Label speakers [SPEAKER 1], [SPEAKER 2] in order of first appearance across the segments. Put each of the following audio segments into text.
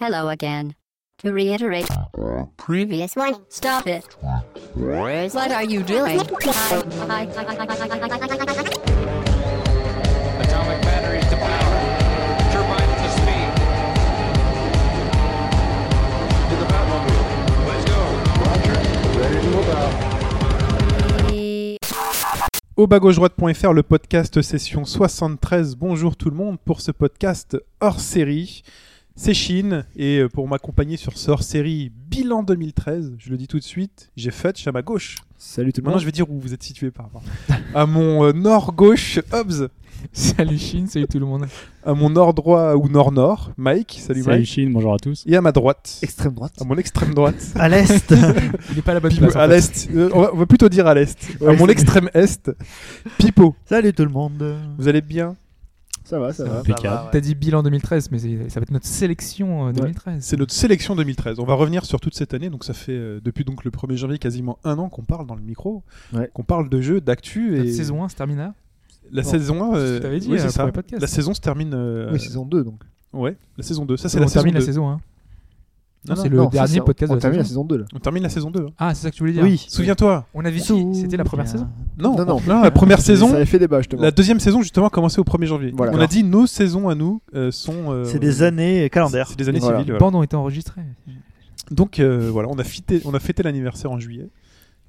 [SPEAKER 1] Hello again. To reiterate, previous one, stop it. What are you doing? I- I- I-
[SPEAKER 2] Atomic batteries to power. Turbines to speed. To the Batmobile. Let's go.
[SPEAKER 3] Au bas-gauche-droite.fr, le podcast session 73. Bonjour tout le monde pour ce podcast hors série. C'est Chine et euh, pour m'accompagner sur ce hors série bilan 2013, je le dis tout de suite, j'ai Fetch à ma gauche.
[SPEAKER 4] Salut tout le
[SPEAKER 3] Maintenant,
[SPEAKER 4] monde.
[SPEAKER 3] je vais dire où vous êtes situé par rapport à mon euh, nord-gauche, Hobbs,
[SPEAKER 5] Salut Chine, salut tout le monde.
[SPEAKER 3] à mon nord-droit ou nord-nord, Mike. Salut, Mike.
[SPEAKER 4] Chine, bonjour à tous.
[SPEAKER 3] Et à ma droite,
[SPEAKER 6] Extrême droite.
[SPEAKER 3] à mon extrême droite.
[SPEAKER 6] À l'est.
[SPEAKER 5] Il est pas à la bonne
[SPEAKER 3] Pipo-
[SPEAKER 5] place. en
[SPEAKER 3] à
[SPEAKER 5] fait.
[SPEAKER 3] l'est, Euh, on, va, on va plutôt dire à l'est. à
[SPEAKER 4] Ouais,
[SPEAKER 3] mon
[SPEAKER 4] c'est-
[SPEAKER 3] extrême est, Pipo.
[SPEAKER 6] Salut tout le monde.
[SPEAKER 3] Vous allez bien
[SPEAKER 4] Ça va, ça, va.
[SPEAKER 5] T'as dit bilan 2013, mais c'est- ça va être notre sélection euh, 2013.
[SPEAKER 3] C'est notre sélection 2013. On va revenir sur toute cette année. Donc ça fait euh, depuis donc le 1er janvier quasiment un an qu'on parle dans le micro,
[SPEAKER 4] Ouais.
[SPEAKER 3] qu'on parle de jeux, d'actu et
[SPEAKER 5] Notre saison 1 se termine là.
[SPEAKER 3] La
[SPEAKER 5] Bon,
[SPEAKER 3] saison 1,
[SPEAKER 5] c'est ce que t'avais dit,
[SPEAKER 3] oui,
[SPEAKER 5] euh,
[SPEAKER 3] c'est ça.
[SPEAKER 5] premier podcast.
[SPEAKER 3] La saison se termine. euh,
[SPEAKER 6] Oui, saison 2 donc.
[SPEAKER 3] ouais, la saison 2. Ça c'est
[SPEAKER 5] on
[SPEAKER 3] la saison 2.
[SPEAKER 5] termine la saison
[SPEAKER 3] Non,
[SPEAKER 5] 1. Non,
[SPEAKER 3] non,
[SPEAKER 5] c'est le
[SPEAKER 4] Non, ça,
[SPEAKER 5] dernier
[SPEAKER 4] c'est-
[SPEAKER 5] podcast
[SPEAKER 4] on
[SPEAKER 5] de la
[SPEAKER 4] termine
[SPEAKER 5] saison.
[SPEAKER 4] la saison 2 là.
[SPEAKER 3] On termine la saison 2. hein.
[SPEAKER 5] Ah, c'est ça que tu voulais dire
[SPEAKER 6] Oui.
[SPEAKER 3] Souviens-toi.
[SPEAKER 5] On avait dit, c'était la première saison.
[SPEAKER 3] Non,
[SPEAKER 4] Non, non.
[SPEAKER 3] Ah, la première saison.
[SPEAKER 4] Ça avait fait débat justement.
[SPEAKER 3] La deuxième saison justement a commencé au 1er janvier.
[SPEAKER 4] Voilà.
[SPEAKER 3] On a dit nos saisons à nous euh, sont. euh,
[SPEAKER 6] C'est des années calendaires.
[SPEAKER 3] C'est des années
[SPEAKER 4] Voilà.
[SPEAKER 3] civiles.
[SPEAKER 5] Les
[SPEAKER 3] voilà.
[SPEAKER 5] bandes ont été enregistrées.
[SPEAKER 3] Donc euh, voilà, on a, fêté, on a fêté l'anniversaire en juillet.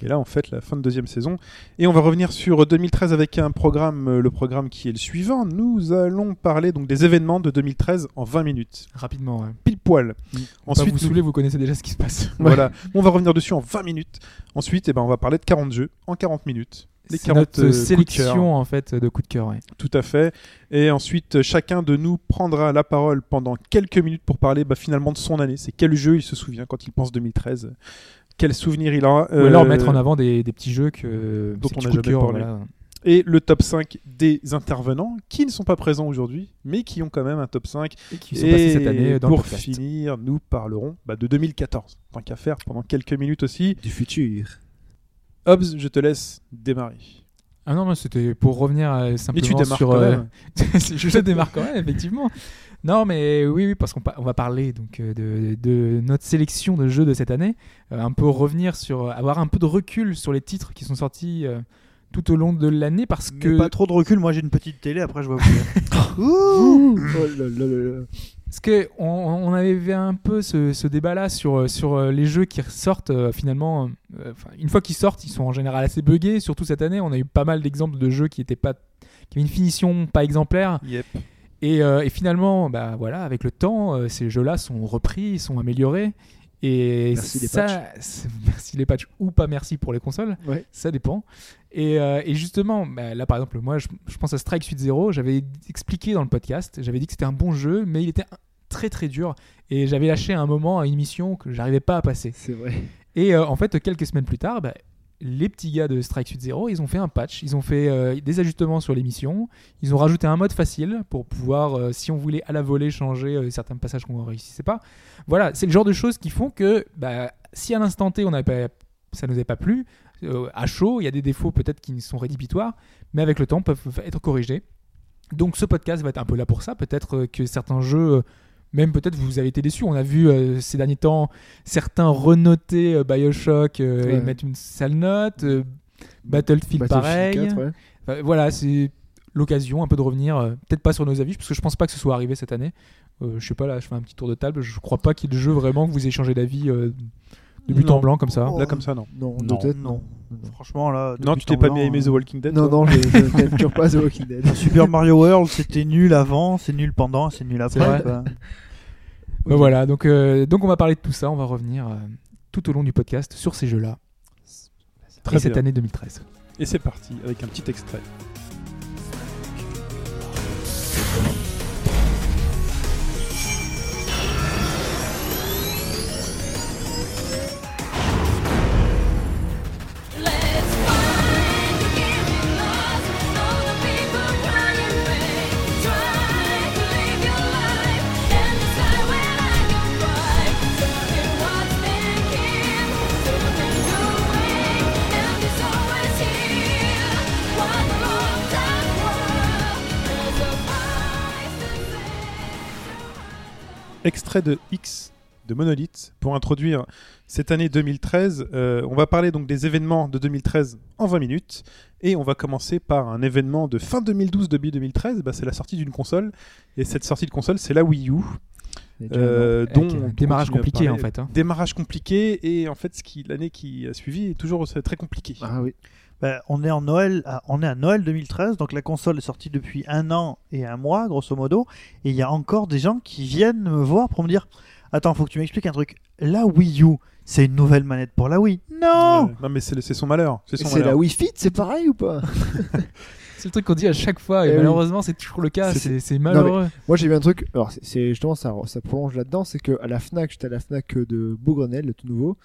[SPEAKER 3] Et là, on fête la fin de deuxième saison. Et on va revenir sur 2013 avec un programme, euh, le programme qui est le suivant. Nous allons parler donc des événements de 2013 en 20 minutes.
[SPEAKER 5] Rapidement, ouais.
[SPEAKER 3] Pile poil.
[SPEAKER 5] Mm.
[SPEAKER 3] Ensuite,
[SPEAKER 5] Ensuite, vous
[SPEAKER 3] nous-
[SPEAKER 5] saoulez, vous connaissez déjà ce qui se passe.
[SPEAKER 3] voilà. on va revenir dessus en 20 minutes. Ensuite, eh ben, on va parler de 40 jeux en 40 minutes. Les
[SPEAKER 5] C'est notre
[SPEAKER 3] euh, coups de cœur.
[SPEAKER 5] sélection en fait de coups de cœur. ouais.
[SPEAKER 3] Tout à fait. Et ensuite, euh, chacun de nous prendra la parole pendant quelques minutes pour parler bah, finalement de son année. C'est quel jeu il se souvient quand il pense 2013 Quel souvenir il a
[SPEAKER 5] Ou alors
[SPEAKER 3] euh,
[SPEAKER 5] mettre en avant des, des petits jeux que
[SPEAKER 3] dont
[SPEAKER 5] ces
[SPEAKER 3] on
[SPEAKER 5] petits
[SPEAKER 3] a
[SPEAKER 5] coups de
[SPEAKER 3] jamais
[SPEAKER 5] cœur,
[SPEAKER 3] parlé.
[SPEAKER 5] voilà.
[SPEAKER 3] et le top 5 des intervenants qui ne sont pas présents aujourd'hui, mais qui ont quand même un top 5.
[SPEAKER 5] qui sont passés cette année dans le
[SPEAKER 3] pour
[SPEAKER 5] podcast.
[SPEAKER 3] finir, nous parlerons bah, de 2014. Tant qu'à faire, pendant quelques minutes aussi.
[SPEAKER 6] Du futur.
[SPEAKER 3] Hobbs, je te laisse démarrer.
[SPEAKER 5] Ah non, moi, c'était pour revenir euh,
[SPEAKER 3] Mais tu
[SPEAKER 5] simplement
[SPEAKER 3] démarres
[SPEAKER 5] sur.
[SPEAKER 3] quand
[SPEAKER 5] euh,
[SPEAKER 3] même.
[SPEAKER 5] je le démarre quand même, effectivement. Non, mais oui, oui parce qu'on pa- on va parler donc euh, de, de notre sélection de jeux de cette année. Euh, un peu revenir sur. avoir un peu de recul sur les titres qui sont sortis euh, tout au long de l'année parce
[SPEAKER 6] Mais
[SPEAKER 5] que.
[SPEAKER 6] pas trop de recul, moi j'ai une petite télé, après je vois vous. Ouh
[SPEAKER 4] Oh là là là là.
[SPEAKER 5] Parce que on, on avait un peu ce, ce débat-là sur, euh, sur euh, les jeux qui ressortent euh, finalement. euh, enfin, une fois qu'ils sortent, ils sont en général assez buggés. Surtout cette année, on a eu pas mal d'exemples de jeux qui étaient pas qui avaient une finition pas exemplaire.
[SPEAKER 3] Yep.
[SPEAKER 5] Et, euh, et finalement, bah voilà, avec le temps, euh, ces jeux-là sont repris, sont améliorés. Et
[SPEAKER 4] Merci les
[SPEAKER 5] ça, c'est- merci les patchs ou pas merci pour les consoles,
[SPEAKER 4] Ouais.
[SPEAKER 5] ça dépend. Et, euh, et justement, bah, là par exemple, moi je, je pense à Strike Suite Zero, j'avais expliqué dans le podcast, j'avais dit que c'était un bon jeu, mais il était un- très très dur et j'avais lâché à un moment une mission que j'arrivais pas à passer.
[SPEAKER 4] C'est vrai.
[SPEAKER 5] Et euh, en fait, quelques semaines plus tard, bah, les petits gars de Strike Suit Zero, ils ont fait un patch, ils ont fait euh, des ajustements sur les missions, ils ont rajouté un mode facile pour pouvoir, euh, si on voulait à la volée, changer euh, certains passages qu'on ne réussissait pas. Voilà, c'est le genre de choses qui font que bah, si à l'instant T, on n'avait pas, ça ne nous avait pas plu, euh, à chaud, il y a des défauts peut-être qui sont rédhibitoires, mais avec le temps peuvent être corrigés. Donc ce podcast va être un peu là pour ça, peut-être euh, que certains jeux, euh, même peut-être vous avez été déçus, on a vu euh, ces derniers temps certains renoter euh, Bioshock euh, et
[SPEAKER 4] Ouais.
[SPEAKER 5] mettre une sale note, euh, Battlefield, pareil.
[SPEAKER 4] 4, ouais.
[SPEAKER 5] Euh, voilà, c'est l'occasion un peu de revenir, euh, peut-être pas sur nos avis, parce que je pense pas que ce soit arrivé cette année. Euh, je sais pas, là, je fais un petit tour de table. Je crois pas qu'il y ait de jeu vraiment que vous ayez changé d'avis euh, de but
[SPEAKER 3] Non.
[SPEAKER 5] en blanc comme ça.
[SPEAKER 6] Oh.
[SPEAKER 3] Là, comme ça, non.
[SPEAKER 4] Non,
[SPEAKER 6] Non.
[SPEAKER 4] de tête,
[SPEAKER 6] Non.
[SPEAKER 4] non.
[SPEAKER 6] Franchement là.
[SPEAKER 3] Non, tu
[SPEAKER 6] depuis
[SPEAKER 3] t'es
[SPEAKER 6] temps
[SPEAKER 3] pas
[SPEAKER 6] blanc,
[SPEAKER 3] mis à aimer
[SPEAKER 5] hein.
[SPEAKER 3] The
[SPEAKER 6] euh,
[SPEAKER 3] Walking Dead
[SPEAKER 4] Non,
[SPEAKER 3] toi
[SPEAKER 4] non, je je ne capture pas The Walking
[SPEAKER 3] Euh,
[SPEAKER 4] Dead.
[SPEAKER 6] Super Mario World, c'était nul avant, c'est nul pendant, c'est nul
[SPEAKER 5] C'est
[SPEAKER 6] après.
[SPEAKER 5] vrai.
[SPEAKER 6] quoi.
[SPEAKER 3] oh,
[SPEAKER 5] Bah voilà, donc, euh, donc on va parler de tout ça. On va revenir euh, tout au long du podcast sur ces jeux-là.
[SPEAKER 3] Très
[SPEAKER 5] et cette
[SPEAKER 3] bien.
[SPEAKER 5] année 2013.
[SPEAKER 3] Et c'est parti avec un petit extrait.
[SPEAKER 7] Thank you
[SPEAKER 3] extrait de X de Monolith pour introduire cette année 2013. Euh, on va parler donc des événements de 2013 en 20 minutes et on va commencer par un événement de fin 2012 début 2013. Bah, c'est la sortie d'une console et cette sortie de console c'est la Wii U. euh,
[SPEAKER 5] Avec
[SPEAKER 3] dont
[SPEAKER 5] un
[SPEAKER 3] on continue à
[SPEAKER 5] démarrage compliqué en
[SPEAKER 3] parler.
[SPEAKER 5] fait. hein.
[SPEAKER 3] Démarrage compliqué et en fait ce qui l'année qui a suivi est toujours euh, très compliquée.
[SPEAKER 4] Ah oui.
[SPEAKER 6] Bah, on est en Noël, à- on est à Noël 2013, donc la console est sortie depuis un an et un mois, grosso modo, et il y a encore des gens qui viennent me voir pour me dire Attends, faut que tu m'expliques un truc. La Wii U, c'est une nouvelle manette pour la Wii Non
[SPEAKER 3] Euh, non mais c'est le- c'est son malheur. C'est son
[SPEAKER 4] C'est
[SPEAKER 3] malheur.
[SPEAKER 4] la Wii Fit, c'est pareil ou pas
[SPEAKER 5] C'est le truc qu'on dit à chaque fois et
[SPEAKER 4] Eh oui.
[SPEAKER 5] malheureusement c'est toujours le cas.
[SPEAKER 4] C'est-
[SPEAKER 5] C'est c'est malheureux.
[SPEAKER 4] Moi j'ai vu un truc, alors c'est- c'est justement ça, ça prolonge là-dedans, c'est que à la Fnac, j'étais à la Fnac euh, de Beaugrenelle, le tout nouveau,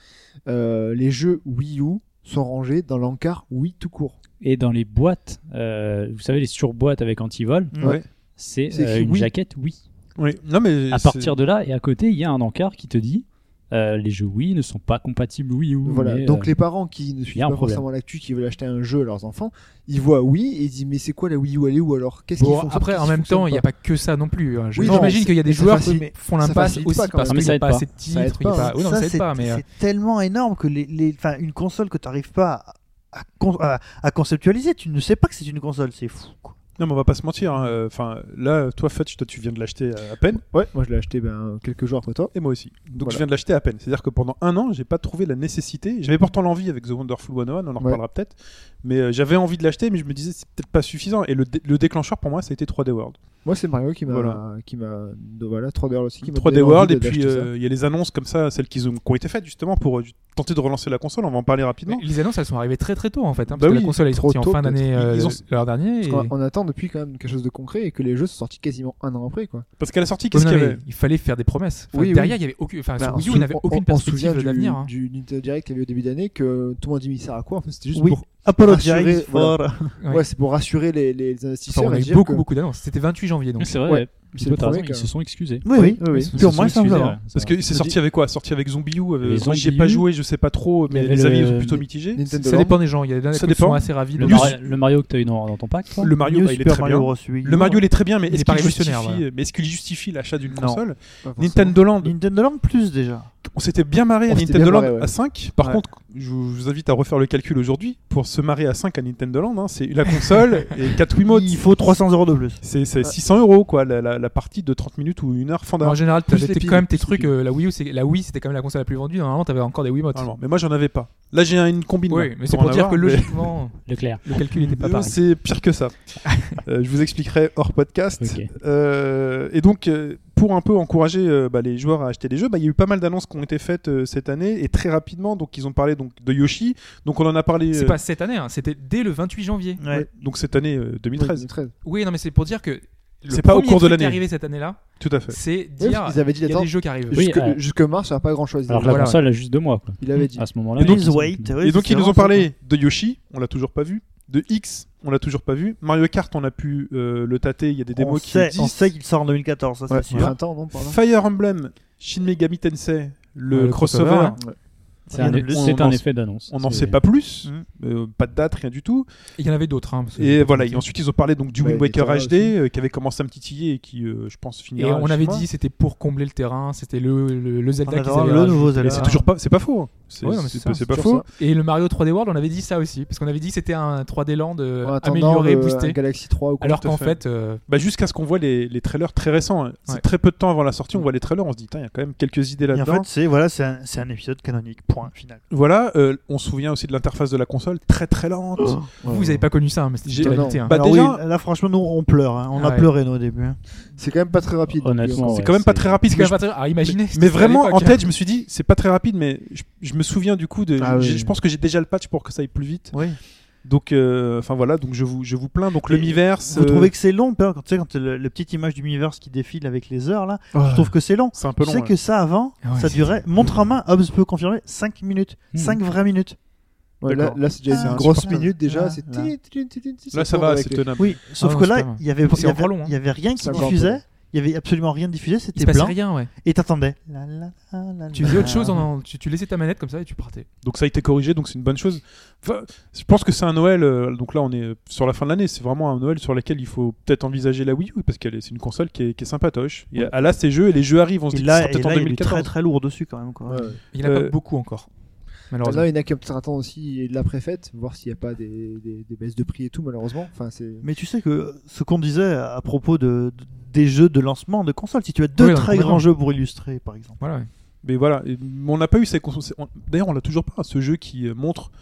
[SPEAKER 4] euh, les jeux Wii U sont rangés dans l'encart Wii tout court.
[SPEAKER 7] Et dans les boîtes, euh, vous savez, les surboîtes avec antivol,
[SPEAKER 3] Ouais.
[SPEAKER 7] c'est
[SPEAKER 4] C'est
[SPEAKER 7] euh,
[SPEAKER 4] écrit
[SPEAKER 7] une
[SPEAKER 4] oui.
[SPEAKER 7] jaquette oui.
[SPEAKER 3] Oui. Non mais
[SPEAKER 7] À
[SPEAKER 3] c'est-
[SPEAKER 7] partir de là, et à côté, il y a un encart qui te dit euh, les jeux Wii ne sont pas compatibles Wii U.
[SPEAKER 4] Voilà.
[SPEAKER 7] mais,
[SPEAKER 4] Donc
[SPEAKER 7] euh,
[SPEAKER 4] les parents qui ne
[SPEAKER 7] y
[SPEAKER 4] suivent
[SPEAKER 7] a un
[SPEAKER 4] pas
[SPEAKER 7] problème.
[SPEAKER 4] forcément l'actu, qui veulent acheter un jeu à leurs enfants, ils voient Wii et ils disent mais c'est quoi la Wii U elle est où alors Qu'est-ce qu'ils
[SPEAKER 5] Bon,
[SPEAKER 4] font
[SPEAKER 5] après en même temps il n'y a pas que ça non plus. hein. Je-
[SPEAKER 4] Oui, non,
[SPEAKER 5] J'imagine
[SPEAKER 4] c'est-
[SPEAKER 5] qu'il y a des
[SPEAKER 4] ça
[SPEAKER 5] joueurs
[SPEAKER 4] facilite-
[SPEAKER 5] qui font
[SPEAKER 4] ça
[SPEAKER 5] l'impasse
[SPEAKER 4] facilite
[SPEAKER 5] aussi
[SPEAKER 4] pas, quand
[SPEAKER 5] parce
[SPEAKER 7] même.
[SPEAKER 5] qu'il n'y
[SPEAKER 7] Ça
[SPEAKER 5] a
[SPEAKER 7] aide
[SPEAKER 5] pas
[SPEAKER 7] pas.
[SPEAKER 5] assez de
[SPEAKER 4] Ça aide
[SPEAKER 5] titres. il y a
[SPEAKER 4] pas,
[SPEAKER 5] pas-
[SPEAKER 4] hein.
[SPEAKER 5] oui, non,
[SPEAKER 6] Ça,
[SPEAKER 5] ça aide
[SPEAKER 6] c'est-
[SPEAKER 5] pas, mais, euh,
[SPEAKER 6] c'est tellement énorme que les, les- enfin, une console que tu n'arrives pas à, à con- à- à conceptualiser, tu ne sais pas que c'est une console, c'est fou. quoi.
[SPEAKER 3] Non mais on va pas se mentir. hein. Euh, Enfin là toi Fudge toi tu viens de l'acheter à à peine
[SPEAKER 4] Ouais, moi je l'ai acheté ben, quelques jours après toi.
[SPEAKER 3] et moi aussi. Donc
[SPEAKER 4] Voilà.
[SPEAKER 3] je viens de l'acheter à peine. C'est-à-dire que pendant un an j'ai pas trouvé la nécessité. J'avais pourtant l'envie avec The Wonderful 101, on en reparlera peut-être. Mais euh, j'avais envie de l'acheter mais je me disais c'est peut-être pas suffisant. Et le, dé- le déclencheur pour moi ça a été 3D World.
[SPEAKER 4] Moi c'est Mario qui m'a,
[SPEAKER 3] Voilà.
[SPEAKER 4] qui m'a, de- voilà 3D World aussi qui m'a
[SPEAKER 3] 3D
[SPEAKER 4] donné
[SPEAKER 3] World
[SPEAKER 4] envie
[SPEAKER 3] et
[SPEAKER 4] de-
[SPEAKER 3] puis
[SPEAKER 4] d'acheter ça.
[SPEAKER 3] euh, il y a les annonces comme ça celles qui ont, qui ont été faites justement pour euh, tenter de relancer la console. On va en parler rapidement.
[SPEAKER 5] les annonces elles sont arrivées très très tôt en fait. hein, parce
[SPEAKER 3] Bah
[SPEAKER 5] que
[SPEAKER 3] oui,
[SPEAKER 5] la console elle est
[SPEAKER 4] trop
[SPEAKER 5] sortie
[SPEAKER 4] tôt,
[SPEAKER 5] en fin
[SPEAKER 4] peut-être.
[SPEAKER 5] d'année euh,
[SPEAKER 3] Ils ont-
[SPEAKER 5] l'an dernier.
[SPEAKER 4] Parce
[SPEAKER 5] et-
[SPEAKER 4] qu'on- on attend depuis quand même quelque chose de concret et que les jeux sont sortis quasiment un an après quoi.
[SPEAKER 3] Parce qu'à la sortie
[SPEAKER 5] Oui,
[SPEAKER 3] qu'est-ce
[SPEAKER 5] Oh non,
[SPEAKER 3] qu'il y
[SPEAKER 5] mais
[SPEAKER 3] avait
[SPEAKER 5] il fallait faire des promesses. Enfin,
[SPEAKER 4] Oui, oui.
[SPEAKER 5] derrière, il y avait aucune. Enfin,
[SPEAKER 4] Bah,
[SPEAKER 5] Ah, sur Wii U,
[SPEAKER 4] on
[SPEAKER 5] on
[SPEAKER 4] se-
[SPEAKER 5] n'avait
[SPEAKER 4] on-
[SPEAKER 5] aucune
[SPEAKER 4] on se souvient
[SPEAKER 5] perspective d'avenir. hein.
[SPEAKER 4] du, du Nintendo Direct qu'il y avait eu au début d'année que tout le monde dit mais ça sert à quoi en fait c'était juste
[SPEAKER 6] Oui.
[SPEAKER 4] pour
[SPEAKER 6] Apollo
[SPEAKER 4] Rassurer,
[SPEAKER 6] Direct
[SPEAKER 4] voilà.
[SPEAKER 6] for-
[SPEAKER 5] Ouais.
[SPEAKER 4] ouais, c'est pour rassurer les, les investisseurs
[SPEAKER 5] Enfin, on
[SPEAKER 4] et
[SPEAKER 5] a eu
[SPEAKER 4] dire
[SPEAKER 5] beaucoup
[SPEAKER 4] que
[SPEAKER 5] beaucoup d'annonces. C'était 28 janvier donc.
[SPEAKER 7] c'est vrai,
[SPEAKER 4] ouais,
[SPEAKER 7] puis
[SPEAKER 4] c'est
[SPEAKER 7] toi,
[SPEAKER 4] le
[SPEAKER 7] t'as
[SPEAKER 4] premier,
[SPEAKER 7] raison,
[SPEAKER 4] quand
[SPEAKER 7] ils se
[SPEAKER 4] même.
[SPEAKER 7] sont excusés.
[SPEAKER 6] Oui, oui,
[SPEAKER 4] oui, oui.
[SPEAKER 7] Ils se
[SPEAKER 6] Purement
[SPEAKER 7] sont
[SPEAKER 6] et
[SPEAKER 7] excusés,
[SPEAKER 6] simplement.
[SPEAKER 7] ouais, c'est
[SPEAKER 3] Parce
[SPEAKER 7] vrai.
[SPEAKER 3] que c'est sorti avec quoi Sorti avec Zombie U. euh,
[SPEAKER 7] Les
[SPEAKER 3] moi j'y ai
[SPEAKER 7] Zombie
[SPEAKER 3] pas
[SPEAKER 7] U.
[SPEAKER 3] joué, je sais pas trop,
[SPEAKER 7] Il
[SPEAKER 3] mais
[SPEAKER 7] y avait
[SPEAKER 3] les
[SPEAKER 7] le-
[SPEAKER 3] avis sont plutôt mitigés.
[SPEAKER 4] Nintendo
[SPEAKER 5] Ça
[SPEAKER 4] Land.
[SPEAKER 5] dépend des gens. Il y a des
[SPEAKER 3] Ça
[SPEAKER 5] gens qui
[SPEAKER 3] dépend.
[SPEAKER 5] sont assez ravis.
[SPEAKER 7] le,
[SPEAKER 5] d'autres.
[SPEAKER 7] Mario, le Mario que t'as eu dans, dans ton pack, toi
[SPEAKER 3] Le Mario,
[SPEAKER 6] New
[SPEAKER 3] bah, il est
[SPEAKER 6] Super
[SPEAKER 3] très
[SPEAKER 6] Mario
[SPEAKER 3] bien.
[SPEAKER 6] Bros. Wii U.
[SPEAKER 3] Le Mario, il est très bien, mais
[SPEAKER 5] Il est
[SPEAKER 3] est-ce
[SPEAKER 5] pas
[SPEAKER 3] qu'il justifie,
[SPEAKER 5] révolutionnaire,
[SPEAKER 3] mais est-ce qu'il justifie l'achat d'une
[SPEAKER 6] Non.
[SPEAKER 3] console
[SPEAKER 4] Pas forcément.
[SPEAKER 3] Nintendo Land,
[SPEAKER 6] Nintendo Land plus déjà.
[SPEAKER 3] on s'était bien marré à
[SPEAKER 4] On s'était
[SPEAKER 3] Nintendo
[SPEAKER 4] bien
[SPEAKER 3] Land
[SPEAKER 4] marré, ouais.
[SPEAKER 3] à 5. Par
[SPEAKER 6] Ouais.
[SPEAKER 3] contre, je vous je vous invite à refaire le calcul aujourd'hui. Pour se marrer à 5 à Nintendo Land, hein, c'est la console et 4 Wiimotes.
[SPEAKER 6] Il faut 300 euros de plus.
[SPEAKER 3] C'est c'est 600 euros, quoi, la, la- la partie de 30 minutes ou une heure fin
[SPEAKER 5] En
[SPEAKER 3] d'heure.
[SPEAKER 5] général,
[SPEAKER 4] Plus
[SPEAKER 5] t'avais
[SPEAKER 4] les
[SPEAKER 5] tes-
[SPEAKER 4] piles,
[SPEAKER 5] quand même tes
[SPEAKER 4] plus les
[SPEAKER 5] trucs.
[SPEAKER 4] piles.
[SPEAKER 5] euh, la Wii U, c'est- la Wii, c'était quand même la console la plus vendue. Normalement, t'avais encore des Wiimotes.
[SPEAKER 3] Normalement. Mais moi, j'en avais pas. Là, j'ai un- une combine.
[SPEAKER 5] Oui,
[SPEAKER 3] là,
[SPEAKER 5] mais c'est
[SPEAKER 3] en
[SPEAKER 5] pour dire
[SPEAKER 3] avoir,
[SPEAKER 5] que
[SPEAKER 3] mais-
[SPEAKER 5] logiquement,
[SPEAKER 7] Leclerc.
[SPEAKER 5] le calcul n'était pas
[SPEAKER 3] Euh,
[SPEAKER 5] pareil.
[SPEAKER 3] C'est pire que ça. Euh, je vous expliquerai hors podcast.
[SPEAKER 7] Ok.
[SPEAKER 3] Euh, et donc, euh, pour un peu encourager euh, bah, les joueurs à acheter des jeux, bah, il y a eu pas mal d'annonces qui ont été faites euh, cette année et très rapidement. Donc, ils ont parlé donc de Yoshi. Donc, on en a parlé.
[SPEAKER 5] C'est
[SPEAKER 3] euh,
[SPEAKER 5] pas cette année. hein, C'était dès le 28 janvier.
[SPEAKER 6] Ouais.
[SPEAKER 3] Donc cette année euh,
[SPEAKER 4] Oui,
[SPEAKER 3] 2013.
[SPEAKER 4] 2013.
[SPEAKER 5] Oui, non, mais c'est pour dire que. le
[SPEAKER 3] C'est pas au
[SPEAKER 5] premier
[SPEAKER 3] cours de
[SPEAKER 5] truc qui est
[SPEAKER 3] l'année.
[SPEAKER 5] arrivé cette année-là,
[SPEAKER 3] Tout à fait.
[SPEAKER 5] c'est
[SPEAKER 4] Oui,
[SPEAKER 5] dire
[SPEAKER 4] parce qu'ils avaient dit
[SPEAKER 5] il y a
[SPEAKER 4] d'attendre
[SPEAKER 5] des jeux qui arrivent.
[SPEAKER 7] Oui,
[SPEAKER 4] jusque,
[SPEAKER 7] euh,
[SPEAKER 4] jusque mars, ça n'a pas grand chose.
[SPEAKER 7] Alors que la
[SPEAKER 5] Voilà.
[SPEAKER 7] console ah, a juste deux mois quoi,
[SPEAKER 4] Il avait dit.
[SPEAKER 7] à ce moment-là.
[SPEAKER 3] Et donc-
[SPEAKER 7] Ils
[SPEAKER 6] Please
[SPEAKER 7] ont-
[SPEAKER 6] wait. oui,
[SPEAKER 3] Et donc
[SPEAKER 6] c'est
[SPEAKER 3] ils nous
[SPEAKER 6] vraiment
[SPEAKER 3] ont parlé de Yoshi, on l'a toujours pas vu, de X, on l'a toujours pas vu, Mario Kart, on a pu euh, le tâter, il y a des
[SPEAKER 6] ça. On
[SPEAKER 3] démos qui
[SPEAKER 6] sait, on
[SPEAKER 3] existent.
[SPEAKER 6] sait qu'il sort en 2014, ça
[SPEAKER 4] Ouais,
[SPEAKER 6] c'est sûr.
[SPEAKER 4] printemps, non pardon.
[SPEAKER 3] Fire Emblem, Shin Megami Tensei, le,
[SPEAKER 5] Ouais, le
[SPEAKER 3] crossover,
[SPEAKER 5] Euh, crossover,
[SPEAKER 7] C'est un,
[SPEAKER 3] on- on
[SPEAKER 7] c'est
[SPEAKER 3] en-
[SPEAKER 7] un effet d'annonce.
[SPEAKER 3] on n'en
[SPEAKER 7] C'est-
[SPEAKER 3] sait pas plus,
[SPEAKER 6] Mhm.
[SPEAKER 3] euh, pas de date, rien du tout.
[SPEAKER 5] Il y en avait d'autres. hein, parce que-
[SPEAKER 3] Et voilà, et ensuite ils ont parlé donc du
[SPEAKER 4] Ouais,
[SPEAKER 3] Wind Waker
[SPEAKER 4] Dora
[SPEAKER 3] HD
[SPEAKER 4] aussi.
[SPEAKER 3] euh, qui avait commencé à me titiller et qui, euh, je pense,
[SPEAKER 5] Et
[SPEAKER 3] finira.
[SPEAKER 5] on avait
[SPEAKER 3] chez moi.
[SPEAKER 5] dit c'était pour combler le terrain, c'était le, le, le
[SPEAKER 6] On
[SPEAKER 5] Zelda qu'ils
[SPEAKER 6] adore
[SPEAKER 5] avaient
[SPEAKER 6] le
[SPEAKER 5] rajouté.
[SPEAKER 6] nouveau
[SPEAKER 3] Mais
[SPEAKER 6] Zelda.
[SPEAKER 3] c'est toujours pas, c'est pas faux. hein. C'est
[SPEAKER 5] Ouais, non, mais
[SPEAKER 3] c'est
[SPEAKER 5] c'est
[SPEAKER 3] pas,
[SPEAKER 5] ça,
[SPEAKER 3] c'est pas
[SPEAKER 4] Sur
[SPEAKER 3] faux.
[SPEAKER 4] ça,
[SPEAKER 5] Et le Mario 3D World, on avait dit ça aussi, parce qu'on avait dit que c'était un 3D Land euh,
[SPEAKER 4] en attendant
[SPEAKER 5] amélioré,
[SPEAKER 4] le- un
[SPEAKER 5] boosté.
[SPEAKER 4] Galaxy 3 ou quoi.
[SPEAKER 5] Alors
[SPEAKER 3] tout
[SPEAKER 5] qu'en
[SPEAKER 3] fait.
[SPEAKER 5] fait, euh,
[SPEAKER 3] Bah, jusqu'à ce qu'on voit les, les trailers très récents. hein. C'est
[SPEAKER 5] Ouais. Mm.
[SPEAKER 3] très peu de temps avant la sortie, on voit les trailers, on se dit, Tain, il y a quand même quelques idées
[SPEAKER 6] Et en
[SPEAKER 3] là-dedans.
[SPEAKER 6] fait, c'est voilà, c'est un, c'est un épisode canonique. Point final.
[SPEAKER 3] Voilà, euh, on se souvient aussi de l'interface de la console, très très lente.
[SPEAKER 6] Oh.
[SPEAKER 5] vous,
[SPEAKER 4] euh,
[SPEAKER 5] vous avez pas connu ça, hein, mais c'était
[SPEAKER 3] J'ai-
[SPEAKER 5] juste la
[SPEAKER 4] Non,
[SPEAKER 5] réalité,
[SPEAKER 4] non.
[SPEAKER 5] hein.
[SPEAKER 3] Bah,
[SPEAKER 6] Alors
[SPEAKER 3] déjà-
[SPEAKER 6] oui, là franchement, nous on pleure. hein. On
[SPEAKER 5] Ah
[SPEAKER 6] a
[SPEAKER 5] ouais.
[SPEAKER 6] pleuré nous au début. hein.
[SPEAKER 4] C'est quand même pas très rapide.
[SPEAKER 7] Honnêtement,
[SPEAKER 4] Donc, euh,
[SPEAKER 7] ouais,
[SPEAKER 3] c'est quand même pas très rapide.
[SPEAKER 5] Parce que
[SPEAKER 3] mais
[SPEAKER 5] la partie- alors, imaginez,
[SPEAKER 3] Mais
[SPEAKER 5] c'était à
[SPEAKER 3] vraiment, en
[SPEAKER 5] l'époque, hein.
[SPEAKER 3] tête, je me suis dit, c'est pas très rapide, mais je, je me souviens du coup de.
[SPEAKER 4] Ah
[SPEAKER 3] j'ai-
[SPEAKER 4] oui.
[SPEAKER 3] Je pense que j'ai déjà le patch pour que ça aille plus vite.
[SPEAKER 6] Oui.
[SPEAKER 3] Donc, euh, enfin voilà, donc je vous, je vous plains. Donc,
[SPEAKER 6] Et
[SPEAKER 3] le Miiverse,
[SPEAKER 6] Vous
[SPEAKER 3] euh,
[SPEAKER 6] trouvez que c'est long, quand tu sais, quand le, la petite image du Miiverse qui défile avec les heures là,
[SPEAKER 4] Oh.
[SPEAKER 6] je trouve que c'est long.
[SPEAKER 3] euh, c'est un peu
[SPEAKER 6] Tu
[SPEAKER 3] long.
[SPEAKER 6] sais
[SPEAKER 3] ouais.
[SPEAKER 6] que ça avant,
[SPEAKER 5] Ah ouais,
[SPEAKER 6] ça
[SPEAKER 5] c'est-
[SPEAKER 6] durait, montre en main, Hobbs peut confirmer, 5 minutes.
[SPEAKER 7] Hmm.
[SPEAKER 6] 5 vraies minutes.
[SPEAKER 4] ouais, là,
[SPEAKER 3] d'accord. Ah,
[SPEAKER 4] là, c'est
[SPEAKER 3] C'est
[SPEAKER 4] déjà une grosse
[SPEAKER 3] insupportable.
[SPEAKER 4] minute déjà.
[SPEAKER 6] Là,
[SPEAKER 4] c'est
[SPEAKER 6] là.
[SPEAKER 4] tin, tin, tin, tin, tin,
[SPEAKER 3] Là, ça
[SPEAKER 4] tourne
[SPEAKER 3] va,
[SPEAKER 4] avec
[SPEAKER 3] c'est
[SPEAKER 4] les-
[SPEAKER 3] tenable.
[SPEAKER 6] Oui, sauf
[SPEAKER 5] non,
[SPEAKER 6] que
[SPEAKER 5] Ah bah c'est
[SPEAKER 6] là,
[SPEAKER 5] pas mal.
[SPEAKER 6] il y avait,
[SPEAKER 5] C'est
[SPEAKER 6] il y avait-
[SPEAKER 5] encore long, hein.
[SPEAKER 6] il y avait rien qui
[SPEAKER 4] C'est encore
[SPEAKER 6] diffusait. il y avait absolument rien de diffusé,
[SPEAKER 5] Il se
[SPEAKER 6] c'était
[SPEAKER 5] passait
[SPEAKER 6] blanc.
[SPEAKER 3] hein.
[SPEAKER 5] rien, ouais.
[SPEAKER 6] Et t'attendais. La, la, la, la,
[SPEAKER 5] Tu
[SPEAKER 6] la,
[SPEAKER 5] faisais autre
[SPEAKER 6] la.
[SPEAKER 5] chose, en- tu, tu laissais ta manette comme ça et tu partais.
[SPEAKER 3] Donc ça a été corrigé, donc c'est une bonne chose. Enfin, je pense que c'est un Noël, euh, donc là on est sur la fin de l'année, c'est vraiment un Noël sur lequel il faut peut-être envisager la Wii U, parce que c'est une console qui est, qui est sympatoche. Et elle a ses jeux, et les jeux arrivent, on se
[SPEAKER 6] Et
[SPEAKER 3] dit que
[SPEAKER 6] là,
[SPEAKER 3] ça
[SPEAKER 6] et
[SPEAKER 3] peut-être en
[SPEAKER 6] là, il est
[SPEAKER 3] 2014.
[SPEAKER 6] très très lourd dessus quand même. Quoi.
[SPEAKER 5] Il n'y en a
[SPEAKER 3] Euh,
[SPEAKER 5] pas beaucoup encore. Malheureusement.
[SPEAKER 4] Là, il y en a qui peut-être attendre aussi la préfète, voir s'il n'y a pas des, des, des baisses de prix et tout, malheureusement. Enfin, c'est.
[SPEAKER 6] Mais tu sais que ce qu'on disait à propos de, de- des jeux de lancement de console, si tu as deux
[SPEAKER 5] Oui, non,
[SPEAKER 6] très
[SPEAKER 5] complètement.
[SPEAKER 6] grands jeux pour illustrer, par exemple.
[SPEAKER 5] Voilà, ouais.
[SPEAKER 3] Mais voilà, et- mais on n'a pas eu ces consoles. c'est- on- D'ailleurs, on l'a toujours pas, ce jeu qui euh, montre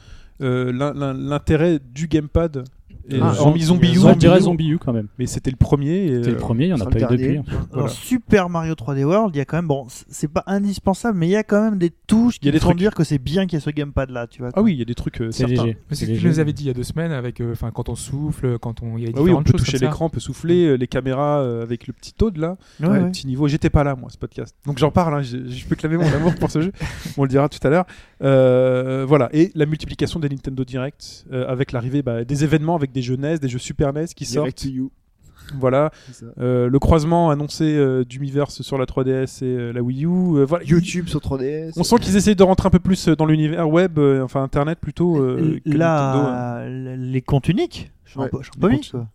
[SPEAKER 3] euh, l'in- l'in- l'intérêt du gamepad, et,
[SPEAKER 7] Ah,
[SPEAKER 3] Euh, hormis Zombie U.
[SPEAKER 7] Moi, je dirais Zombie U quand même.
[SPEAKER 3] Mais c'était le premier. et,
[SPEAKER 7] C'était le
[SPEAKER 3] euh,
[SPEAKER 7] premier, il n'y en a
[SPEAKER 4] le
[SPEAKER 7] pas
[SPEAKER 4] dernier.
[SPEAKER 7] eu depuis. hein.
[SPEAKER 6] Alors,
[SPEAKER 3] Voilà.
[SPEAKER 6] Super Mario 3D World, il y a quand même, bon, c- c'est pas indispensable, mais il y a quand même des touches
[SPEAKER 3] Il y
[SPEAKER 6] qui
[SPEAKER 3] a des
[SPEAKER 6] font
[SPEAKER 3] trucs.
[SPEAKER 6] dire que c'est bien qu'il y a ce gamepad là, tu vois.
[SPEAKER 3] Ah oui, il y a des trucs euh,
[SPEAKER 7] C'est
[SPEAKER 3] certains.
[SPEAKER 7] léger.
[SPEAKER 5] Mais c'est ce
[SPEAKER 7] léger.
[SPEAKER 5] que tu nous avais dit il y a deux semaines, avec, euh, enfin, quand on souffle, quand on. Il y a
[SPEAKER 3] Ah oui, on
[SPEAKER 5] différentes
[SPEAKER 3] peut
[SPEAKER 5] choses
[SPEAKER 3] toucher
[SPEAKER 5] comme ça.
[SPEAKER 3] l'écran, on peut souffler, euh, les caméras euh, avec le petit taux de là.
[SPEAKER 6] Ouais,
[SPEAKER 3] Ouais,
[SPEAKER 6] ouais.
[SPEAKER 3] le petit niveau. J'étais pas là, moi, ce podcast. Donc j'en parle, hein, je, je peux clamer mon amour pour ce jeu. On le dira tout à l'heure. Euh, voilà. Et la multiplication des Nintendo Direct euh, avec l'arrivée bah, des événements avec des jeux NES, des jeux Super NES qui sortent.
[SPEAKER 4] Direct to you.
[SPEAKER 3] Voilà.
[SPEAKER 4] c'est ça.
[SPEAKER 3] Euh, le croisement annoncé euh, d'Umiverse sur la 3DS et euh, la Wii U. euh, voilà.
[SPEAKER 4] YouTube sur 3DS.
[SPEAKER 3] On sent qu'ils essayent de rentrer un peu plus euh, dans l'univers web, euh, enfin Internet plutôt. euh, que Nintendo, euh,
[SPEAKER 6] là, les comptes uniques, j'en
[SPEAKER 4] Ouais.
[SPEAKER 6] peux- j'en peux
[SPEAKER 3] Les
[SPEAKER 6] mis,
[SPEAKER 3] comptes-
[SPEAKER 6] quoi.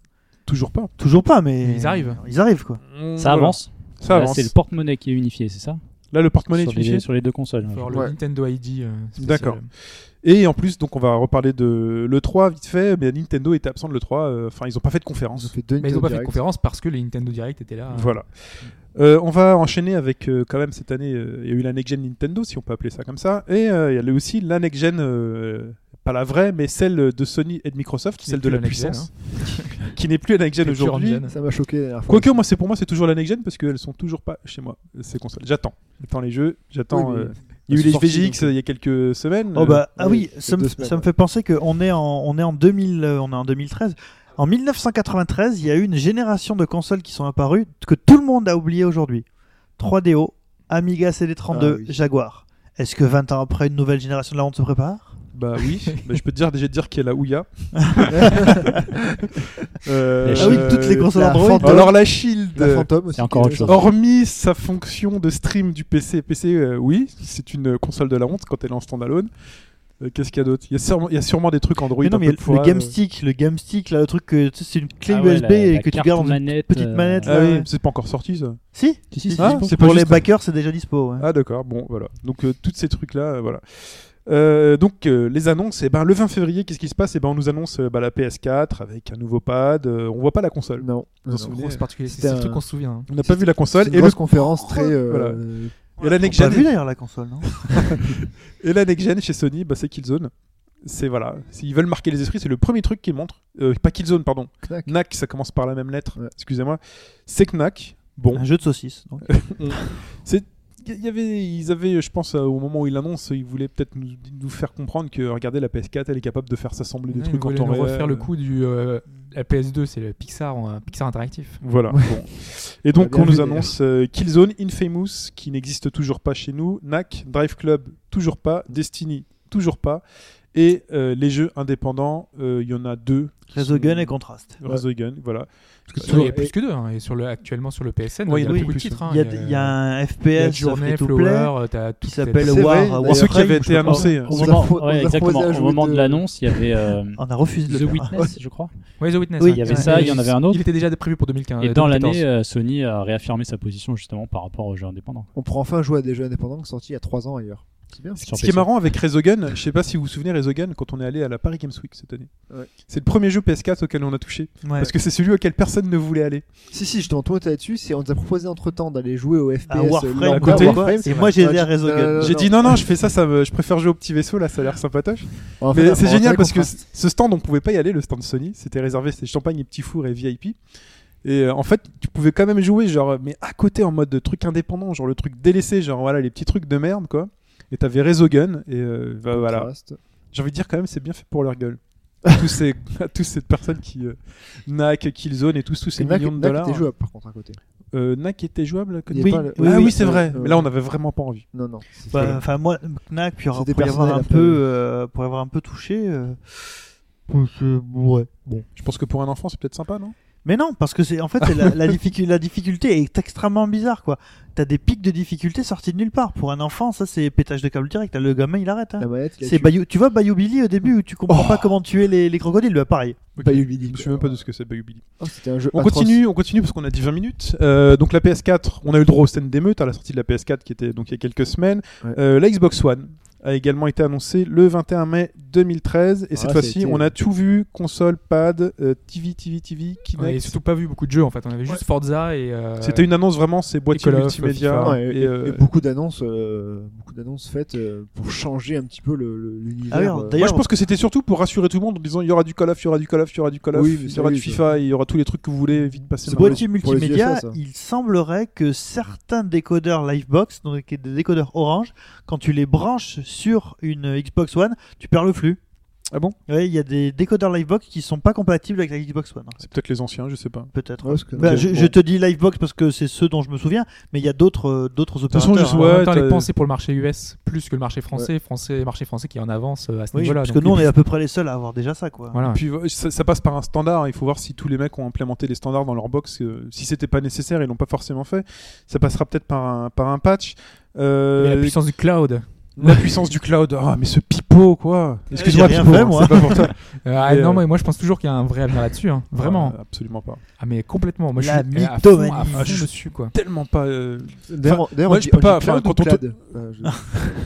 [SPEAKER 3] toujours pas.
[SPEAKER 6] Toujours pas, mais
[SPEAKER 5] Ils arrivent.
[SPEAKER 6] Ils arrivent quoi.
[SPEAKER 5] Mm,
[SPEAKER 7] Ça
[SPEAKER 3] Voilà.
[SPEAKER 7] avance.
[SPEAKER 3] Ça
[SPEAKER 7] Là,
[SPEAKER 3] avance.
[SPEAKER 7] C'est le porte-monnaie qui est unifié, c'est ça
[SPEAKER 3] Là, le porte-monnaie est
[SPEAKER 7] sur, les-
[SPEAKER 3] unifié.
[SPEAKER 7] sur les deux consoles.
[SPEAKER 3] Ah
[SPEAKER 5] Faut avoir
[SPEAKER 4] Ouais.
[SPEAKER 5] le Nintendo ID. euh, spécial.
[SPEAKER 3] D'accord. Et en plus, donc on va reparler de l'E3 vite fait, mais Nintendo était absent de l'E3, euh, enfin ils n'ont pas fait de
[SPEAKER 4] Ils ont
[SPEAKER 3] conférence.
[SPEAKER 4] fait deux
[SPEAKER 5] Mais ils n'ont
[SPEAKER 4] Nintendo
[SPEAKER 5] pas fait de
[SPEAKER 4] Direct.
[SPEAKER 5] conférence parce que les Nintendo Direct étaient là.
[SPEAKER 3] Voilà. Euh, on va enchaîner avec euh, quand même cette année, euh, il y a eu la Next Gen Nintendo, si on peut appeler ça comme ça, et euh, il y a eu aussi la Next Gen, euh, pas la vraie, mais celle de Sony et de Microsoft,
[SPEAKER 5] Qui n'est
[SPEAKER 3] celle de
[SPEAKER 5] plus
[SPEAKER 3] la,
[SPEAKER 5] la Next Gen,
[SPEAKER 3] puissance, qui n'est plus la Next Gen
[SPEAKER 5] Culture en
[SPEAKER 3] aujourd'hui.
[SPEAKER 5] Gen.
[SPEAKER 4] Ça m'a choqué la dernière fois.
[SPEAKER 3] Quoique, moi, c'est pour moi, c'est toujours la Next Gen parce qu'elles sont toujours pas chez moi, ces consoles. J'attends, j'attends les jeux, j'attends.
[SPEAKER 4] Oui, mais
[SPEAKER 3] euh,
[SPEAKER 6] Bah,
[SPEAKER 3] Il y a eu
[SPEAKER 4] elles
[SPEAKER 3] les
[SPEAKER 4] sont sorties,
[SPEAKER 3] VGX
[SPEAKER 4] donc,
[SPEAKER 3] il y a quelques semaines. Euh,
[SPEAKER 6] Oh bah ah
[SPEAKER 4] oui,
[SPEAKER 6] oui,
[SPEAKER 4] il y a
[SPEAKER 6] ça, me,
[SPEAKER 4] deux semaines,
[SPEAKER 6] ça me
[SPEAKER 4] ouais.
[SPEAKER 6] fait penser qu'on est en on est en 2000 euh, on est en 2013. En 1993, il y a eu une génération de consoles qui sont apparues que tout le monde a oublié aujourd'hui. 3DO, Amiga CD32,
[SPEAKER 4] Ah oui.
[SPEAKER 6] Jaguar. Est-ce que 20 ans après une nouvelle génération de la honte se prépare
[SPEAKER 3] Bah oui, bah, je peux te dire déjà te dire qu'il y a la Ouya. Euh,
[SPEAKER 7] Ah oui,
[SPEAKER 6] toutes les consoles
[SPEAKER 4] la
[SPEAKER 6] Android.
[SPEAKER 4] Phantom-
[SPEAKER 3] Alors la Shield, euh,
[SPEAKER 4] La fantôme aussi.
[SPEAKER 7] C'est encore
[SPEAKER 4] qui
[SPEAKER 7] autre
[SPEAKER 4] est
[SPEAKER 7] chose.
[SPEAKER 4] sortie.
[SPEAKER 3] hormis sa fonction de stream du PC, PC euh, oui, c'est une console de la honte quand elle est en standalone. Euh, Qu'est-ce qu'il y a d'autre il, y a sûrement- il y a sûrement des trucs Android
[SPEAKER 6] Mais non,
[SPEAKER 3] un
[SPEAKER 6] mais
[SPEAKER 3] peu euh.
[SPEAKER 6] le,
[SPEAKER 3] foireux.
[SPEAKER 6] Game Stick, le Game Stick là, le truc que tu sais, c'est une clé
[SPEAKER 7] Ah ouais,
[SPEAKER 6] USB
[SPEAKER 7] la- la
[SPEAKER 6] et que tu
[SPEAKER 7] carte
[SPEAKER 6] gardes en une
[SPEAKER 7] manette,
[SPEAKER 6] petite
[SPEAKER 7] euh,
[SPEAKER 6] manette.
[SPEAKER 3] Ah
[SPEAKER 6] là,
[SPEAKER 3] oui,
[SPEAKER 6] ouais.
[SPEAKER 3] c'est pas encore sorti ça.
[SPEAKER 6] Si
[SPEAKER 7] Si, si, si,
[SPEAKER 3] Ah,
[SPEAKER 7] dispo.
[SPEAKER 3] c'est pas
[SPEAKER 6] Pour les
[SPEAKER 3] juste-
[SPEAKER 6] backers, c'est déjà dispo. ouais.
[SPEAKER 3] Ah d'accord, bon voilà. Donc euh, tous ces trucs là, voilà. Euh, donc euh, les annonces, et ben, le 20 février, qu'est-ce qui se passe et ben, On nous annonce euh, bah, la PS4 avec un nouveau pad, euh, on voit pas la console. Vous
[SPEAKER 4] Non. non,
[SPEAKER 3] vous
[SPEAKER 4] non.
[SPEAKER 3] souvenez
[SPEAKER 5] Grosse particularité.
[SPEAKER 4] C'était
[SPEAKER 5] C'est le truc
[SPEAKER 4] un-
[SPEAKER 5] qu'on se souvient. hein.
[SPEAKER 3] On n'a pas vu la
[SPEAKER 4] C'est
[SPEAKER 3] console.
[SPEAKER 4] une
[SPEAKER 3] Et, le...
[SPEAKER 4] grosse conférence très. euh,
[SPEAKER 3] Voilà.
[SPEAKER 4] euh,
[SPEAKER 3] et la
[SPEAKER 6] J'ai
[SPEAKER 3] Next
[SPEAKER 6] pas
[SPEAKER 3] Gen
[SPEAKER 6] vu d'ailleurs la console. Non
[SPEAKER 3] Et la next-gen chez Sony, bah, c'est Killzone. C'est voilà, s'ils veulent marquer les esprits, c'est le premier truc qu'ils montrent. Euh, pas Killzone, pardon.
[SPEAKER 4] Knack.
[SPEAKER 3] Knack, ça commence par la même lettre.
[SPEAKER 4] Ouais.
[SPEAKER 3] Excusez-moi. C'est Knack. Bon,
[SPEAKER 6] Un jeu de saucisse. donc.
[SPEAKER 3] il y avait, ils avaient, je pense, euh, au moment où ils l'annoncent, ils voulaient peut-être nous, nous faire comprendre que, regardez, la PS4, elle est capable de faire s'assembler des
[SPEAKER 5] Ouais, ils
[SPEAKER 3] trucs en
[SPEAKER 5] voulaient
[SPEAKER 3] temps
[SPEAKER 5] nous
[SPEAKER 3] réel.
[SPEAKER 5] refaire le coup du. euh, La PS2, c'est le Pixar, en- Pixar interactif.
[SPEAKER 3] Voilà.
[SPEAKER 4] Ouais.
[SPEAKER 3] bon. Et
[SPEAKER 4] On l'a
[SPEAKER 3] donc,
[SPEAKER 4] bien
[SPEAKER 3] on
[SPEAKER 4] vu,
[SPEAKER 3] nous
[SPEAKER 4] d'ailleurs.
[SPEAKER 3] annonce euh, Killzone, Infamous, qui n'existe toujours pas chez nous, Knack, Drive Club, toujours pas, Destiny, toujours pas, et euh, les jeux indépendants, euh, il y en a deux. qui
[SPEAKER 6] Resogun
[SPEAKER 3] sont-
[SPEAKER 6] et Contrast.
[SPEAKER 3] Resogun, voilà.
[SPEAKER 5] Parce que il y a plus que deux. hein, Et sur le, actuellement sur le PSN,
[SPEAKER 3] Ouais,
[SPEAKER 5] il y a
[SPEAKER 6] oui,
[SPEAKER 5] beaucoup de
[SPEAKER 3] oui.
[SPEAKER 5] titres. hein,
[SPEAKER 6] Il y, a- il y a un
[SPEAKER 5] il y a
[SPEAKER 6] FPS
[SPEAKER 5] Journée,
[SPEAKER 6] free to play
[SPEAKER 5] Flower, t'as tout
[SPEAKER 6] qui
[SPEAKER 5] t'as-
[SPEAKER 6] s'appelle
[SPEAKER 4] C'est vrai,
[SPEAKER 6] War.
[SPEAKER 4] d'ailleurs.
[SPEAKER 3] Ceux qui
[SPEAKER 6] Warframe,
[SPEAKER 3] avaient
[SPEAKER 6] ou je
[SPEAKER 3] été
[SPEAKER 6] sais pas.
[SPEAKER 3] annoncés.
[SPEAKER 4] On
[SPEAKER 7] Au
[SPEAKER 4] nous a
[SPEAKER 7] moment,
[SPEAKER 4] pro- on nous
[SPEAKER 7] ouais,
[SPEAKER 4] a
[SPEAKER 7] exactement.
[SPEAKER 4] proposé à
[SPEAKER 7] Au
[SPEAKER 4] jouer
[SPEAKER 7] moment de
[SPEAKER 4] de-
[SPEAKER 7] l'annonce, il y avait euh,
[SPEAKER 3] Ah,
[SPEAKER 6] On a refusé de
[SPEAKER 7] The
[SPEAKER 6] le faire.
[SPEAKER 7] Witness, je crois.
[SPEAKER 5] Ouais, The Witness.
[SPEAKER 6] Oui,
[SPEAKER 5] hein.
[SPEAKER 6] il y avait
[SPEAKER 5] Ouais,
[SPEAKER 7] ça, il y en
[SPEAKER 5] il-
[SPEAKER 7] avait un autre.
[SPEAKER 5] Il était déjà prévu pour 2015.
[SPEAKER 7] Et dans
[SPEAKER 5] 2014.
[SPEAKER 7] l'année, euh, Sony a réaffirmé sa position justement par rapport aux jeux indépendants.
[SPEAKER 4] On pourra enfin jouer à des jeux indépendants qui sont sortis il y a 3 ans ailleurs. C'est bien.
[SPEAKER 7] Sur
[SPEAKER 3] Ce qui est
[SPEAKER 7] PC.
[SPEAKER 3] marrant avec Resogun, je sais pas si vous vous souvenez Resogun quand on est allé à la Paris Games Week cette année.
[SPEAKER 4] Ouais.
[SPEAKER 3] C'est le premier jeu PS4 auquel on a touché
[SPEAKER 6] Ouais.
[SPEAKER 3] parce que c'est celui auquel personne ne voulait aller.
[SPEAKER 4] Si, si, je t'entends là-dessus. C'est on nous a proposé entre temps d'aller jouer au FPS.
[SPEAKER 6] À
[SPEAKER 4] euh,
[SPEAKER 6] Warframe,
[SPEAKER 4] lambda,
[SPEAKER 3] à côté.
[SPEAKER 4] Warframe.
[SPEAKER 6] Et moi, j'ai
[SPEAKER 4] Ouais,
[SPEAKER 6] aidé à
[SPEAKER 4] tu-
[SPEAKER 6] Resogun.
[SPEAKER 4] euh,
[SPEAKER 3] J'ai
[SPEAKER 4] non.
[SPEAKER 3] dit non non, je fais ça, ça me- je préfère jouer au petit vaisseau là, ça a l'air sympatoche.
[SPEAKER 4] On va
[SPEAKER 3] Mais
[SPEAKER 4] faire- on
[SPEAKER 3] c'est
[SPEAKER 4] va
[SPEAKER 3] génial
[SPEAKER 4] faire
[SPEAKER 3] parce que
[SPEAKER 4] Contrast.
[SPEAKER 3] c- ce stand on pouvait pas y aller, le stand Sony, c'était réservé c'était champagne et petits fours et VIP. Et euh, en fait, tu pouvais quand même jouer genre mais à côté en mode de truc indépendant, genre le truc délaissé, genre voilà les petits trucs de merde quoi. Et t'avais Resogun et euh, bah, voilà.
[SPEAKER 4] Contrast.
[SPEAKER 3] J'ai envie de dire quand même, c'est bien fait pour leur gueule. À tous ces, à tous ces personnes qui euh, Knack, Killzone et tous, tous ces
[SPEAKER 4] Knack-
[SPEAKER 3] millions de
[SPEAKER 4] Knack
[SPEAKER 3] dollars.
[SPEAKER 4] était jouable par contre à côté.
[SPEAKER 3] Euh, Knack était jouable à côté.
[SPEAKER 4] Il y a
[SPEAKER 3] Oui,
[SPEAKER 4] pas le-
[SPEAKER 3] oui, ah
[SPEAKER 4] oui,
[SPEAKER 3] oui, c'est
[SPEAKER 4] euh,
[SPEAKER 3] vrai.
[SPEAKER 4] euh,
[SPEAKER 3] Mais là, on n'avait vraiment pas envie.
[SPEAKER 4] Non, non. c'est-
[SPEAKER 6] Bah,
[SPEAKER 4] voilà.
[SPEAKER 6] Enfin, moi, Knack, puis
[SPEAKER 4] C'était
[SPEAKER 6] pour y avoir
[SPEAKER 4] personnel,
[SPEAKER 6] un
[SPEAKER 4] après.
[SPEAKER 6] peu, euh, pour y avoir un peu touché. euh, bon, c'est- Ouais. Bon.
[SPEAKER 3] Je pense que pour un enfant, c'est peut-être sympa, non
[SPEAKER 6] Mais non, parce que c'est en fait c'est la, la, difficu- la difficulté est extrêmement bizarre quoi. T'as des pics de difficulté sortis de nulle part. Pour un enfant, ça c'est pétage de câble direct. Le gamin il arrête. hein.
[SPEAKER 4] La manette, il a Oh.
[SPEAKER 6] C'est
[SPEAKER 4] tué
[SPEAKER 6] Bayou. Tu vois Bayou Billy au début où tu comprends pas comment tuer les, les crocodiles, bah pareil.
[SPEAKER 4] Bayou Billy.
[SPEAKER 3] Je me souviens même pas de ce que c'est Bayou Billy.
[SPEAKER 4] Oh, c'était un jeu
[SPEAKER 3] On
[SPEAKER 4] atroce.
[SPEAKER 3] continue, on continue parce qu'on a dit 20 minutes. Euh, donc la PS4, on a eu le droit aux scènes d'émeute à la sortie de la PS4 qui était donc il y a quelques semaines.
[SPEAKER 4] Ouais.
[SPEAKER 3] Euh, la Xbox One a également été annoncée le 21 mai 2013 et
[SPEAKER 4] Ah,
[SPEAKER 3] cette
[SPEAKER 4] ça a
[SPEAKER 3] fois-ci
[SPEAKER 4] été-
[SPEAKER 3] on a tout vu console, pad, euh, TV, TV, TV,
[SPEAKER 5] On avait
[SPEAKER 3] Kinect.
[SPEAKER 5] surtout pas vu beaucoup de jeux en fait. On avait juste Forza et. euh,
[SPEAKER 3] C'était une annonce vraiment, c'est boîtier
[SPEAKER 5] Call of,
[SPEAKER 3] multimédia
[SPEAKER 5] FIFA.
[SPEAKER 4] Ouais,
[SPEAKER 3] et,
[SPEAKER 4] et,
[SPEAKER 3] euh,
[SPEAKER 4] et beaucoup d'annonces, euh, beaucoup d'annonces faites euh, pour changer un petit peu le- le- l'univers.
[SPEAKER 6] Ah oui,
[SPEAKER 4] euh,
[SPEAKER 3] Moi,
[SPEAKER 6] d'ailleurs,
[SPEAKER 3] je pense que c'était surtout pour rassurer tout le monde en disant il y aura du Call of, il y aura du Call of, il y aura du Call of,
[SPEAKER 4] Oui, mais
[SPEAKER 3] il y
[SPEAKER 4] ça,
[SPEAKER 3] aura
[SPEAKER 4] oui,
[SPEAKER 3] du
[SPEAKER 4] ça.
[SPEAKER 3] FIFA, il y aura tous les trucs que vous voulez vite passer.
[SPEAKER 6] Ce
[SPEAKER 3] maintenant.
[SPEAKER 6] boîtier
[SPEAKER 4] pour les
[SPEAKER 6] multimédia,
[SPEAKER 4] USA, ça.
[SPEAKER 6] il semblerait que certains décodeurs Livebox, donc des décodeurs orange, quand tu les branches sur une Xbox One, tu perds le flux.
[SPEAKER 3] Ah bon
[SPEAKER 6] Ouais, il y a des décodeurs Livebox qui sont pas compatibles avec la Xbox One, en fait,
[SPEAKER 3] C'est peut-être les anciens, je sais pas.
[SPEAKER 6] peut-être.
[SPEAKER 4] ouais, parce que-
[SPEAKER 6] Bah,
[SPEAKER 4] Ok,
[SPEAKER 6] je,
[SPEAKER 4] bon.
[SPEAKER 6] je te dis Livebox parce que c'est ceux dont je me souviens, mais il y a d'autres euh, d'autres
[SPEAKER 3] toute façon,
[SPEAKER 6] opérateurs.
[SPEAKER 3] je
[SPEAKER 6] hein.
[SPEAKER 5] en même
[SPEAKER 3] Ouais,
[SPEAKER 5] temps, elle
[SPEAKER 3] t'as-
[SPEAKER 5] est pensée pour le marché US plus que le marché français. Français, marché français qui est en avance euh, à ce
[SPEAKER 6] hein. Oui,
[SPEAKER 5] niveau-là.
[SPEAKER 6] parce que
[SPEAKER 5] donc
[SPEAKER 6] nous, on
[SPEAKER 5] les-
[SPEAKER 6] est à peu près les seuls à avoir déjà ça, quoi.
[SPEAKER 5] Voilà.
[SPEAKER 3] Puis euh, ça, ça passe par un standard. Il faut voir si tous les mecs ont implémenté les standards dans leur box. euh, si c'était pas nécessaire, ils l'ont pas forcément fait. Ça passera peut-être par un, par un patch. Euh,
[SPEAKER 5] Et la puissance du cloud.
[SPEAKER 3] la puissance du cloud. Ah, mais ce pipeau quoi. Excuse-moi,
[SPEAKER 6] j'ai rien
[SPEAKER 3] pipeau.
[SPEAKER 6] fait,
[SPEAKER 3] hein,
[SPEAKER 6] moi.
[SPEAKER 3] c'est pas pour toi.
[SPEAKER 5] Euh, ah,
[SPEAKER 3] Et, euh,
[SPEAKER 5] non, mais moi je pense toujours qu'il y a un vrai avenir là-dessus. hein. Vraiment.
[SPEAKER 3] Ah, absolument pas.
[SPEAKER 5] Ah, mais complètement. Moi je suis
[SPEAKER 6] La
[SPEAKER 5] à fond, à
[SPEAKER 6] mythomanie.
[SPEAKER 5] fond
[SPEAKER 3] Ah, je-
[SPEAKER 5] dessus quoi.
[SPEAKER 3] Tellement pas. euh,
[SPEAKER 4] D'ailleurs, on- d'ailleurs,
[SPEAKER 3] moi,
[SPEAKER 4] on
[SPEAKER 3] je
[SPEAKER 4] dit-
[SPEAKER 3] peux
[SPEAKER 4] on
[SPEAKER 3] pas,
[SPEAKER 4] dit
[SPEAKER 3] enfin,
[SPEAKER 4] cloud ou
[SPEAKER 3] quand on te- Ah,
[SPEAKER 4] clad Euh, je-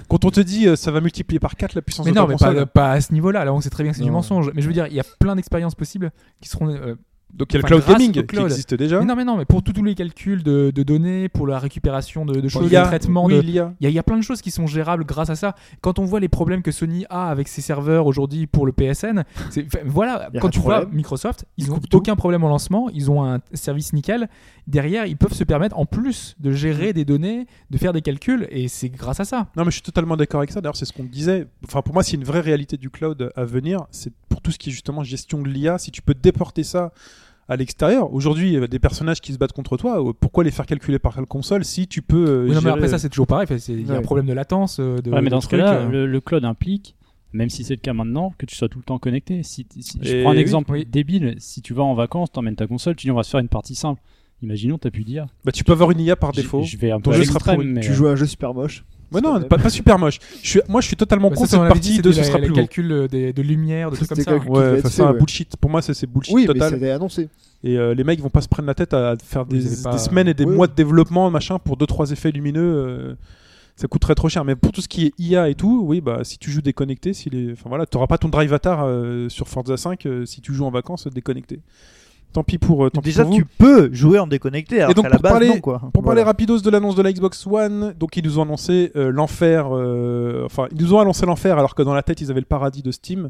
[SPEAKER 3] Quand on te dit euh, ça va multiplier par 4 la puissance
[SPEAKER 5] Mais
[SPEAKER 3] de
[SPEAKER 5] non,
[SPEAKER 3] ta
[SPEAKER 5] mais
[SPEAKER 3] console.
[SPEAKER 5] pas, euh, pas à ce niveau-là. Là, on sait très bien que c'est du
[SPEAKER 4] Non.
[SPEAKER 5] mensonge. Mais je veux dire, il y a plein d'expériences possibles qui seront. euh,
[SPEAKER 3] Donc il y a le
[SPEAKER 5] Enfin,
[SPEAKER 3] cloud
[SPEAKER 5] grâce au
[SPEAKER 3] gaming
[SPEAKER 5] cloud.
[SPEAKER 3] qui existe hein. déjà.
[SPEAKER 5] Mais non, mais non, mais pour tous tous les calculs de, de données, pour la récupération de, de choses,
[SPEAKER 3] il y a-
[SPEAKER 5] le traitement
[SPEAKER 3] oui,
[SPEAKER 5] de-
[SPEAKER 3] il y a.
[SPEAKER 5] Il y, a- il y a plein de choses qui sont gérables grâce à ça. Quand on voit les problèmes que Sony a avec ses serveurs aujourd'hui pour le PSN, c'est- enfin, voilà,
[SPEAKER 4] Il y a
[SPEAKER 5] quand
[SPEAKER 4] pas
[SPEAKER 5] tu
[SPEAKER 4] de
[SPEAKER 5] vois
[SPEAKER 4] problème.
[SPEAKER 5] Microsoft, ils
[SPEAKER 4] Ils
[SPEAKER 5] n'ont
[SPEAKER 4] coupent tout.
[SPEAKER 5] aucun problème en lancement, ils ont un service nickel. Derrière, ils peuvent se permettre en plus de
[SPEAKER 3] Mm.
[SPEAKER 5] gérer des données, de faire des calculs, et c'est grâce à ça.
[SPEAKER 3] Non, mais je suis totalement d'accord avec ça. D'ailleurs, c'est ce qu'on disait. Enfin, pour moi, c'est une vraie réalité du cloud à venir. C'est pour tout ce qui est justement gestion de l'IA. Si tu peux déporter ça à l'extérieur, aujourd'hui, il y a des personnages qui se battent contre toi. euh, Pourquoi les faire calculer par quelle console si tu peux. euh,
[SPEAKER 5] Oui, non, mais
[SPEAKER 3] gérer-
[SPEAKER 5] après ça, c'est toujours pareil. Enfin, c'est- Il y a un
[SPEAKER 4] Ouais.
[SPEAKER 5] problème de latence. euh, De,
[SPEAKER 7] Ouais, mais
[SPEAKER 5] de
[SPEAKER 7] dans ce
[SPEAKER 5] trucs,
[SPEAKER 7] cas-là,
[SPEAKER 5] euh.
[SPEAKER 7] le, le cloud implique, même si c'est le cas maintenant, que tu sois tout le temps connecté. Si, si- je
[SPEAKER 3] Et
[SPEAKER 7] prends un
[SPEAKER 3] oui,
[SPEAKER 7] exemple
[SPEAKER 5] oui.
[SPEAKER 7] débile, si tu vas en vacances, t'emmènes ta console, tu dis on va se faire une partie simple. Imaginons, t'as pu dire.
[SPEAKER 3] Bah, tu peux avoir une IA par
[SPEAKER 7] je-
[SPEAKER 3] défaut.
[SPEAKER 7] Je vais un
[SPEAKER 3] Ton
[SPEAKER 7] peu à
[SPEAKER 3] jeu sera
[SPEAKER 7] l'extrême,
[SPEAKER 3] pourri.
[SPEAKER 7] mais
[SPEAKER 4] Tu joues à un jeu super moche.
[SPEAKER 3] Mais
[SPEAKER 4] c'est
[SPEAKER 3] non,
[SPEAKER 4] pas
[SPEAKER 3] pas, pas super moche. Je suis, moi, je suis totalement
[SPEAKER 5] Bah, ça,
[SPEAKER 3] contre
[SPEAKER 5] ça, on
[SPEAKER 3] cette
[SPEAKER 5] avait dit,
[SPEAKER 3] partie
[SPEAKER 5] c'était
[SPEAKER 3] de ce
[SPEAKER 5] la-
[SPEAKER 3] sera
[SPEAKER 5] les
[SPEAKER 3] plus lourd.
[SPEAKER 5] calculs euh, des- de lumière, de trucs comme
[SPEAKER 4] C'était
[SPEAKER 5] ça.
[SPEAKER 4] calcul- qui
[SPEAKER 3] Ouais,
[SPEAKER 4] devait
[SPEAKER 3] enfin,
[SPEAKER 4] être
[SPEAKER 3] c'est un
[SPEAKER 4] fait, ouais.
[SPEAKER 3] bullshit. Pour moi, ça, c'est bullshit
[SPEAKER 4] Oui, mais ça
[SPEAKER 3] total.
[SPEAKER 4] avait annoncé.
[SPEAKER 3] Et euh, les mecs, ils vont pas se prendre la tête à faire des,
[SPEAKER 5] Vous avez pas-
[SPEAKER 3] des semaines et des
[SPEAKER 4] Oui,
[SPEAKER 3] mois
[SPEAKER 4] oui.
[SPEAKER 3] de développement, machin, pour deux trois effets lumineux. euh, ça coûterait trop cher. Mais pour tout ce qui est IA et tout, oui, bah si tu joues déconnecté, si les, enfin voilà, t'auras pas ton drive avatar euh, sur Forza 5 euh, si tu joues en vacances euh, déconnecté. Tant pis pour, euh, tant pis
[SPEAKER 6] Déjà,
[SPEAKER 3] pour vous.
[SPEAKER 6] tu peux jouer en déconnecté, alors
[SPEAKER 3] donc,
[SPEAKER 6] qu'à la
[SPEAKER 3] pour
[SPEAKER 6] base,
[SPEAKER 3] parler-
[SPEAKER 6] non, quoi.
[SPEAKER 3] Pour
[SPEAKER 6] Voilà.
[SPEAKER 3] parler rapidos de l'annonce de la Xbox One, donc ils nous ont annoncé euh, l'enfer. euh, enfin, ils nous ont annoncé l'enfer alors que dans la tête ils avaient le paradis de Steam.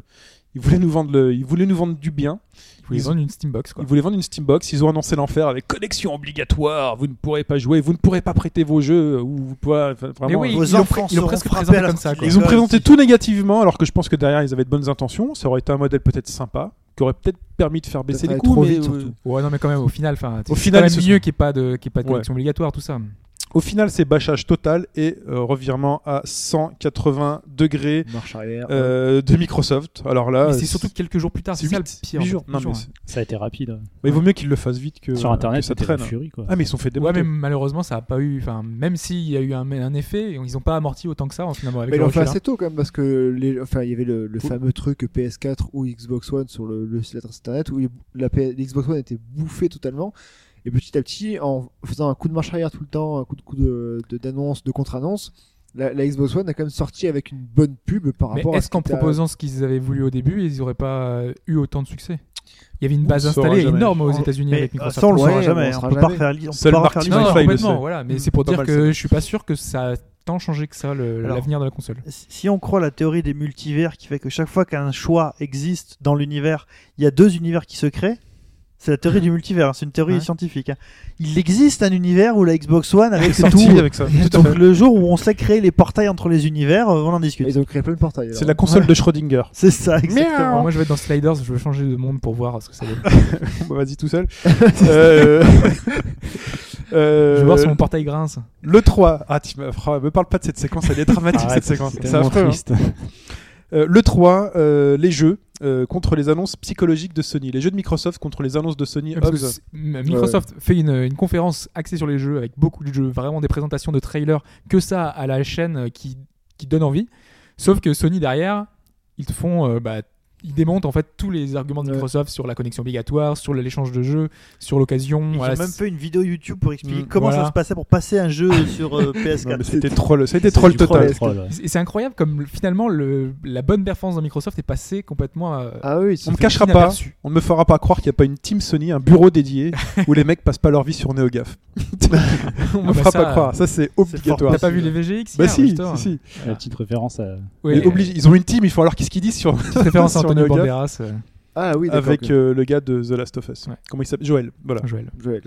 [SPEAKER 3] Ils voulaient nous vendre le, ils voulaient nous vendre du bien.
[SPEAKER 5] Ils voulaient
[SPEAKER 3] Ils-
[SPEAKER 5] vendre une Steambox. Quoi.
[SPEAKER 3] Ils voulaient vendre une Steambox, ils ont annoncé l'enfer avec connexion obligatoire, vous ne pourrez pas jouer, vous ne pourrez pas prêter vos jeux, ou vous pouvez, enfin,
[SPEAKER 5] Mais
[SPEAKER 3] vraiment.
[SPEAKER 5] oui,
[SPEAKER 6] Vos
[SPEAKER 5] ils l'ont
[SPEAKER 6] enfants
[SPEAKER 5] pr- ils l'ont
[SPEAKER 6] seront
[SPEAKER 5] presque
[SPEAKER 6] frappés
[SPEAKER 5] présenté
[SPEAKER 6] à leur
[SPEAKER 5] comme ça,
[SPEAKER 6] petit
[SPEAKER 5] quoi.
[SPEAKER 3] Ils ont
[SPEAKER 6] Ouais,
[SPEAKER 3] présenté
[SPEAKER 6] si.
[SPEAKER 3] tout négativement, alors que je pense que derrière ils avaient de bonnes intentions, ça aurait été un modèle peut-être sympa, qui aurait peut-être permis de faire baisser
[SPEAKER 4] allait
[SPEAKER 3] les coûts,
[SPEAKER 4] trop
[SPEAKER 3] mais
[SPEAKER 4] vite,
[SPEAKER 3] euh,
[SPEAKER 4] surtout.
[SPEAKER 5] Ouais, non, mais quand même, au final, enfin, c'est
[SPEAKER 3] final,
[SPEAKER 5] quand
[SPEAKER 3] ils
[SPEAKER 5] même
[SPEAKER 3] se
[SPEAKER 5] mieux qu'il n'y ait pas de, qu'il y ait pas de
[SPEAKER 3] Ouais.
[SPEAKER 5] connexion obligatoire, tout ça.
[SPEAKER 3] au final c'est bâchage total et euh, revirement à 180 degrés
[SPEAKER 4] Marche arrière.
[SPEAKER 3] euh, de Microsoft. Alors
[SPEAKER 4] Ah,
[SPEAKER 3] là,
[SPEAKER 5] mais c'est surtout quelques jours plus tard, c'est ça le
[SPEAKER 3] huit-
[SPEAKER 5] pire.
[SPEAKER 3] huit
[SPEAKER 5] en
[SPEAKER 3] jours.
[SPEAKER 5] fait,
[SPEAKER 3] Non,
[SPEAKER 5] huit
[SPEAKER 3] mais
[SPEAKER 5] jours,
[SPEAKER 3] c'est-
[SPEAKER 7] euh, ça a été rapide.
[SPEAKER 3] mais il vaut mieux qu'ils le fassent vite que
[SPEAKER 7] Sur
[SPEAKER 3] que
[SPEAKER 7] Internet,
[SPEAKER 3] ça
[SPEAKER 7] c'était la
[SPEAKER 3] traîne.
[SPEAKER 7] furie, quoi.
[SPEAKER 3] Ah mais ils se sont fait
[SPEAKER 5] Ouais,
[SPEAKER 3] démonter.
[SPEAKER 5] mais malheureusement, ça a pas eu. Enfin, même s'il y a eu un, un effet, ils n'ont pas amorti autant que ça en finalement avec
[SPEAKER 4] Mais ils
[SPEAKER 5] le
[SPEAKER 4] l'ont fait
[SPEAKER 5] recul, hein.
[SPEAKER 4] assez tôt quand même parce que les, enfin il y avait le, le fameux truc PS4 ou Xbox One sur le, le site internet où il- la P- l'Xbox One était bouffée totalement et petit à petit en faisant un coup de marche arrière tout le temps, un coup de coup de de- d'annonce, de contre-annonce, la, la Xbox One a quand même sorti avec une bonne pub par
[SPEAKER 5] Mais
[SPEAKER 4] rapport à
[SPEAKER 5] est-ce
[SPEAKER 4] ce
[SPEAKER 5] qu'en
[SPEAKER 4] qui était à-
[SPEAKER 5] proposant ce qu'ils avaient voulu au début, ils n'auraient pas euh, eu autant de succès Il y avait une base
[SPEAKER 3] On saura
[SPEAKER 5] installée
[SPEAKER 3] jamais.
[SPEAKER 5] énorme aux
[SPEAKER 6] On-
[SPEAKER 5] États-Unis
[SPEAKER 6] Mais,
[SPEAKER 5] avec
[SPEAKER 6] euh,
[SPEAKER 5] Microsoft.
[SPEAKER 6] ça, on le
[SPEAKER 4] Ouais,
[SPEAKER 6] saura
[SPEAKER 4] on
[SPEAKER 6] jamais.
[SPEAKER 4] saura
[SPEAKER 6] On peut pas
[SPEAKER 4] jamais.
[SPEAKER 6] refaire li- on
[SPEAKER 3] Seul
[SPEAKER 6] peut pas
[SPEAKER 3] Marty
[SPEAKER 6] refaire
[SPEAKER 5] non,
[SPEAKER 3] Microsoft,
[SPEAKER 5] non,
[SPEAKER 6] l'histoire.
[SPEAKER 3] il le
[SPEAKER 5] complètement,
[SPEAKER 3] sait.
[SPEAKER 5] voilà. Mais c'est pour
[SPEAKER 3] Pas
[SPEAKER 5] dire
[SPEAKER 3] mal,
[SPEAKER 5] que je suis pas sûr que ça a tant changé que ça le-
[SPEAKER 6] Alors-
[SPEAKER 5] l'avenir de la console.
[SPEAKER 6] si on croit la théorie des multivers qui fait que chaque fois qu'un choix existe dans l'univers, il y a deux univers qui se créent, c'est la théorie du multivers, hein, c'est une théorie
[SPEAKER 5] Ouais.
[SPEAKER 6] scientifique. hein. Il existe un univers où la Xbox One avec
[SPEAKER 3] C'est
[SPEAKER 6] tout.
[SPEAKER 3] sorti avec ça. Tout à fait.
[SPEAKER 6] Donc le jour où on sait créer les portails entre les univers, euh, on en discute.
[SPEAKER 4] Ils ont créé plein de portails.
[SPEAKER 3] C'est la console de Schrödinger.
[SPEAKER 6] C'est ça, exactement.
[SPEAKER 5] Alors, moi, je vais être dans Sliders, je veux changer de monde pour voir ce que ça donne.
[SPEAKER 4] Euh,
[SPEAKER 3] Bon, bah, vas-y tout seul. Euh, euh,
[SPEAKER 5] Je veux voir si mon portail grince.
[SPEAKER 3] Le 3. Ah, tu me, oh, me parle pas de cette séquence, hein. elle est dramatique
[SPEAKER 7] Arrête,
[SPEAKER 3] cette séquence.
[SPEAKER 7] c'est
[SPEAKER 3] C'est
[SPEAKER 7] tellement
[SPEAKER 3] affreux, hein.
[SPEAKER 7] triste.
[SPEAKER 3] Euh, le 3, euh, les jeux. euh, contre les annonces psychologiques de Sony. Les jeux de Microsoft contre les annonces de Sony.
[SPEAKER 5] Ah, Parce que
[SPEAKER 3] Hobbs.
[SPEAKER 5] c'est- M- Microsoft fait une, une conférence axée sur les jeux avec beaucoup de jeux, vraiment des présentations de trailers, que ça à la chaîne euh, qui, qui donne envie. Sauf que Sony derrière, ils te font, euh, bah, ils démontent en fait tous les arguments de
[SPEAKER 4] Ouais.
[SPEAKER 5] Microsoft sur la connexion obligatoire, sur l'échange de jeux, sur l'occasion.
[SPEAKER 6] Ils
[SPEAKER 5] voilà,
[SPEAKER 6] ont même
[SPEAKER 5] c'est-
[SPEAKER 6] fait une vidéo YouTube pour expliquer
[SPEAKER 3] Mm,
[SPEAKER 6] comment
[SPEAKER 5] voilà.
[SPEAKER 6] ça se passait pour passer un jeu sur euh,
[SPEAKER 3] Non, mais
[SPEAKER 6] PS4.
[SPEAKER 3] C'était troll, c'était troll
[SPEAKER 7] C'est du
[SPEAKER 3] total.
[SPEAKER 7] troll, ouais.
[SPEAKER 5] Et c'est incroyable comme finalement le- la bonne performance de Microsoft est passée complètement. à-
[SPEAKER 4] Ah oui,
[SPEAKER 3] On
[SPEAKER 5] Mmh.
[SPEAKER 4] c'est
[SPEAKER 3] me cachera pas,
[SPEAKER 5] inaperçu.
[SPEAKER 3] on ne me fera pas croire qu'il n'y a pas une team Sony, un bureau dédié où les mecs passent pas leur vie sur NeoGaf. on me
[SPEAKER 5] bah
[SPEAKER 3] fera
[SPEAKER 5] ça,
[SPEAKER 3] pas croire, ça c'est obligatoire.
[SPEAKER 5] T'as pas vu les VGX
[SPEAKER 3] Bah
[SPEAKER 5] hier,
[SPEAKER 3] si,
[SPEAKER 5] Richter
[SPEAKER 3] si, si.
[SPEAKER 7] La petite référence euh, à.
[SPEAKER 5] Ouais,
[SPEAKER 3] Mais obligé- Ils ont une team, il faut alors qu'est-ce qu'ils disent sur,
[SPEAKER 5] petite référence à
[SPEAKER 3] sur
[SPEAKER 5] Antonio
[SPEAKER 3] Neo Gaf
[SPEAKER 5] Banderas, euh,
[SPEAKER 4] Ah oui, d'accord.
[SPEAKER 3] avec
[SPEAKER 4] ok.
[SPEAKER 3] euh, le gars de The Last of Us.
[SPEAKER 5] Ouais.
[SPEAKER 3] Comment il s'appelle Joël. Voilà.
[SPEAKER 5] Joël.
[SPEAKER 4] Joël.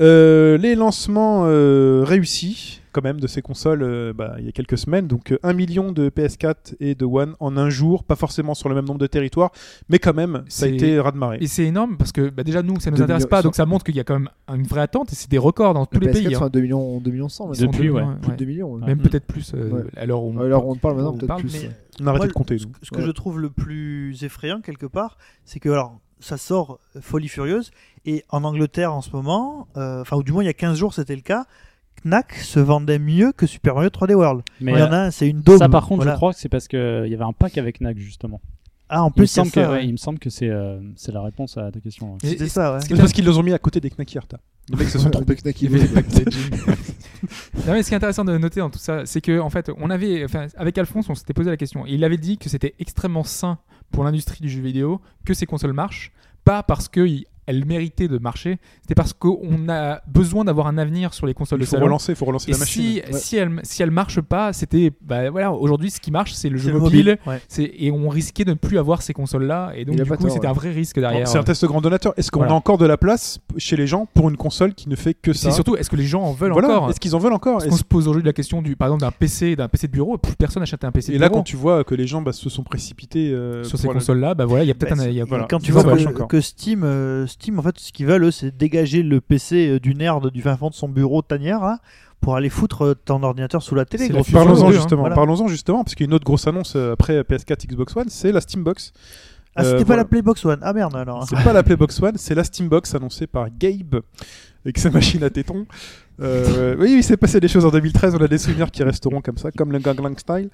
[SPEAKER 3] Euh, les lancements euh, réussis quand même de ces consoles euh, bah, il y a quelques semaines donc euh, un million de PS4 et de One en un jour pas forcément sur le même nombre de territoires mais quand même ça a
[SPEAKER 5] C'est-
[SPEAKER 3] été ras de marée
[SPEAKER 5] Et c'est énorme parce que bah, déjà nous ça nous
[SPEAKER 4] Deux
[SPEAKER 5] intéresse
[SPEAKER 4] millions-
[SPEAKER 5] pas donc ça montre qu'il y a quand même une vraie attente et c'est des records dans tous
[SPEAKER 4] Le
[SPEAKER 5] les
[SPEAKER 4] PS4
[SPEAKER 5] pays.
[SPEAKER 4] sont
[SPEAKER 5] hein.
[SPEAKER 4] à 2 millions, 2 millions 100
[SPEAKER 5] Ils sont
[SPEAKER 4] maintenant.
[SPEAKER 7] Depuis,
[SPEAKER 5] deux
[SPEAKER 7] ouais.
[SPEAKER 5] millions,
[SPEAKER 4] Plus de 2 millions. ouais.
[SPEAKER 5] Même
[SPEAKER 3] Mm.
[SPEAKER 5] peut-être plus euh,
[SPEAKER 4] Ouais.
[SPEAKER 5] à l'heure où on,
[SPEAKER 4] Alors on parle maintenant
[SPEAKER 5] on
[SPEAKER 4] peut-être
[SPEAKER 5] parle,
[SPEAKER 4] plus.
[SPEAKER 5] mais-
[SPEAKER 4] ouais.
[SPEAKER 3] on a arrêté
[SPEAKER 6] Moi,
[SPEAKER 3] de compter
[SPEAKER 6] Ce,
[SPEAKER 3] nous.
[SPEAKER 6] ce que
[SPEAKER 4] Ouais.
[SPEAKER 6] je trouve le plus effrayant quelque part, c'est que alors ça sort euh, folie furieuse et en Angleterre en ce moment, euh, enfin ou du moins il y a 15 jours c'était le cas, Knack se vendait mieux que Super Mario 3D World.
[SPEAKER 7] Mais
[SPEAKER 6] il y en
[SPEAKER 7] euh,
[SPEAKER 6] a un, c'est une dôme.
[SPEAKER 7] ça, par contre,
[SPEAKER 6] Voilà.
[SPEAKER 7] je crois que c'est parce qu'il y avait un pack avec NAC, justement.
[SPEAKER 6] Ah en
[SPEAKER 7] Il me
[SPEAKER 6] plus il y a
[SPEAKER 7] semble que,
[SPEAKER 6] ça,
[SPEAKER 7] ouais,
[SPEAKER 6] ouais.
[SPEAKER 7] il me semble que c'est euh, c'est la réponse à ta question. hein. ouais.
[SPEAKER 5] Et-
[SPEAKER 6] C'était
[SPEAKER 5] et-
[SPEAKER 6] ça, ouais.
[SPEAKER 5] ce qui
[SPEAKER 3] C'est parce qu'ils les ont mis à côté des Knacky Arta les mecs se sont trompés
[SPEAKER 4] Avec Naki,
[SPEAKER 5] Il y avait
[SPEAKER 4] ouais.
[SPEAKER 5] des packaging. non, mais ce qui est intéressant de noter dans tout ça, c'est que en fait, on avait, enfin, avec Alphonse, on s'était posé la question. Et il avait dit que c'était extrêmement sain pour l'industrie du jeu vidéo que ces consoles marchent, pas parce que il- elles méritaient de marcher, c'était parce qu'on a besoin d'avoir un avenir sur les consoles
[SPEAKER 3] il
[SPEAKER 5] de
[SPEAKER 3] faut
[SPEAKER 5] salon.
[SPEAKER 3] relancer il faut relancer
[SPEAKER 5] Et
[SPEAKER 3] la machine
[SPEAKER 5] si, si elle si elle marche pas, c'était bah voilà, aujourd'hui ce qui marche c'est le jeu
[SPEAKER 6] C'est le
[SPEAKER 5] mobile,
[SPEAKER 6] ouais.
[SPEAKER 5] c'est- et on risquait de ne plus avoir ces consoles là et donc
[SPEAKER 4] Il a
[SPEAKER 5] du
[SPEAKER 4] pas
[SPEAKER 5] coup
[SPEAKER 4] tort,
[SPEAKER 5] c'était
[SPEAKER 4] ouais.
[SPEAKER 5] un vrai risque
[SPEAKER 3] Bon,
[SPEAKER 5] derrière. euh,
[SPEAKER 3] c'est un test grand donateur est-ce qu'on
[SPEAKER 5] Voilà.
[SPEAKER 3] a encore de la place chez les gens pour une console qui ne fait que ça
[SPEAKER 5] C'est surtout est-ce que les gens en veulent
[SPEAKER 3] Voilà.
[SPEAKER 5] encore hein?
[SPEAKER 3] est-ce qu'ils en veulent encore
[SPEAKER 5] Parce qu'on
[SPEAKER 3] Est-ce-
[SPEAKER 5] se pose aujourd'hui la question du, par exemple, d'un PC, d'un PC de bureau. Plus personne n'achète un PC
[SPEAKER 3] et
[SPEAKER 5] de
[SPEAKER 3] là
[SPEAKER 5] bureau
[SPEAKER 3] quand tu vois que les gens bah, se sont précipités euh,
[SPEAKER 5] sur ces
[SPEAKER 3] pour la-
[SPEAKER 5] consoles-là. Bah voilà, il y a peut-être
[SPEAKER 6] Bah,
[SPEAKER 5] un. il y a-
[SPEAKER 6] Et
[SPEAKER 3] Voilà.
[SPEAKER 6] Quand tu
[SPEAKER 5] Ça
[SPEAKER 6] vois
[SPEAKER 5] marche
[SPEAKER 6] que,
[SPEAKER 3] encore.
[SPEAKER 6] que Steam, euh, Steam, en fait, ce qu'ils veulent, eux, c'est dégager le PC euh, du nerd du fin fond de son bureau de tanière là, pour aller foutre euh, ton ordinateur sous la télé.
[SPEAKER 5] C'est
[SPEAKER 6] grosso
[SPEAKER 5] la fusion
[SPEAKER 6] modo,
[SPEAKER 5] des
[SPEAKER 3] Parlons-en
[SPEAKER 5] deux,
[SPEAKER 6] hein.
[SPEAKER 3] justement,
[SPEAKER 6] Voilà.
[SPEAKER 3] parlons-en justement, parce qu'il y a une autre grosse annonce euh, après PS4, Xbox One, c'est la Steambox.
[SPEAKER 6] Ah, c'était
[SPEAKER 3] Euh,
[SPEAKER 6] pas
[SPEAKER 3] voilà.
[SPEAKER 6] la Playbox One. Ah merde alors. hein.
[SPEAKER 3] C'est pas la Playbox One, c'est la Steambox annoncée par Gabe avec sa machine à tétons. Euh, oui, il s'est passé des choses en 2013, on a des souvenirs qui resteront comme ça, comme le Ganglang Style.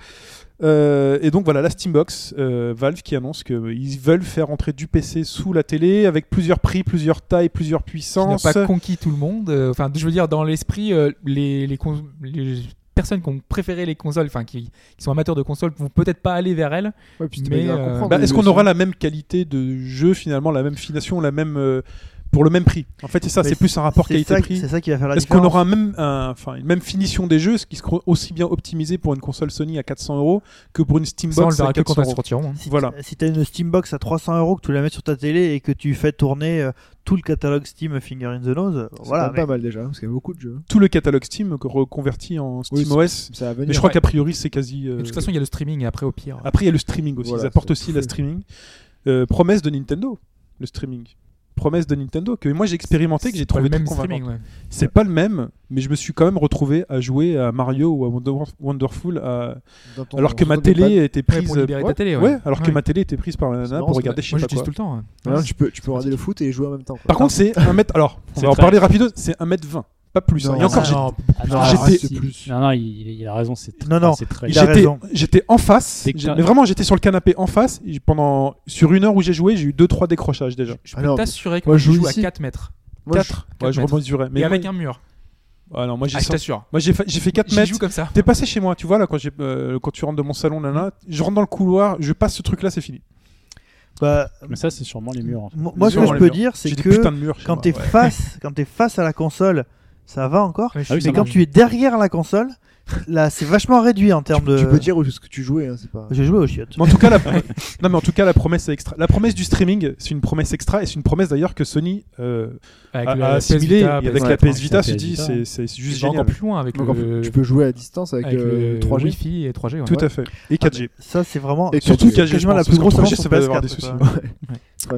[SPEAKER 3] Euh, et donc voilà, la Steambox, euh, Valve qui annonce qu'ils veulent faire entrer du PC sous la télé avec plusieurs prix, plusieurs tailles, plusieurs
[SPEAKER 5] qui n'a
[SPEAKER 3] puissances.
[SPEAKER 5] pas conquis tout le monde. Euh, Enfin, je veux dire, dans l'esprit, euh, les, les, cons- les personnes qui ont préféré les consoles, enfin, qui, qui sont amateurs de consoles, vont peut-être pas aller vers elles.
[SPEAKER 4] Ouais, puis c'était
[SPEAKER 5] Mais,
[SPEAKER 4] pas grave à
[SPEAKER 5] euh,
[SPEAKER 4] comprendre,
[SPEAKER 3] Bah,
[SPEAKER 4] mais
[SPEAKER 3] Est-ce
[SPEAKER 4] le
[SPEAKER 3] qu'on aura
[SPEAKER 4] son-
[SPEAKER 3] la même qualité de jeu finalement, la même fination, la même euh, pour le même prix En fait, c'est ça,
[SPEAKER 6] Mais
[SPEAKER 3] c'est plus un rapport
[SPEAKER 6] C'est ça,
[SPEAKER 3] qualité-prix.
[SPEAKER 6] c'est ça qui va faire la
[SPEAKER 3] Est-ce qu'on
[SPEAKER 6] différence.
[SPEAKER 3] aura même un- enfin, une même finition des jeux, ce qui sera aussi bien optimisé pour une console Sony à 400 euros que pour une
[SPEAKER 5] Ça, on le
[SPEAKER 3] Steambox
[SPEAKER 5] verra
[SPEAKER 3] à
[SPEAKER 5] que quand
[SPEAKER 3] 400
[SPEAKER 5] elles
[SPEAKER 3] euros
[SPEAKER 5] sortiront. hein.
[SPEAKER 6] Si
[SPEAKER 3] Voilà.
[SPEAKER 6] t'as- Si t'as une Steambox à 300 euros que tu la mets sur ta télé et que tu fais tourner euh, tout le catalogue Steam Finger in the Nose, euh,
[SPEAKER 4] c'est
[SPEAKER 6] voilà.
[SPEAKER 4] quand même pas mal déjà, hein, parce qu'il y a beaucoup de jeux.
[SPEAKER 3] Tout le catalogue Steam reconverti en
[SPEAKER 4] Oui,
[SPEAKER 3] SteamOS.
[SPEAKER 4] Ça va venir.
[SPEAKER 3] mais je crois
[SPEAKER 5] ouais.
[SPEAKER 3] qu'a priori c'est quasi. euh,
[SPEAKER 5] Mais De toute façon, il y a le streaming et après, au pire.
[SPEAKER 3] Après il y a le streaming aussi.
[SPEAKER 4] Voilà,
[SPEAKER 3] Ils apportent
[SPEAKER 4] c'est
[SPEAKER 3] aussi la
[SPEAKER 4] fou.
[SPEAKER 3] streaming. Euh, promesse de Nintendo, le streaming. Promesse de Nintendo que moi j'ai expérimenté, que j'ai
[SPEAKER 5] C'est pas
[SPEAKER 3] trouvé
[SPEAKER 5] le
[SPEAKER 3] très
[SPEAKER 5] même
[SPEAKER 3] convaincant.
[SPEAKER 5] streaming. ouais.
[SPEAKER 3] C'est pas le même, mais je me suis quand même retrouvé à jouer à Mario ou à Wonder- Wonderful, à-
[SPEAKER 4] Dans ton-
[SPEAKER 3] alors que
[SPEAKER 4] dans
[SPEAKER 3] ma
[SPEAKER 4] ton iPad,
[SPEAKER 3] télé était
[SPEAKER 5] Ouais,
[SPEAKER 3] prise.
[SPEAKER 5] pour libérer ta télé, ouais.
[SPEAKER 3] ouais, alors que
[SPEAKER 5] Ouais.
[SPEAKER 3] ma télé était prise par un nana
[SPEAKER 4] marrant,
[SPEAKER 3] Ah, pour
[SPEAKER 4] c'est
[SPEAKER 3] regarder je
[SPEAKER 5] Moi,
[SPEAKER 3] sais pas
[SPEAKER 5] j'utilise
[SPEAKER 3] quoi.
[SPEAKER 5] tout le temps. hein. ouais.
[SPEAKER 4] voilà, hein, tu peux, tu peux regarder le foot et jouer en même temps. quoi.
[SPEAKER 3] Par contre, c'est 1 mètre. Alors, on
[SPEAKER 7] C'est
[SPEAKER 3] va en
[SPEAKER 7] très-
[SPEAKER 3] parler rapido. C'est 1 mètre 20, pas plus. hein.
[SPEAKER 4] Non,
[SPEAKER 3] Et encore,
[SPEAKER 5] Ah,
[SPEAKER 3] j'ai-
[SPEAKER 5] non,
[SPEAKER 7] Ah non,
[SPEAKER 4] Ah,
[SPEAKER 7] alors,
[SPEAKER 3] j'étais-
[SPEAKER 7] si. Non, non, il, il a raison, c'est
[SPEAKER 6] Non, non,
[SPEAKER 3] Ah,
[SPEAKER 7] c'est très.
[SPEAKER 6] il a
[SPEAKER 3] j'étais,
[SPEAKER 6] raison.
[SPEAKER 3] j'étais en face.
[SPEAKER 7] Dès que
[SPEAKER 3] j'ai-
[SPEAKER 7] t'as-
[SPEAKER 3] Mais vraiment, j'étais sur le canapé en face. et pendant sur une heure où j'ai joué, j'ai eu 2-3 décrochages déjà.
[SPEAKER 5] je
[SPEAKER 4] Ah
[SPEAKER 5] peux
[SPEAKER 4] non,
[SPEAKER 5] t'assurer que
[SPEAKER 4] moi,
[SPEAKER 5] moi,
[SPEAKER 4] je
[SPEAKER 5] je
[SPEAKER 4] joue
[SPEAKER 5] joue à
[SPEAKER 4] ici.
[SPEAKER 5] 4 mètres.
[SPEAKER 4] Moi, je-
[SPEAKER 5] 4
[SPEAKER 3] Ouais, je remesurais. Mais
[SPEAKER 5] Et
[SPEAKER 3] moi-
[SPEAKER 5] avec un mur.
[SPEAKER 3] Ah non, moi j'ai,
[SPEAKER 5] Ah, je
[SPEAKER 3] cent-
[SPEAKER 5] t'assure.
[SPEAKER 3] moi j'ai, fa- j'ai fait 4
[SPEAKER 5] Je
[SPEAKER 3] mètres.
[SPEAKER 5] joue comme ça.
[SPEAKER 3] T'es passé chez moi, tu vois là quand, j'ai, euh, quand tu rentres de mon salon là, là, je rentre dans le couloir, je passe ce truc là, c'est fini.
[SPEAKER 6] Bah,
[SPEAKER 7] Mais ça, c'est sûrement les murs. en fait.
[SPEAKER 6] mo- moi, ce que
[SPEAKER 3] murs,
[SPEAKER 6] je
[SPEAKER 3] les
[SPEAKER 6] peux
[SPEAKER 3] murs.
[SPEAKER 6] dire, c'est
[SPEAKER 3] j'ai
[SPEAKER 6] que
[SPEAKER 3] des putains de murs. chez
[SPEAKER 6] quand
[SPEAKER 3] moi,
[SPEAKER 6] t'es
[SPEAKER 3] ouais.
[SPEAKER 6] face, quand t'es face à la console, ça va encore.
[SPEAKER 5] Ouais, je
[SPEAKER 7] Ah oui,
[SPEAKER 5] suis
[SPEAKER 6] Mais
[SPEAKER 7] ça
[SPEAKER 6] quand
[SPEAKER 5] d'accord.
[SPEAKER 6] tu es derrière la console, là, c'est vachement réduit en termes de.
[SPEAKER 4] Tu peux dire où- ce que tu jouais, hein, c'est pas.
[SPEAKER 6] J'ai joué au chiottes.
[SPEAKER 3] Mais en tout cas, la... non, mais en tout cas, la promesse est extra. La promesse du streaming, c'est une promesse extra et c'est une promesse d'ailleurs que Sony euh,
[SPEAKER 5] Avec
[SPEAKER 3] a,
[SPEAKER 5] le-
[SPEAKER 3] a
[SPEAKER 5] la PS
[SPEAKER 3] assimilée
[SPEAKER 5] Vita,
[SPEAKER 3] et avec
[SPEAKER 5] PS4,
[SPEAKER 3] la PS Vita,
[SPEAKER 7] la
[SPEAKER 3] se
[SPEAKER 7] PS
[SPEAKER 3] dit
[SPEAKER 7] Vita.
[SPEAKER 3] c'est, c'est juste
[SPEAKER 5] va
[SPEAKER 3] génial.
[SPEAKER 5] encore plus loin avec
[SPEAKER 4] Donc, en
[SPEAKER 5] le,
[SPEAKER 4] fait, tu peux jouer à distance avec,
[SPEAKER 5] euh, avec
[SPEAKER 4] euh,
[SPEAKER 5] le
[SPEAKER 4] 3G.
[SPEAKER 5] Wi-Fi et Ah, 3G.
[SPEAKER 4] Enfin,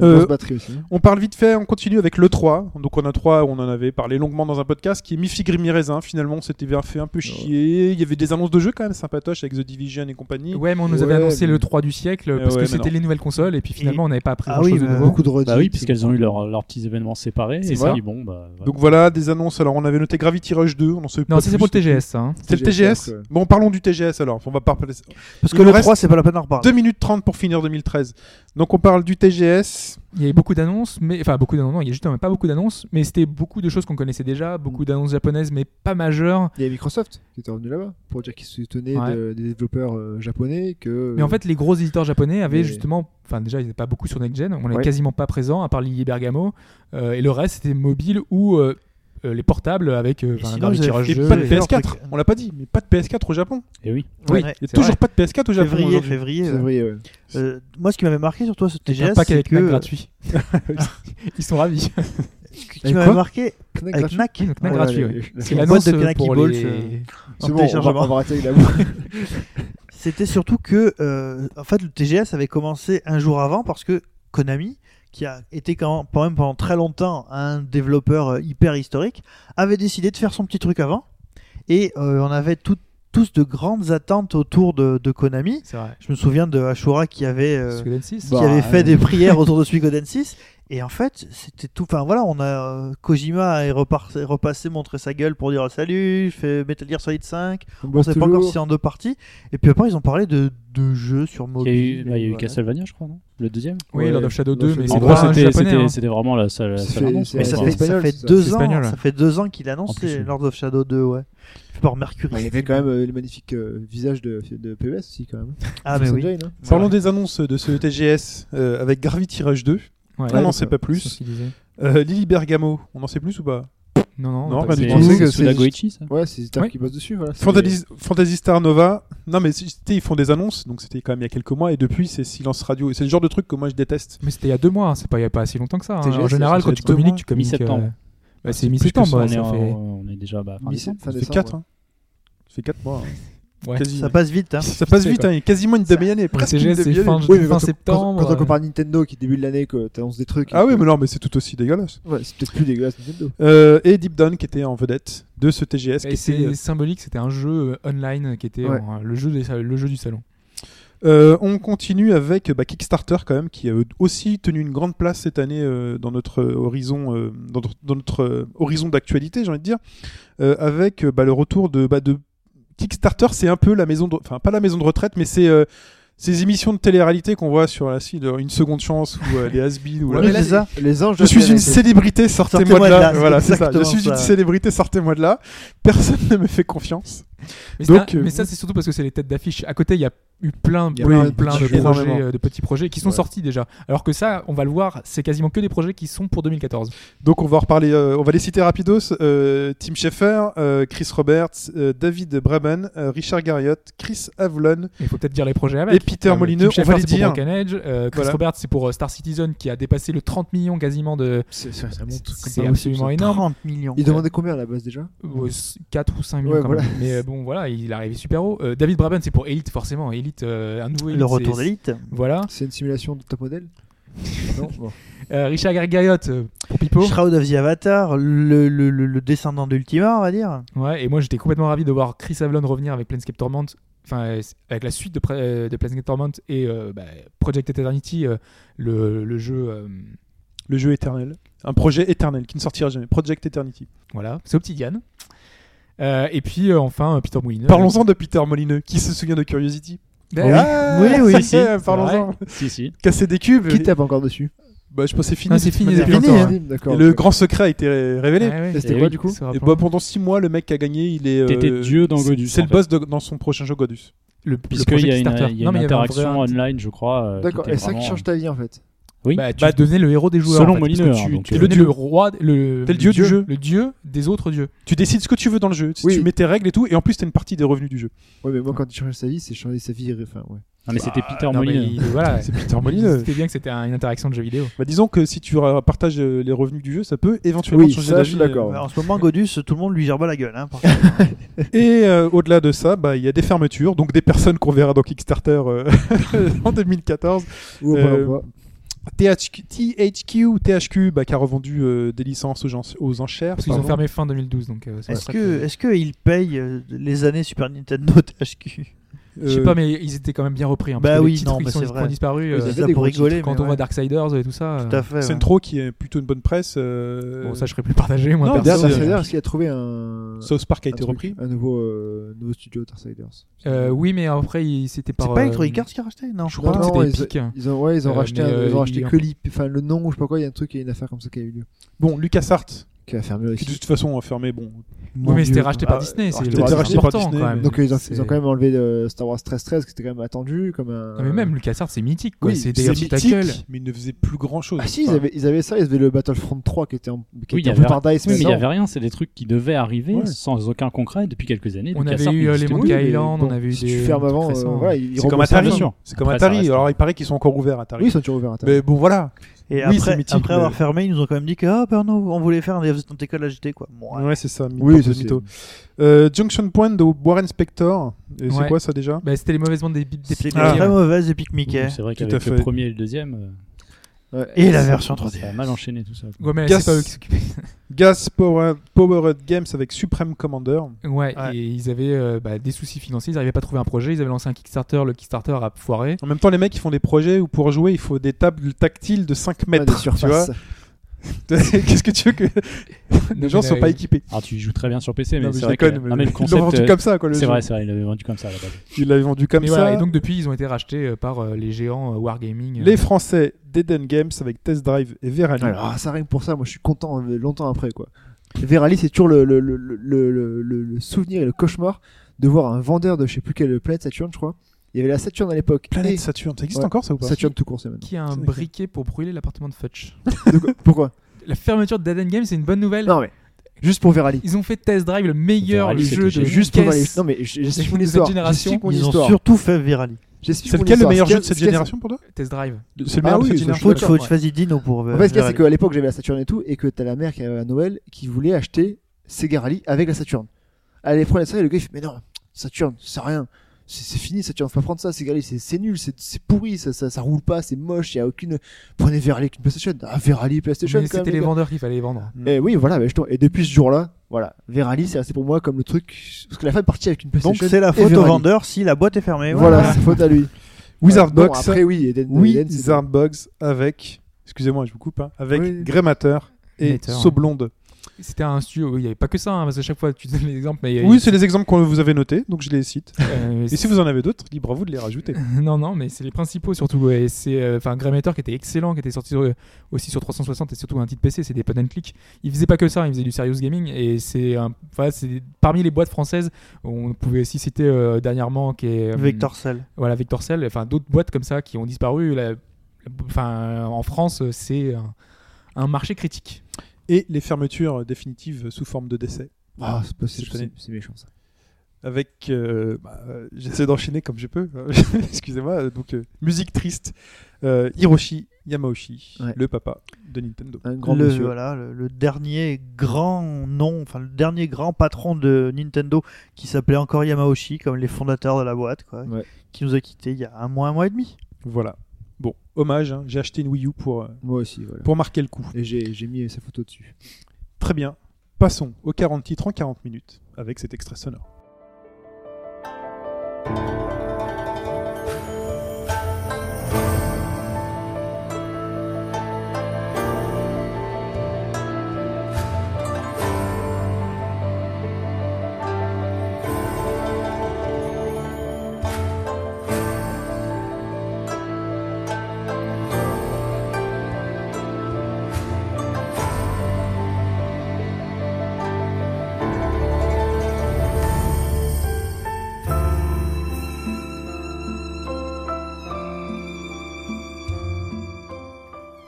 [SPEAKER 3] Euh,
[SPEAKER 4] grosse batterie aussi. hein.
[SPEAKER 3] On parle vite fait, on continue avec le 3. Donc on a 3, on en avait parlé longuement dans un podcast, qui est mi figue mi raisin. hein. Finalement, on s'était bien fait un peu chier. Il y avait des annonces de jeux quand même sympatoches avec The Division et compagnie.
[SPEAKER 5] Ouais, mais on nous avait
[SPEAKER 4] Ouais,
[SPEAKER 5] annoncé
[SPEAKER 4] mais-
[SPEAKER 5] le 3 du siècle
[SPEAKER 3] Euh,
[SPEAKER 5] parce
[SPEAKER 3] ouais,
[SPEAKER 5] que
[SPEAKER 3] mais
[SPEAKER 5] c'était
[SPEAKER 3] non.
[SPEAKER 5] les nouvelles consoles et puis finalement on n'avait pas appris
[SPEAKER 6] Ah
[SPEAKER 5] grand chose
[SPEAKER 6] oui,
[SPEAKER 5] de
[SPEAKER 6] mais-
[SPEAKER 5] nouveau.
[SPEAKER 4] Beaucoup de redites.
[SPEAKER 7] Bah oui, puisqu'elles ont eu leur- leurs petits événements séparés.
[SPEAKER 4] C'est
[SPEAKER 7] Et
[SPEAKER 4] vrai.
[SPEAKER 7] ça, bon, bah. voilà.
[SPEAKER 3] Donc voilà, des annonces. Alors on avait noté Gravity Rush 2, on en sait
[SPEAKER 5] Non,
[SPEAKER 3] pas
[SPEAKER 5] ça, c'est
[SPEAKER 3] plus.
[SPEAKER 5] pour le TGS. ça, hein.
[SPEAKER 3] C'est le
[SPEAKER 4] TGS,
[SPEAKER 3] TGS
[SPEAKER 4] ouais.
[SPEAKER 3] Bon, parlons du TGS alors. On va pas parler.
[SPEAKER 6] Parce
[SPEAKER 3] Il
[SPEAKER 6] que
[SPEAKER 3] nous
[SPEAKER 6] le
[SPEAKER 3] reste
[SPEAKER 6] 3, c'est pas la peine d'en reparler.
[SPEAKER 3] 2 minutes 30 pour finir 2013. Donc on parle du TGS.
[SPEAKER 5] Il y avait beaucoup d'annonces, mais enfin beaucoup d'annonces. Non, il y a justement pas beaucoup d'annonces, mais c'était beaucoup de choses qu'on connaissait déjà, beaucoup d'annonces japonaises, mais pas majeures.
[SPEAKER 4] Il y a Microsoft qui était revenu là-bas pour dire qu'ils soutenaient
[SPEAKER 5] Ouais.
[SPEAKER 4] de- des développeurs euh, japonais. Que,
[SPEAKER 5] Mais en fait, les gros éditeurs japonais avaient
[SPEAKER 4] Mais-
[SPEAKER 5] justement, enfin déjà, ils n'étaient pas beaucoup sur Next Gen. On n'est
[SPEAKER 4] Ouais.
[SPEAKER 5] quasiment pas présent à part Lily Bergamo, euh, et le reste c'était mobile ou euh, euh, les portables avec euh,
[SPEAKER 6] Et
[SPEAKER 5] enfin,
[SPEAKER 6] sinon,
[SPEAKER 5] dans les
[SPEAKER 6] ils avaient
[SPEAKER 5] tirages
[SPEAKER 3] Et
[SPEAKER 6] Je-
[SPEAKER 5] jeux.
[SPEAKER 3] pas de
[SPEAKER 6] je-
[SPEAKER 3] PS4.
[SPEAKER 6] je-
[SPEAKER 3] On l'a pas dit, mais pas de PS4 au Japon.
[SPEAKER 7] Et oui.
[SPEAKER 5] Oui,
[SPEAKER 6] Ouais.
[SPEAKER 3] Il y a
[SPEAKER 5] c'est vrai.
[SPEAKER 3] toujours pas de PS4 au Japon.
[SPEAKER 6] Février,
[SPEAKER 3] aujourd'hui.
[SPEAKER 6] février.
[SPEAKER 4] c'est
[SPEAKER 6] euh,
[SPEAKER 4] vrai, ouais.
[SPEAKER 6] euh, moi, ce qui m'avait marqué sur toi, ce
[SPEAKER 5] J'ai un
[SPEAKER 6] TGS,
[SPEAKER 5] pack
[SPEAKER 6] c'est
[SPEAKER 5] avec
[SPEAKER 6] que
[SPEAKER 5] Mac gratuit. Ils sont ravis.
[SPEAKER 6] ce qui
[SPEAKER 4] Avec
[SPEAKER 6] m'avait
[SPEAKER 4] quoi
[SPEAKER 6] marqué
[SPEAKER 4] Knack
[SPEAKER 6] avec euh,
[SPEAKER 4] gratuit.
[SPEAKER 6] Knack,
[SPEAKER 5] Oui, donc Mac
[SPEAKER 4] Oh là
[SPEAKER 5] gratuit.
[SPEAKER 4] là,
[SPEAKER 5] ouais.
[SPEAKER 4] les- les-
[SPEAKER 5] C'est
[SPEAKER 6] la
[SPEAKER 5] l'annonce
[SPEAKER 6] boîte de
[SPEAKER 5] euh, pour
[SPEAKER 6] Pinnacle
[SPEAKER 5] les-
[SPEAKER 6] Balls,
[SPEAKER 4] C'est
[SPEAKER 6] euh, en
[SPEAKER 4] bon, on va,
[SPEAKER 6] téléchargement.
[SPEAKER 4] on va arrêter avec la boue.
[SPEAKER 6] c'était surtout que euh, en fait le TGS avait commencé un jour avant parce que Konami qui a été quand quand même pendant très longtemps un développeur euh, hyper historique avait décidé de faire son petit truc avant et euh, on avait tout- tous de grandes attentes autour de, de Konami
[SPEAKER 5] C'est vrai.
[SPEAKER 6] je me souviens de Ashura qui avait euh,
[SPEAKER 5] Suikoden 6.
[SPEAKER 4] Bah,
[SPEAKER 6] qui avait fait
[SPEAKER 4] euh,
[SPEAKER 6] des prières autour de Suikoden 6 et en fait c'était tout enfin voilà on a euh, Kojima est repar- est repassé montrer sa gueule pour dire salut je fais Metal Gear Solid 5 on sait pas encore si c'est en deux parties. Et puis après, ils ont parlé de, de jeux sur
[SPEAKER 7] Il y a
[SPEAKER 6] mobile.
[SPEAKER 7] eu, bah, il y a eu
[SPEAKER 6] voilà.
[SPEAKER 7] Castlevania, je crois, non Le deuxième
[SPEAKER 5] Oui,
[SPEAKER 4] Ouais,
[SPEAKER 5] Lord of Shadow
[SPEAKER 4] Lord
[SPEAKER 5] 2,
[SPEAKER 4] of
[SPEAKER 5] mais
[SPEAKER 4] Shadow
[SPEAKER 5] c'est
[SPEAKER 7] En
[SPEAKER 4] deux.
[SPEAKER 7] gros,
[SPEAKER 5] pas un
[SPEAKER 7] c'était-
[SPEAKER 5] japonais.
[SPEAKER 7] c'était
[SPEAKER 5] hein.
[SPEAKER 7] c'était vraiment la seule. la
[SPEAKER 4] C'est
[SPEAKER 7] seule
[SPEAKER 4] fait-
[SPEAKER 7] annonce,
[SPEAKER 4] c'est-
[SPEAKER 6] Mais
[SPEAKER 7] quoi.
[SPEAKER 6] ça
[SPEAKER 4] Ouais,
[SPEAKER 6] fait,
[SPEAKER 4] c'est espagnol,
[SPEAKER 6] ça fait
[SPEAKER 4] c'est-
[SPEAKER 6] deux
[SPEAKER 7] c'est
[SPEAKER 6] ans,
[SPEAKER 7] espagnol,
[SPEAKER 6] ça
[SPEAKER 7] ouais.
[SPEAKER 6] fait deux ans qu'il annonce
[SPEAKER 7] En plus,
[SPEAKER 6] les
[SPEAKER 7] oui.
[SPEAKER 6] Lord of Shadow 2, ouais. Fait par Mercury.
[SPEAKER 4] Ouais, il y avait quand même euh, le magnifique euh, visage de, de PES aussi, quand même.
[SPEAKER 6] Ah, mais oui.
[SPEAKER 4] Sanjay, non
[SPEAKER 3] Parlons des annonces de ce TGS euh, avec Gravity Rush 2.
[SPEAKER 5] Ouais.
[SPEAKER 3] on n'en
[SPEAKER 4] donc,
[SPEAKER 3] sait
[SPEAKER 4] euh,
[SPEAKER 3] pas
[SPEAKER 5] C'est
[SPEAKER 3] plus.
[SPEAKER 5] ce qu'il disait.
[SPEAKER 3] Euh, Lily Bergamo, on en sait plus ou pas
[SPEAKER 5] Non, non,
[SPEAKER 3] Non,
[SPEAKER 5] pas-
[SPEAKER 3] pas
[SPEAKER 7] C'est-
[SPEAKER 3] du
[SPEAKER 4] tout.
[SPEAKER 7] c'est
[SPEAKER 4] que
[SPEAKER 7] Suda
[SPEAKER 4] c'est-
[SPEAKER 7] Goichi, ça
[SPEAKER 4] Ouais, c'est les éditeurs
[SPEAKER 5] Ouais.
[SPEAKER 4] qui bossent dessus. Voilà, C'est-
[SPEAKER 3] Fantasy, Fantasy Star Nova. Non, mais c'était- ils font des annonces, donc c'était quand même il y a quelques mois, et depuis c'est silence radio. Et C'est le genre de truc que moi je déteste.
[SPEAKER 5] Mais c'était il y a deux mois, hein, c'est pas il y a pas si longtemps que ça. hein.
[SPEAKER 3] TGS,
[SPEAKER 5] En général,
[SPEAKER 3] ça
[SPEAKER 5] quand
[SPEAKER 3] fait
[SPEAKER 5] tu
[SPEAKER 3] deux
[SPEAKER 5] communiques,
[SPEAKER 3] mois.
[SPEAKER 5] tu communiques.
[SPEAKER 7] Mi-septembre.
[SPEAKER 5] euh, bah, c'est
[SPEAKER 7] Plus que
[SPEAKER 5] mi-septembre,
[SPEAKER 7] ça,
[SPEAKER 5] ouais,
[SPEAKER 7] on, est
[SPEAKER 5] ça
[SPEAKER 7] en-
[SPEAKER 5] fait.
[SPEAKER 7] on est déjà bah, fin
[SPEAKER 4] Mi-
[SPEAKER 7] décembre.
[SPEAKER 4] fin
[SPEAKER 3] Ça fait
[SPEAKER 4] décembre,
[SPEAKER 3] 4
[SPEAKER 4] ouais.
[SPEAKER 3] hein. Ça fait 4 mois. hein.
[SPEAKER 5] Ouais.
[SPEAKER 3] Quasi.
[SPEAKER 6] Ça passe vite, hein.
[SPEAKER 3] Ça passe vite, hein, il y a quasiment une
[SPEAKER 6] Ça-
[SPEAKER 3] demi-année,
[SPEAKER 5] Le
[SPEAKER 3] presque une
[SPEAKER 5] TGS, c'est
[SPEAKER 3] demi-année.
[SPEAKER 5] fin,
[SPEAKER 4] Oui, mais
[SPEAKER 5] fin
[SPEAKER 4] quand,
[SPEAKER 5] septembre.
[SPEAKER 4] quand, quand on
[SPEAKER 5] euh,
[SPEAKER 4] compare Nintendo qui début de l'année, que t'annonces des trucs.
[SPEAKER 3] Ah oui,
[SPEAKER 4] que-
[SPEAKER 3] mais non, mais c'est tout aussi dégueulasse.
[SPEAKER 4] Ouais, c'est peut-être plus dégueulasse Nintendo.
[SPEAKER 3] Euh, et Deep Down qui était en vedette de ce TGS.
[SPEAKER 5] et
[SPEAKER 3] qui était,
[SPEAKER 5] c'est symbolique, c'était un jeu euh, online qui était
[SPEAKER 4] Ouais.
[SPEAKER 5] en- le, jeu des, le jeu du salon.
[SPEAKER 3] Euh, on continue avec bah, Kickstarter quand même, qui a aussi tenu une grande place cette année euh, dans notre euh, horizon, euh, dans notre, dans notre, euh, horizon d'actualité, j'ai envie de dire, euh, avec euh, bah, le retour de, bah, de Kickstarter. C'est un peu la maison, de... enfin pas la maison de retraite, mais c'est euh, ces émissions de télé-réalité qu'on voit sur la suite, euh, une seconde chance ou euh, les has-been ou
[SPEAKER 6] Ouais,
[SPEAKER 3] la-
[SPEAKER 6] mais là, c'est ça.
[SPEAKER 4] Les anges
[SPEAKER 3] je suis une célébrité, sortez-moi de là. Voilà, c'est ça. Je
[SPEAKER 6] exactement
[SPEAKER 3] suis une
[SPEAKER 6] ça.
[SPEAKER 3] célébrité, sortez-moi de là. Personne ne me fait confiance.
[SPEAKER 5] Mais,
[SPEAKER 3] Donc,
[SPEAKER 5] c'est un-
[SPEAKER 3] euh,
[SPEAKER 5] mais ça, c'est surtout parce que c'est les têtes d'affiche. À côté, il y a eu plein,
[SPEAKER 4] Il y a
[SPEAKER 5] plein,
[SPEAKER 4] eu
[SPEAKER 5] plein de,
[SPEAKER 4] des
[SPEAKER 5] projets,
[SPEAKER 4] énormément.
[SPEAKER 5] euh, de petits projets qui sont
[SPEAKER 4] Ouais.
[SPEAKER 5] sortis déjà. Alors que ça, on va le voir, c'est quasiment que des projets qui sont pour 2014.
[SPEAKER 3] Donc on va en reparler, euh, on va les citer rapidos. Euh, Tim Schaeffer, euh, Chris Roberts, euh, David Braben, euh, Richard Garriott, Chris Avlon
[SPEAKER 5] Il faut peut-être dire les projets avec.
[SPEAKER 3] et Peter
[SPEAKER 5] Euh,
[SPEAKER 3] Molineux.
[SPEAKER 5] Tim
[SPEAKER 3] on va
[SPEAKER 5] Schafer,
[SPEAKER 3] les
[SPEAKER 5] c'est pour
[SPEAKER 3] dire.
[SPEAKER 5] Broken Edge, euh, Chris
[SPEAKER 3] Voilà.
[SPEAKER 5] Roberts, c'est pour euh, Star Citizen qui a dépassé le 30 millions quasiment de.
[SPEAKER 4] C'est ça, ça monte. comme
[SPEAKER 5] C'est
[SPEAKER 4] pas possible,
[SPEAKER 5] absolument
[SPEAKER 4] ça.
[SPEAKER 5] énorme.
[SPEAKER 6] 30 millions.
[SPEAKER 4] Ils demandaient combien à la base déjà
[SPEAKER 5] 4 ou 5 millions
[SPEAKER 4] Ouais,
[SPEAKER 5] quand
[SPEAKER 4] voilà.
[SPEAKER 5] même. Mais euh, bon, voilà, il est arrivé super haut. Euh, David Braben, c'est pour Elite, forcément. Elite, euh, un nouveau Elite.
[SPEAKER 6] Le retour
[SPEAKER 5] c'est-
[SPEAKER 6] d'élite.
[SPEAKER 5] Voilà.
[SPEAKER 4] C'est une simulation de top modèle Non bon.
[SPEAKER 5] Euh, Richard Garriott euh, pour Pipo.
[SPEAKER 6] Shroud of the Avatar, le, le, le, le descendant d'Ultima, on va dire.
[SPEAKER 5] Ouais, et moi j'étais complètement ravi de voir Chris Avlon revenir avec Planescape Torment, enfin euh, avec la suite de, Pre- euh, de Planescape Torment et euh, bah, Project Eternity, euh, le, le jeu. euh,
[SPEAKER 3] Le jeu éternel, un projet éternel qui ne sortira jamais. Project Eternity.
[SPEAKER 5] voilà, c'est au petit Yann. Euh, et puis euh, enfin euh, Peter Molineux.
[SPEAKER 3] Parlons-en de Peter Molineux. Qui se souvient de Curiosity
[SPEAKER 5] Ben,
[SPEAKER 3] Ah,
[SPEAKER 6] Oui, oui,
[SPEAKER 3] ça y
[SPEAKER 6] si,
[SPEAKER 3] est,
[SPEAKER 6] c'est
[SPEAKER 3] Parlons-en.
[SPEAKER 7] Si, si.
[SPEAKER 3] Casser des cubes.
[SPEAKER 4] Qui tape encore dessus
[SPEAKER 3] Bah, je pense que c'est fini.
[SPEAKER 5] Non, c'est fini
[SPEAKER 3] C'est
[SPEAKER 5] depuis
[SPEAKER 3] fini,
[SPEAKER 5] longtemps,
[SPEAKER 3] hein.
[SPEAKER 5] hein.
[SPEAKER 4] D'accord.
[SPEAKER 3] Et le
[SPEAKER 4] ok.
[SPEAKER 3] grand secret a été ré- révélé.
[SPEAKER 5] Ouais, ouais.
[SPEAKER 4] Et c'était
[SPEAKER 7] Et
[SPEAKER 4] quoi
[SPEAKER 7] oui.
[SPEAKER 4] du coup
[SPEAKER 5] Ça va
[SPEAKER 3] Et
[SPEAKER 5] prendre-
[SPEAKER 3] bah, pendant 6 mois, le mec qui a gagné, il est.
[SPEAKER 7] T'étais
[SPEAKER 3] euh,
[SPEAKER 7] dieu dans
[SPEAKER 3] c'est-
[SPEAKER 7] Godus,
[SPEAKER 3] C'est
[SPEAKER 7] en
[SPEAKER 3] le boss de- dans son prochain jeu Godus.
[SPEAKER 5] le,
[SPEAKER 7] Puisqu'il y a une, il y a une interaction
[SPEAKER 5] interaction
[SPEAKER 7] online, je crois. euh, qui
[SPEAKER 4] D'accord,
[SPEAKER 7] était
[SPEAKER 4] et ça qui
[SPEAKER 7] vraiment-
[SPEAKER 4] change ta vie en fait.
[SPEAKER 7] Oui.
[SPEAKER 5] Bah, tu
[SPEAKER 3] Bah,
[SPEAKER 5] devenais le héros des joueurs.
[SPEAKER 7] selon
[SPEAKER 5] en fait, parce que
[SPEAKER 7] Molineux,
[SPEAKER 5] tu-
[SPEAKER 7] hein, donc,
[SPEAKER 5] tu
[SPEAKER 7] euh,
[SPEAKER 5] devenais
[SPEAKER 3] le
[SPEAKER 5] le roi, le,
[SPEAKER 3] T'es le dieu du jeu.
[SPEAKER 5] le dieu des autres dieux.
[SPEAKER 3] Tu décides ce que tu veux dans le jeu.
[SPEAKER 4] Oui.
[SPEAKER 3] Tu mets tes règles et tout. Et en plus, t'as une partie des revenus du jeu.
[SPEAKER 4] Ouais, mais moi quand il change sa vie, c'est changer sa vie. Enfin, ouais.
[SPEAKER 7] Non, mais
[SPEAKER 3] Ah,
[SPEAKER 7] c'était Peter
[SPEAKER 5] Non, mais
[SPEAKER 7] Molineux.
[SPEAKER 5] il- voilà,
[SPEAKER 3] C'est Peter Molineux.
[SPEAKER 5] c'était bien que c'était un- une interaction de jeu vidéo.
[SPEAKER 3] Bah, disons que si tu ra- partages euh, les revenus du jeu, ça peut éventuellement
[SPEAKER 4] Oui,
[SPEAKER 3] changer
[SPEAKER 4] ça,
[SPEAKER 3] d'avis.
[SPEAKER 4] je suis d'accord.
[SPEAKER 6] Bah, En ce moment, Godus, tout le monde lui gerbe la gueule. Hein, par contre.
[SPEAKER 3] Et euh, au-delà de ça, bah, il y a des fermetures, donc des personnes qu'on verra dans Kickstarter euh, en 2014.
[SPEAKER 4] Ou au
[SPEAKER 3] Euh,
[SPEAKER 4] Pôle emploi.
[SPEAKER 3] THQ, THQ, THQ, bah, qui a revendu euh, des licences aux, gens- aux enchères.
[SPEAKER 5] Parce qu'ils ont
[SPEAKER 3] pardon.
[SPEAKER 5] fermé fin 2012, donc. euh, c'est
[SPEAKER 6] Est-ce
[SPEAKER 5] vrai
[SPEAKER 6] que, est-ce que ils payent euh, les années Super Nintendo THQ
[SPEAKER 5] Je sais
[SPEAKER 3] Euh,
[SPEAKER 5] pas, mais ils étaient quand même bien repris. hein,
[SPEAKER 6] Bah
[SPEAKER 5] parce que
[SPEAKER 6] oui,
[SPEAKER 5] les titres
[SPEAKER 6] non,
[SPEAKER 5] qui
[SPEAKER 6] bah
[SPEAKER 5] sont-
[SPEAKER 6] c'est
[SPEAKER 5] qui
[SPEAKER 6] vrai.
[SPEAKER 5] ont disparu.
[SPEAKER 6] Ils
[SPEAKER 5] euh,
[SPEAKER 6] étaient
[SPEAKER 5] quand
[SPEAKER 6] des
[SPEAKER 5] on
[SPEAKER 6] gros titres, mais
[SPEAKER 5] voit
[SPEAKER 6] ouais.
[SPEAKER 5] Darksiders et tout ça,
[SPEAKER 6] Tout
[SPEAKER 5] euh,
[SPEAKER 6] à fait.
[SPEAKER 3] C'est
[SPEAKER 6] ouais.
[SPEAKER 3] une trop qui est plutôt une bonne presse. euh,
[SPEAKER 5] bon, ça je serais plus partagé, moi.
[SPEAKER 3] Non,
[SPEAKER 5] perso.
[SPEAKER 3] Dark-
[SPEAKER 4] Darksiders, est-ce qu'il a trouvé un.
[SPEAKER 3] South Park a
[SPEAKER 4] un
[SPEAKER 3] été
[SPEAKER 4] truc,
[SPEAKER 3] repris.
[SPEAKER 4] Un nouveau, euh, nouveau studio Darksiders.
[SPEAKER 5] Euh, oui, mais après, il- c'était par.
[SPEAKER 6] C'est pas
[SPEAKER 5] euh,
[SPEAKER 6] Electronic Arts qui a racheté Non.
[SPEAKER 5] Je crois
[SPEAKER 4] Non,
[SPEAKER 5] que
[SPEAKER 4] non,
[SPEAKER 5] c'était
[SPEAKER 4] ils-
[SPEAKER 5] Epic.
[SPEAKER 4] Ils ont, ouais, ils ont
[SPEAKER 5] Euh,
[SPEAKER 4] racheté,
[SPEAKER 5] mais,
[SPEAKER 4] un-
[SPEAKER 5] euh,
[SPEAKER 4] ils ont racheté
[SPEAKER 5] il-
[SPEAKER 4] que l'IP, enfin le nom ou je sais pas quoi, il y a un truc, il y a une affaire comme ça qui a eu lieu.
[SPEAKER 3] Bon, LucasArts,
[SPEAKER 4] Qui a fermé
[SPEAKER 3] qui de
[SPEAKER 4] aussi.
[SPEAKER 3] toute façon a fermé. Bon,
[SPEAKER 5] Oui, mais c'était racheté par
[SPEAKER 4] Ah,
[SPEAKER 5] Disney. C'est
[SPEAKER 4] racheté
[SPEAKER 5] le
[SPEAKER 4] par
[SPEAKER 5] plus
[SPEAKER 4] Disney.
[SPEAKER 5] important,
[SPEAKER 3] Racheté par
[SPEAKER 5] quand
[SPEAKER 3] Disney,
[SPEAKER 5] même.
[SPEAKER 4] Donc ils ont,
[SPEAKER 5] C'est-
[SPEAKER 4] ils ont quand même enlevé euh, Star Wars 13-13 qui était quand même attendu comme un.
[SPEAKER 5] Non, mais même LucasArts, c'est mythique, quoi.
[SPEAKER 4] oui,
[SPEAKER 5] c'est
[SPEAKER 3] c'est
[SPEAKER 5] des obstacles.
[SPEAKER 3] mythique, mais il ne faisait plus grand chose.
[SPEAKER 4] Ah si, ils avaient, ils avaient ça, ils avaient le Battlefront 3 qui était en, qui
[SPEAKER 7] Oui, il y
[SPEAKER 4] était
[SPEAKER 7] avait-
[SPEAKER 4] en par DICE.
[SPEAKER 7] Oui, mais il n'y
[SPEAKER 4] maintenant.
[SPEAKER 7] avait rien, c'est des trucs qui devaient arriver
[SPEAKER 4] Ouais.
[SPEAKER 7] sans aucun concret depuis quelques années.
[SPEAKER 5] On
[SPEAKER 7] LucasArts
[SPEAKER 5] avait eu euh, les
[SPEAKER 7] n'existait
[SPEAKER 5] Monkey
[SPEAKER 7] plus.
[SPEAKER 4] mais
[SPEAKER 5] Island, on
[SPEAKER 4] bon,
[SPEAKER 5] avait eu
[SPEAKER 4] si
[SPEAKER 5] des.
[SPEAKER 4] tu fermes
[SPEAKER 5] des trucs
[SPEAKER 4] avant, euh,
[SPEAKER 5] récents.
[SPEAKER 4] voilà, ils
[SPEAKER 3] C'est comme
[SPEAKER 4] rebossaient
[SPEAKER 3] Atari.
[SPEAKER 4] avant.
[SPEAKER 7] sûr.
[SPEAKER 3] C'est comme
[SPEAKER 7] Après, ça
[SPEAKER 3] Atari.
[SPEAKER 7] reste-
[SPEAKER 3] Alors il paraît qu'ils sont encore ouverts Atari.
[SPEAKER 4] Oui, ils sont toujours ouverts. à Internet.
[SPEAKER 3] Mais bon voilà.
[SPEAKER 6] Et
[SPEAKER 3] Oui, c'est
[SPEAKER 6] après,
[SPEAKER 3] mythique,
[SPEAKER 6] après
[SPEAKER 3] mais-
[SPEAKER 6] avoir fermé, ils nous ont quand même dit que ah ben non, on voulait faire un Devs dans tes à JT quoi. Bon, ouais.
[SPEAKER 3] Ouais, c'est ça. mytho,
[SPEAKER 4] Oui, ça, c'est-
[SPEAKER 3] mytho. Euh, Junction Point de Warren Spector. Et C'est
[SPEAKER 5] Ouais.
[SPEAKER 3] quoi ça déjà
[SPEAKER 5] Bah, c'était les mauvaises bandes des des
[SPEAKER 6] C'est
[SPEAKER 5] Epic
[SPEAKER 6] une
[SPEAKER 3] Ah.
[SPEAKER 6] très
[SPEAKER 5] Games.
[SPEAKER 6] mauvaise Epic Mickey.
[SPEAKER 7] C'est vrai
[SPEAKER 3] Tout à
[SPEAKER 7] qu'avec le
[SPEAKER 3] fait.
[SPEAKER 7] premier et le deuxième, euh,
[SPEAKER 6] Et la version
[SPEAKER 7] ça a
[SPEAKER 6] 3D.
[SPEAKER 7] mal enchaîné tout ça. quoi.
[SPEAKER 5] Ouais, mais
[SPEAKER 3] Gas-
[SPEAKER 5] c'est pas eux qui s'occupaient.
[SPEAKER 3] Gas Power, Powered Games avec Supreme Commander.
[SPEAKER 5] Ouais,
[SPEAKER 6] Ouais.
[SPEAKER 5] et ils avaient euh, bah, des soucis financiers, ils n'arrivaient pas à trouver un projet, ils avaient lancé un Kickstarter, le Kickstarter a foiré.
[SPEAKER 3] En même temps, les mecs, ils font des projets où pour jouer, il faut des tables tactiles de 5
[SPEAKER 4] Ouais, des
[SPEAKER 3] mètres. tu vois
[SPEAKER 4] surfaces.
[SPEAKER 3] Qu'est-ce que tu veux que les gens
[SPEAKER 5] mais,
[SPEAKER 3] sont
[SPEAKER 5] euh,
[SPEAKER 3] pas équipés
[SPEAKER 7] Alors Ah, tu joues très bien sur PC, mais,
[SPEAKER 3] Non, mais
[SPEAKER 7] c'est
[SPEAKER 3] je
[SPEAKER 7] vrai
[SPEAKER 3] déconne.
[SPEAKER 7] que
[SPEAKER 3] mais
[SPEAKER 7] non, mais le
[SPEAKER 3] ils l'ont vendu
[SPEAKER 7] concept, euh,
[SPEAKER 3] comme ça, quoi. le
[SPEAKER 7] c'est
[SPEAKER 3] jeu.
[SPEAKER 7] vrai, c'est vrai, il l'avait vendu comme ça à la base.
[SPEAKER 3] Ils l'avaient vendu comme
[SPEAKER 5] Mais
[SPEAKER 3] ça.
[SPEAKER 5] voilà, et donc depuis, ils ont été rachetés euh, par euh, les géants euh, Wargaming. euh.
[SPEAKER 3] Les Français d'Eden Games avec Test Drive et Verani.
[SPEAKER 4] Alors, ah, ça rime pour ça, moi je suis content euh, longtemps après quoi. Verali, c'est toujours le, le, le, le, le- le- le souvenir et le cauchemar de voir un vendeur de je sais plus quelle planète Saturne, je crois. Il y avait la Saturne à l'époque.
[SPEAKER 3] Planète
[SPEAKER 4] et
[SPEAKER 3] Saturne, ça existe
[SPEAKER 4] Ouais.
[SPEAKER 3] encore ça ou pas
[SPEAKER 4] Saturne tout court, c'est maintenant.
[SPEAKER 5] Qui a un
[SPEAKER 3] C'est-
[SPEAKER 5] briquet pour brûler l'appartement de Futch
[SPEAKER 4] De quoi- Pourquoi
[SPEAKER 5] La fermeture de Dead Games, c'est une bonne nouvelle.
[SPEAKER 4] Non mais juste pour Verali.
[SPEAKER 5] Ils ont fait Test Drive, le meilleur
[SPEAKER 7] Verali,
[SPEAKER 5] jeu
[SPEAKER 7] c'était
[SPEAKER 5] de
[SPEAKER 4] Juste pour Verali.
[SPEAKER 5] Lucas.
[SPEAKER 4] Non mais j- j'explique mon
[SPEAKER 5] Cette
[SPEAKER 4] histoire.
[SPEAKER 5] génération,
[SPEAKER 4] J'explique mon
[SPEAKER 6] Ils ont
[SPEAKER 4] histoire.
[SPEAKER 6] surtout fait Virali.
[SPEAKER 4] J'explique
[SPEAKER 3] C'est
[SPEAKER 4] mon
[SPEAKER 3] lequel le
[SPEAKER 4] histoire.
[SPEAKER 3] meilleur
[SPEAKER 4] Ce
[SPEAKER 3] jeu de
[SPEAKER 4] qu'il y a-
[SPEAKER 3] cette
[SPEAKER 4] ce qu'il y a,
[SPEAKER 3] génération pour toi
[SPEAKER 5] Test Drive.
[SPEAKER 3] C'est le meilleur
[SPEAKER 4] Ah
[SPEAKER 3] de
[SPEAKER 4] oui,
[SPEAKER 3] cette
[SPEAKER 4] ça, je
[SPEAKER 3] génération
[SPEAKER 6] Faut que
[SPEAKER 4] d'accord,
[SPEAKER 6] faut que je fasse Dino pour. euh,
[SPEAKER 4] En fait, ce qu'il y a, c'est qu'à l'époque, j'avais la Saturn et tout, et que t'as la mère qui avait à Noël qui voulait acheter Sega Rally avec la Saturn. Elle les prend la Saturn et le gars, il fait Mais non, Saturn, c'est rien. C'est c'est fini, Saturn, faut pas prendre ça, Sega Rally, c'est c'est nul, c'est c'est pourri, ça, ça, ça roule pas, c'est moche, y a aucune. Prenez Verali avec une PlayStation. Ah, Verali, PlayStation,
[SPEAKER 5] Mais
[SPEAKER 4] quand même,
[SPEAKER 5] C'était les
[SPEAKER 4] les gars.
[SPEAKER 5] vendeurs qu'il fallait vendre.
[SPEAKER 4] Et oui, voilà, mais justement, et depuis ce jour-là, voilà, Verali, c'est resté pour moi comme le truc. Parce que la femme est partie avec une
[SPEAKER 6] Donc
[SPEAKER 4] PlayStation.
[SPEAKER 6] c'est la
[SPEAKER 4] et
[SPEAKER 6] faute au
[SPEAKER 4] Verali.
[SPEAKER 6] vendeur si la boîte est fermée.
[SPEAKER 4] Voilà, c'est faute à lui.
[SPEAKER 3] Wizard
[SPEAKER 4] Voilà. Non,
[SPEAKER 3] Box.
[SPEAKER 4] Après, oui, Eden, Eden, c'est-
[SPEAKER 3] Wizard Box avec. Excusez-moi, je vous coupe. hein, avec
[SPEAKER 4] Oui.
[SPEAKER 3] Grémater et
[SPEAKER 5] Grémateur, ouais.
[SPEAKER 3] Soblonde.
[SPEAKER 5] C'était un studio, oui, il n'y avait pas que ça, hein, parce qu'à chaque fois tu donnes l'exemple. mais il y a-
[SPEAKER 3] Oui, c'est les exemples que vous avez notés, donc je les cite.
[SPEAKER 5] euh,
[SPEAKER 3] Et si vous en avez d'autres, libre à vous de les rajouter.
[SPEAKER 5] Non, non, mais c'est les principaux surtout. ouais. Et c'est euh, enfin Gramator qui était excellent, qui était sorti sur- aussi sur 360 et surtout un titre PC, c'est des pan and click. Il faisait pas que ça, il faisait du serious gaming et c'est un- voilà, c'est parmi les boîtes françaises, on pouvait aussi citer euh, dernièrement qui est euh,
[SPEAKER 6] Vector Cell.
[SPEAKER 5] voilà Vectorcell, enfin d'autres boîtes comme ça qui ont disparu. la- la- Enfin en France, c'est un, un marché critique.
[SPEAKER 3] Et les fermetures définitives sous forme de décès.
[SPEAKER 4] Ah, c'est pas- c'est-
[SPEAKER 3] Cette année.
[SPEAKER 4] c'est- c'est méchant ça.
[SPEAKER 3] Avec. euh, bah, euh, J'essaie d'enchaîner comme je peux. hein. Excusez-moi. Donc, euh, musique triste. euh, Hiroshi Yamauchi,
[SPEAKER 4] Ouais.
[SPEAKER 3] le papa de Nintendo.
[SPEAKER 4] Un grand
[SPEAKER 6] le,
[SPEAKER 4] monsieur.
[SPEAKER 6] Voilà, le, le dernier grand nom, enfin le dernier grand patron de Nintendo qui s'appelait encore Yamauchi, comme les fondateurs de la boîte, quoi,
[SPEAKER 4] Ouais.
[SPEAKER 6] qui nous a quittés il y a un mois, un mois et demi.
[SPEAKER 3] Voilà. Bon, hommage. hein. J'ai acheté une Wii U pour, euh,
[SPEAKER 4] Moi aussi, voilà.
[SPEAKER 3] pour marquer le coup.
[SPEAKER 4] Et j'ai j'ai mis sa photo dessus.
[SPEAKER 3] Très bien. Passons aux 40 titres en 40 minutes avec cet extrait sonore.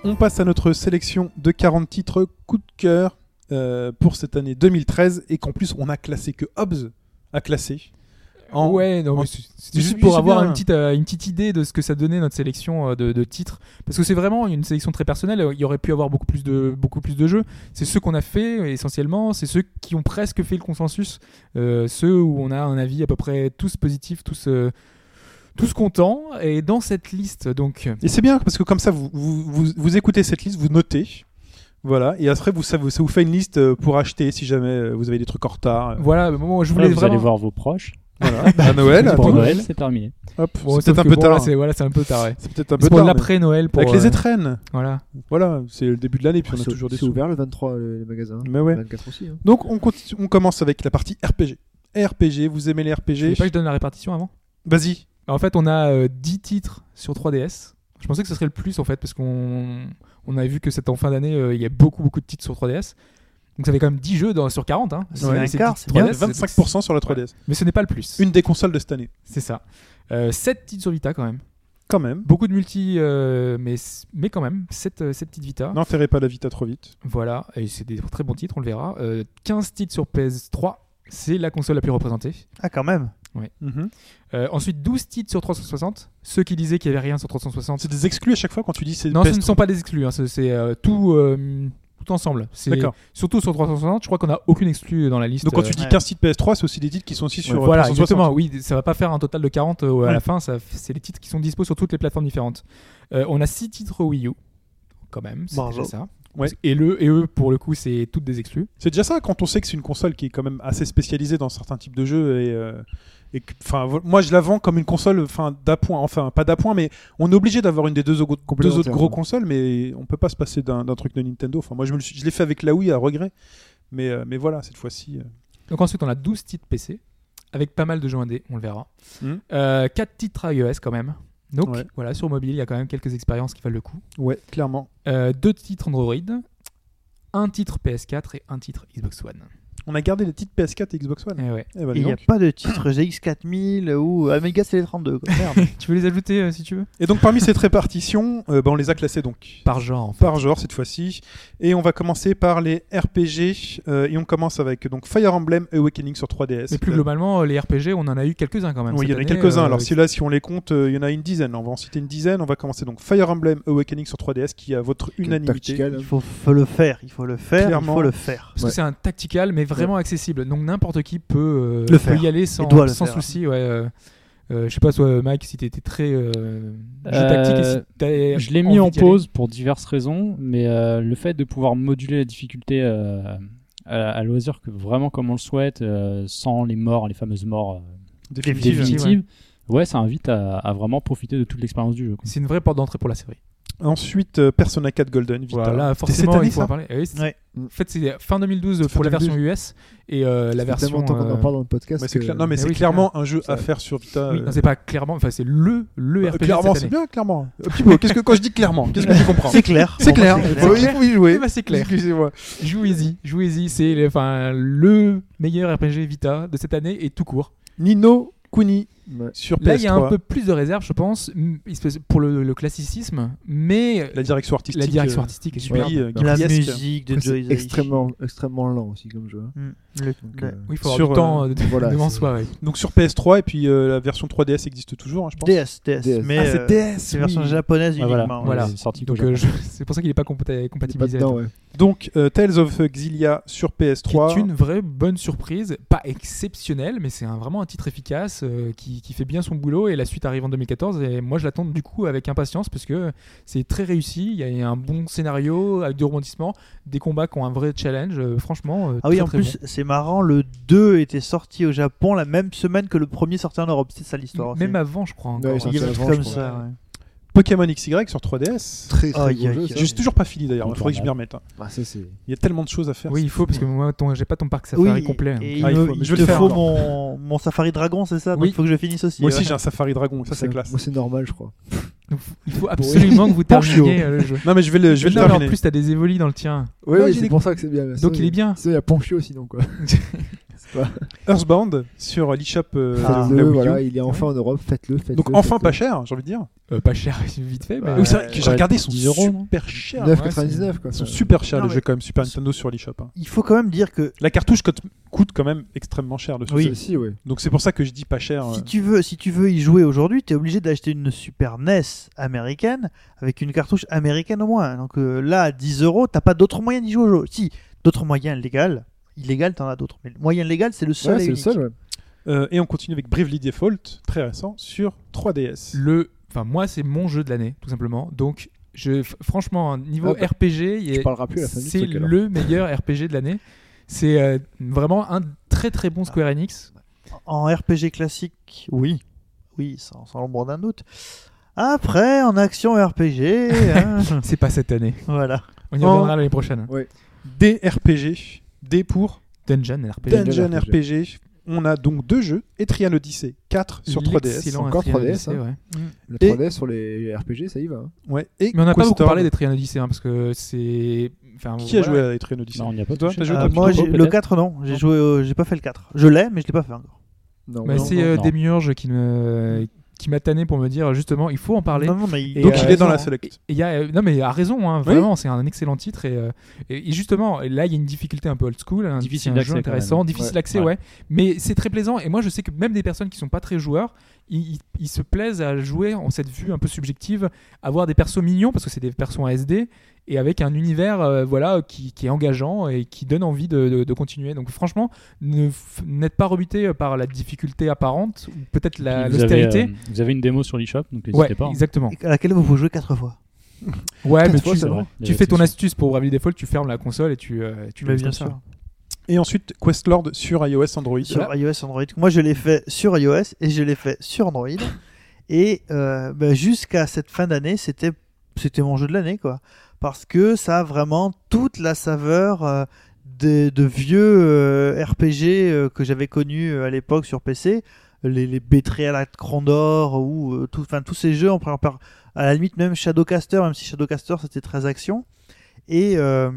[SPEAKER 3] On passe à notre sélection de 40 titres coup de cœur euh, pour cette année 2013 et qu'en plus on a classé que Hobbs a classé. En-
[SPEAKER 5] ouais, non,
[SPEAKER 3] en-
[SPEAKER 5] mais c'est- c'était
[SPEAKER 3] Je
[SPEAKER 5] juste
[SPEAKER 3] suis- je
[SPEAKER 5] pour
[SPEAKER 3] suis
[SPEAKER 5] avoir
[SPEAKER 3] bien.
[SPEAKER 5] une petite, euh, une petite idée de ce que ça donnait notre sélection euh, de, de titres. Parce que c'est vraiment une sélection très personnelle. Il y aurait pu avoir beaucoup plus de, beaucoup plus de jeux. C'est ceux qu'on a fait essentiellement. C'est ceux qui ont presque fait le consensus. Euh, ceux où on a un avis à peu près tous positif, tous. euh, tous contents. Et dans cette liste, donc,
[SPEAKER 3] Et c'est bien parce que comme ça, vous, vous, vous, vous écoutez cette liste, vous notez. Voilà, et après, vous, ça, vous, ça vous fait une liste euh, pour acheter si jamais euh, vous avez des trucs en retard. euh,
[SPEAKER 5] voilà, bon, je voulais
[SPEAKER 7] Voilà, Ah, vous
[SPEAKER 5] vraiment.
[SPEAKER 7] allez voir vos proches.
[SPEAKER 3] Voilà,
[SPEAKER 5] bah,
[SPEAKER 3] à Noël. à
[SPEAKER 7] Pour
[SPEAKER 3] tout.
[SPEAKER 7] Noël, c'est terminé.
[SPEAKER 3] Hop,
[SPEAKER 5] Bon,
[SPEAKER 3] c'est
[SPEAKER 5] sauf
[SPEAKER 3] peut-être un
[SPEAKER 5] que
[SPEAKER 3] peu
[SPEAKER 5] bon,
[SPEAKER 3] tard.
[SPEAKER 5] là, c'est voilà, c'est un peu tard. ouais.
[SPEAKER 3] C'est peut-être un peu
[SPEAKER 5] C'est pour
[SPEAKER 3] tard. mais-
[SPEAKER 5] l'après Noël pour
[SPEAKER 3] Avec
[SPEAKER 5] euh,
[SPEAKER 3] les étrennes.
[SPEAKER 5] Voilà.
[SPEAKER 3] Voilà, c'est le début de l'année, puis on a
[SPEAKER 4] Ah, C'est-
[SPEAKER 3] toujours des
[SPEAKER 4] C'est
[SPEAKER 3] sous.
[SPEAKER 4] ouvert le 23, le- les magasins.
[SPEAKER 3] Mais ouais.
[SPEAKER 4] 24 aussi. hein.
[SPEAKER 3] Donc on, conti- on commence avec la partie RPG. RPG, vous aimez les
[SPEAKER 5] Je voulais
[SPEAKER 3] RPG
[SPEAKER 5] pas que je donne la répartition avant.
[SPEAKER 3] Vas-y.
[SPEAKER 5] En fait, on a euh, 10 titres sur 3DS. Je pensais que ce serait le plus en fait, parce qu'on on a vu que cette en fin d'année, euh, il y a beaucoup beaucoup de titres sur 3DS. Donc ça fait quand même 10 jeux dans- sur 40. Hein.
[SPEAKER 6] C'est un
[SPEAKER 5] ces
[SPEAKER 6] quart,
[SPEAKER 5] titres
[SPEAKER 6] c'est
[SPEAKER 3] Ah,
[SPEAKER 6] bien.
[SPEAKER 5] 3DS,
[SPEAKER 3] 25% sur la 3DS.
[SPEAKER 5] Mais ce n'est pas le plus.
[SPEAKER 3] Une des consoles de cette année.
[SPEAKER 5] C'est ça. Euh, 7 titres sur Vita quand même.
[SPEAKER 3] Quand même.
[SPEAKER 5] Beaucoup de multi, euh, mais, mais quand même, 7, euh, 7 titres Vita.
[SPEAKER 3] N'enterrez pas la Vita trop vite.
[SPEAKER 5] Voilà, et c'est des très bons titres, on le verra. Euh, 15 titres sur PS3, c'est la console la plus représentée.
[SPEAKER 6] Ah, quand même.
[SPEAKER 3] Mm-hmm.
[SPEAKER 5] Euh, ensuite, 12 titres sur 360. Ceux qui disaient qu'il n'y avait rien sur 360.
[SPEAKER 3] C'est des exclus à chaque fois quand tu dis c'est
[SPEAKER 5] Non, ce ne
[SPEAKER 3] PS3.
[SPEAKER 5] sont pas des exclus, hein, c'est- c'est euh, tout, euh, tout ensemble. C'est-
[SPEAKER 3] D'accord.
[SPEAKER 5] Surtout sur 360, je crois qu'on n'a aucune exclue dans la liste.
[SPEAKER 3] Donc quand tu
[SPEAKER 5] euh,
[SPEAKER 3] dis
[SPEAKER 6] ouais.
[SPEAKER 3] 15 titres PS3, c'est aussi des titres qui sont aussi sur euh,
[SPEAKER 5] voilà,
[SPEAKER 3] 360.
[SPEAKER 5] exactement. Oui, ça va pas faire un total de 40 euh, à
[SPEAKER 3] Ouais.
[SPEAKER 5] la fin. ça f- C'est les titres qui sont dispo sur toutes les plateformes différentes. Euh, on a 6 titres Wii U, quand même. C'est
[SPEAKER 6] Bravo.
[SPEAKER 5] déjà ça.
[SPEAKER 3] Ouais.
[SPEAKER 5] Et, le, et eux, pour le coup, c'est toutes des exclus.
[SPEAKER 3] C'est déjà ça quand on sait que c'est une console qui est quand même assez spécialisée dans certains types de jeux et euh, et que- enfin vo- moi je la vends comme une console enfin d'appoint enfin pas d'appoint mais on est obligé d'avoir une des deux, au- deux autres
[SPEAKER 4] Complémentaire,
[SPEAKER 3] gros
[SPEAKER 4] ouais.
[SPEAKER 3] consoles mais on peut pas se passer d'un d'un truc de Nintendo. Enfin moi je me le suis- je l'ai fait avec la Wii à regret mais euh, mais voilà cette fois-ci euh,
[SPEAKER 5] Donc ensuite, on a 12 titres PC, avec pas mal de jeux indés, on le verra.
[SPEAKER 3] Hmm.
[SPEAKER 5] 4 titres iOS quand même. Donc
[SPEAKER 3] Ouais.
[SPEAKER 5] voilà, sur mobile, il y a quand même quelques expériences qui valent le coup.
[SPEAKER 3] ouais clairement
[SPEAKER 5] 2 Euh, titres Android, un titre PS4 et un titre Xbox One.
[SPEAKER 3] on a gardé les titres PS4 et Xbox One.
[SPEAKER 5] Eh ouais.
[SPEAKER 3] Eh ben,
[SPEAKER 6] Et
[SPEAKER 3] dis
[SPEAKER 6] il n'y a
[SPEAKER 3] donc.
[SPEAKER 6] pas de titre GX4000 ou Amiga CD32. quoi. Merde.
[SPEAKER 5] Tu veux les ajouter euh, si tu veux
[SPEAKER 3] Et donc parmi cette répartition, euh, bah, on les a classés donc
[SPEAKER 5] Par genre. en fait.
[SPEAKER 3] par genre cette fois-ci. Et on va commencer par les RPG. euh, et on commence avec donc Fire Emblem Awakening sur 3DS.
[SPEAKER 5] Mais plus
[SPEAKER 3] Euh,
[SPEAKER 5] globalement, euh, les RPG, on en a eu quelques-uns quand même.
[SPEAKER 3] Oui, il y en
[SPEAKER 5] cette
[SPEAKER 3] a
[SPEAKER 5] année,
[SPEAKER 3] quelques-uns.
[SPEAKER 5] euh,
[SPEAKER 3] Alors, si là, si on les compte, euh, il y en a une dizaine. On va en citer une dizaine. On va commencer donc Fire Emblem Awakening sur 3DS qui a votre unanimité.
[SPEAKER 4] Tactical, hein.
[SPEAKER 6] Il faut, faut le faire, il faut le faire,
[SPEAKER 3] Clairement.
[SPEAKER 6] il faut le faire.
[SPEAKER 5] Parce
[SPEAKER 4] Ouais.
[SPEAKER 5] que c'est un tactical, mais vraiment accessible. Donc n'importe qui peut, euh,
[SPEAKER 6] Le
[SPEAKER 5] peut
[SPEAKER 6] faire.
[SPEAKER 5] y aller sans,
[SPEAKER 6] doit le
[SPEAKER 5] sans
[SPEAKER 6] faire.
[SPEAKER 5] souci. Ouais, euh, euh, je sais pas, toi, Mike, si t'étais très euh, jeu
[SPEAKER 7] Euh,
[SPEAKER 5] tactique et si t'avais
[SPEAKER 7] Je l'ai
[SPEAKER 5] envie
[SPEAKER 7] mis en
[SPEAKER 5] d'y aller.
[SPEAKER 7] pause pour diverses raisons, mais euh, le fait de pouvoir moduler la difficulté euh, à, à loisir, que vraiment comme on le souhaite, euh, sans les morts, les fameuses morts euh,
[SPEAKER 5] Définitives,
[SPEAKER 7] définitives, ouais. ça invite à, à vraiment profiter de toute l'expérience du jeu. quoi.
[SPEAKER 5] C'est une vraie porte d'entrée pour la série.
[SPEAKER 3] Ensuite, euh, Persona 4 Golden Vita.
[SPEAKER 5] Voilà,
[SPEAKER 3] C'était
[SPEAKER 5] forcément,
[SPEAKER 3] cette année,
[SPEAKER 5] il faut en
[SPEAKER 3] ça
[SPEAKER 5] parler. Eh oui, c'est-
[SPEAKER 6] Ouais.
[SPEAKER 5] En fait, c'est fin 2012
[SPEAKER 3] Fin
[SPEAKER 5] pour la version US et euh, la
[SPEAKER 4] Ça fait
[SPEAKER 5] version.
[SPEAKER 4] tellement longtemps qu'on en
[SPEAKER 5] euh,
[SPEAKER 4] parle dans le podcast.
[SPEAKER 3] Ouais, c'est
[SPEAKER 4] que-
[SPEAKER 3] clair- Non, mais
[SPEAKER 5] Eh
[SPEAKER 3] c'est
[SPEAKER 5] oui, c'est
[SPEAKER 3] clairement un jeu
[SPEAKER 5] Ça-
[SPEAKER 3] à faire sur Vita.
[SPEAKER 5] Oui,
[SPEAKER 3] euh,
[SPEAKER 5] non, c'est pas clairement, enfin, c'est le, le
[SPEAKER 3] bah,
[SPEAKER 5] RPG. de
[SPEAKER 3] clairement,
[SPEAKER 5] cette
[SPEAKER 3] c'est
[SPEAKER 5] année.
[SPEAKER 3] bien, clairement. Euh, Pipo, qu'est-ce que quand je dis clairement, qu'est-ce que tu comprends
[SPEAKER 6] C'est clair.
[SPEAKER 3] C'est
[SPEAKER 6] Pour moi,
[SPEAKER 3] clair. Il faut- il faut y
[SPEAKER 5] Eh
[SPEAKER 3] jouer.
[SPEAKER 5] ben, c'est clair.
[SPEAKER 3] Excusez-moi.
[SPEAKER 5] Jouez-y, jouez-y. C'est le- enfin, le meilleur RPG Vita de cette année et tout court.
[SPEAKER 3] Nino Kuni
[SPEAKER 4] Ouais.
[SPEAKER 3] sur PS3.
[SPEAKER 5] Là, il y a un peu plus de réserve, je pense, m- pour le, le classicisme, mais
[SPEAKER 3] La direction artistique.
[SPEAKER 5] la direction
[SPEAKER 3] euh,
[SPEAKER 5] artistique est
[SPEAKER 3] du
[SPEAKER 5] super.
[SPEAKER 3] Guy, euh,
[SPEAKER 6] La
[SPEAKER 3] Guy Esque.
[SPEAKER 6] musique de
[SPEAKER 4] Après,
[SPEAKER 6] Joe
[SPEAKER 4] c'est
[SPEAKER 6] Hisaishi.
[SPEAKER 4] extrêmement, extrêmement lent aussi comme jeu. hein.
[SPEAKER 6] Mm. Le-
[SPEAKER 4] Donc,
[SPEAKER 6] le-
[SPEAKER 4] euh,
[SPEAKER 5] Oui, il faut avoir
[SPEAKER 3] Sur,
[SPEAKER 5] du temps euh, de-
[SPEAKER 4] voilà,
[SPEAKER 5] devant
[SPEAKER 4] c'est-
[SPEAKER 5] soi. ouais.
[SPEAKER 3] Donc sur PS3 et puis euh, la version 3DS existe toujours, hein, je pense.
[SPEAKER 6] DS, DS,
[SPEAKER 4] DS.
[SPEAKER 6] mais
[SPEAKER 3] Ah, c'est
[SPEAKER 6] euh,
[SPEAKER 3] DS,
[SPEAKER 6] c'est version
[SPEAKER 3] oui.
[SPEAKER 6] japonaise
[SPEAKER 7] Ouais, Ah, voilà,
[SPEAKER 6] uniquement.
[SPEAKER 5] Voilà.
[SPEAKER 7] C'est sorti
[SPEAKER 5] Donc,
[SPEAKER 7] qu'au
[SPEAKER 5] euh,
[SPEAKER 7] Japon.
[SPEAKER 5] je- c'est pour ça qu'il n'est pas compata-
[SPEAKER 4] il est pas
[SPEAKER 5] compatibilisé. avec
[SPEAKER 4] dedans, ouais.
[SPEAKER 3] Donc euh, Tales of Xillia sur
[SPEAKER 5] qui
[SPEAKER 3] PS3.
[SPEAKER 5] est une vraie bonne surprise, pas exceptionnelle, mais c'est un- vraiment un titre efficace euh, qui, qui fait bien son boulot et la suite arrive en 2014 et moi je l'attends du coup avec impatience parce que c'est très réussi, il y a un bon scénario avec du rebondissement, des combats qui ont un vrai challenge, euh, franchement. euh,
[SPEAKER 6] Ah oui,
[SPEAKER 5] très,
[SPEAKER 6] en
[SPEAKER 5] très
[SPEAKER 6] plus, c'est marrant, le 2 était sorti au Japon la même semaine que le premier sorti en Europe. C'est ça
[SPEAKER 5] bon.
[SPEAKER 6] l'histoire.
[SPEAKER 5] même
[SPEAKER 6] aussi.
[SPEAKER 5] avant je crois. encore.
[SPEAKER 4] Ouais,
[SPEAKER 6] il y avait un
[SPEAKER 4] avant,
[SPEAKER 6] truc
[SPEAKER 4] je
[SPEAKER 6] comme
[SPEAKER 4] crois.
[SPEAKER 6] ça. ouais.
[SPEAKER 3] Pokémon XY sur 3DS.
[SPEAKER 4] Très très
[SPEAKER 6] Aïe,
[SPEAKER 4] bon
[SPEAKER 6] aïe,
[SPEAKER 4] jeu.
[SPEAKER 6] aïe.
[SPEAKER 4] ça.
[SPEAKER 3] J'ai toujours pas fini d'ailleurs, il faudrait que je m'y remette. hein.
[SPEAKER 4] Ah, ça, c'est-
[SPEAKER 3] Il y a tellement de choses à faire.
[SPEAKER 5] oui, il faut parce que moi ton- j'ai pas ton parc safari
[SPEAKER 6] Oui,
[SPEAKER 5] complet. hein.
[SPEAKER 6] et
[SPEAKER 3] Ah,
[SPEAKER 6] il
[SPEAKER 3] il
[SPEAKER 6] me-
[SPEAKER 3] faut- mais
[SPEAKER 6] il
[SPEAKER 3] je vais
[SPEAKER 6] te
[SPEAKER 3] le faire
[SPEAKER 6] faut
[SPEAKER 3] encore.
[SPEAKER 6] mon, mon Safari Dragon, c'est ça Donc
[SPEAKER 5] Oui.
[SPEAKER 6] il faut que je finisse aussi.
[SPEAKER 3] Moi aussi
[SPEAKER 6] ouais.
[SPEAKER 3] j'ai un Safari Dragon, ça c'est classe.
[SPEAKER 4] Moi c'est normal je crois.
[SPEAKER 5] Donc, il faut absolument que vous terminiez euh, le jeu.
[SPEAKER 3] Non mais je vais le, je vais le
[SPEAKER 5] Non, mais
[SPEAKER 3] terminer.
[SPEAKER 5] en plus t'as des évoli dans le tien.
[SPEAKER 4] Oui,
[SPEAKER 3] Non, il
[SPEAKER 4] c'est
[SPEAKER 3] est-
[SPEAKER 4] pour ça que c'est bien. mais
[SPEAKER 5] Donc
[SPEAKER 4] sinon,
[SPEAKER 5] il est bien.
[SPEAKER 4] Sinon il y a Ponchio sinon quoi. C'est pas-
[SPEAKER 3] Earthbound sur l'eShop euh, de
[SPEAKER 6] Ah,
[SPEAKER 3] la
[SPEAKER 4] Faites-le,
[SPEAKER 3] Wii U.
[SPEAKER 4] voilà, il est enfin en Europe, faites-le, faites-le.
[SPEAKER 3] Donc enfin pas cher, j'ai envie de dire.
[SPEAKER 5] Euh, pas cher vite fait. Mais... euh,
[SPEAKER 3] oui, c'est vrai que j'ai
[SPEAKER 7] ouais,
[SPEAKER 3] regardé, ils sont
[SPEAKER 7] 10 euros, non
[SPEAKER 3] super chers.
[SPEAKER 4] 9,99 quoi.
[SPEAKER 3] Ils sont
[SPEAKER 4] Enfin,
[SPEAKER 3] super chers
[SPEAKER 6] Non,
[SPEAKER 3] les
[SPEAKER 6] mais-
[SPEAKER 3] jeux quand même, Super Nintendo sur l'eShop. hein.
[SPEAKER 6] Il faut quand même dire que
[SPEAKER 3] La cartouche coûte- coûte quand même extrêmement cher dessus.
[SPEAKER 6] Oui.
[SPEAKER 4] Celle-ci, ouais.
[SPEAKER 3] Donc c'est pour ça que je dis pas cher. euh.
[SPEAKER 6] si tu veux, si tu veux y jouer aujourd'hui, t'es obligé d'acheter une Super NES américaine avec une cartouche américaine au moins. Donc euh, là, à 10 euros, t'as pas d'autres moyens d'y jouer aujourd'hui. Si, d'autres moyens légaux. Illégal, t'en as d'autres. Mais le moyen légal, c'est le seul.
[SPEAKER 4] Ouais,
[SPEAKER 6] et
[SPEAKER 4] c'est le
[SPEAKER 6] unique.
[SPEAKER 4] seul. ouais.
[SPEAKER 3] Euh, et on continue avec Bravely Default, très récent, sur 3DS.
[SPEAKER 5] Le, enfin moi c'est mon jeu de l'année tout simplement. Donc je, f- franchement niveau
[SPEAKER 4] Ah bah,
[SPEAKER 5] RPG, il
[SPEAKER 4] Tu
[SPEAKER 5] est-
[SPEAKER 4] parleras plus à la fin du
[SPEAKER 5] c'est
[SPEAKER 4] truc. alors.
[SPEAKER 5] le meilleur RPG de l'année. C'est euh, vraiment un très très bon Square Enix.
[SPEAKER 6] En RPG classique, oui. Oui, sans, sans l'ombre d'un doute. Après, en action RPG, hein,
[SPEAKER 5] C'est pas cette année.
[SPEAKER 6] voilà.
[SPEAKER 5] On y
[SPEAKER 3] En-
[SPEAKER 5] reviendra l'année prochaine.
[SPEAKER 3] DRPG, D pour
[SPEAKER 5] Dungeon RPG.
[SPEAKER 4] Dun-
[SPEAKER 3] Dungeon
[SPEAKER 4] Dungeon
[SPEAKER 3] RPG. On a donc deux jeux, Etrian Odyssey 4 sur 3DS.
[SPEAKER 5] L'excellent
[SPEAKER 4] encore 3DS,
[SPEAKER 5] Adrien
[SPEAKER 4] hein.
[SPEAKER 5] Odyssey, ouais.
[SPEAKER 4] Le
[SPEAKER 3] Et-
[SPEAKER 4] 3D sur les RPG, ça y va. hein.
[SPEAKER 3] Ouais. Et
[SPEAKER 5] Mais on n'a pas beaucoup
[SPEAKER 3] Questorm.
[SPEAKER 5] parlé des Trian Odyssey hein, parce que c'est. enfin,
[SPEAKER 3] Qui a
[SPEAKER 5] voilà.
[SPEAKER 3] joué à Etrian Odyssey Ah,
[SPEAKER 7] Non, on n'y a pas
[SPEAKER 3] Toi,
[SPEAKER 7] touché.
[SPEAKER 3] t'as joué,
[SPEAKER 6] Euh,
[SPEAKER 3] toi, tu
[SPEAKER 6] moi,
[SPEAKER 3] t'en
[SPEAKER 6] j'ai-
[SPEAKER 3] rappelles
[SPEAKER 6] le 4, non. J'ai joué, euh, j'ai pas fait le 4. Je l'ai, mais je l'ai pas fait encore.
[SPEAKER 4] Non,
[SPEAKER 5] Bah,
[SPEAKER 4] non,
[SPEAKER 5] c'est
[SPEAKER 4] non.
[SPEAKER 5] euh,
[SPEAKER 7] non.
[SPEAKER 5] Demiurge qui me qui m'a tanné pour me dire justement il faut en parler.
[SPEAKER 6] Non, non, mais il-
[SPEAKER 5] Et,
[SPEAKER 3] Donc
[SPEAKER 5] euh,
[SPEAKER 3] il est dans la
[SPEAKER 6] raison,
[SPEAKER 3] select.
[SPEAKER 5] Et il y a, euh, non mais il a raison, hein, vraiment, c'est un excellent titre et, euh, et- et justement là il y a une difficulté un peu old school, un,
[SPEAKER 7] Difficile
[SPEAKER 5] c'est un
[SPEAKER 7] d'accès,
[SPEAKER 5] jeu
[SPEAKER 7] quand
[SPEAKER 5] intéressant,
[SPEAKER 7] même.
[SPEAKER 5] difficile
[SPEAKER 7] Ouais.
[SPEAKER 5] d'accès, ouais.
[SPEAKER 7] Ouais.
[SPEAKER 5] Mais c'est très plaisant et moi je sais que même des personnes qui sont pas très joueurs, ils, ils- ils se plaisent à jouer en cette vue un peu subjective, avoir des persos mignons parce que c'est des persos en SD et avec un univers euh, voilà qui, qui est engageant et qui donne envie de, de- de continuer. Donc franchement, ne f- n'êtes pas rebuté par la difficulté apparente ou peut-être la-
[SPEAKER 7] Puis vous avez,
[SPEAKER 5] l'austérité.
[SPEAKER 7] euh, Vous avez une démo sur l'eShop, donc n'hésitez
[SPEAKER 5] ouais,
[SPEAKER 7] pas. hein.
[SPEAKER 5] exactement.
[SPEAKER 6] à laquelle vous pouvez jouer 4 fois.
[SPEAKER 5] Ouais, mais
[SPEAKER 4] Quatre
[SPEAKER 5] tu,
[SPEAKER 4] fois, c'est
[SPEAKER 7] vrai.
[SPEAKER 5] tu
[SPEAKER 7] Euh,
[SPEAKER 5] fais ton
[SPEAKER 7] c'est-
[SPEAKER 5] astuce pour Bravely Default, tu fermes la console et tu, euh, tu le
[SPEAKER 6] Mais
[SPEAKER 5] laisses
[SPEAKER 6] Bah, bien
[SPEAKER 5] comme ça.
[SPEAKER 6] sûr.
[SPEAKER 3] Et ensuite Questlord sur iOS Android.
[SPEAKER 6] Sur iOS, Android. Moi, je l'ai fait sur iOS et je l'ai fait sur Android. Et euh, ben, jusqu'à cette fin d'année, c'était c'était mon jeu de l'année, quoi. Parce que ça a vraiment toute la saveur euh, de, de vieux euh, RPG euh, que j'avais connus euh, à l'époque sur PC. Les, les Betrayal à la Crondor ou euh, tout- enfin, tous ces jeux, en première par- à la limite même Shadowcaster, même si Shadowcaster c'était très action. Et euh,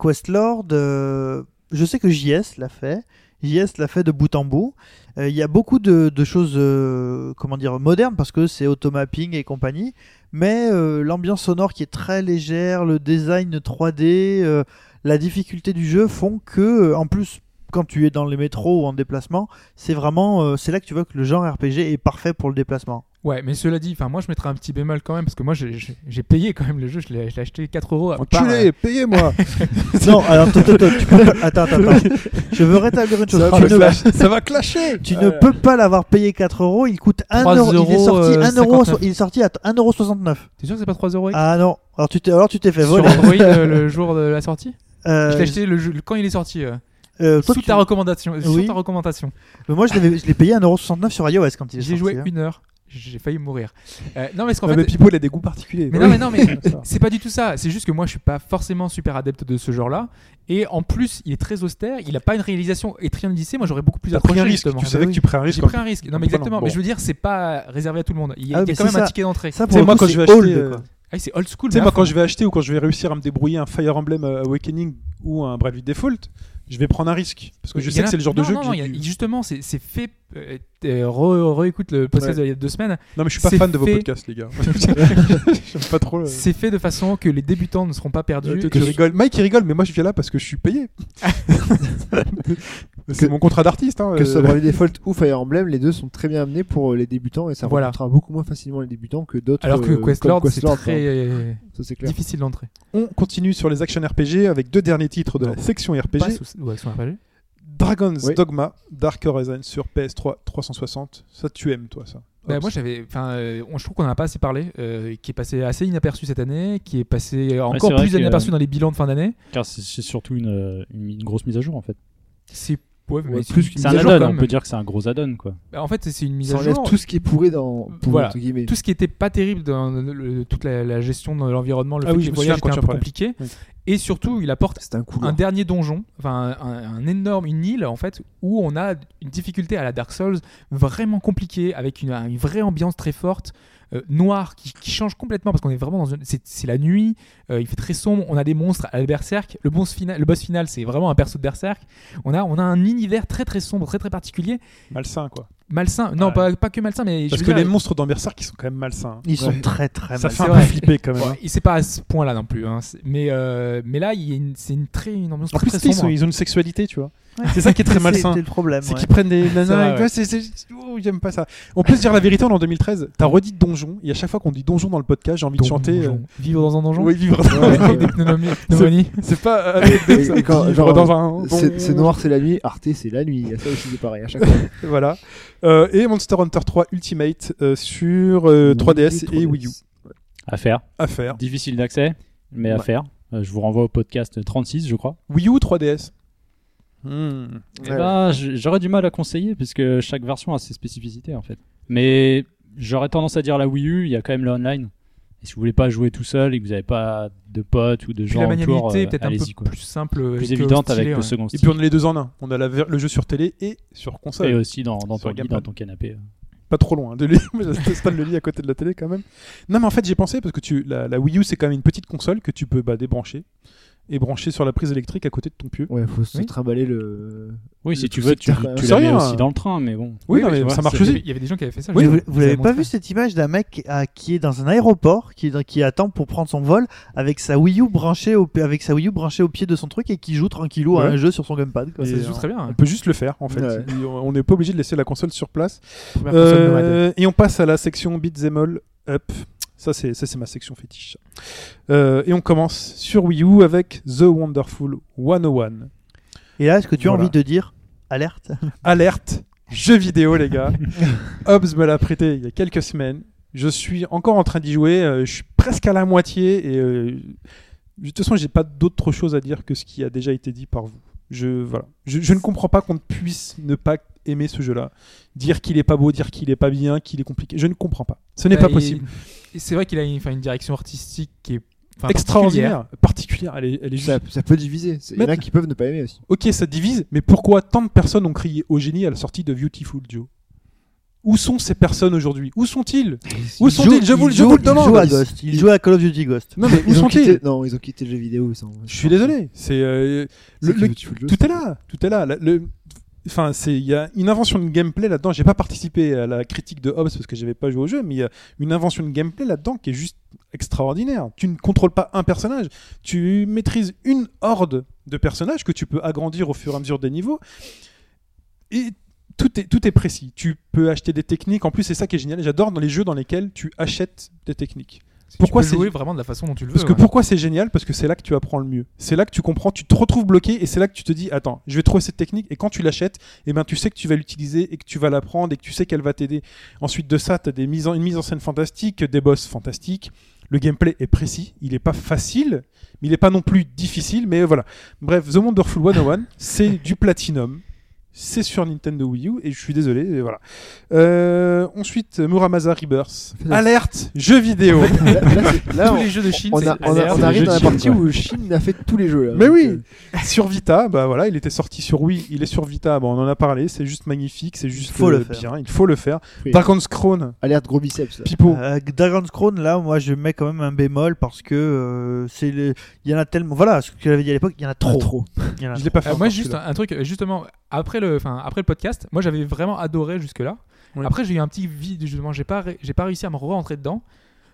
[SPEAKER 6] Questlord, euh, je sais que JS l'a fait. JS l'a fait de bout en bout. Euh, Il y a beaucoup de, de choses, euh, comment dire, modernes parce que c'est automapping et compagnie. Mais euh, l'ambiance sonore qui est très légère, le design 3D, euh, la difficulté du jeu font que, euh, en plus, quand tu es dans les métros ou en déplacement, c'est vraiment, euh, c'est là que tu vois que le genre RPG est parfait pour le déplacement.
[SPEAKER 5] Ouais, mais cela dit, enfin moi je mettrais un petit bémol quand même parce que moi j'ai- j'ai j'ai payé quand même le jeu, je l'ai je l'ai acheté 4 euros. à part, euh,
[SPEAKER 3] Enculé, payez-moi
[SPEAKER 6] non, alors, attends, attends, tu peux pas- attends, attends, attends. Je veux rétablir une chose.
[SPEAKER 3] ça,
[SPEAKER 6] Tu
[SPEAKER 3] va
[SPEAKER 6] ne-
[SPEAKER 3] clash- ça va clasher
[SPEAKER 6] Tu ne peux pas l'avoir payé 4 euros, il coûte 1
[SPEAKER 5] 3
[SPEAKER 6] euro. Il est
[SPEAKER 5] euros,
[SPEAKER 6] sorti,
[SPEAKER 5] euh,
[SPEAKER 6] 1 euro,
[SPEAKER 5] 59.
[SPEAKER 6] il est sorti à 1,69 euro. 69.
[SPEAKER 5] T'es sûr que c'est pas 3 euros
[SPEAKER 6] Ah non, alors tu t'es, alors tu t'es fait
[SPEAKER 5] sur
[SPEAKER 6] voler.
[SPEAKER 5] Android euh, le jour de la sortie
[SPEAKER 6] Euh,
[SPEAKER 5] Je l'ai acheté le, jeu- le- quand il est sorti, euh,
[SPEAKER 6] euh, toi,
[SPEAKER 5] sous,
[SPEAKER 6] tu-
[SPEAKER 5] ta recommandation, euh, sous
[SPEAKER 6] Oui.
[SPEAKER 5] ta recommandation.
[SPEAKER 6] Mais moi je l'ai, je l'ai payé 1,69€ sur iOS quand il est
[SPEAKER 5] J'ai
[SPEAKER 6] sorti.
[SPEAKER 5] joué
[SPEAKER 6] hein.
[SPEAKER 5] une heure, j'ai failli mourir. Euh, non mais parce qu'en
[SPEAKER 3] Ah,
[SPEAKER 5] fait,
[SPEAKER 3] mais Pipo, il a des goûts particuliers.
[SPEAKER 5] Mais non, mais non, mais c'est pas du tout ça. C'est juste que moi, je suis pas forcément super adepte de ce genre-là. Et en plus, il est très austère. Il a pas une réalisation. Et Trian Odyssey, moi, j'aurais beaucoup plus
[SPEAKER 3] T'as pris
[SPEAKER 5] accroché.
[SPEAKER 3] un risque,
[SPEAKER 5] justement.
[SPEAKER 3] tu savais que tu prenais un risque.
[SPEAKER 5] J'ai pris un risque. Non, mais exactement.
[SPEAKER 3] Bon.
[SPEAKER 5] Mais je veux dire, c'est pas réservé à tout le monde. Il y a, il y a
[SPEAKER 6] Ah, mais
[SPEAKER 5] quand
[SPEAKER 6] c'est
[SPEAKER 5] même un
[SPEAKER 6] ça.
[SPEAKER 5] ticket d'entrée.
[SPEAKER 6] Ça
[SPEAKER 3] Tu sais,
[SPEAKER 6] pour
[SPEAKER 3] moi,
[SPEAKER 6] le coup,
[SPEAKER 3] quand je vais
[SPEAKER 6] c'est
[SPEAKER 3] acheter,
[SPEAKER 6] old,
[SPEAKER 3] euh,
[SPEAKER 6] quoi.
[SPEAKER 5] Ah, c'est old school.
[SPEAKER 3] Tu sais,
[SPEAKER 5] mais
[SPEAKER 3] moi,
[SPEAKER 5] à
[SPEAKER 3] quand
[SPEAKER 5] fond.
[SPEAKER 3] je vais acheter ou quand je vais réussir à me débrouiller un Fire Emblem euh, Awakening ou un Bravely Default, je vais prendre un risque. Parce que je
[SPEAKER 5] Il y
[SPEAKER 3] sais
[SPEAKER 5] en
[SPEAKER 3] que
[SPEAKER 5] a-
[SPEAKER 3] c'est le genre de
[SPEAKER 5] non,
[SPEAKER 3] jeu
[SPEAKER 5] non,
[SPEAKER 3] que
[SPEAKER 5] non,
[SPEAKER 3] j'ai
[SPEAKER 5] il y a-
[SPEAKER 3] dû-
[SPEAKER 5] Justement, c'est c'est fait. euh, euh, re- Réécoute le podcast
[SPEAKER 3] Ouais.
[SPEAKER 5] d'il y a deux semaines.
[SPEAKER 3] Non, mais je suis pas
[SPEAKER 5] c'est
[SPEAKER 3] fan de vos
[SPEAKER 5] fait-
[SPEAKER 3] podcasts, les gars. J'aime pas trop. le-
[SPEAKER 5] C'est fait de façon que les débutants ne seront pas
[SPEAKER 3] Euh,
[SPEAKER 5] perdus.
[SPEAKER 3] tu- tu rigoles. Mike, il rigole, mais moi, je viens là parce que je suis payé. C'est
[SPEAKER 4] Que-
[SPEAKER 3] mon contrat d'artiste. hein,
[SPEAKER 4] Que
[SPEAKER 3] euh,
[SPEAKER 4] ce soit Bravely Default ou Fire Emblem, les deux sont très bien amenés pour euh, les débutants et ça
[SPEAKER 5] Voilà.
[SPEAKER 4] rencontrera beaucoup moins facilement les débutants que d'autres.
[SPEAKER 5] Alors que
[SPEAKER 4] euh, comme
[SPEAKER 5] Questlord, c'est
[SPEAKER 4] Questlord, hein.
[SPEAKER 5] très euh,
[SPEAKER 4] Ça, c'est clair.
[SPEAKER 5] difficile d'entrer.
[SPEAKER 3] On continue sur les action RPG avec deux derniers titres de la
[SPEAKER 5] Non.
[SPEAKER 3] section
[SPEAKER 5] Pas
[SPEAKER 3] RPG.
[SPEAKER 5] sous- ouais, sous un palier.
[SPEAKER 3] Dragon's
[SPEAKER 4] Oui.
[SPEAKER 3] Dogma, Dark Horizon sur PS3 360. Ça, tu aimes, toi, ça
[SPEAKER 5] Bah,
[SPEAKER 3] Hop,
[SPEAKER 5] moi j'avais, enfin, euh, on- je trouve qu'on n'en a pas assez parlé, euh, qui est passé assez inaperçu cette année, qui est passé encore
[SPEAKER 7] c'est vrai
[SPEAKER 5] plus
[SPEAKER 7] que- euh,
[SPEAKER 5] inaperçu dans les bilans de fin d'année.
[SPEAKER 7] Car c'est- c'est surtout une, euh, une, une grosse mise à jour en fait.
[SPEAKER 5] C'est ouais, mais
[SPEAKER 4] Ouais,
[SPEAKER 5] c'est
[SPEAKER 4] plus
[SPEAKER 5] une
[SPEAKER 4] qu'une
[SPEAKER 5] mise
[SPEAKER 7] C'est
[SPEAKER 5] à
[SPEAKER 7] un
[SPEAKER 5] jour,
[SPEAKER 7] add-on,
[SPEAKER 5] quand
[SPEAKER 7] on
[SPEAKER 5] même.
[SPEAKER 7] peut dire que c'est un gros add-on quoi.
[SPEAKER 5] Bah, en fait, c'est une mise
[SPEAKER 4] Ça
[SPEAKER 5] à jour.
[SPEAKER 4] enlève tout ce qui est pourri dans. pour-
[SPEAKER 5] Voilà.
[SPEAKER 4] entre guillemets.
[SPEAKER 5] tout ce qui était pas terrible dans le- le- toute la, la gestion de l'environnement, le
[SPEAKER 3] Ah
[SPEAKER 5] fait
[SPEAKER 3] oui,
[SPEAKER 5] que
[SPEAKER 3] je
[SPEAKER 5] les
[SPEAKER 3] me
[SPEAKER 5] voyages étaient
[SPEAKER 3] souviens
[SPEAKER 5] un
[SPEAKER 3] quand
[SPEAKER 5] peu
[SPEAKER 3] tu en
[SPEAKER 5] compliqués,
[SPEAKER 3] parlais.
[SPEAKER 5] et surtout il apporte
[SPEAKER 4] C'était un coup
[SPEAKER 5] un
[SPEAKER 4] lourd.
[SPEAKER 5] dernier donjon, enfin un, un- un énorme, une île en fait, où on a une difficulté à la Dark Souls vraiment compliquée, avec une, une vraie ambiance très forte, euh, noire, qui, qui change complètement parce qu'on est vraiment dans une. C'est c'est la nuit, euh, il fait très sombre, on a des monstres à la Berserk, le boss final, le boss final c'est vraiment un perso de Berserk, on a, on a un univers très très sombre, très très particulier,
[SPEAKER 3] Malsain, quoi.
[SPEAKER 5] malsain, non
[SPEAKER 7] Ouais.
[SPEAKER 5] pas, pas que malsain, mais. je
[SPEAKER 3] Parce
[SPEAKER 5] veux
[SPEAKER 3] que
[SPEAKER 5] dire,
[SPEAKER 3] les monstres dans Berserk, ils sont quand même malsains. hein.
[SPEAKER 6] Ils sont
[SPEAKER 4] Ouais.
[SPEAKER 6] très très
[SPEAKER 3] Ça
[SPEAKER 6] mal.
[SPEAKER 3] fait un
[SPEAKER 5] c'est
[SPEAKER 3] peu
[SPEAKER 5] vrai.
[SPEAKER 3] flipper, quand même.
[SPEAKER 5] bon,
[SPEAKER 3] hein.
[SPEAKER 5] et c'est pas à ce point là non plus, hein, c'est- mais, euh, mais là il y a une- c'est une, très- une ambiance
[SPEAKER 3] En
[SPEAKER 5] très,
[SPEAKER 3] plus,
[SPEAKER 5] très
[SPEAKER 3] ils,
[SPEAKER 5] sombre.
[SPEAKER 3] sont- ils ont une sexualité, tu vois.
[SPEAKER 6] Ouais.
[SPEAKER 3] C'est ça qui est très
[SPEAKER 6] C'était
[SPEAKER 3] malsain.
[SPEAKER 6] le problème.
[SPEAKER 3] C'est
[SPEAKER 6] ouais.
[SPEAKER 3] qu'ils prennent des
[SPEAKER 5] C'est vrai,
[SPEAKER 3] nanas et
[SPEAKER 5] ouais.
[SPEAKER 3] quoi, c'est- c'est- ouh, j'aime pas ça. On peut se dire la vérité, on est en 2013. T'as redit donjon, et à chaque fois qu'on dit donjon dans le podcast, j'ai envie de chanter.
[SPEAKER 5] Donjon. Vivre dans un
[SPEAKER 3] euh,
[SPEAKER 5] donjon
[SPEAKER 3] Oui, vivre.
[SPEAKER 5] Avec des pneumonie- pneumonies.
[SPEAKER 3] c'est pas. euh,
[SPEAKER 4] Et- et quand-
[SPEAKER 3] vivre
[SPEAKER 4] genre,
[SPEAKER 3] dans un.
[SPEAKER 4] C'est
[SPEAKER 3] donjon.
[SPEAKER 4] c'est noir, c'est la nuit. Arte, c'est la nuit. Il y a ça aussi, c'est pareil à chaque fois.
[SPEAKER 3] Voilà. Euh, et Monster Hunter 3 Ultimate euh, sur euh, 3DS et Wii U.
[SPEAKER 7] À faire.
[SPEAKER 3] À faire.
[SPEAKER 7] Difficile d'accès, mais à
[SPEAKER 3] Ouais.
[SPEAKER 7] faire. Euh, je vous renvoie au podcast 36, je crois.
[SPEAKER 3] Wii U 3DS. Hmm.
[SPEAKER 7] Eh ben, j- j'aurais du mal à conseiller puisque chaque version a ses spécificités en fait. Mais j'aurais tendance à dire la Wii U, il y a quand même le online. Et si vous voulez pas jouer tout seul et que vous n'avez pas de potes ou de
[SPEAKER 5] Puis
[SPEAKER 7] gens
[SPEAKER 5] la
[SPEAKER 7] autour,
[SPEAKER 5] maniabilité est
[SPEAKER 7] euh,
[SPEAKER 5] peut-être un peu
[SPEAKER 7] allez-y quoi.
[SPEAKER 5] plus simple.
[SPEAKER 7] Plus
[SPEAKER 5] que hein.
[SPEAKER 7] évidente avec
[SPEAKER 5] stylet,
[SPEAKER 7] le
[SPEAKER 5] ouais.
[SPEAKER 7] second
[SPEAKER 3] Et puis
[SPEAKER 7] style.
[SPEAKER 3] on a les deux en un. On a la ver- le jeu sur télé et sur console.
[SPEAKER 7] Et aussi dans, dans
[SPEAKER 3] Sur
[SPEAKER 7] ton lit,
[SPEAKER 3] Gamepad.
[SPEAKER 7] dans ton canapé. hein.
[SPEAKER 3] Pas trop loin de lui. Moi, je stalle le lit à côté de la télé quand même. Non, mais en fait, j'ai pensé parce que tu, la, la Wii U, c'est quand même une petite console que tu peux bah, débrancher et brancher sur la prise électrique à côté de ton pieu.
[SPEAKER 4] Ouais, faut se
[SPEAKER 5] Oui.
[SPEAKER 4] trimballer le.
[SPEAKER 7] Oui,
[SPEAKER 4] Le
[SPEAKER 7] si tu
[SPEAKER 4] truc,
[SPEAKER 7] veux,
[SPEAKER 4] c'est
[SPEAKER 7] tu,
[SPEAKER 4] que t'as-
[SPEAKER 7] tu
[SPEAKER 3] c'est
[SPEAKER 7] la mets
[SPEAKER 3] rien.
[SPEAKER 7] aussi dans le train, mais bon.
[SPEAKER 3] Oui, non,
[SPEAKER 5] mais
[SPEAKER 3] mais
[SPEAKER 5] tu vois,
[SPEAKER 3] ça marche
[SPEAKER 5] c'est-
[SPEAKER 3] aussi.
[SPEAKER 5] Il y avait des gens qui avaient fait ça.
[SPEAKER 6] Mais
[SPEAKER 5] je-
[SPEAKER 6] vous,
[SPEAKER 5] je
[SPEAKER 6] vous l'avez pas
[SPEAKER 5] montré.
[SPEAKER 6] vu cette image d'un mec à- qui est dans un aéroport, qui, qui attend pour prendre son vol avec sa Wii U branchée au, avec sa Wii U branchée au pied de son truc et qui joue tranquillou à
[SPEAKER 3] Ouais.
[SPEAKER 6] un jeu sur son gamepad. quoi.
[SPEAKER 5] Ça
[SPEAKER 3] Et
[SPEAKER 5] se joue très bien.
[SPEAKER 3] On
[SPEAKER 5] hein.
[SPEAKER 3] peut juste le faire en fait.
[SPEAKER 4] Ouais.
[SPEAKER 3] Et On on n'est pas obligé de laisser la console sur place.
[SPEAKER 5] Première console
[SPEAKER 3] Euh,
[SPEAKER 5] nomade.
[SPEAKER 3] et on passe à la section Beats em All Up. Ça, c'est ça, c'est ma section fétiche. Euh, et on commence sur Wii U avec The Wonderful 101.
[SPEAKER 6] Et là, est-ce que tu as
[SPEAKER 3] Voilà.
[SPEAKER 6] envie de dire alerte
[SPEAKER 3] Alerte, jeu vidéo, les gars. Hobbs me l'a prêté il y a quelques semaines. Je suis encore en train d'y jouer. euh, je suis presque à la moitié. Et euh, de toute façon, j'ai pas d'autre chose à dire que ce qui a déjà été dit par vous. Je, voilà. je, je ne comprends pas qu'on ne puisse ne pas aimer ce jeu-là. Dire qu'il est pas beau, dire qu'il est pas bien, qu'il est compliqué. Je ne comprends pas. Ce n'est
[SPEAKER 5] Bah,
[SPEAKER 3] pas
[SPEAKER 5] il-
[SPEAKER 3] possible.
[SPEAKER 5] et C'est vrai qu'il a une, enfin, une direction artistique qui est enfin,
[SPEAKER 3] extraordinaire, particulière. Elle est, elle est juste.
[SPEAKER 4] Ça, ça peut diviser. C'est- Il y en a qui peuvent ne pas aimer aussi.
[SPEAKER 3] Ok, ça divise, mais pourquoi tant de personnes ont crié au génie à la sortie de Beautiful Joe Où sont ces personnes aujourd'hui Où sont-ils Où
[SPEAKER 6] Il
[SPEAKER 3] sont-ils
[SPEAKER 6] joue-
[SPEAKER 3] Je vous,
[SPEAKER 6] il
[SPEAKER 3] je vous
[SPEAKER 6] joue-
[SPEAKER 3] le demande.
[SPEAKER 6] Il joue à Ghost. Il joue à Call of Duty Ghost.
[SPEAKER 3] Non mais où
[SPEAKER 4] Ils ont quitté-
[SPEAKER 3] sont-ils
[SPEAKER 4] Non, ils ont quitté le jeu vidéo. ils sont-
[SPEAKER 3] Je suis désolé. C'est euh,
[SPEAKER 4] C'est
[SPEAKER 3] le-
[SPEAKER 4] que
[SPEAKER 3] le-
[SPEAKER 4] tu fous le jeu,
[SPEAKER 3] tout
[SPEAKER 4] c'est-
[SPEAKER 3] est là, tout est là. La- le- Enfin, c'est il y a une invention de gameplay là-dedans. J'ai pas participé à la critique de Hobbes parce que j'avais pas joué au jeu, mais il y a une invention de gameplay là-dedans qui est juste extraordinaire. Tu ne contrôles pas un personnage, tu maîtrises une horde de personnages que tu peux agrandir au fur et à mesure des niveaux. Et tout est, tout est précis. Tu peux acheter des techniques. En plus, c'est ça qui est génial. J'adore dans les jeux dans lesquels tu achètes des techniques. Pourquoi
[SPEAKER 5] Pourquoi
[SPEAKER 3] c'est-
[SPEAKER 5] c'est joué vraiment de la façon dont tu le veux hein.
[SPEAKER 3] Parce que
[SPEAKER 5] ouais.
[SPEAKER 3] pourquoi c'est génial Parce que c'est là que tu apprends le mieux. C'est là que tu comprends, tu te retrouves bloqué et c'est là que tu te dis attends, je vais trouver cette technique et quand tu l'achètes, eh ben tu sais que tu vas l'utiliser et que tu vas l'apprendre et que tu sais qu'elle va t'aider. Ensuite de ça, tu as des mises en, une mise en scène fantastique, des boss fantastiques. Le gameplay est précis, il n'est pas facile, mais il n'est pas non plus difficile, mais voilà. Bref, The Wonderful 101, c'est du platinum. C'est sur Nintendo Wii U et je suis désolé, et voilà. Euh, ensuite, Muramasa Rebirth. Alerte, jeu vidéo.
[SPEAKER 4] Là, là, c'est- là,
[SPEAKER 5] tous
[SPEAKER 4] on-
[SPEAKER 5] les jeux de Chine,
[SPEAKER 4] on,
[SPEAKER 5] c'est
[SPEAKER 4] a- on a-
[SPEAKER 5] alerte.
[SPEAKER 4] on
[SPEAKER 7] c'est le
[SPEAKER 4] arrive
[SPEAKER 7] jeu
[SPEAKER 4] dans la
[SPEAKER 7] de Chine,
[SPEAKER 4] partie
[SPEAKER 7] quoi.
[SPEAKER 4] où Chine a fait tous les jeux. Là,
[SPEAKER 3] Mais
[SPEAKER 4] donc,
[SPEAKER 3] oui.
[SPEAKER 4] euh,
[SPEAKER 3] sur Vita, bah voilà, il était sorti sur Wii, il est sur Vita, bah on en a parlé, c'est juste magnifique, c'est juste
[SPEAKER 6] Il faut
[SPEAKER 3] euh,
[SPEAKER 6] le faire.
[SPEAKER 3] bien, il faut le faire.
[SPEAKER 4] Oui.
[SPEAKER 3] Dragon's Crown,
[SPEAKER 4] Alerte gros biceps. là.
[SPEAKER 3] Pipo,
[SPEAKER 6] Euh, Dragon's Crown, là, moi, je mets quand même un bémol parce que euh, c'est le- il y en a tellement. Voilà, ce que j'avais dit à l'époque, il y en a
[SPEAKER 5] Ah,
[SPEAKER 6] trop. Il y en a
[SPEAKER 3] je l'ai pas fait.
[SPEAKER 5] Euh, moi
[SPEAKER 3] encore,
[SPEAKER 5] juste
[SPEAKER 3] celui-là.
[SPEAKER 5] un, un truc euh, justement après le enfin après le podcast moi j'avais vraiment adoré jusque là
[SPEAKER 3] Ouais.
[SPEAKER 5] après j'ai eu un petit vide justement j'ai pas ré- j'ai pas réussi à me rentrer dedans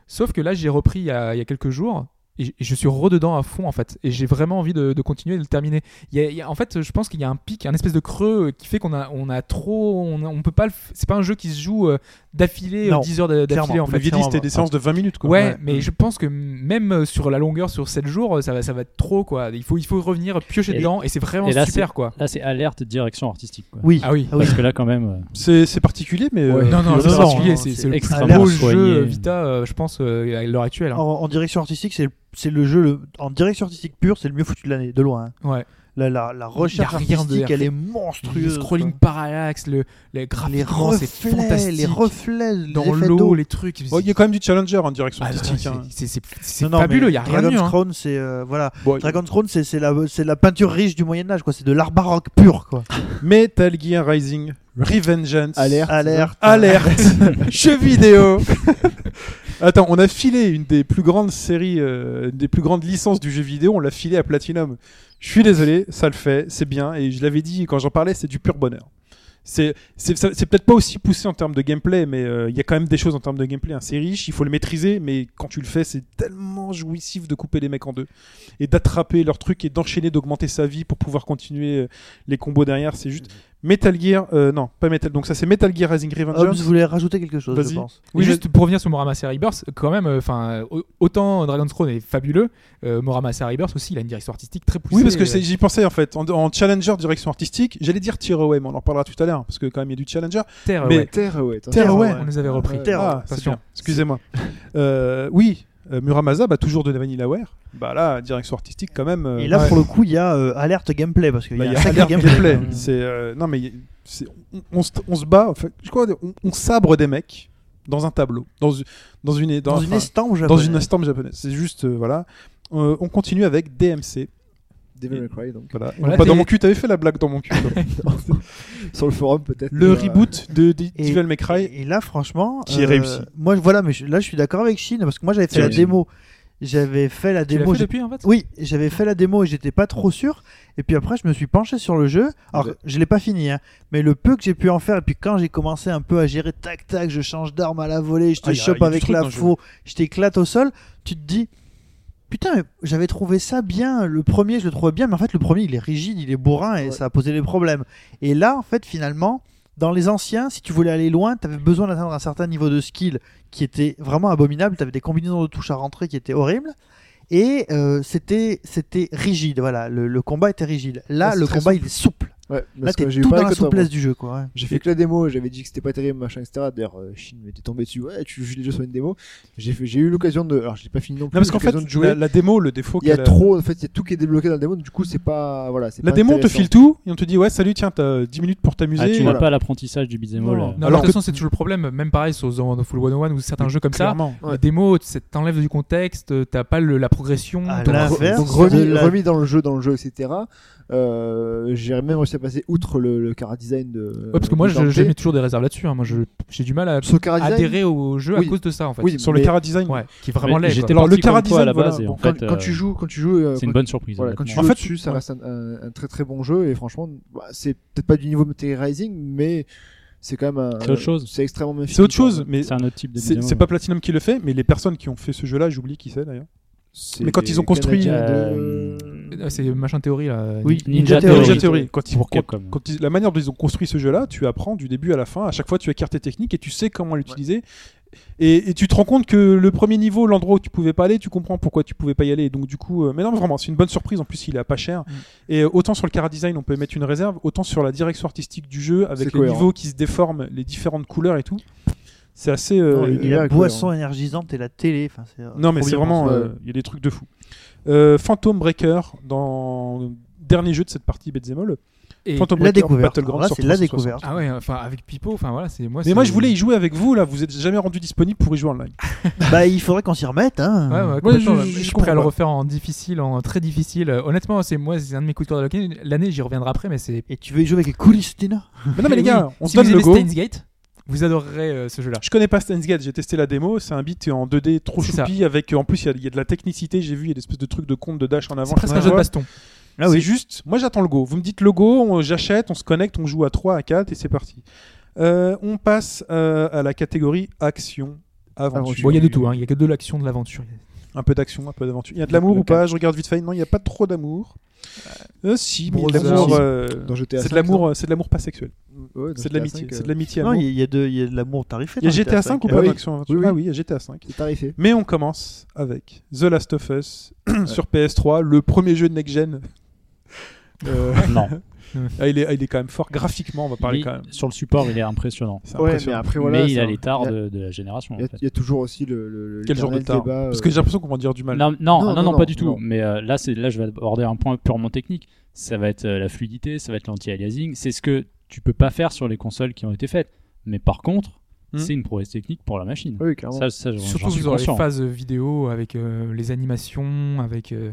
[SPEAKER 5] sauf que là j'ai repris il y, a, il y a quelques jours et j- et je suis rededans à fond en fait et j'ai vraiment envie de, de continuer et de le terminer il y a- il y a- en fait je pense qu'il y a un pic un espèce de creux euh, qui fait qu'on a on a trop on, a- on peut pas le f- c'est pas un jeu qui se joue euh, d'affilée euh,
[SPEAKER 6] Non,
[SPEAKER 5] 10 heures d'a- d'affilée
[SPEAKER 6] clairement.
[SPEAKER 5] en
[SPEAKER 3] Vous
[SPEAKER 5] fait
[SPEAKER 3] l'aviez dit,
[SPEAKER 6] clairement,
[SPEAKER 3] c'était des
[SPEAKER 6] bah,
[SPEAKER 3] séances de 20 minutes quoi.
[SPEAKER 5] Ouais, mais je pense que même euh, sur la longueur, sur 7 jours, euh, ça va, ça va être trop quoi. Il faut, il faut revenir piocher
[SPEAKER 7] Et-
[SPEAKER 5] dedans et c'est vraiment
[SPEAKER 7] et là,
[SPEAKER 5] super quoi.
[SPEAKER 7] Là, c'est alerte direction artistique. Quoi.
[SPEAKER 6] Oui.
[SPEAKER 5] Ah oui.
[SPEAKER 6] Ah oui.
[SPEAKER 7] Parce que là, quand même, euh,
[SPEAKER 3] C'est c'est particulier, mais euh,
[SPEAKER 5] Non, non,
[SPEAKER 6] Non,
[SPEAKER 5] c'est
[SPEAKER 6] non,
[SPEAKER 5] particulier,
[SPEAKER 6] non,
[SPEAKER 5] c'est
[SPEAKER 6] c'est
[SPEAKER 5] c'est le plus
[SPEAKER 7] extrêmement
[SPEAKER 5] beau
[SPEAKER 7] soigné.
[SPEAKER 5] jeu Vita, euh, je pense, euh, à l'heure actuelle. hein.
[SPEAKER 6] En, en direction artistique, c'est le- c'est le jeu le- en direction artistique pure, c'est le mieux foutu de l'année, de loin.
[SPEAKER 3] Oh.
[SPEAKER 6] hein.
[SPEAKER 5] Ouais.
[SPEAKER 6] La, la, la recherche
[SPEAKER 5] Y a rien de-
[SPEAKER 6] artistique, elle est
[SPEAKER 5] Le
[SPEAKER 6] monstrueuse.
[SPEAKER 5] scrolling
[SPEAKER 6] quoi.
[SPEAKER 5] parallaxe, le, les
[SPEAKER 6] les
[SPEAKER 5] graphiquement, c'est
[SPEAKER 6] reflets,
[SPEAKER 5] fantastique.
[SPEAKER 6] les reflets
[SPEAKER 5] dans
[SPEAKER 6] les effets
[SPEAKER 5] l'eau,
[SPEAKER 6] d'eau.
[SPEAKER 5] les trucs.
[SPEAKER 3] bon, Oh, il y a quand même du challenger en direction
[SPEAKER 5] Ah,
[SPEAKER 3] artistique. hein.
[SPEAKER 5] c'est- c'est- c'est- C'est
[SPEAKER 6] Non, non,
[SPEAKER 5] fabuleux,
[SPEAKER 6] mais
[SPEAKER 5] il y a rien de
[SPEAKER 6] Dragon's
[SPEAKER 5] mieux. hein.
[SPEAKER 6] Crown, c'est euh, voilà.
[SPEAKER 3] Bon,
[SPEAKER 6] Dragon's Crown, c'est c'est la c'est la peinture riche du Moyen Âge, quoi. C'est de l'art baroque pur, quoi.
[SPEAKER 3] Metal Gear Rising, Revengeance,
[SPEAKER 4] Alerte.
[SPEAKER 5] Ah,
[SPEAKER 6] Alerte.
[SPEAKER 3] Alerte, jeu vidéo. Attends, on a filé une des plus grandes séries, euh, une des plus grandes licences du jeu vidéo, on l'a filé à Platinum. Je suis désolé, ça le fait, c'est bien, et je l'avais dit quand j'en parlais, c'est du pur bonheur. C'est c'est- ça- c'est peut-être pas aussi poussé en termes de gameplay, mais euh, il y a quand même des choses en termes de gameplay. hein. C'est riche, il faut le maîtriser, mais quand tu le fais, c'est tellement jouissif de couper les mecs en deux et d'attraper leur truc et d'enchaîner, d'augmenter sa vie pour pouvoir continuer euh, les combos derrière. C'est juste. Metal Gear, euh, non, pas Metal. Donc ça c'est Metal Gear Rising Revengeance.
[SPEAKER 6] Hobbs voulait rajouter quelque chose,
[SPEAKER 3] Vas-y.
[SPEAKER 6] je pense.
[SPEAKER 5] Oui,
[SPEAKER 3] Et
[SPEAKER 5] juste pour revenir sur Muramasa Rebirth, quand même, euh, enfin, autant Dragon's Throne est fabuleux, euh, Muramasa Rebirth aussi, il a une direction artistique très poussée. euh,
[SPEAKER 3] Oui, parce que c'est-
[SPEAKER 5] c'est
[SPEAKER 3] j'y pensais en fait. En, en challenger direction artistique, j'allais dire Tearaway, mais on en reparlera tout à l'heure parce que quand même il y a du challenger.
[SPEAKER 5] Terre,
[SPEAKER 3] mais-
[SPEAKER 5] ouais. Ah
[SPEAKER 4] Terre, ouais.
[SPEAKER 3] Terre,
[SPEAKER 4] Terre,
[SPEAKER 3] ouais.
[SPEAKER 5] on nous avait repris.
[SPEAKER 4] Ouais.
[SPEAKER 6] Terre,
[SPEAKER 3] Ah, c'est
[SPEAKER 5] Attention.
[SPEAKER 3] bien. Excusez-moi. Euh, oui, euh, Muramasa, bah, toujours de Vanillaware. Bah là, direction artistique quand même. euh,
[SPEAKER 6] Et là,
[SPEAKER 3] ouais.
[SPEAKER 6] pour le coup, il y a euh, alerte gameplay parce qu'il
[SPEAKER 3] Bah,
[SPEAKER 6] y a
[SPEAKER 3] il
[SPEAKER 6] un sacré
[SPEAKER 3] alerte
[SPEAKER 6] gameplay.
[SPEAKER 3] gameplay.
[SPEAKER 6] quand même.
[SPEAKER 3] C'est euh, non mais il y a- c'est- on, on se, on se bat. en fait, je crois on, on sabre des mecs dans un tableau, dans, une- dans une
[SPEAKER 6] Dans une
[SPEAKER 3] enfin,
[SPEAKER 6] estampe
[SPEAKER 3] dans
[SPEAKER 6] japonaise.
[SPEAKER 3] une estampe japonaise. C'est juste euh, voilà. Euh, on continue avec DMC.
[SPEAKER 4] Devil May Cry, donc.
[SPEAKER 3] Voilà.
[SPEAKER 5] Voilà,
[SPEAKER 3] Non, pas dans
[SPEAKER 5] t'es-
[SPEAKER 3] mon cul. T'avais fait la blague dans mon cul. toi.
[SPEAKER 4] Sur le forum, peut-être.
[SPEAKER 3] le
[SPEAKER 4] mais, euh,
[SPEAKER 3] reboot de de-
[SPEAKER 6] Et-
[SPEAKER 3] Devil May Cry.
[SPEAKER 6] Et là, franchement, euh,
[SPEAKER 3] Qui est réussi.
[SPEAKER 6] Moi, voilà, mais je- là, je suis d'accord avec Shin parce que moi, j'avais fait
[SPEAKER 7] Qui est
[SPEAKER 6] la
[SPEAKER 7] réussi.
[SPEAKER 6] démo. J'avais fait la
[SPEAKER 5] Tu l'as
[SPEAKER 6] démo.
[SPEAKER 5] fait
[SPEAKER 6] j'ai-
[SPEAKER 5] depuis en fait
[SPEAKER 6] Oui, j'avais fait la démo et j'étais pas trop sûr. Et puis après, je me suis penché sur le jeu. Alors,
[SPEAKER 4] Ouais.
[SPEAKER 6] je l'ai pas fini, hein. mais le peu que j'ai pu en faire, et puis quand j'ai commencé un peu à gérer, tac tac, je change d'arme à la volée, je te
[SPEAKER 3] Ah, y a-
[SPEAKER 6] chope
[SPEAKER 3] y a du
[SPEAKER 6] avec
[SPEAKER 3] truc
[SPEAKER 6] la
[SPEAKER 3] dans le jeu.
[SPEAKER 6] faux, je t'éclate au sol, tu te dis. Putain, mais j'avais trouvé ça bien. Le premier, je le trouvais bien, mais en fait, le premier, il est rigide, il est bourrin et
[SPEAKER 4] Ouais.
[SPEAKER 6] ça a posé des problèmes. Et là, en fait, finalement, dans les anciens, si tu voulais aller loin, t'avais besoin d'atteindre un certain niveau de skill qui était vraiment abominable. T'avais des combinaisons de touches à rentrer qui étaient horribles. Et euh, c'était c'était rigide, voilà. Le, le combat était rigide. Là,
[SPEAKER 4] Ouais, c'est
[SPEAKER 6] le
[SPEAKER 4] très
[SPEAKER 6] combat, il est souple.
[SPEAKER 4] Ouais,
[SPEAKER 6] Là,
[SPEAKER 4] parce
[SPEAKER 6] t'es
[SPEAKER 4] que j'ai eu
[SPEAKER 6] tout
[SPEAKER 4] pareil
[SPEAKER 6] dans la
[SPEAKER 4] que toi,
[SPEAKER 6] souplesse
[SPEAKER 4] moi.
[SPEAKER 6] du jeu, quoi. ouais.
[SPEAKER 4] J'ai fait que la démo, j'avais dit que c'était pas terrible, machin, etc. D'ailleurs, euh, Shin m'était tombé dessus. Ouais, tu joues déjà sur une démo. J'ai fait- j'ai eu l'occasion de. Alors, j'ai pas fini non plus.
[SPEAKER 3] Non parce qu'en
[SPEAKER 4] j'ai eu
[SPEAKER 3] fait
[SPEAKER 4] l'occasion de
[SPEAKER 3] la,
[SPEAKER 4] jouer.
[SPEAKER 3] la démo, le défaut.
[SPEAKER 4] Il y a
[SPEAKER 3] qu'elle
[SPEAKER 4] trop. En fait, il y a tout qui est débloqué dans la démo. Du coup, c'est pas. Voilà. c'est
[SPEAKER 3] La
[SPEAKER 4] pas
[SPEAKER 3] démo, on te
[SPEAKER 4] intéressant.
[SPEAKER 3] file tout et on te dit ouais salut tiens t'as euh, 10 minutes pour
[SPEAKER 7] Ah,
[SPEAKER 3] t'amuser.
[SPEAKER 7] tu n'as
[SPEAKER 4] voilà.
[SPEAKER 7] pas l'apprentissage du beat'em all.
[SPEAKER 3] Non.
[SPEAKER 7] euh.
[SPEAKER 5] Non,
[SPEAKER 3] Alors
[SPEAKER 5] de
[SPEAKER 3] que-
[SPEAKER 5] toute façon, c'est toujours le problème, même pareil sur The Wonderful 101 ou certains jeux comme ça.
[SPEAKER 3] Clairement.
[SPEAKER 6] Ah,
[SPEAKER 4] Ouais.
[SPEAKER 5] Les démos, c'est- t'enlèves du contexte, euh, t'as pas le- la progression.
[SPEAKER 3] Ah,
[SPEAKER 6] À
[SPEAKER 5] t'as-
[SPEAKER 6] l'inverse, faire,
[SPEAKER 4] Donc
[SPEAKER 6] c'est
[SPEAKER 4] remis,
[SPEAKER 6] de la-
[SPEAKER 4] remis dans le jeu, dans le jeu, etc. Euh, j'ai même réussi à passer outre le, le cara design de.
[SPEAKER 5] Ouais, parce que moi, je- j'ai mis toujours des réserves là-dessus. hein. Moi, je- j'ai du mal à
[SPEAKER 4] ce cara design.
[SPEAKER 5] adhérer au jeu à
[SPEAKER 4] Oui.
[SPEAKER 5] cause de ça, en fait.
[SPEAKER 4] Oui,
[SPEAKER 3] Sur le
[SPEAKER 4] mais
[SPEAKER 3] cara design.
[SPEAKER 5] Ouais, qui est vraiment
[SPEAKER 7] Mais
[SPEAKER 5] laid.
[SPEAKER 7] J'étais
[SPEAKER 3] Alors,
[SPEAKER 7] parti
[SPEAKER 3] le cara
[SPEAKER 7] contre toi à la
[SPEAKER 3] design,
[SPEAKER 7] base.
[SPEAKER 3] voilà,
[SPEAKER 7] et en
[SPEAKER 4] Quand,
[SPEAKER 7] fait,
[SPEAKER 4] quand
[SPEAKER 7] euh,
[SPEAKER 4] tu joues, quand tu joues, euh,
[SPEAKER 7] c'est
[SPEAKER 4] quand-
[SPEAKER 7] une bonne surprise.
[SPEAKER 4] voilà, quand tu
[SPEAKER 7] honnêtement.
[SPEAKER 4] joues
[SPEAKER 3] En fait,
[SPEAKER 4] dessus, ça
[SPEAKER 3] ouais.
[SPEAKER 4] reste un, un- un très très bon jeu et franchement, bah, c'est peut-être pas du niveau Metal Gear Rising, mais c'est quand même un.
[SPEAKER 7] C'est autre chose.
[SPEAKER 4] C'est extrêmement bien
[SPEAKER 3] C'est
[SPEAKER 4] fini,
[SPEAKER 3] autre
[SPEAKER 4] quoi.
[SPEAKER 3] chose mais
[SPEAKER 7] C'est un autre type de
[SPEAKER 3] C'est
[SPEAKER 7] beat'em
[SPEAKER 3] c'est
[SPEAKER 7] all.
[SPEAKER 3] pas Platinum qui le fait, mais les personnes qui ont fait ce jeu-là, j'oublie qui c'est d'ailleurs.
[SPEAKER 4] C'est
[SPEAKER 3] Mais quand ils ont
[SPEAKER 4] des
[SPEAKER 3] construit,
[SPEAKER 4] Canadiens de-
[SPEAKER 7] euh,
[SPEAKER 5] Euh, C'est machin théorie là.
[SPEAKER 6] Oui, Ninja
[SPEAKER 7] Ninja Theory.
[SPEAKER 6] Theory.
[SPEAKER 3] Ninja Theory. Quand ils,
[SPEAKER 7] Pour
[SPEAKER 3] quand-
[SPEAKER 7] Capcom.
[SPEAKER 3] quand ils- la manière dont ils ont construit ce jeu-là, tu apprends du début à la fin. À chaque fois, tu écartes tes techniques et tu sais comment l'utiliser. Et, et tu te rends compte que le premier niveau, l'endroit où tu pouvais pas aller, tu comprends pourquoi tu pouvais pas y aller. Donc du coup, euh, mais non, vraiment, c'est une bonne surprise. En plus, il est à pas cher.
[SPEAKER 6] Mm.
[SPEAKER 3] Et euh, autant sur le cara design, on peut mettre une réserve, autant sur la direction artistique du jeu,
[SPEAKER 4] C'est
[SPEAKER 3] avec les
[SPEAKER 4] cohérent.
[SPEAKER 3] niveaux qui se déforment, les différentes couleurs et tout. C'est assez. euh,
[SPEAKER 4] Non, il est
[SPEAKER 6] Et
[SPEAKER 4] là,
[SPEAKER 6] la
[SPEAKER 4] quoi,
[SPEAKER 6] boisson énergisante et la télé. enfin, c'est-
[SPEAKER 3] Non, mais
[SPEAKER 6] trop
[SPEAKER 3] c'est
[SPEAKER 6] bien
[SPEAKER 3] vraiment.
[SPEAKER 6] pensé.
[SPEAKER 3] euh, Il y a des trucs de fou. Euh, Phantom Breaker, dans dernier jeu de cette partie Betzemol.
[SPEAKER 5] Et-
[SPEAKER 3] Phantom
[SPEAKER 6] La
[SPEAKER 3] Breaker
[SPEAKER 6] découverte.
[SPEAKER 3] Battleground
[SPEAKER 6] Alors Là,
[SPEAKER 3] sur
[SPEAKER 6] c'est la
[SPEAKER 3] 360.
[SPEAKER 6] découverte.
[SPEAKER 5] Ah ouais, enfin avec Pipo, enfin voilà, c'est moi.
[SPEAKER 3] Mais
[SPEAKER 5] Ah, c'est-
[SPEAKER 3] moi, je voulais y jouer avec vous, là. Vous êtes jamais rendu disponible pour y jouer online.
[SPEAKER 5] Ah,
[SPEAKER 6] Bah, il faudrait qu'on s'y remette.
[SPEAKER 5] Ouais, ouais,
[SPEAKER 6] Hein.
[SPEAKER 5] complètement,
[SPEAKER 3] je-
[SPEAKER 5] là.
[SPEAKER 3] je-
[SPEAKER 5] je
[SPEAKER 3] je
[SPEAKER 5] suis prêt à le
[SPEAKER 3] comprends.
[SPEAKER 5] refaire en difficile, en très difficile. Euh, Honnêtement, c'est moi, c'est un de mes coups de cœur de l'année. l'année. J'y reviendrai après, mais c'est. Eh
[SPEAKER 6] Et tu veux y jouer avec les coulisses, Tina
[SPEAKER 3] Mais non, mais les
[SPEAKER 5] Oui,
[SPEAKER 3] gars, on
[SPEAKER 5] si
[SPEAKER 3] se donne
[SPEAKER 5] vous
[SPEAKER 3] le
[SPEAKER 5] aimez
[SPEAKER 3] go.
[SPEAKER 5] Steins Gate, vous adorerez euh, ce jeu-là.
[SPEAKER 3] Je connais pas Steins Gate, j'ai testé la démo. C'est un beat en 2D trop
[SPEAKER 5] C'est ça.
[SPEAKER 3] choupi. Avec, euh, en plus, il y a- il y, a de la technicité. J'ai vu, il y a des espèces de trucs de compte de dash en avant.
[SPEAKER 5] C'est presque
[SPEAKER 3] je
[SPEAKER 5] un jeu de
[SPEAKER 3] vois.
[SPEAKER 5] baston. Ah
[SPEAKER 3] C'est juste, moi j'attends le go. Vous me dites le go, on- j'achète, on se connecte, on joue à 3, à 4 et c'est parti. Euh, on passe euh, à la catégorie action, aventure.
[SPEAKER 4] Aventure.
[SPEAKER 5] Bon, il y a de tout, hein. il y a que de l'action, de l'aventure.
[SPEAKER 3] Un peu d'action, un peu d'aventure. Il y a de l'amour
[SPEAKER 4] Le
[SPEAKER 3] ou pas Je regarde vite fait. Non, il n'y a pas trop d'amour. Euh, si, mais il y a de
[SPEAKER 4] Brother.
[SPEAKER 3] l'amour.
[SPEAKER 4] Si.
[SPEAKER 3] euh,
[SPEAKER 4] Dans GTA
[SPEAKER 3] c'est de
[SPEAKER 4] cinq,
[SPEAKER 3] l'amour, euh, c'est de l'amour pas sexuel.
[SPEAKER 4] non Ouais, dans
[SPEAKER 3] C'est de
[SPEAKER 4] GTA
[SPEAKER 3] l'amitié.
[SPEAKER 4] cinq,
[SPEAKER 3] C'est de
[SPEAKER 4] euh,
[SPEAKER 3] l'amitié.
[SPEAKER 6] Non,
[SPEAKER 3] amour.
[SPEAKER 6] il y, a- il y a de il y a de l'amour tarifé.
[SPEAKER 3] Il y a
[SPEAKER 6] dans
[SPEAKER 3] GTA 5 ou
[SPEAKER 6] hein.
[SPEAKER 3] pas
[SPEAKER 4] Ah oui.
[SPEAKER 3] d'action aventure
[SPEAKER 4] Oui, oui.
[SPEAKER 3] Ah oui, il y a GTA 5.
[SPEAKER 4] C'est tarifé.
[SPEAKER 3] Mais on commence avec The Last of Us sur PS3, le premier jeu de next-gen. Euh,
[SPEAKER 7] Non.
[SPEAKER 3] ah, il, est, ah, il est quand même fort graphiquement, on va parler
[SPEAKER 7] Il-
[SPEAKER 3] quand même.
[SPEAKER 7] Sur le support, il est impressionnant.
[SPEAKER 3] C'est
[SPEAKER 4] Ouais, mais
[SPEAKER 3] impressionnant.
[SPEAKER 4] après voilà.
[SPEAKER 7] mais il
[SPEAKER 4] c'est
[SPEAKER 7] a
[SPEAKER 4] un-
[SPEAKER 7] les tards
[SPEAKER 4] il y a-
[SPEAKER 7] de, de la génération.
[SPEAKER 4] Il y
[SPEAKER 7] En
[SPEAKER 4] a-
[SPEAKER 7] fait.
[SPEAKER 4] il y a toujours aussi le. le- le-
[SPEAKER 3] Quel genre de
[SPEAKER 4] l'éternel
[SPEAKER 3] tard
[SPEAKER 4] débat,
[SPEAKER 3] Parce
[SPEAKER 4] euh,
[SPEAKER 3] que j'ai l'impression qu'on va en dire du mal.
[SPEAKER 7] Non, non,
[SPEAKER 4] Non,
[SPEAKER 7] non, non,
[SPEAKER 4] non,
[SPEAKER 7] pas du tout.
[SPEAKER 4] non.
[SPEAKER 7] Mais euh, là, c'est là, je vais aborder un point purement technique. Ça va être euh, la fluidité, ça va être l'anti-aliasing. C'est ce que tu peux pas faire sur les consoles qui ont été faites. Mais par contre,
[SPEAKER 3] Hmm.
[SPEAKER 7] c'est une prouesse technique pour la machine.
[SPEAKER 4] Oui, clairement.
[SPEAKER 7] Ça,
[SPEAKER 3] Euh,
[SPEAKER 7] ça, j'en-
[SPEAKER 5] Surtout
[SPEAKER 7] j'en
[SPEAKER 5] que
[SPEAKER 7] suis
[SPEAKER 5] vous aurez les
[SPEAKER 7] conscient.
[SPEAKER 5] phases vidéo avec euh, les animations, avec euh,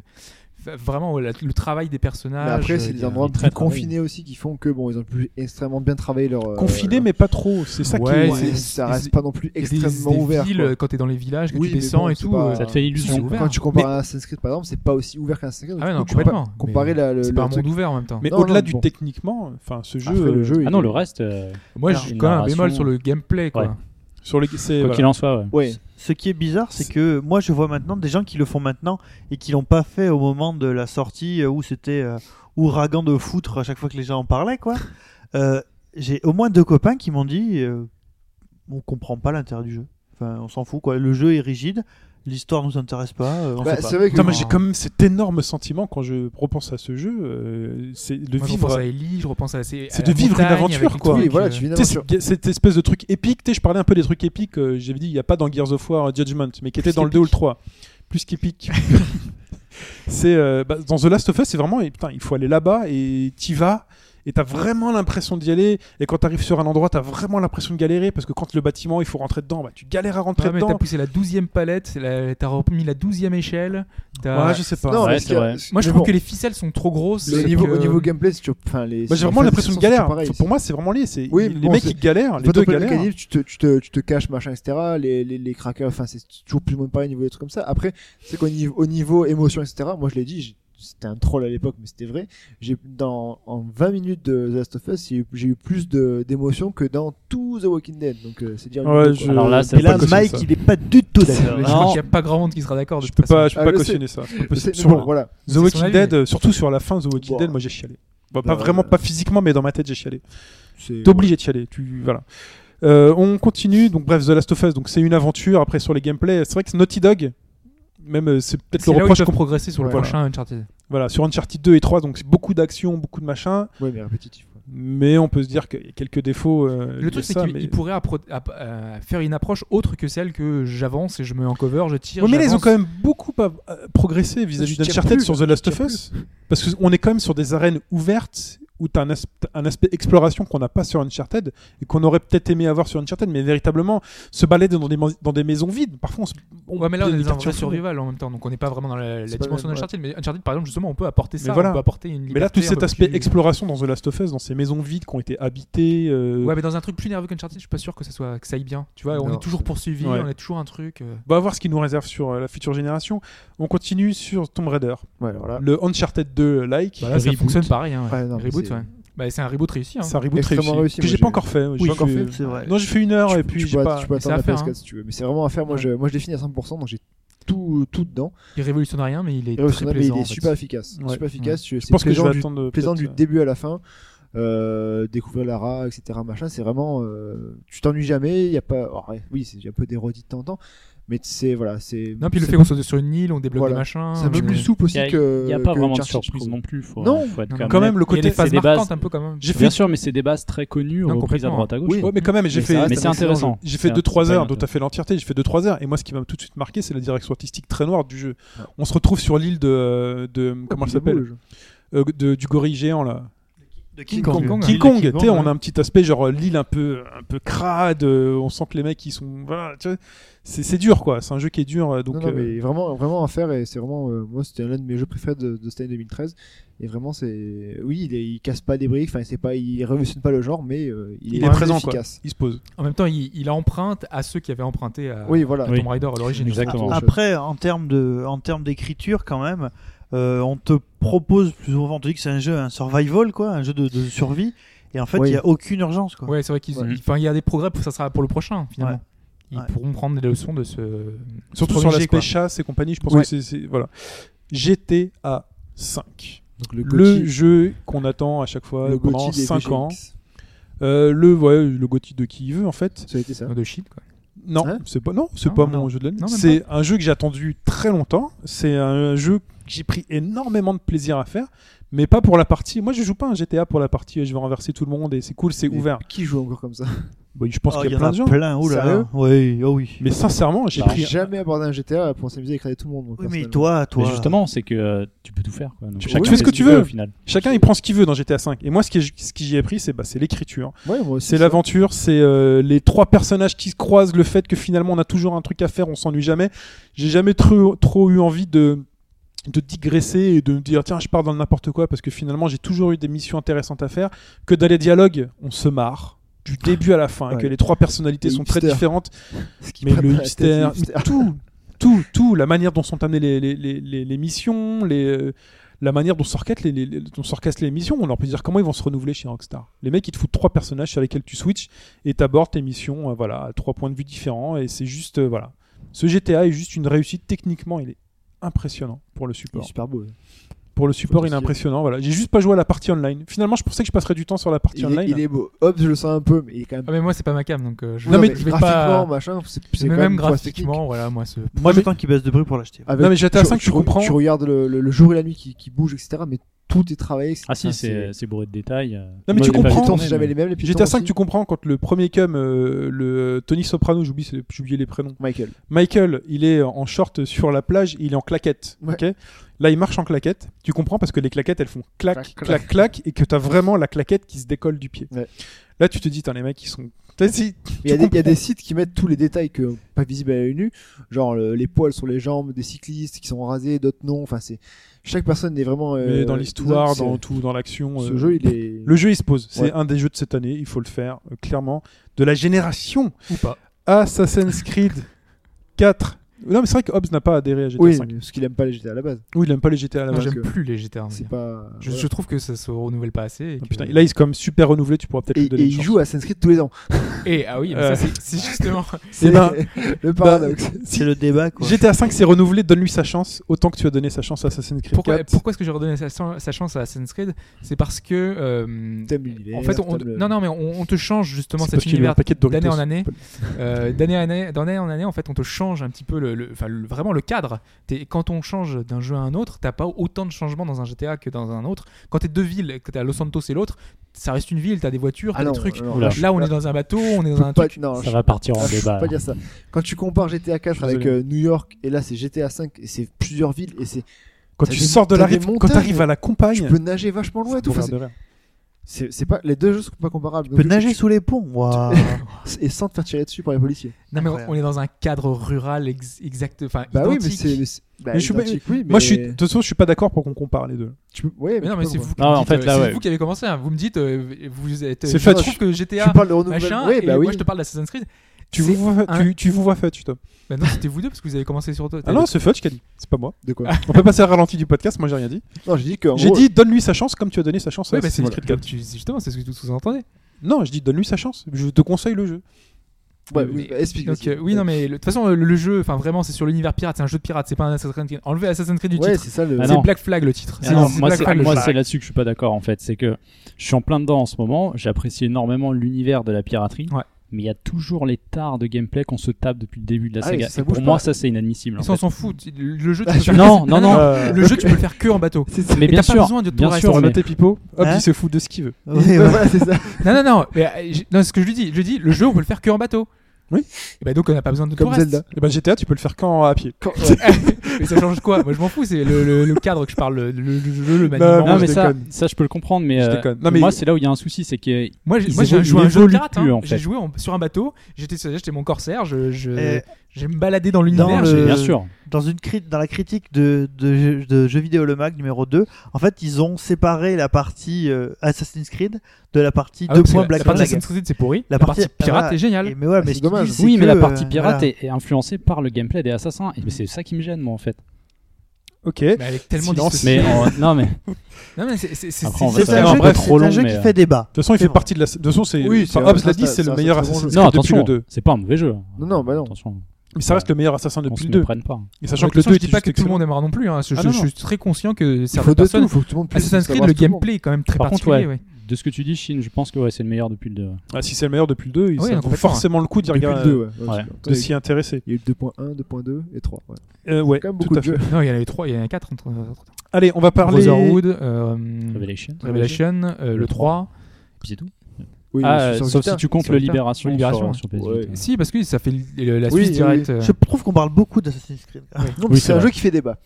[SPEAKER 5] fa- vraiment la- le travail des personnages.
[SPEAKER 4] Mais après,
[SPEAKER 5] euh,
[SPEAKER 4] c'est des
[SPEAKER 5] y a-
[SPEAKER 4] endroits
[SPEAKER 7] il est très
[SPEAKER 4] plus confinés aussi qui font que bon, ils ont pu extrêmement bien travailler leur. euh,
[SPEAKER 3] Confiné,
[SPEAKER 4] leur-
[SPEAKER 3] mais pas trop. C'est ça qui
[SPEAKER 5] Ouais,
[SPEAKER 3] est.
[SPEAKER 4] Ouais,
[SPEAKER 5] c'est-
[SPEAKER 4] ça
[SPEAKER 5] c'est-
[SPEAKER 4] reste pas non plus
[SPEAKER 5] il y a des-
[SPEAKER 4] extrêmement
[SPEAKER 5] des
[SPEAKER 4] ouvert.
[SPEAKER 5] villes, euh,
[SPEAKER 4] quoi.
[SPEAKER 5] quand t'es dans les villages, que
[SPEAKER 4] Oui,
[SPEAKER 5] tu
[SPEAKER 4] mais
[SPEAKER 5] descends
[SPEAKER 4] bon,
[SPEAKER 5] et
[SPEAKER 4] c'est
[SPEAKER 5] tout.
[SPEAKER 4] pas-
[SPEAKER 5] euh,
[SPEAKER 7] Ça te fait
[SPEAKER 5] c'est
[SPEAKER 7] l'illusion.
[SPEAKER 5] ouvert.
[SPEAKER 4] Quand tu compares à Assassin's Creed par exemple, c'est pas aussi ouvert qu'un Creed.
[SPEAKER 5] Ah ouais,
[SPEAKER 4] Donc,
[SPEAKER 5] non,
[SPEAKER 4] tu peux pas-
[SPEAKER 5] complètement. Mais
[SPEAKER 4] Comparer la- le.
[SPEAKER 5] C'est
[SPEAKER 4] le
[SPEAKER 5] pas un
[SPEAKER 4] truc-
[SPEAKER 5] monde ouvert en même temps.
[SPEAKER 3] Mais
[SPEAKER 4] Non,
[SPEAKER 3] au-delà
[SPEAKER 4] non,
[SPEAKER 3] du
[SPEAKER 4] bon.
[SPEAKER 3] techniquement, enfin, ce jeu.
[SPEAKER 4] Après, le
[SPEAKER 3] euh,
[SPEAKER 4] jeu,
[SPEAKER 7] Ah
[SPEAKER 4] il
[SPEAKER 7] non,
[SPEAKER 4] est-
[SPEAKER 7] le reste, euh,
[SPEAKER 5] Moi,
[SPEAKER 7] Alors,
[SPEAKER 5] j'ai quand même un bémol
[SPEAKER 7] narration-
[SPEAKER 5] sur le gameplay. Quoi.
[SPEAKER 7] Ouais.
[SPEAKER 3] Sur les, c'est,
[SPEAKER 7] quoi
[SPEAKER 3] voilà.
[SPEAKER 7] qu'il en soit, ouais.
[SPEAKER 4] Ouais.
[SPEAKER 6] Ce qui est bizarre, c'est que moi je vois maintenant des gens qui le font maintenant et qui l'ont pas fait au moment de la sortie euh, où c'était euh, ouragan de foutre à chaque fois que les gens en parlaient quoi. euh, j'ai au moins deux copains qui m'ont dit euh, on comprend pas l'intérêt du jeu. Enfin, on s'en fout quoi. Le jeu est rigide, l'histoire nous intéresse pas. euh, on
[SPEAKER 4] Bah,
[SPEAKER 6] sait pas.
[SPEAKER 4] c'est vrai que
[SPEAKER 3] Putain, moi j'ai quand même cet énorme sentiment quand je repense à ce jeu, euh, c'est de
[SPEAKER 5] Moi, je
[SPEAKER 3] vivre.
[SPEAKER 5] repense à Ellie, je repense à ces-
[SPEAKER 3] C'est
[SPEAKER 5] à
[SPEAKER 3] de
[SPEAKER 5] la
[SPEAKER 3] vivre une
[SPEAKER 5] montagne,
[SPEAKER 3] aventure,
[SPEAKER 5] avec les
[SPEAKER 3] quoi.
[SPEAKER 5] trucs,
[SPEAKER 4] Oui, voilà,
[SPEAKER 5] euh,
[SPEAKER 4] tu vis une
[SPEAKER 3] Tu sais,
[SPEAKER 4] aventure.
[SPEAKER 3] c'est- cette espèce de truc épique, tu sais, je parlais un peu des trucs épiques, euh, j'avais dit il n'y a pas dans Gears of War euh, Judgment, mais qui était
[SPEAKER 5] Plus
[SPEAKER 3] dans le 2 ou le 3. Plus qu'épique. c'est euh, bah, dans The Last of Us, c'est vraiment et putain, il faut aller là-bas et t'y vas et t'as vraiment l'impression d'y aller et quand t'arrives sur un endroit, t'as vraiment l'impression de galérer parce que quand le bâtiment, il faut rentrer dedans, bah, tu galères à rentrer
[SPEAKER 5] Ouais, mais t'as
[SPEAKER 3] dedans.
[SPEAKER 5] poussé la 12 e palette, c'est la- t'as remis la 12 e échelle. t'as-
[SPEAKER 3] Ouais, je sais pas.
[SPEAKER 4] Non,
[SPEAKER 7] Ouais,
[SPEAKER 4] mais
[SPEAKER 7] c'est
[SPEAKER 4] ce qu'il y a-
[SPEAKER 7] vrai.
[SPEAKER 5] Moi, je
[SPEAKER 4] mais
[SPEAKER 5] trouve
[SPEAKER 4] bon,
[SPEAKER 5] que les euh, ficelles sont trop grosses.
[SPEAKER 4] le
[SPEAKER 5] c'est
[SPEAKER 4] niveau,
[SPEAKER 5] que-
[SPEAKER 4] au niveau gameplay, si tu enfin les.
[SPEAKER 3] Moi, j'ai vraiment l'impression de
[SPEAKER 5] hein.
[SPEAKER 3] galère. Faut- Pour
[SPEAKER 4] moi,
[SPEAKER 3] moi, c'est vraiment lié. C'est
[SPEAKER 4] Oui,
[SPEAKER 3] les
[SPEAKER 4] bon,
[SPEAKER 3] mecs
[SPEAKER 4] c'est-
[SPEAKER 3] qui galèrent, les
[SPEAKER 4] Toi,
[SPEAKER 3] deux
[SPEAKER 4] t'as pas le
[SPEAKER 3] galèrent.
[SPEAKER 4] mécanisme, tu te, tu, te, tu te caches, machin, etc. Les, les, les craqueurs, enfin, c'est toujours plus ou moins pareil au niveau des trucs comme ça. Après, c'est qu'au niveau, au niveau émotion, etc., moi je l'ai dit, j'ai- c'était un troll à l'époque, mais c'était vrai. J'ai, dans, en 20 minutes de The Last of Us, j'ai eu- j'ai eu plus de, d'émotion que dans tout The Walking Dead. Donc, euh, c'est dire.
[SPEAKER 3] Ouais,
[SPEAKER 4] beaucoup,
[SPEAKER 3] je-
[SPEAKER 4] quoi.
[SPEAKER 7] Alors là,
[SPEAKER 3] je
[SPEAKER 7] c'est
[SPEAKER 3] peux
[SPEAKER 6] Et
[SPEAKER 3] pas
[SPEAKER 6] là,
[SPEAKER 3] cautionner
[SPEAKER 6] Mike,
[SPEAKER 3] ça.
[SPEAKER 6] il est pas du tout d'accord.
[SPEAKER 5] Mais je
[SPEAKER 7] Non.
[SPEAKER 5] crois qu'il n'y a pas grand monde qui sera d'accord. de
[SPEAKER 3] Je
[SPEAKER 5] toute
[SPEAKER 3] peux
[SPEAKER 5] façon.
[SPEAKER 3] pas, je peux
[SPEAKER 4] Ah,
[SPEAKER 3] pas
[SPEAKER 4] je sais.
[SPEAKER 3] cautionner ça. C'est pas
[SPEAKER 4] Je sais,
[SPEAKER 3] possible.
[SPEAKER 4] mais
[SPEAKER 3] Sur
[SPEAKER 4] bon,
[SPEAKER 3] le-
[SPEAKER 4] voilà.
[SPEAKER 3] The
[SPEAKER 5] C'est son
[SPEAKER 3] Walking
[SPEAKER 5] avis,
[SPEAKER 3] Dead, euh, surtout sur la fin de The Walking
[SPEAKER 4] Bon.
[SPEAKER 3] Dead, moi j'ai chialé. Bah, pas
[SPEAKER 4] Bah,
[SPEAKER 3] vraiment,
[SPEAKER 4] euh,
[SPEAKER 3] pas physiquement, mais dans ma tête j'ai chialé.
[SPEAKER 4] C'est-
[SPEAKER 3] T'es obligé de chialer. Tu, voilà. Euh, on continue, donc bref, The Last of Us, donc c'est une aventure. Après, sur les gameplay, c'est vrai que Naughty Dog, même euh, c'est peut-être
[SPEAKER 5] C'est
[SPEAKER 3] le
[SPEAKER 5] là où ils
[SPEAKER 3] reproche
[SPEAKER 5] peuvent
[SPEAKER 3] qu'on
[SPEAKER 5] progresser sur le
[SPEAKER 4] Voilà.
[SPEAKER 5] prochain Uncharted.
[SPEAKER 3] Voilà, sur Uncharted 2 et 3, donc c'est beaucoup d'action, beaucoup de machin,
[SPEAKER 4] Ouais, mais répétitif. quoi.
[SPEAKER 3] mais on peut se dire qu'il y a quelques défauts. euh, liés
[SPEAKER 5] Le truc,
[SPEAKER 3] à
[SPEAKER 5] c'est
[SPEAKER 3] ça,
[SPEAKER 5] qu'il
[SPEAKER 3] mais-
[SPEAKER 5] il pourrait appro- app- euh, faire une approche autre que celle que j'avance et je me mets en cover, je tire.
[SPEAKER 3] Ouais, mais là, ils ont
[SPEAKER 5] j'avance.
[SPEAKER 3] quand même beaucoup à- euh, progressé vis-à-vis
[SPEAKER 4] Je tire
[SPEAKER 3] d'Uncharted
[SPEAKER 4] plus,
[SPEAKER 3] sur The Last
[SPEAKER 4] je
[SPEAKER 3] of
[SPEAKER 4] tire
[SPEAKER 3] Us. Parce qu'on est quand même sur des arènes ouvertes où tu as un, aspe- un aspect exploration qu'on n'a pas sur Uncharted et qu'on aurait peut-être aimé avoir sur Uncharted, mais véritablement se balader dans des, man- dans des maisons vides. Parfois, on se. on-
[SPEAKER 5] Ouais, mais là, on
[SPEAKER 3] des
[SPEAKER 5] est dans un
[SPEAKER 3] quartiers
[SPEAKER 5] vrai
[SPEAKER 3] fous.
[SPEAKER 5] survival en même temps, donc on n'est pas vraiment dans la, la
[SPEAKER 4] C'est pas
[SPEAKER 5] dimension
[SPEAKER 4] le même,
[SPEAKER 5] d'Uncharted. Mais Uncharted, par exemple, justement, on peut apporter ça.
[SPEAKER 3] voilà.
[SPEAKER 5] On peut apporter une
[SPEAKER 3] Mais là,
[SPEAKER 5] liberté
[SPEAKER 3] tout
[SPEAKER 5] un
[SPEAKER 3] cet
[SPEAKER 5] peu
[SPEAKER 3] aspect
[SPEAKER 5] plus-
[SPEAKER 3] exploration dans The Last of Us, dans ces maisons vides qui ont été habitées. euh,
[SPEAKER 5] Ouais, mais dans un truc plus nerveux qu'Uncharted, je suis pas sûr que ça, soit, que ça aille bien. Tu vois, on
[SPEAKER 4] Non,
[SPEAKER 5] est toujours poursuivi,
[SPEAKER 3] Ouais. Bah
[SPEAKER 5] on est toujours un truc. euh,
[SPEAKER 3] On va voir ce qui nous réserve sur euh, la future génération. On continue sur Tomb Raider.
[SPEAKER 4] Ouais, alors là.
[SPEAKER 3] Le Uncharted 2 like.
[SPEAKER 5] Voilà, Bah ça
[SPEAKER 7] Reboot.
[SPEAKER 5] fonctionne pareil. Hein, ouais.
[SPEAKER 4] Ouais, non, mais
[SPEAKER 5] reboot,
[SPEAKER 4] c'est-
[SPEAKER 5] ouais. Bah, c'est un reboot réussi. Hein.
[SPEAKER 3] C'est un reboot réussi.
[SPEAKER 4] Extrêmement réussi,
[SPEAKER 3] que
[SPEAKER 4] moi,
[SPEAKER 3] j'ai
[SPEAKER 4] j'ai-
[SPEAKER 3] pas encore fait. j'ai
[SPEAKER 4] Oui,
[SPEAKER 3] pas
[SPEAKER 4] encore
[SPEAKER 3] fait.
[SPEAKER 4] fait.
[SPEAKER 6] C'est vrai.
[SPEAKER 3] Non, j'ai fait une heure
[SPEAKER 4] Tu-
[SPEAKER 3] et puis
[SPEAKER 4] tu
[SPEAKER 3] j'ai
[SPEAKER 4] peux-
[SPEAKER 3] pas.
[SPEAKER 4] Tu peux
[SPEAKER 5] c'est
[SPEAKER 4] attendre
[SPEAKER 5] à
[SPEAKER 4] la
[SPEAKER 5] faire,
[SPEAKER 3] hein.
[SPEAKER 4] PS4 si tu veux, mais c'est vraiment à faire. Moi,
[SPEAKER 5] Ouais.
[SPEAKER 4] je, moi, je l'ai fini à 100%, donc j'ai tout, tout dedans.
[SPEAKER 5] Il révolutionne rien, mais il est
[SPEAKER 4] Et au
[SPEAKER 5] très
[SPEAKER 4] final, mais
[SPEAKER 5] plaisant.
[SPEAKER 4] il
[SPEAKER 5] en
[SPEAKER 4] est
[SPEAKER 5] fait.
[SPEAKER 4] super efficace.
[SPEAKER 3] Ouais.
[SPEAKER 4] Super efficace. tu-
[SPEAKER 3] Je
[SPEAKER 4] C'est
[SPEAKER 3] pense que je
[SPEAKER 4] plaisant
[SPEAKER 3] vais
[SPEAKER 4] du
[SPEAKER 3] attendre.
[SPEAKER 4] plaisant du
[SPEAKER 3] peut-être,
[SPEAKER 4] début à la fin. Euh, découvrir Lara, etc. Machin, c'est vraiment, euh, tu t'ennuies jamais. Il y a pas, alors, ouais, oui, c'est un peu des redites de temps en temps, mais c'est voilà, c'est.
[SPEAKER 5] Non, puis le
[SPEAKER 4] c'est-
[SPEAKER 5] fait qu'on soit sur une île, on débloque
[SPEAKER 4] Voilà.
[SPEAKER 5] des machins.
[SPEAKER 4] c'est un peu
[SPEAKER 5] euh,
[SPEAKER 4] plus souple aussi
[SPEAKER 7] Il y a-
[SPEAKER 4] que.
[SPEAKER 7] Il n'y a pas
[SPEAKER 4] que
[SPEAKER 7] vraiment de
[SPEAKER 4] Uncharted, je
[SPEAKER 7] surprise
[SPEAKER 4] trouve.
[SPEAKER 7] non plus. faut-
[SPEAKER 4] Non.
[SPEAKER 7] faut être
[SPEAKER 5] Non,
[SPEAKER 7] quand
[SPEAKER 5] non.
[SPEAKER 3] Quand
[SPEAKER 7] même-
[SPEAKER 3] même, le
[SPEAKER 5] Il y a des
[SPEAKER 3] côté.
[SPEAKER 5] phases
[SPEAKER 7] c'est des
[SPEAKER 5] marquantes
[SPEAKER 7] bases.
[SPEAKER 5] un peu quand même.
[SPEAKER 3] J'ai fait.
[SPEAKER 7] Bien sûr, mais c'est des bases très connues,
[SPEAKER 5] Non,
[SPEAKER 7] reprises à
[SPEAKER 5] complètement.
[SPEAKER 7] droite à gauche.
[SPEAKER 4] Oui.
[SPEAKER 3] Ouais, mais quand même, j'ai
[SPEAKER 7] Mais
[SPEAKER 3] fait.
[SPEAKER 7] ça reste Mais c'est un excellent intéressant. jeu.
[SPEAKER 3] J'ai fait
[SPEAKER 7] C'est
[SPEAKER 3] 2-3
[SPEAKER 7] un-
[SPEAKER 3] heures,
[SPEAKER 7] c'est
[SPEAKER 3] dont
[SPEAKER 7] un-
[SPEAKER 3] tu as fait l'entièreté, j'ai fait 2-3 heures, et moi ce qui m'a tout de suite marqué, c'est la direction artistique très noire du jeu.
[SPEAKER 4] Ouais.
[SPEAKER 3] On se retrouve sur l'île de, de. Comment
[SPEAKER 4] Il
[SPEAKER 3] elle
[SPEAKER 4] est beau, le
[SPEAKER 3] s'appelle
[SPEAKER 4] jeu.
[SPEAKER 3] Euh, de- Du gorille géant là.
[SPEAKER 6] De
[SPEAKER 5] King Kong. Kong.
[SPEAKER 3] King
[SPEAKER 5] L'île
[SPEAKER 3] Kong, tu sais,
[SPEAKER 6] ouais.
[SPEAKER 3] on a un petit aspect genre euh, l'île un peu, un peu crade, euh, on sent que les mecs ils sont. Voilà, tu vois, c'est c'est dur quoi, c'est un jeu qui est dur. euh, Donc,
[SPEAKER 4] non, non,
[SPEAKER 3] euh,
[SPEAKER 4] mais vraiment, vraiment à faire et c'est vraiment, euh, moi c'était l'un de mes jeux préférés de, de cette année 2013 et vraiment c'est, oui, il, est- il casse pas des briques, enfin c'est pas, il révolutionne pas le genre, mais euh,
[SPEAKER 3] il
[SPEAKER 4] il, est
[SPEAKER 3] est
[SPEAKER 4] très
[SPEAKER 3] présent quoi,
[SPEAKER 4] efficace.
[SPEAKER 3] il se pose.
[SPEAKER 5] hein. En même temps, il, il emprunte à ceux qui avaient emprunté à,
[SPEAKER 4] Oui, voilà.
[SPEAKER 5] à Tomb Raider à l'origine.
[SPEAKER 7] Exactement.
[SPEAKER 4] Ah,
[SPEAKER 6] Après, en termes de, en termes d'écriture, quand même, euh, on te propose plus souvent, on te dit que c'est un jeu, un survival, quoi, un jeu de, de survie, et en fait, il
[SPEAKER 4] Oui.
[SPEAKER 6] n'y a aucune urgence, quoi.
[SPEAKER 5] Ouais, c'est vrai qu'il
[SPEAKER 7] Ouais.
[SPEAKER 5] enfin, il y a des progrès, ça sera pour le prochain finalement. Ils
[SPEAKER 6] Ouais.
[SPEAKER 5] pourront prendre des leçons de ce.
[SPEAKER 3] Surtout
[SPEAKER 5] Premier
[SPEAKER 3] sur
[SPEAKER 5] jet,
[SPEAKER 3] l'aspect
[SPEAKER 5] quoi.
[SPEAKER 3] chasse et compagnie, je pense
[SPEAKER 5] Ouais.
[SPEAKER 3] que c'est- c'est. Voilà. GTA 5.
[SPEAKER 4] Donc le
[SPEAKER 3] le
[SPEAKER 4] Gotti-
[SPEAKER 3] jeu qu'on attend à chaque fois
[SPEAKER 4] le
[SPEAKER 3] pendant
[SPEAKER 4] Gotti des
[SPEAKER 3] 5 ans.
[SPEAKER 4] VGX.
[SPEAKER 3] Euh, le ouais, le Gotti de qui il veut en fait.
[SPEAKER 4] Ça a été ça.
[SPEAKER 5] No de shit, quoi.
[SPEAKER 3] Non,
[SPEAKER 4] Hein
[SPEAKER 3] c'est pas non, c'est
[SPEAKER 5] Non,
[SPEAKER 3] pas
[SPEAKER 5] non,
[SPEAKER 3] mon
[SPEAKER 5] non.
[SPEAKER 3] jeu de l'année.
[SPEAKER 5] Non, même
[SPEAKER 3] C'est un jeu que j'ai attendu très longtemps, c'est un jeu que j'ai pris énormément de plaisir à faire, mais pas pour la partie. Moi, je joue pas un GTA pour la partie, je vais renverser tout le monde et c'est cool, c'est
[SPEAKER 4] Mais
[SPEAKER 3] ouvert.
[SPEAKER 4] Qui joue encore comme ça
[SPEAKER 3] Bah, je pense
[SPEAKER 6] Oh,
[SPEAKER 3] qu'il y a
[SPEAKER 6] en
[SPEAKER 3] plein de gens.
[SPEAKER 6] Plein, oh là
[SPEAKER 4] Sérieux
[SPEAKER 6] là. Oui, oh oui.
[SPEAKER 3] Mais sincèrement, j'ai
[SPEAKER 7] Bah,
[SPEAKER 3] pris
[SPEAKER 4] J'ai jamais abordé un GTA pour s'amuser à écraser tout le monde. moi,
[SPEAKER 6] Oui, mais
[SPEAKER 4] personnellement.
[SPEAKER 6] toi, toi.
[SPEAKER 7] Mais justement, c'est que euh, tu peux tout faire. quoi. Donc,
[SPEAKER 3] Tu-
[SPEAKER 7] chacun
[SPEAKER 3] tu fais ce que tu
[SPEAKER 7] qu'il veut,
[SPEAKER 3] veux.
[SPEAKER 7] au final.
[SPEAKER 3] chacun il prend ce qu'il veut dans GTA 5 et moi ce que j- ce que j'y ai pris c'est bah, c'est l'écriture.
[SPEAKER 4] Ouais, moi aussi,
[SPEAKER 3] C'est
[SPEAKER 4] euh, ça.
[SPEAKER 3] l'aventure, c'est euh, les trois personnages qui se croisent, le fait que finalement on a toujours un truc à faire, on s'ennuie jamais. J'ai jamais trop, trop eu envie de de digresser et de me dire tiens je pars dans n'importe quoi parce que finalement j'ai toujours eu des missions intéressantes à faire que dans les dialogues on se marre du début à la fin
[SPEAKER 4] Ouais.
[SPEAKER 3] que les trois personnalités
[SPEAKER 4] Les
[SPEAKER 3] sont très
[SPEAKER 4] hipsters.
[SPEAKER 3] différentes
[SPEAKER 4] Ce qui
[SPEAKER 3] mais
[SPEAKER 4] prend
[SPEAKER 3] le
[SPEAKER 4] la tête, c'est
[SPEAKER 3] hipster, mais tout tout tout la manière dont sont amenées les, les, les, les- les missions les euh, la manière dont s'orchestrent les, les- les- dont s'orchestrent les missions, on leur peut dire comment ils vont se renouveler chez Rockstar. Les mecs, ils te foutent trois personnages sur lesquels tu switches et t'abordes tes missions, euh, voilà, à trois points de vue différents et c'est juste, euh, voilà. Ce GTA est juste une réussite techniquement, il est impressionnant pour le
[SPEAKER 4] Il est
[SPEAKER 3] support.
[SPEAKER 4] super beau.
[SPEAKER 3] pour le support,
[SPEAKER 4] Faut
[SPEAKER 3] il est
[SPEAKER 4] essayer.
[SPEAKER 3] impressionnant. Voilà, j'ai juste pas joué à la partie online. Finalement, je pensais que je passerais du temps sur la partie
[SPEAKER 4] Il est,
[SPEAKER 3] online.
[SPEAKER 4] il est beau. Hop, je le sens un peu, mais il est quand
[SPEAKER 5] Ah,
[SPEAKER 4] même.
[SPEAKER 5] mais moi, c'est pas ma cam, donc euh, je,
[SPEAKER 4] Non, hein. mais
[SPEAKER 5] je vais
[SPEAKER 4] graphiquement,
[SPEAKER 5] pas.
[SPEAKER 4] machin, c'est c'est
[SPEAKER 5] Mais
[SPEAKER 4] quand
[SPEAKER 5] même
[SPEAKER 4] une prouesse technique.
[SPEAKER 5] graphiquement, voilà, moi, ce.
[SPEAKER 6] Moi,
[SPEAKER 3] mais-
[SPEAKER 6] j'attends qu'il baisse de bruit pour l'acheter.
[SPEAKER 4] Avec-
[SPEAKER 3] Non, mais GTA V,
[SPEAKER 4] tu-
[SPEAKER 3] tu comprends.
[SPEAKER 4] Tu regardes le, le- le jour et la nuit qui, qui bouge, etc. Mais tout est travaillé.
[SPEAKER 7] Ah si,
[SPEAKER 4] enfin,
[SPEAKER 7] c'est c'est bourré de détails. euh.
[SPEAKER 3] mais
[SPEAKER 7] Moi,
[SPEAKER 3] tu
[SPEAKER 7] je l'ai
[SPEAKER 3] comprends,
[SPEAKER 4] Les
[SPEAKER 7] pas vu
[SPEAKER 4] temps,
[SPEAKER 7] tourner,
[SPEAKER 4] c'est jamais
[SPEAKER 7] mais-
[SPEAKER 4] les mêmes. les
[SPEAKER 3] GTA
[SPEAKER 4] putains
[SPEAKER 3] 5,
[SPEAKER 4] aussi.
[SPEAKER 3] tu comprends quand le premier cum, euh, le Tony Soprano, j'oublie, c'est- j'ai oublié les prénoms.
[SPEAKER 4] Michael.
[SPEAKER 3] Michael, il est en short sur la plage, il est en claquette.
[SPEAKER 4] Ouais.
[SPEAKER 3] ok Là, il marche en claquette. Tu comprends parce que les claquettes, elles font clac, clac,
[SPEAKER 4] Clac,
[SPEAKER 3] clac,
[SPEAKER 4] clac.
[SPEAKER 3] et que t'as vraiment la claquette qui se décolle du pied.
[SPEAKER 4] Ouais.
[SPEAKER 3] Là, tu te dis, Tain, les mecs, ils sont. T'as- si-
[SPEAKER 4] Il y, a
[SPEAKER 3] tu
[SPEAKER 4] des- il y a
[SPEAKER 3] comprends.
[SPEAKER 4] des sites qui mettent tous les détails que pas visibles à l'œil nu, genre le- les poils sur les jambes des cyclistes qui sont rasés, d'autres non. Enfin, c'est chaque personne est vraiment. euh,
[SPEAKER 3] Mais dans l'histoire,
[SPEAKER 4] c'est-
[SPEAKER 3] dans tout, dans l'action.
[SPEAKER 4] ce
[SPEAKER 3] euh,
[SPEAKER 4] jeu, il est.
[SPEAKER 3] Le jeu, il se pose. C'est
[SPEAKER 4] Ouais.
[SPEAKER 3] un des jeux de cette année. Il faut le faire, euh, clairement. De la génération
[SPEAKER 5] Ou pas.
[SPEAKER 3] Assassin's Creed 4. Non, mais c'est vrai que Hobbs n'a pas adhéré à GTA
[SPEAKER 4] Oui,
[SPEAKER 3] 5.
[SPEAKER 4] mais parce qu'il aime pas les GTA à la base.
[SPEAKER 3] Oui, il aime pas les GTA à la
[SPEAKER 5] Non,
[SPEAKER 3] base.
[SPEAKER 5] j'aime
[SPEAKER 4] que-
[SPEAKER 5] plus les GTA. on va
[SPEAKER 4] C'est
[SPEAKER 5] dire.
[SPEAKER 4] pas.
[SPEAKER 5] Ah, Je,
[SPEAKER 4] voilà.
[SPEAKER 5] je trouve que ça se renouvelle pas assez. Et,
[SPEAKER 3] Ah,
[SPEAKER 5] que-
[SPEAKER 3] putain, là, il est quand même super renouvelé. Tu pourras peut-être
[SPEAKER 4] Et,
[SPEAKER 3] lui donner
[SPEAKER 4] et
[SPEAKER 3] une
[SPEAKER 4] il
[SPEAKER 3] chance.
[SPEAKER 4] joue à Assassin's Creed tous les ans.
[SPEAKER 5] Et, ah oui, mais
[SPEAKER 3] Euh.
[SPEAKER 5] ça, c'est c'est justement.
[SPEAKER 4] C'est
[SPEAKER 3] ben,
[SPEAKER 4] le paradoxe.
[SPEAKER 3] Bah,
[SPEAKER 6] C'est le débat, quoi.
[SPEAKER 3] GTA 5 c'est renouvelé, donne-lui sa chance autant que tu as donné sa chance à Assassin's Creed
[SPEAKER 5] pourquoi
[SPEAKER 3] 4.
[SPEAKER 5] pourquoi est-ce que j'ai redonné sa, sa chance à Assassin's Creed C'est parce que. euh,
[SPEAKER 4] T'aimes l'univers,
[SPEAKER 5] en fait, on,
[SPEAKER 4] t'aimes le-
[SPEAKER 5] non, non, mais on, on te change justement
[SPEAKER 3] C'est
[SPEAKER 5] cet
[SPEAKER 3] parce qu'il y a eu
[SPEAKER 5] univers
[SPEAKER 3] un paquet de Doritos.
[SPEAKER 5] d'année en année. Euh, d'année en année, d'année en année, en fait, on te change un petit peu le, le- enfin, le- vraiment le cadre. T'es- quand on change d'un jeu à un autre, t'as pas autant de changements dans un GTA que dans un autre. Quand t'es deux villes, et que t'es à Los Santos et l'autre, ça reste une ville, t'as des voitures, t'as
[SPEAKER 4] Ah non,
[SPEAKER 5] des trucs.
[SPEAKER 4] alors,
[SPEAKER 7] Oula.
[SPEAKER 4] je peux
[SPEAKER 5] Là, on
[SPEAKER 4] pas-
[SPEAKER 5] est dans un bateau, on est
[SPEAKER 4] je
[SPEAKER 5] dans
[SPEAKER 4] peux
[SPEAKER 5] un
[SPEAKER 4] pas-
[SPEAKER 5] truc.
[SPEAKER 4] non,
[SPEAKER 7] Ça
[SPEAKER 4] je-
[SPEAKER 7] va partir en
[SPEAKER 4] Ah, je peux
[SPEAKER 7] débat.
[SPEAKER 4] pas
[SPEAKER 7] là.
[SPEAKER 4] dire ça. Quand tu compares GTA 4
[SPEAKER 3] suis
[SPEAKER 4] avec
[SPEAKER 3] désolé.
[SPEAKER 4] euh, New York et là c'est GTA 5 et c'est plusieurs villes et c'est
[SPEAKER 3] Quand
[SPEAKER 4] T'as
[SPEAKER 3] tu
[SPEAKER 4] des-
[SPEAKER 3] sors de
[SPEAKER 4] t'as
[SPEAKER 3] la
[SPEAKER 4] des
[SPEAKER 3] rive, quand
[SPEAKER 4] montagnes.
[SPEAKER 3] t'arrives à la
[SPEAKER 4] tu
[SPEAKER 3] campagne,
[SPEAKER 4] peux nager vachement loin et tout.
[SPEAKER 3] pour
[SPEAKER 4] Enfin,
[SPEAKER 3] faire de rire.
[SPEAKER 4] c'est c'est- c'est pas les deux jeux sont pas comparables.
[SPEAKER 6] Tu peux nager sous les ponts. Waouh.
[SPEAKER 4] et sans te faire tirer dessus par les policiers.
[SPEAKER 5] Non, mais on-
[SPEAKER 6] Incroyable.
[SPEAKER 5] on est dans un cadre rural ex- exact, enfin
[SPEAKER 4] Bah oui, mais
[SPEAKER 5] identique.
[SPEAKER 4] c'est mais c'est- bah,
[SPEAKER 3] Mais je suis pas-
[SPEAKER 4] identique, oui, mais
[SPEAKER 3] Moi, je suis, de toute façon, je suis pas d'accord pour qu'on compare les deux.
[SPEAKER 4] tu peux- ouais,
[SPEAKER 5] Mais non, mais
[SPEAKER 4] tu
[SPEAKER 5] c'est
[SPEAKER 4] peux,
[SPEAKER 5] vous.
[SPEAKER 4] moi.
[SPEAKER 5] Qui
[SPEAKER 7] Non,
[SPEAKER 5] me
[SPEAKER 7] en
[SPEAKER 5] dites,
[SPEAKER 7] fait,
[SPEAKER 5] euh,
[SPEAKER 7] là,
[SPEAKER 5] c'est
[SPEAKER 7] ouais.
[SPEAKER 5] vous qui avez commencé. hein. Vous me dites, euh, vous êtes.
[SPEAKER 3] C'est
[SPEAKER 5] euh,
[SPEAKER 3] fait,
[SPEAKER 5] je
[SPEAKER 3] tu-
[SPEAKER 5] trouve que GTA
[SPEAKER 4] Tu parles de renouvellement.
[SPEAKER 5] machin.
[SPEAKER 4] Oui, bah
[SPEAKER 5] et
[SPEAKER 4] oui.
[SPEAKER 5] Moi, je te parle d'Assassin's Creed.
[SPEAKER 3] Tu
[SPEAKER 5] C'est
[SPEAKER 3] vous, vois,
[SPEAKER 5] un-
[SPEAKER 3] tu, tu vous vois Fudge, toi.
[SPEAKER 5] Bah non, c'était vous deux parce que vous avez commencé sur toi.
[SPEAKER 3] Ah non, c'est Fudge qui a dit. C'est pas moi.
[SPEAKER 4] De quoi
[SPEAKER 3] On peut passer à ralenti du podcast. Moi, j'ai rien dit.
[SPEAKER 4] Non, j'ai dit que. en
[SPEAKER 3] J'ai
[SPEAKER 4] gros,
[SPEAKER 3] dit donne-lui sa chance comme tu as donné sa chance à
[SPEAKER 5] Oui, bah, c'est
[SPEAKER 3] Assassin's Creed 4.
[SPEAKER 5] tu- justement, c'est ce que tu sous-entendais.
[SPEAKER 3] Non, je dis donne-lui sa chance. Je te conseille le jeu.
[SPEAKER 4] ouais,
[SPEAKER 5] mais-
[SPEAKER 4] oui, bah, Explique.
[SPEAKER 5] Donc, euh, oui, non, mais le- de toute façon, le, le jeu, enfin vraiment, c'est sur l'univers pirate. C'est un jeu de pirate. C'est pas un Assassin's Creed. Enlevez Assassin's Creed du
[SPEAKER 4] Ouais,
[SPEAKER 5] titre.
[SPEAKER 4] c'est ça le.
[SPEAKER 7] Ah
[SPEAKER 5] C'est
[SPEAKER 7] non.
[SPEAKER 5] Black Flag le titre.
[SPEAKER 7] Ah non, moi,
[SPEAKER 5] Black
[SPEAKER 7] c'est-
[SPEAKER 5] Flag, le
[SPEAKER 7] moi,
[SPEAKER 5] jeu.
[SPEAKER 7] c'est là-dessus que je suis pas d'accord en fait. C'est que je suis en plein dedans en ce moment. J'apprécie énormément l'univers de la piraterie.
[SPEAKER 5] Ouais.
[SPEAKER 7] Mais il y a toujours les tares de gameplay qu'on se tape depuis le début de la
[SPEAKER 4] Ah,
[SPEAKER 7] saga.
[SPEAKER 4] et ça
[SPEAKER 7] Et pour
[SPEAKER 4] bouge
[SPEAKER 7] moi,
[SPEAKER 4] pas.
[SPEAKER 7] ça c'est inadmissible. en
[SPEAKER 5] Ils s'en
[SPEAKER 7] fait.
[SPEAKER 5] s'en foutent. Le jeu, tu peux faire-
[SPEAKER 7] Non, non, non.
[SPEAKER 3] Euh,
[SPEAKER 5] Le jeu, tu peux le faire que en bateau.
[SPEAKER 4] C'est ça.
[SPEAKER 5] Et
[SPEAKER 7] Mais bien
[SPEAKER 5] t'as pas
[SPEAKER 7] sûr,
[SPEAKER 5] besoin de
[SPEAKER 7] bien
[SPEAKER 5] tout
[SPEAKER 7] sûr,
[SPEAKER 3] on
[SPEAKER 5] rester.
[SPEAKER 3] a
[SPEAKER 7] mais-
[SPEAKER 3] noté Pipo. Hop,
[SPEAKER 6] Hein
[SPEAKER 3] il se fout de ce qu'il veut.
[SPEAKER 4] Ouais, voilà, c'est ça.
[SPEAKER 5] Non, non, non. mais, euh, j'ai- non, c'est ce que je lui dis. Je lui dis, le jeu, on peut le faire que en bateau.
[SPEAKER 3] Oui.
[SPEAKER 5] Et bah donc, on n'a pas besoin de tout
[SPEAKER 4] Comme
[SPEAKER 5] le reste.
[SPEAKER 4] Zelda.
[SPEAKER 3] Et ben GTA, tu peux le faire quand à pied.
[SPEAKER 5] mais ça change quoi Moi je m'en fous, c'est le, le- le cadre que je parle, le, le- le jeu, le maniement.
[SPEAKER 3] Non,
[SPEAKER 7] Non,
[SPEAKER 3] je
[SPEAKER 7] mais ça,
[SPEAKER 3] déconne.
[SPEAKER 7] ça, je peux le comprendre, mais,
[SPEAKER 3] Je
[SPEAKER 7] euh,
[SPEAKER 3] déconne. Non, mais-
[SPEAKER 7] moi, c'est là où il y a un souci, c'est que
[SPEAKER 5] moi j'ai
[SPEAKER 7] Ils
[SPEAKER 5] moi, j'ai
[SPEAKER 7] évoluent-
[SPEAKER 5] joué à un
[SPEAKER 7] ils
[SPEAKER 5] jeu de
[SPEAKER 7] évoluent
[SPEAKER 5] cartes,
[SPEAKER 7] plus,
[SPEAKER 5] hein.
[SPEAKER 7] en
[SPEAKER 5] j'ai
[SPEAKER 7] fait.
[SPEAKER 5] joué en- sur un bateau, j'étais j'étais mon corsaire, je, je,
[SPEAKER 6] Et-
[SPEAKER 5] j'ai me baladé dans l'univers.
[SPEAKER 6] Dans le-
[SPEAKER 5] j'ai-
[SPEAKER 7] bien sûr.
[SPEAKER 6] Eh, dans une cri- dans la critique de, de, de jeux vidéo le mag numéro 2 en fait ils ont séparé la partie euh, Assassin's Creed de la partie
[SPEAKER 5] Ah oui,
[SPEAKER 6] 2.
[SPEAKER 5] parce que la-
[SPEAKER 6] Black
[SPEAKER 5] la partie
[SPEAKER 6] Flag
[SPEAKER 5] Assassin's Creed, c'est pourri, la,
[SPEAKER 6] La
[SPEAKER 5] partie,
[SPEAKER 6] partie-
[SPEAKER 5] pirate
[SPEAKER 6] voilà.
[SPEAKER 5] est géniale.
[SPEAKER 6] Et- mais ouais, mais
[SPEAKER 4] c'est
[SPEAKER 6] ce qu'ils
[SPEAKER 4] dommage.
[SPEAKER 6] disent, Ah,
[SPEAKER 7] Oui,
[SPEAKER 6] c'est
[SPEAKER 7] mais la
[SPEAKER 6] que,
[SPEAKER 7] partie
[SPEAKER 6] euh,
[SPEAKER 7] pirate
[SPEAKER 6] voilà.
[SPEAKER 7] est, est influencée par le gameplay des assassins. Et c'est ça qui me gène, moi, en fait.
[SPEAKER 3] Ok.
[SPEAKER 5] Mais elle est tellement
[SPEAKER 3] Silence.
[SPEAKER 5] dissociée.
[SPEAKER 7] Mais en- non, mais
[SPEAKER 5] Non mais c'est c'est- c'est-
[SPEAKER 7] Après, on
[SPEAKER 5] c'est-
[SPEAKER 7] va
[SPEAKER 6] c'est
[SPEAKER 7] ça
[SPEAKER 6] un,
[SPEAKER 3] va
[SPEAKER 6] jeu,
[SPEAKER 3] bref,
[SPEAKER 6] qui-
[SPEAKER 7] trop
[SPEAKER 6] c'est un
[SPEAKER 7] long,
[SPEAKER 6] jeu
[SPEAKER 7] mais,
[SPEAKER 6] qui
[SPEAKER 7] euh,
[SPEAKER 6] fait débat.
[SPEAKER 3] De toute façon, il
[SPEAKER 6] C'est
[SPEAKER 3] fait
[SPEAKER 6] vrai.
[SPEAKER 3] partie de la. De toute façon, c'est.
[SPEAKER 4] Oui,
[SPEAKER 3] enfin,
[SPEAKER 4] c'est-
[SPEAKER 3] Hobbes
[SPEAKER 4] ça,
[SPEAKER 3] l'a dit,
[SPEAKER 4] ça,
[SPEAKER 3] c'est le
[SPEAKER 4] ça,
[SPEAKER 3] meilleur
[SPEAKER 4] c'est vraiment
[SPEAKER 3] Assassin's
[SPEAKER 4] le-
[SPEAKER 3] Creed
[SPEAKER 7] non,
[SPEAKER 3] depuis
[SPEAKER 7] attention,
[SPEAKER 3] le 2.
[SPEAKER 7] c'est pas un mauvais jeu.
[SPEAKER 4] Non, non, bah non.
[SPEAKER 7] Attention,
[SPEAKER 3] Mais ça reste le meilleur assassin
[SPEAKER 7] on
[SPEAKER 3] depuis
[SPEAKER 7] se
[SPEAKER 3] le 2.
[SPEAKER 7] prenne pas.
[SPEAKER 3] Et sachant
[SPEAKER 5] de
[SPEAKER 3] que le
[SPEAKER 5] toute façon,
[SPEAKER 3] 2
[SPEAKER 5] je dis pas que tout le monde aimera non plus. hein. Je,
[SPEAKER 3] Ah,
[SPEAKER 5] je-
[SPEAKER 3] non,
[SPEAKER 5] je
[SPEAKER 3] non.
[SPEAKER 5] suis très conscient que
[SPEAKER 4] Il faut
[SPEAKER 5] certaines
[SPEAKER 4] de tout,
[SPEAKER 5] personnes.
[SPEAKER 4] il faut que tout le monde puisse.
[SPEAKER 5] Assassin's Creed,
[SPEAKER 4] savoir
[SPEAKER 5] le
[SPEAKER 4] tout monde.
[SPEAKER 5] gameplay est quand même très
[SPEAKER 7] Par contre,
[SPEAKER 5] particulier.
[SPEAKER 7] ouais. De ce que tu dis, Shin, je pense que ouais, c'est le meilleur depuis le 2.
[SPEAKER 3] Ah, si c'est le meilleur depuis le 2, il
[SPEAKER 5] Oui,
[SPEAKER 3] ça vaut
[SPEAKER 5] complètement.
[SPEAKER 3] forcément le coup d'y
[SPEAKER 4] Depuis le
[SPEAKER 3] regarder,
[SPEAKER 4] deux, ouais.
[SPEAKER 7] Ouais.
[SPEAKER 4] Ouais,
[SPEAKER 3] de
[SPEAKER 4] c'est-
[SPEAKER 3] s'y intéresser.
[SPEAKER 4] Il y a eu 2.1, 2.2 et 3. Ouais.
[SPEAKER 3] Euh, ouais,
[SPEAKER 4] Quand même
[SPEAKER 3] tout
[SPEAKER 4] beaucoup
[SPEAKER 3] à
[SPEAKER 4] de
[SPEAKER 3] fait.
[SPEAKER 4] jeux.
[SPEAKER 5] Non, il y en avait trois, il y en avait quatre. entre- entre-
[SPEAKER 3] Allez, on va parler.
[SPEAKER 5] Brotherhood,
[SPEAKER 4] Mm.
[SPEAKER 5] euh,
[SPEAKER 7] Revelation.
[SPEAKER 5] Revelation, euh, le
[SPEAKER 7] Le
[SPEAKER 5] 3.
[SPEAKER 7] Puis c'est tout.
[SPEAKER 4] Oui,
[SPEAKER 7] Ah,
[SPEAKER 4] mais sur- sur
[SPEAKER 7] sauf si
[SPEAKER 4] Vita.
[SPEAKER 7] tu comptes
[SPEAKER 5] Sur
[SPEAKER 7] le
[SPEAKER 5] Vita.
[SPEAKER 7] Libération,
[SPEAKER 5] Le Libération,
[SPEAKER 7] sur, sur PS8.
[SPEAKER 4] ouais.
[SPEAKER 7] ouais.
[SPEAKER 5] Si, parce que ça fait le- le- la
[SPEAKER 4] Oui,
[SPEAKER 5] suite
[SPEAKER 4] oui,
[SPEAKER 5] directe.
[SPEAKER 4] oui.
[SPEAKER 5] euh.
[SPEAKER 6] Je prouve qu'on parle beaucoup d'Assassin's Creed.
[SPEAKER 4] Non,
[SPEAKER 7] Oui,
[SPEAKER 4] mais
[SPEAKER 7] c'est
[SPEAKER 4] c'est un
[SPEAKER 7] vrai.
[SPEAKER 4] jeu qui fait débat.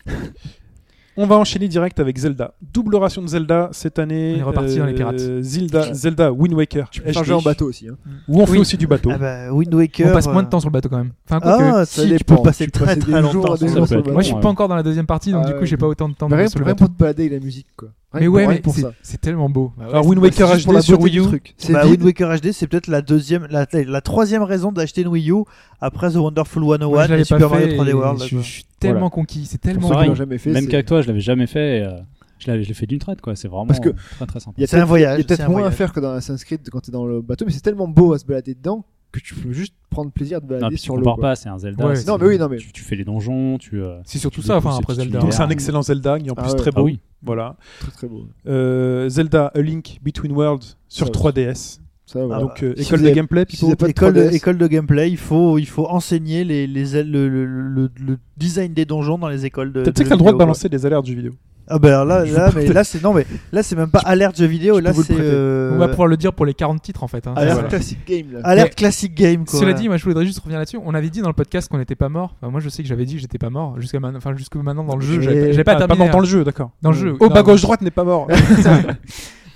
[SPEAKER 3] On va enchaîner direct avec Zelda. Double ration de Zelda cette année. euh,
[SPEAKER 5] On est reparti dans les pirates.
[SPEAKER 3] Zelda, Zelda Wind Waker.
[SPEAKER 4] Tu peux charger en bateau aussi. Hein.
[SPEAKER 3] Ou on fait
[SPEAKER 5] Oui.
[SPEAKER 3] aussi du bateau.
[SPEAKER 6] Ah bah, Wind Waker.
[SPEAKER 5] On passe moins de
[SPEAKER 6] euh,
[SPEAKER 5] temps sur le bateau quand même. Enfin, quoi que-
[SPEAKER 6] Ah,
[SPEAKER 4] Si,
[SPEAKER 6] ça
[SPEAKER 4] tu
[SPEAKER 6] peut
[SPEAKER 4] peux
[SPEAKER 6] passer
[SPEAKER 4] tu
[SPEAKER 6] très
[SPEAKER 4] passer
[SPEAKER 6] très
[SPEAKER 4] des jours
[SPEAKER 6] longtemps.
[SPEAKER 4] à des
[SPEAKER 7] ça
[SPEAKER 4] jours
[SPEAKER 7] peut
[SPEAKER 4] sur
[SPEAKER 7] être
[SPEAKER 4] le
[SPEAKER 5] moi, je
[SPEAKER 4] bateau.
[SPEAKER 5] suis
[SPEAKER 7] ouais.
[SPEAKER 5] pas encore dans la deuxième partie, donc
[SPEAKER 4] Ah
[SPEAKER 5] du coup,
[SPEAKER 4] ouais.
[SPEAKER 5] j'ai pas autant de temps
[SPEAKER 4] Mais rien
[SPEAKER 5] sur le
[SPEAKER 4] rien
[SPEAKER 5] bateau.
[SPEAKER 4] pour te balader avec la musique. Quoi. Rien
[SPEAKER 5] Mais
[SPEAKER 4] que-
[SPEAKER 5] ouais,
[SPEAKER 4] rien
[SPEAKER 5] mais
[SPEAKER 4] que pour
[SPEAKER 5] c'est-
[SPEAKER 4] ça.
[SPEAKER 5] c'est tellement beau. Bah ouais,
[SPEAKER 3] Alors Wind
[SPEAKER 5] c'est-
[SPEAKER 3] Waker
[SPEAKER 4] Juste pour
[SPEAKER 3] HD
[SPEAKER 4] la
[SPEAKER 3] sur
[SPEAKER 4] beauté
[SPEAKER 3] Wii
[SPEAKER 4] du
[SPEAKER 3] U.
[SPEAKER 4] truc. C'est
[SPEAKER 6] Bah,
[SPEAKER 4] vide.
[SPEAKER 6] Wind Waker HD, c'est peut-être la deuxième, la, la troisième raison d'acheter une Wii U après The Wonderful
[SPEAKER 5] moi, je
[SPEAKER 6] 101
[SPEAKER 5] l'avais
[SPEAKER 6] et
[SPEAKER 5] pas
[SPEAKER 6] Super Mario
[SPEAKER 5] fait,
[SPEAKER 6] 3D
[SPEAKER 5] et
[SPEAKER 6] World.
[SPEAKER 5] Je
[SPEAKER 6] quoi.
[SPEAKER 5] je suis tellement
[SPEAKER 7] Voilà.
[SPEAKER 5] conquis, c'est
[SPEAKER 4] Pour
[SPEAKER 5] tellement
[SPEAKER 4] ceux qui
[SPEAKER 7] pareil.
[SPEAKER 5] beau.
[SPEAKER 4] l'ont jamais fait.
[SPEAKER 7] Même
[SPEAKER 4] c'est-
[SPEAKER 7] qu'avec toi, je l'avais jamais fait. et, euh, je l'avais je l'ai fait d'une traite, quoi. C'est vraiment
[SPEAKER 4] Parce que-
[SPEAKER 7] euh, très très sympa.
[SPEAKER 4] Il y a
[SPEAKER 6] C'est un
[SPEAKER 4] peut-être-
[SPEAKER 6] voyage,
[SPEAKER 4] Il y a
[SPEAKER 6] c'est
[SPEAKER 4] peut-être
[SPEAKER 6] un
[SPEAKER 4] moins à
[SPEAKER 6] voyage.
[SPEAKER 4] faire que dans Assassin's Creed quand t'es dans le bateau, mais c'est tellement beau à se balader dedans que tu peux juste prendre plaisir de
[SPEAKER 7] Non,
[SPEAKER 4] balader
[SPEAKER 7] puis tu
[SPEAKER 4] sur l'eau.
[SPEAKER 7] compares
[SPEAKER 4] quoi.
[SPEAKER 7] pas, c'est un Zelda.
[SPEAKER 5] Ouais,
[SPEAKER 7] c'est-
[SPEAKER 4] Non, mais oui, non, mais-
[SPEAKER 7] Tu, tu fais les donjons, tu. euh,
[SPEAKER 5] C'est surtout
[SPEAKER 7] Tu
[SPEAKER 5] ça,
[SPEAKER 7] découvres
[SPEAKER 5] enfin,
[SPEAKER 7] ce
[SPEAKER 5] après
[SPEAKER 7] petit
[SPEAKER 5] Zelda.
[SPEAKER 3] Donc c'est un
[SPEAKER 7] Merde.
[SPEAKER 3] excellent Zelda, qui est en
[SPEAKER 4] hein. Ah
[SPEAKER 3] plus
[SPEAKER 4] ouais.
[SPEAKER 3] très
[SPEAKER 7] Ah
[SPEAKER 3] beau.
[SPEAKER 7] oui.
[SPEAKER 3] Voilà.
[SPEAKER 4] Très très beau.
[SPEAKER 3] Euh, Zelda A Link Between Worlds sur
[SPEAKER 4] Ouais.
[SPEAKER 3] 3DS.
[SPEAKER 4] Ça, voilà.
[SPEAKER 3] Donc euh,
[SPEAKER 4] Si
[SPEAKER 3] école
[SPEAKER 4] vous
[SPEAKER 3] de
[SPEAKER 4] avez-
[SPEAKER 3] gameplay,
[SPEAKER 4] si
[SPEAKER 3] Pipo.
[SPEAKER 4] vous avez pas de
[SPEAKER 6] école,
[SPEAKER 4] 3DS,
[SPEAKER 6] école de gameplay, il faut, il faut enseigner les, les ailes- le, le- le- le design des donjons dans les écoles de.
[SPEAKER 3] T'as- Tu sais que
[SPEAKER 6] de
[SPEAKER 3] t'as le droit de
[SPEAKER 6] vidéo,
[SPEAKER 3] balancer des alertes du vidéo.
[SPEAKER 6] quoi. Ah ben là,
[SPEAKER 3] Je
[SPEAKER 6] là,
[SPEAKER 3] peux
[SPEAKER 6] mais
[SPEAKER 3] peut-être-
[SPEAKER 6] là c'est non mais là c'est même pas alerte jeu vidéo,
[SPEAKER 3] je
[SPEAKER 6] là
[SPEAKER 3] peux vous le
[SPEAKER 6] c'est.
[SPEAKER 3] prêter.
[SPEAKER 6] euh,
[SPEAKER 5] On va pouvoir le dire bah, pour les 40 titres en fait. hein.
[SPEAKER 4] Alerte
[SPEAKER 3] Voilà.
[SPEAKER 4] classique game là.
[SPEAKER 6] Alerte classique game quoi.
[SPEAKER 5] Cela dit, moi je voudrais juste revenir là-dessus. On avait dit dans le podcast qu'on n'était pas mort. Enfin, moi je sais que j'avais dit que j'étais pas mort jusqu'à maintenant, enfin, jusque maintenant dans le jeu.
[SPEAKER 6] Et-
[SPEAKER 5] J'avais pas- j'avais pas
[SPEAKER 3] Ah,
[SPEAKER 5] terminé. hein.
[SPEAKER 3] mort dans le jeu, d'accord.
[SPEAKER 5] Dans le jeu.
[SPEAKER 3] Oh,
[SPEAKER 5] Non.
[SPEAKER 3] bas gauche droite n'est pas mort.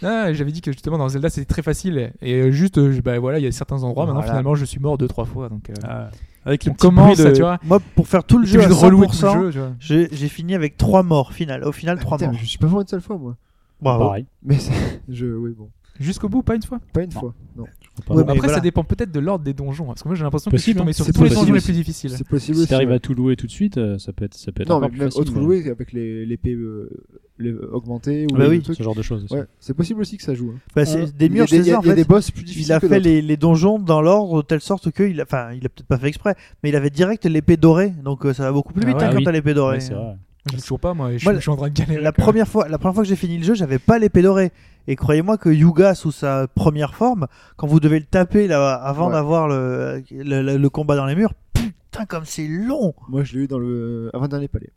[SPEAKER 5] Ah, j'avais dit que justement dans Zelda c'était très facile et euh, juste euh, je- bah voilà il y a certains endroits maintenant
[SPEAKER 6] Voilà.
[SPEAKER 5] finalement je suis mort deux trois fois donc euh,
[SPEAKER 3] Ah, Avec
[SPEAKER 5] on
[SPEAKER 3] le petit
[SPEAKER 5] commence
[SPEAKER 3] bruit
[SPEAKER 5] ça,
[SPEAKER 3] de-
[SPEAKER 5] tu vois
[SPEAKER 6] moi pour faire tout le
[SPEAKER 5] t'es
[SPEAKER 6] jeu à
[SPEAKER 5] obligé de relouer tout
[SPEAKER 6] 100%,
[SPEAKER 5] le jeu tu vois.
[SPEAKER 6] j'ai j'ai fini avec trois morts final. Au final trois
[SPEAKER 4] Putain,
[SPEAKER 6] morts.
[SPEAKER 4] je suis pas mort une seule fois moi.
[SPEAKER 6] Bravo.
[SPEAKER 7] Pareil.
[SPEAKER 4] Mais c'est- je, oui bon,
[SPEAKER 5] jusqu'au bout pas une fois
[SPEAKER 4] pas une
[SPEAKER 7] Non.
[SPEAKER 4] fois. Non,
[SPEAKER 7] Faut pas-
[SPEAKER 6] Ouais, mais
[SPEAKER 5] après ça
[SPEAKER 6] voilà.
[SPEAKER 5] dépend peut-être de l'ordre des donjons hein, parce que moi j'ai l'impression que je suis
[SPEAKER 7] Possible,
[SPEAKER 5] tombé
[SPEAKER 7] hein.
[SPEAKER 5] sur
[SPEAKER 4] C'est
[SPEAKER 5] tous les donjons
[SPEAKER 4] possible
[SPEAKER 5] les
[SPEAKER 4] aussi.
[SPEAKER 5] plus difficiles
[SPEAKER 4] c'est possible.
[SPEAKER 7] Si
[SPEAKER 4] aussi,
[SPEAKER 7] t'arrives
[SPEAKER 4] ouais.
[SPEAKER 7] à tout louer tout de suite, euh, ça peut être, ça peut être
[SPEAKER 4] Non, mais
[SPEAKER 7] encore plus
[SPEAKER 4] même
[SPEAKER 7] facile.
[SPEAKER 4] autre
[SPEAKER 7] mais-
[SPEAKER 4] loué avec les l'épée euh, les- augmentée ou
[SPEAKER 6] Ah bah
[SPEAKER 4] les
[SPEAKER 6] oui.
[SPEAKER 4] trucs.
[SPEAKER 7] ce genre de choses. aussi.
[SPEAKER 4] Ouais, c'est possible aussi que ça joue. hein.
[SPEAKER 6] Bah, c'est-
[SPEAKER 4] On-
[SPEAKER 6] des
[SPEAKER 4] il y a
[SPEAKER 6] murs,
[SPEAKER 4] des-
[SPEAKER 6] c'est
[SPEAKER 4] il y a-
[SPEAKER 6] ça en
[SPEAKER 4] Il y a
[SPEAKER 6] fait.
[SPEAKER 4] des boss plus difficiles.
[SPEAKER 6] Il a
[SPEAKER 4] que
[SPEAKER 6] fait
[SPEAKER 4] d'autres.
[SPEAKER 6] les, les donjons dans l'ordre de telle sorte que il a, enfin, il a peut-être pas fait exprès, mais il avait direct l'épée dorée, donc euh, ça va beaucoup plus
[SPEAKER 5] Ah
[SPEAKER 6] vite
[SPEAKER 5] ouais,
[SPEAKER 6] hein,
[SPEAKER 7] ah
[SPEAKER 6] quand
[SPEAKER 7] oui.
[SPEAKER 6] t'as l'épée dorée.
[SPEAKER 7] Ouais, c'est vrai.
[SPEAKER 5] je l'ai toujours pas moi et je
[SPEAKER 6] Moi,
[SPEAKER 5] suis- je suis en train de galérer
[SPEAKER 6] la
[SPEAKER 5] quoi.
[SPEAKER 6] première fois, la première fois que j'ai fini le jeu, j'avais pas l'épée dorée. Et croyez-moi que Yuga sous sa première forme, quand vous devez le taper là avant
[SPEAKER 4] Ouais.
[SPEAKER 6] d'avoir le, le, le- le combat dans les murs, putain comme c'est long.
[SPEAKER 4] Moi, je l'ai eu dans le avant-dernier palais.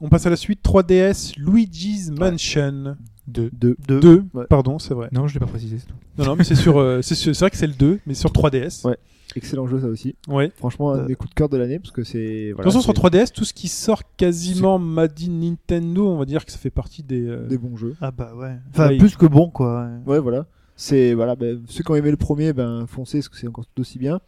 [SPEAKER 3] On passe à la suite 3DS Luigi's Mansion
[SPEAKER 5] Deux.
[SPEAKER 4] Deux.
[SPEAKER 6] De
[SPEAKER 3] 2.
[SPEAKER 4] Ouais.
[SPEAKER 3] Pardon, c'est vrai.
[SPEAKER 5] non je l'ai pas précisé c'est tout.
[SPEAKER 3] Non, non, mais c'est sur, euh, c'est sur- c'est vrai que c'est le 2, mais sur 3DS.
[SPEAKER 4] Ouais. Excellent jeu, ça aussi.
[SPEAKER 3] Ouais.
[SPEAKER 4] Franchement, un
[SPEAKER 6] Euh.
[SPEAKER 4] des coups de cœur de l'année parce que c'est.
[SPEAKER 3] De
[SPEAKER 4] voilà,
[SPEAKER 3] toute façon, sur
[SPEAKER 4] c'est
[SPEAKER 3] 3DS, tout ce qui sort quasiment Made in Nintendo, on va dire que ça fait partie des. euh,
[SPEAKER 4] des bons jeux.
[SPEAKER 6] ah bah ouais. Enfin
[SPEAKER 3] Ouais, il-
[SPEAKER 6] plus que bon quoi. ouais.
[SPEAKER 4] Ouais, voilà. C'est voilà, ben, ceux qui ont aimé le premier, ben foncez, parce que c'est encore tout aussi bien.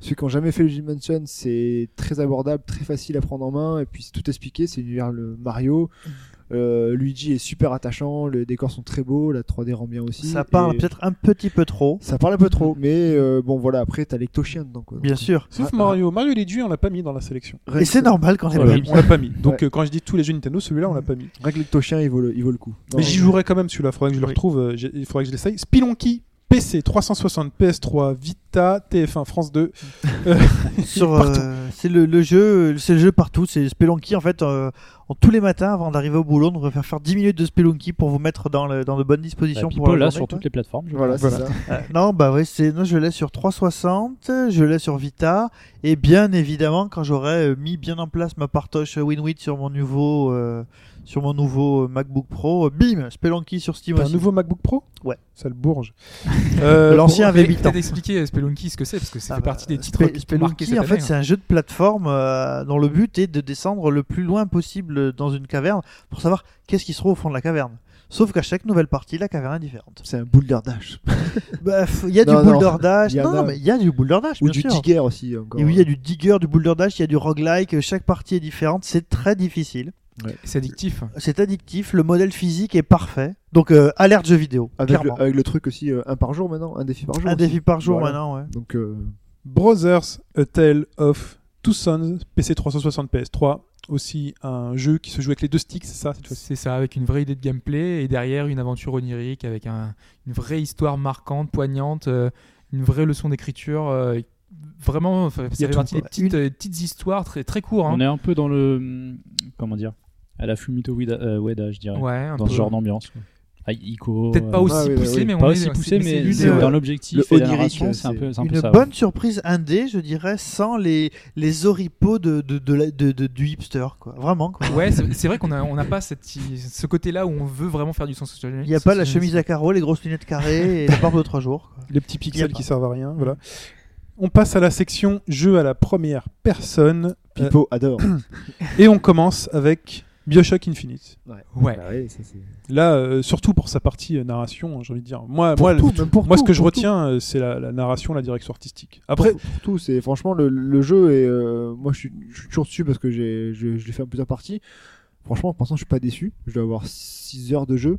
[SPEAKER 4] Ceux qui ont jamais fait le Jim Mansion, c'est très abordable, très facile à prendre en main, et puis c'est tout expliqué. C'est l'univers le Mario.
[SPEAKER 6] Mm.
[SPEAKER 4] Euh, Luigi est super attachant, les décors sont très beaux, la 3D rend bien aussi.
[SPEAKER 6] Ça parle
[SPEAKER 4] et
[SPEAKER 6] peut-être un petit peu trop,
[SPEAKER 4] Ça parle un peu trop, mais euh, bon voilà. Après, t'as l'ectochien dedans. Quoi.
[SPEAKER 6] bien sûr.
[SPEAKER 3] Sauf
[SPEAKER 4] Ah,
[SPEAKER 3] Mario. Mario et Luigi, on l'a pas mis dans la sélection.
[SPEAKER 6] Et c'est normal quand on
[SPEAKER 3] Voilà,
[SPEAKER 6] est
[SPEAKER 3] on l'a pas mis. Donc
[SPEAKER 4] Ouais.
[SPEAKER 3] euh, quand je dis tous les jeux Nintendo, celui-là on l'a pas mis.
[SPEAKER 4] Rien que l'ectochien, il vaut le, il vaut le coup. Non,
[SPEAKER 3] Mais j'y
[SPEAKER 4] euh,
[SPEAKER 3] jouerai quand même celui-là, faudrait que je le
[SPEAKER 5] Oui.
[SPEAKER 3] retrouve, euh, j'ai- il faudrait que je l'essaye. Spelunky, PC 360, PS3, Vita, TF1, France 2. Euh,
[SPEAKER 6] sur
[SPEAKER 3] partout.
[SPEAKER 6] euh, c'est le, le jeu c'est le jeu partout c'est Spelunky en fait euh, en- tous les matins avant d'arriver au boulot on devrait faire, faire 10 minutes de Spelunky pour vous mettre dans, le, dans de bonnes
[SPEAKER 7] Bah,
[SPEAKER 6] dispositions pour la
[SPEAKER 7] Pipo, là,
[SPEAKER 6] journée,
[SPEAKER 7] sur
[SPEAKER 6] quoi.
[SPEAKER 7] toutes les plateformes. je
[SPEAKER 4] Voilà,
[SPEAKER 7] pense.
[SPEAKER 4] c'est ça.
[SPEAKER 6] Euh, non bah ouais c'est non, je l'ai sur 360 je l'ai sur Vita et bien évidemment quand j'aurai euh, mis bien en place ma partoche WinWin sur mon nouveau euh, sur mon nouveau euh, MacBook Pro euh, bim Spelunky sur Steam
[SPEAKER 3] T'as un
[SPEAKER 6] aussi.
[SPEAKER 3] nouveau MacBook Pro
[SPEAKER 6] Ouais.
[SPEAKER 3] Ça le bourge. Euh,
[SPEAKER 6] l'ancien avait
[SPEAKER 5] Mais
[SPEAKER 6] 8 ans
[SPEAKER 5] peut-être expliquer euh, Spelunky ce que c'est parce que ça
[SPEAKER 6] Ah
[SPEAKER 5] fait
[SPEAKER 6] bah,
[SPEAKER 5] partie des
[SPEAKER 6] Spe-
[SPEAKER 5] titres qui t'ont marqué
[SPEAKER 6] Spelunky, hein.
[SPEAKER 5] cette
[SPEAKER 6] en fait,
[SPEAKER 5] année hein.
[SPEAKER 6] c'est un jeu de plateforme euh, dont le but est de descendre le plus loin possible dans une caverne pour savoir qu'est-ce qui se trouve au fond de la caverne. Sauf qu'à chaque nouvelle partie, la caverne est différente.
[SPEAKER 4] C'est un boulder dash.
[SPEAKER 6] Bah, f- Il y a
[SPEAKER 4] Non,
[SPEAKER 6] du
[SPEAKER 4] non,
[SPEAKER 6] boulder dash.
[SPEAKER 4] il y en
[SPEAKER 6] Non, non,
[SPEAKER 4] a.
[SPEAKER 6] mais il y a du boulder dash,
[SPEAKER 4] Ou
[SPEAKER 6] bien
[SPEAKER 4] du
[SPEAKER 6] sûr.
[SPEAKER 4] digger aussi encore.
[SPEAKER 6] Et oui, il y a du digger, du boulder dash, il y a du roguelike. euh, Chaque partie est différente. C'est très difficile.
[SPEAKER 5] c'est addictif
[SPEAKER 6] C'est addictif. Le modèle physique est parfait. Donc, euh, alerte jeu vidéo.
[SPEAKER 4] Avec le,
[SPEAKER 6] clairement.
[SPEAKER 4] avec le truc aussi, euh, un par jour maintenant, un défi par jour.
[SPEAKER 6] hein. Un
[SPEAKER 4] aussi.
[SPEAKER 6] défi par jour
[SPEAKER 4] Voilà.
[SPEAKER 6] maintenant, ouais.
[SPEAKER 4] Donc, euh,
[SPEAKER 3] Brothers, A Tale of Two Sons, PC 360, PS3. Aussi un jeu qui se joue avec les deux sticks, c'est ça cette fois-ci
[SPEAKER 5] c'est ça avec une vraie idée de gameplay et derrière une aventure onirique avec un- une vraie histoire marquante poignante euh, une vraie leçon d'écriture euh, vraiment enfin,
[SPEAKER 3] Il y
[SPEAKER 5] ça
[SPEAKER 3] a
[SPEAKER 5] fait
[SPEAKER 3] tout,
[SPEAKER 5] partie des
[SPEAKER 6] quoi.
[SPEAKER 5] petites, euh, petites histoires très très courtes hein.
[SPEAKER 7] On est un peu dans le. hum, Comment dire À la Fumito Ueda, euh, Ueda, je dirais.
[SPEAKER 5] ouais un
[SPEAKER 7] dans ce
[SPEAKER 5] peu.
[SPEAKER 7] genre d'ambiance. quoi. Ah, Ico.
[SPEAKER 5] peut-être pas
[SPEAKER 7] euh,
[SPEAKER 5] aussi
[SPEAKER 4] Ah oui, oui,
[SPEAKER 5] poussé
[SPEAKER 4] oui.
[SPEAKER 5] mais
[SPEAKER 7] pas
[SPEAKER 5] on
[SPEAKER 7] aussi
[SPEAKER 5] est
[SPEAKER 7] poussé, mais,
[SPEAKER 5] une-
[SPEAKER 4] c'est-
[SPEAKER 7] dans
[SPEAKER 4] euh, le
[SPEAKER 7] l'objectif et la
[SPEAKER 4] onirique,
[SPEAKER 7] narration,
[SPEAKER 4] c'est
[SPEAKER 7] c'est un peu, c'est un peu
[SPEAKER 6] une
[SPEAKER 7] ça. ouais.
[SPEAKER 6] bonne surprise indé, je dirais, sans les, les oripeaux de, de, de la- de- de- du hipster, quoi. Vraiment, quoi.
[SPEAKER 5] ouais c'est c'est vrai qu'on a on n'a pas cette, ce côté là où on veut vraiment faire du sens
[SPEAKER 6] Il n'y a pas la chemise à carreaux, les grosses lunettes carrées et la barbe de trois jours. quoi.
[SPEAKER 3] Les petits
[SPEAKER 6] Y a
[SPEAKER 3] pixels
[SPEAKER 6] pas.
[SPEAKER 3] qui servent à rien, voilà. On passe à la section jeu à la première personne Euh,
[SPEAKER 4] Pipo adore.
[SPEAKER 3] et on commence avec Bioshock Infinite.
[SPEAKER 5] ouais
[SPEAKER 4] Bah oui, ça, c'est-
[SPEAKER 3] Là, euh, surtout pour sa partie euh, narration, hein, j'ai envie de dire. Moi,
[SPEAKER 4] Pour
[SPEAKER 3] moi,
[SPEAKER 4] tout, même pour
[SPEAKER 3] moi
[SPEAKER 4] tout,
[SPEAKER 3] ce que je
[SPEAKER 4] pour
[SPEAKER 3] retiens, euh, c'est la, la narration, la direction artistique.
[SPEAKER 4] tout.
[SPEAKER 3] Après,
[SPEAKER 4] Pour- pour tout, c'est franchement le, le jeu et moi je suis, je suis toujours dessus parce que j'ai, je, je l'ai fait en plusieurs parties. Franchement, pour l'instant, je suis pas déçu. Je dois avoir 6 heures de jeu.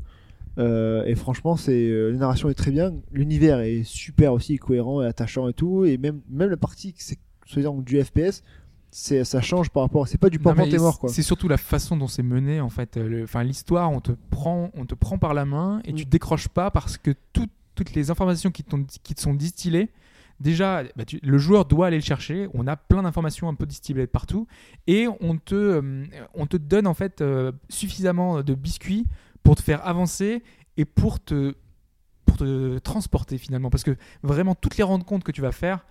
[SPEAKER 4] Euh, et franchement, c'est euh, la narration est très bien, l'univers est super aussi cohérent et attachant et tout, et même même la partie que c'est soi-disant du FPS, c'est ça change par rapport. C'est pas du
[SPEAKER 5] Non,
[SPEAKER 4] portant
[SPEAKER 5] mais
[SPEAKER 4] et mort quoi.
[SPEAKER 5] C'est surtout la façon dont c'est mené en fait. Euh, le- Enfin, l'histoire, on te prend, on te prend par la main et
[SPEAKER 4] Mm.
[SPEAKER 5] tu décroches pas parce que tout- toutes les informations qui, t'ont- qui te sont distillées déjà, bah, tu- le joueur doit aller le chercher. On a plein d'informations un peu distillées de partout. Et on te, euh, on te donne en fait euh, suffisamment de biscuits pour te faire avancer et pour te, pour te transporter finalement. Parce que vraiment, toutes les rencontres que tu vas faire,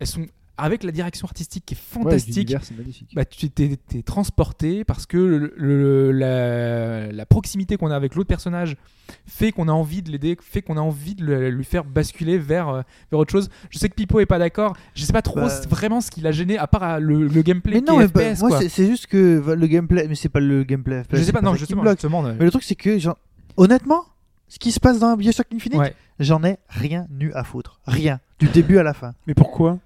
[SPEAKER 5] elles sont avec la direction artistique qui est fantastique
[SPEAKER 4] l'univers, c'est magnifique.
[SPEAKER 5] bah, tu t'es, t'es transporté parce que le- le- la, la proximité qu'on a avec l'autre personnage fait qu'on a envie de l'aider, fait qu'on a envie de le- lui faire basculer vers, euh, vers autre chose. Je sais que Pipo est pas d'accord. Je sais pas trop
[SPEAKER 6] Bah.
[SPEAKER 5] c- vraiment ce qui l'a gêné à part euh, le, le gameplay
[SPEAKER 6] Mais
[SPEAKER 5] qui
[SPEAKER 6] non,
[SPEAKER 5] est
[SPEAKER 6] mais bah,
[SPEAKER 5] FPS,
[SPEAKER 6] moi
[SPEAKER 5] quoi.
[SPEAKER 6] c'est- c'est juste que va- le gameplay, mais c'est pas le gameplay FPS.
[SPEAKER 5] Je sais
[SPEAKER 6] c'est
[SPEAKER 5] pas, non,
[SPEAKER 6] ça qui me
[SPEAKER 5] justement,
[SPEAKER 6] bloque.
[SPEAKER 5] justement, euh,
[SPEAKER 6] Mais le truc c'est que, genre, honnêtement, ce qui se passe dans Bioshock Infinite,
[SPEAKER 5] ouais.
[SPEAKER 6] j'en ai rien nu à foutre. Rien. Du début à la fin.
[SPEAKER 3] Mais pourquoi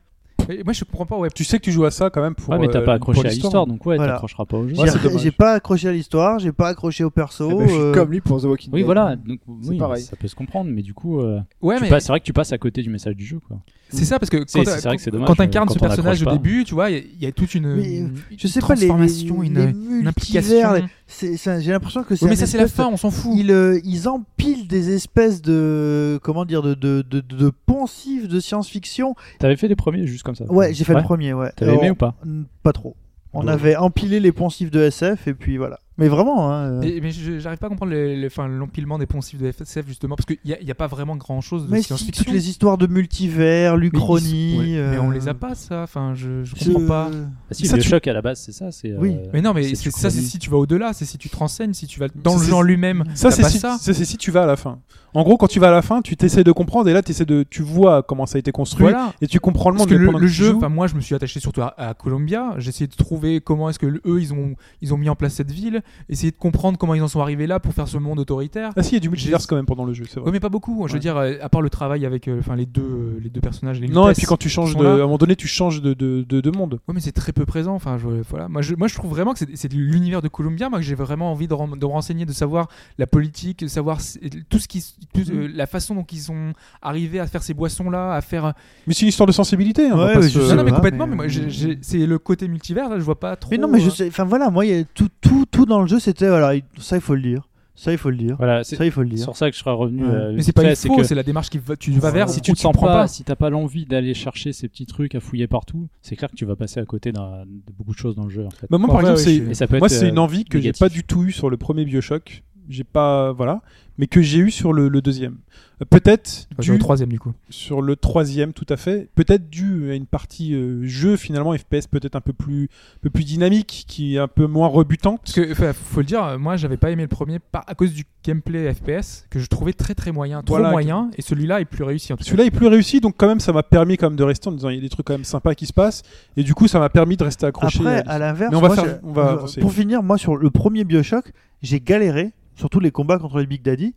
[SPEAKER 5] Et Moi, je comprends pas. Ouais.
[SPEAKER 3] Tu sais que tu joues à ça quand même pour.
[SPEAKER 7] Ouais, mais t'as
[SPEAKER 3] euh,
[SPEAKER 7] pas
[SPEAKER 3] pour
[SPEAKER 7] accroché à l'histoire, donc ouais,
[SPEAKER 6] Voilà.
[SPEAKER 7] t'accrocheras pas au jeu.
[SPEAKER 3] Ouais, c'est
[SPEAKER 6] J'ai-
[SPEAKER 3] dommage.
[SPEAKER 6] J'ai pas accroché à l'histoire, j'ai pas accroché au perso.
[SPEAKER 4] Eh ben, je suis
[SPEAKER 6] euh,
[SPEAKER 4] comme lui pour The Walking
[SPEAKER 7] Oui,
[SPEAKER 4] Dead.
[SPEAKER 7] voilà, donc
[SPEAKER 4] C'est
[SPEAKER 7] oui,
[SPEAKER 4] pareil.
[SPEAKER 7] ça peut se comprendre, mais du coup, euh,
[SPEAKER 5] Ouais,
[SPEAKER 7] tu
[SPEAKER 5] mais
[SPEAKER 7] passes- c'est vrai que tu passes à côté du message du jeu. Quoi.
[SPEAKER 5] c'est ça parce que
[SPEAKER 7] C'est-
[SPEAKER 5] quand,
[SPEAKER 7] c'est vrai que c'est dommage, euh,
[SPEAKER 5] quand t'incarnes
[SPEAKER 7] quand
[SPEAKER 5] ce
[SPEAKER 7] on accroche
[SPEAKER 5] personnage au
[SPEAKER 7] pas.
[SPEAKER 5] début, tu vois, il y a- il y, a toute une,
[SPEAKER 6] Mais, euh,
[SPEAKER 5] une-
[SPEAKER 6] je sais
[SPEAKER 5] une
[SPEAKER 6] pas les,
[SPEAKER 5] transformation,
[SPEAKER 6] les-
[SPEAKER 5] une,
[SPEAKER 6] les
[SPEAKER 5] une
[SPEAKER 6] multivers,
[SPEAKER 5] implication.
[SPEAKER 6] les- c'est- c'est un- j'ai l'impression que c'est
[SPEAKER 5] Oui, mais
[SPEAKER 6] un
[SPEAKER 5] ça, c'est la
[SPEAKER 6] espèce de-
[SPEAKER 5] fin. On s'en fout.
[SPEAKER 6] Ils, euh, ils empilent des espèces de comment dire de de, de, de poncifs de science-fiction.
[SPEAKER 7] T'avais fait les premiers juste comme ça.
[SPEAKER 6] Ouais, j'ai fait le premier, ouais.
[SPEAKER 7] T'avais aimé ou pas
[SPEAKER 6] Mm, Pas trop. On
[SPEAKER 7] Ouais.
[SPEAKER 6] avait empilé les poncifs de SF et puis voilà. Mais vraiment, hein, euh,
[SPEAKER 5] Et- mais je- j'arrive pas à comprendre le- le- enfin, l'empilement des poncifs de FSF justement parce qu'il n'y a, y a pas vraiment grand chose de
[SPEAKER 6] mais si,
[SPEAKER 5] science-fiction.
[SPEAKER 6] toutes les histoires de multivers,
[SPEAKER 5] Mais ils-
[SPEAKER 6] l'Uchronie.
[SPEAKER 5] ouais, mais on
[SPEAKER 6] euh,
[SPEAKER 5] les a pas ça. Enfin, je, je
[SPEAKER 6] je- Euh,
[SPEAKER 5] comprends pas.
[SPEAKER 7] Bah si,
[SPEAKER 5] Ça,
[SPEAKER 7] le
[SPEAKER 5] tu-
[SPEAKER 7] choc à la base, c'est ça. c'est, euh,
[SPEAKER 6] Oui.
[SPEAKER 5] Mais non, mais
[SPEAKER 7] c'est
[SPEAKER 5] c'est-
[SPEAKER 7] tu
[SPEAKER 5] ça, c'est
[SPEAKER 7] connais.
[SPEAKER 5] si tu vas au-delà, c'est si tu te renseignes, si tu vas dans
[SPEAKER 3] C'est-
[SPEAKER 5] le genre lui-même.
[SPEAKER 3] Ça
[SPEAKER 5] T'as
[SPEAKER 3] c'est
[SPEAKER 5] pas
[SPEAKER 3] si,
[SPEAKER 5] ça.
[SPEAKER 3] ça, c'est si tu vas à la fin. En gros, quand tu vas à la fin, tu t'essayes de comprendre et là, t'essaies de, tu vois comment ça a été construit
[SPEAKER 5] Voilà.
[SPEAKER 3] et tu comprends le
[SPEAKER 5] Parce
[SPEAKER 3] monde.
[SPEAKER 5] que
[SPEAKER 3] mais
[SPEAKER 5] le,
[SPEAKER 3] pendant
[SPEAKER 5] le
[SPEAKER 3] que tu
[SPEAKER 5] jeu,
[SPEAKER 3] joues-
[SPEAKER 5] enfin moi je me suis attaché surtout à, à Columbia. J'ai essayé de trouver comment est-ce que le- eux ils ont ils ont mis en place cette ville, essayer de comprendre comment ils en sont arrivés là pour faire ce monde autoritaire.
[SPEAKER 3] ah si, il y a du multivers
[SPEAKER 5] j'ai-
[SPEAKER 3] quand même pendant le jeu, c'est vrai.
[SPEAKER 5] Oui, mais pas beaucoup. Je veux
[SPEAKER 3] Ouais.
[SPEAKER 5] dire, euh, à part le travail avec, euh, enfin les deux euh, les deux personnages. Les
[SPEAKER 3] non, et
[SPEAKER 5] Lutes,
[SPEAKER 3] puis quand tu changes
[SPEAKER 5] sont
[SPEAKER 3] de, à
[SPEAKER 5] là.
[SPEAKER 3] un moment donné, tu changes de, de, de, de monde.
[SPEAKER 5] Ouais, mais c'est très peu présent. Enfin, je, voilà. Moi, je, moi, je trouve vraiment que c'est, c'est de l'univers de Columbia, moi, que j'ai vraiment envie de, ren- de me renseigner, de savoir la politique, de savoir c- tout ce qui, s- tout,
[SPEAKER 6] Mm-hmm.
[SPEAKER 5] euh, la façon dont ils sont arrivés à faire ces boissons-là, à faire.
[SPEAKER 3] Mais c'est une histoire de sensibilité. hein, on va
[SPEAKER 6] Ouais,
[SPEAKER 3] pas
[SPEAKER 6] mais
[SPEAKER 3] se-
[SPEAKER 6] je sais
[SPEAKER 5] non, non, mais
[SPEAKER 6] pas,
[SPEAKER 5] complètement.
[SPEAKER 6] mais-
[SPEAKER 5] Mais moi, j'ai- j'ai- c'est le côté multivers. Là, je vois pas trop.
[SPEAKER 6] Mais non, mais
[SPEAKER 5] euh,
[SPEAKER 6] je
[SPEAKER 3] hein.
[SPEAKER 6] sais. Enfin voilà, moi, il y a tout, tout, tout dans le jeu, c'était voilà, il- ça il faut le dire, ça il faut le dire,
[SPEAKER 7] Voilà, c'est
[SPEAKER 6] ça il faut le
[SPEAKER 7] c'est
[SPEAKER 6] dire.
[SPEAKER 7] sur ça que je serais revenu.
[SPEAKER 6] Ouais.
[SPEAKER 7] euh,
[SPEAKER 5] Mais c'est pas
[SPEAKER 7] vite
[SPEAKER 5] une
[SPEAKER 7] fait,
[SPEAKER 5] faux.
[SPEAKER 7] que-
[SPEAKER 5] C'est la démarche qui va, tu vas vers.
[SPEAKER 7] si
[SPEAKER 5] ou
[SPEAKER 7] tu te sens
[SPEAKER 5] prends
[SPEAKER 7] pas, si t'as pas l'envie d'aller chercher ces petits trucs à fouiller partout, c'est clair que tu vas passer à côté d'un- de beaucoup de choses dans le jeu. En fait.
[SPEAKER 3] Bah, moi,
[SPEAKER 5] En
[SPEAKER 3] par
[SPEAKER 5] vrai,
[SPEAKER 3] exemple,
[SPEAKER 5] ouais,
[SPEAKER 3] c'est-
[SPEAKER 5] je suis-
[SPEAKER 7] Et ça peut
[SPEAKER 3] moi,
[SPEAKER 7] être,
[SPEAKER 3] c'est
[SPEAKER 7] euh,
[SPEAKER 3] une envie que j'ai
[SPEAKER 7] négatif.
[SPEAKER 3] pas du tout eu sur le premier Bioshock. J'ai pas, voilà, mais que j'ai eu sur le, le deuxième. Euh, Peut-être
[SPEAKER 5] Enfin,
[SPEAKER 3] dû
[SPEAKER 5] au troisième du coup.
[SPEAKER 3] sur le troisième, tout à fait. Peut-être dû à une partie euh, jeu finalement FPS peut-être un peu plus, un peu plus dynamique, qui est un peu moins rebutante.
[SPEAKER 5] Parce que enfin, faut le dire, euh, moi, j'avais pas aimé le premier par- à cause du gameplay FPS que je trouvais très très moyen, trop
[SPEAKER 3] Voilà,
[SPEAKER 5] moyen, et celui-là est plus réussi en tout cas.
[SPEAKER 3] Celui-là est plus réussi, donc quand même ça m'a permis quand même de rester en me disant il y a des trucs quand même sympas qui se passent, et du coup ça m'a permis de rester accroché.
[SPEAKER 6] Après,
[SPEAKER 3] à-
[SPEAKER 6] à l'inverse,
[SPEAKER 3] Mais on va
[SPEAKER 6] moi,
[SPEAKER 3] faire-
[SPEAKER 6] je-
[SPEAKER 3] on va
[SPEAKER 6] je-
[SPEAKER 3] avancer.
[SPEAKER 6] pour finir, moi sur le premier Bioshock, j'ai galéré, surtout les combats contre les Big Daddy.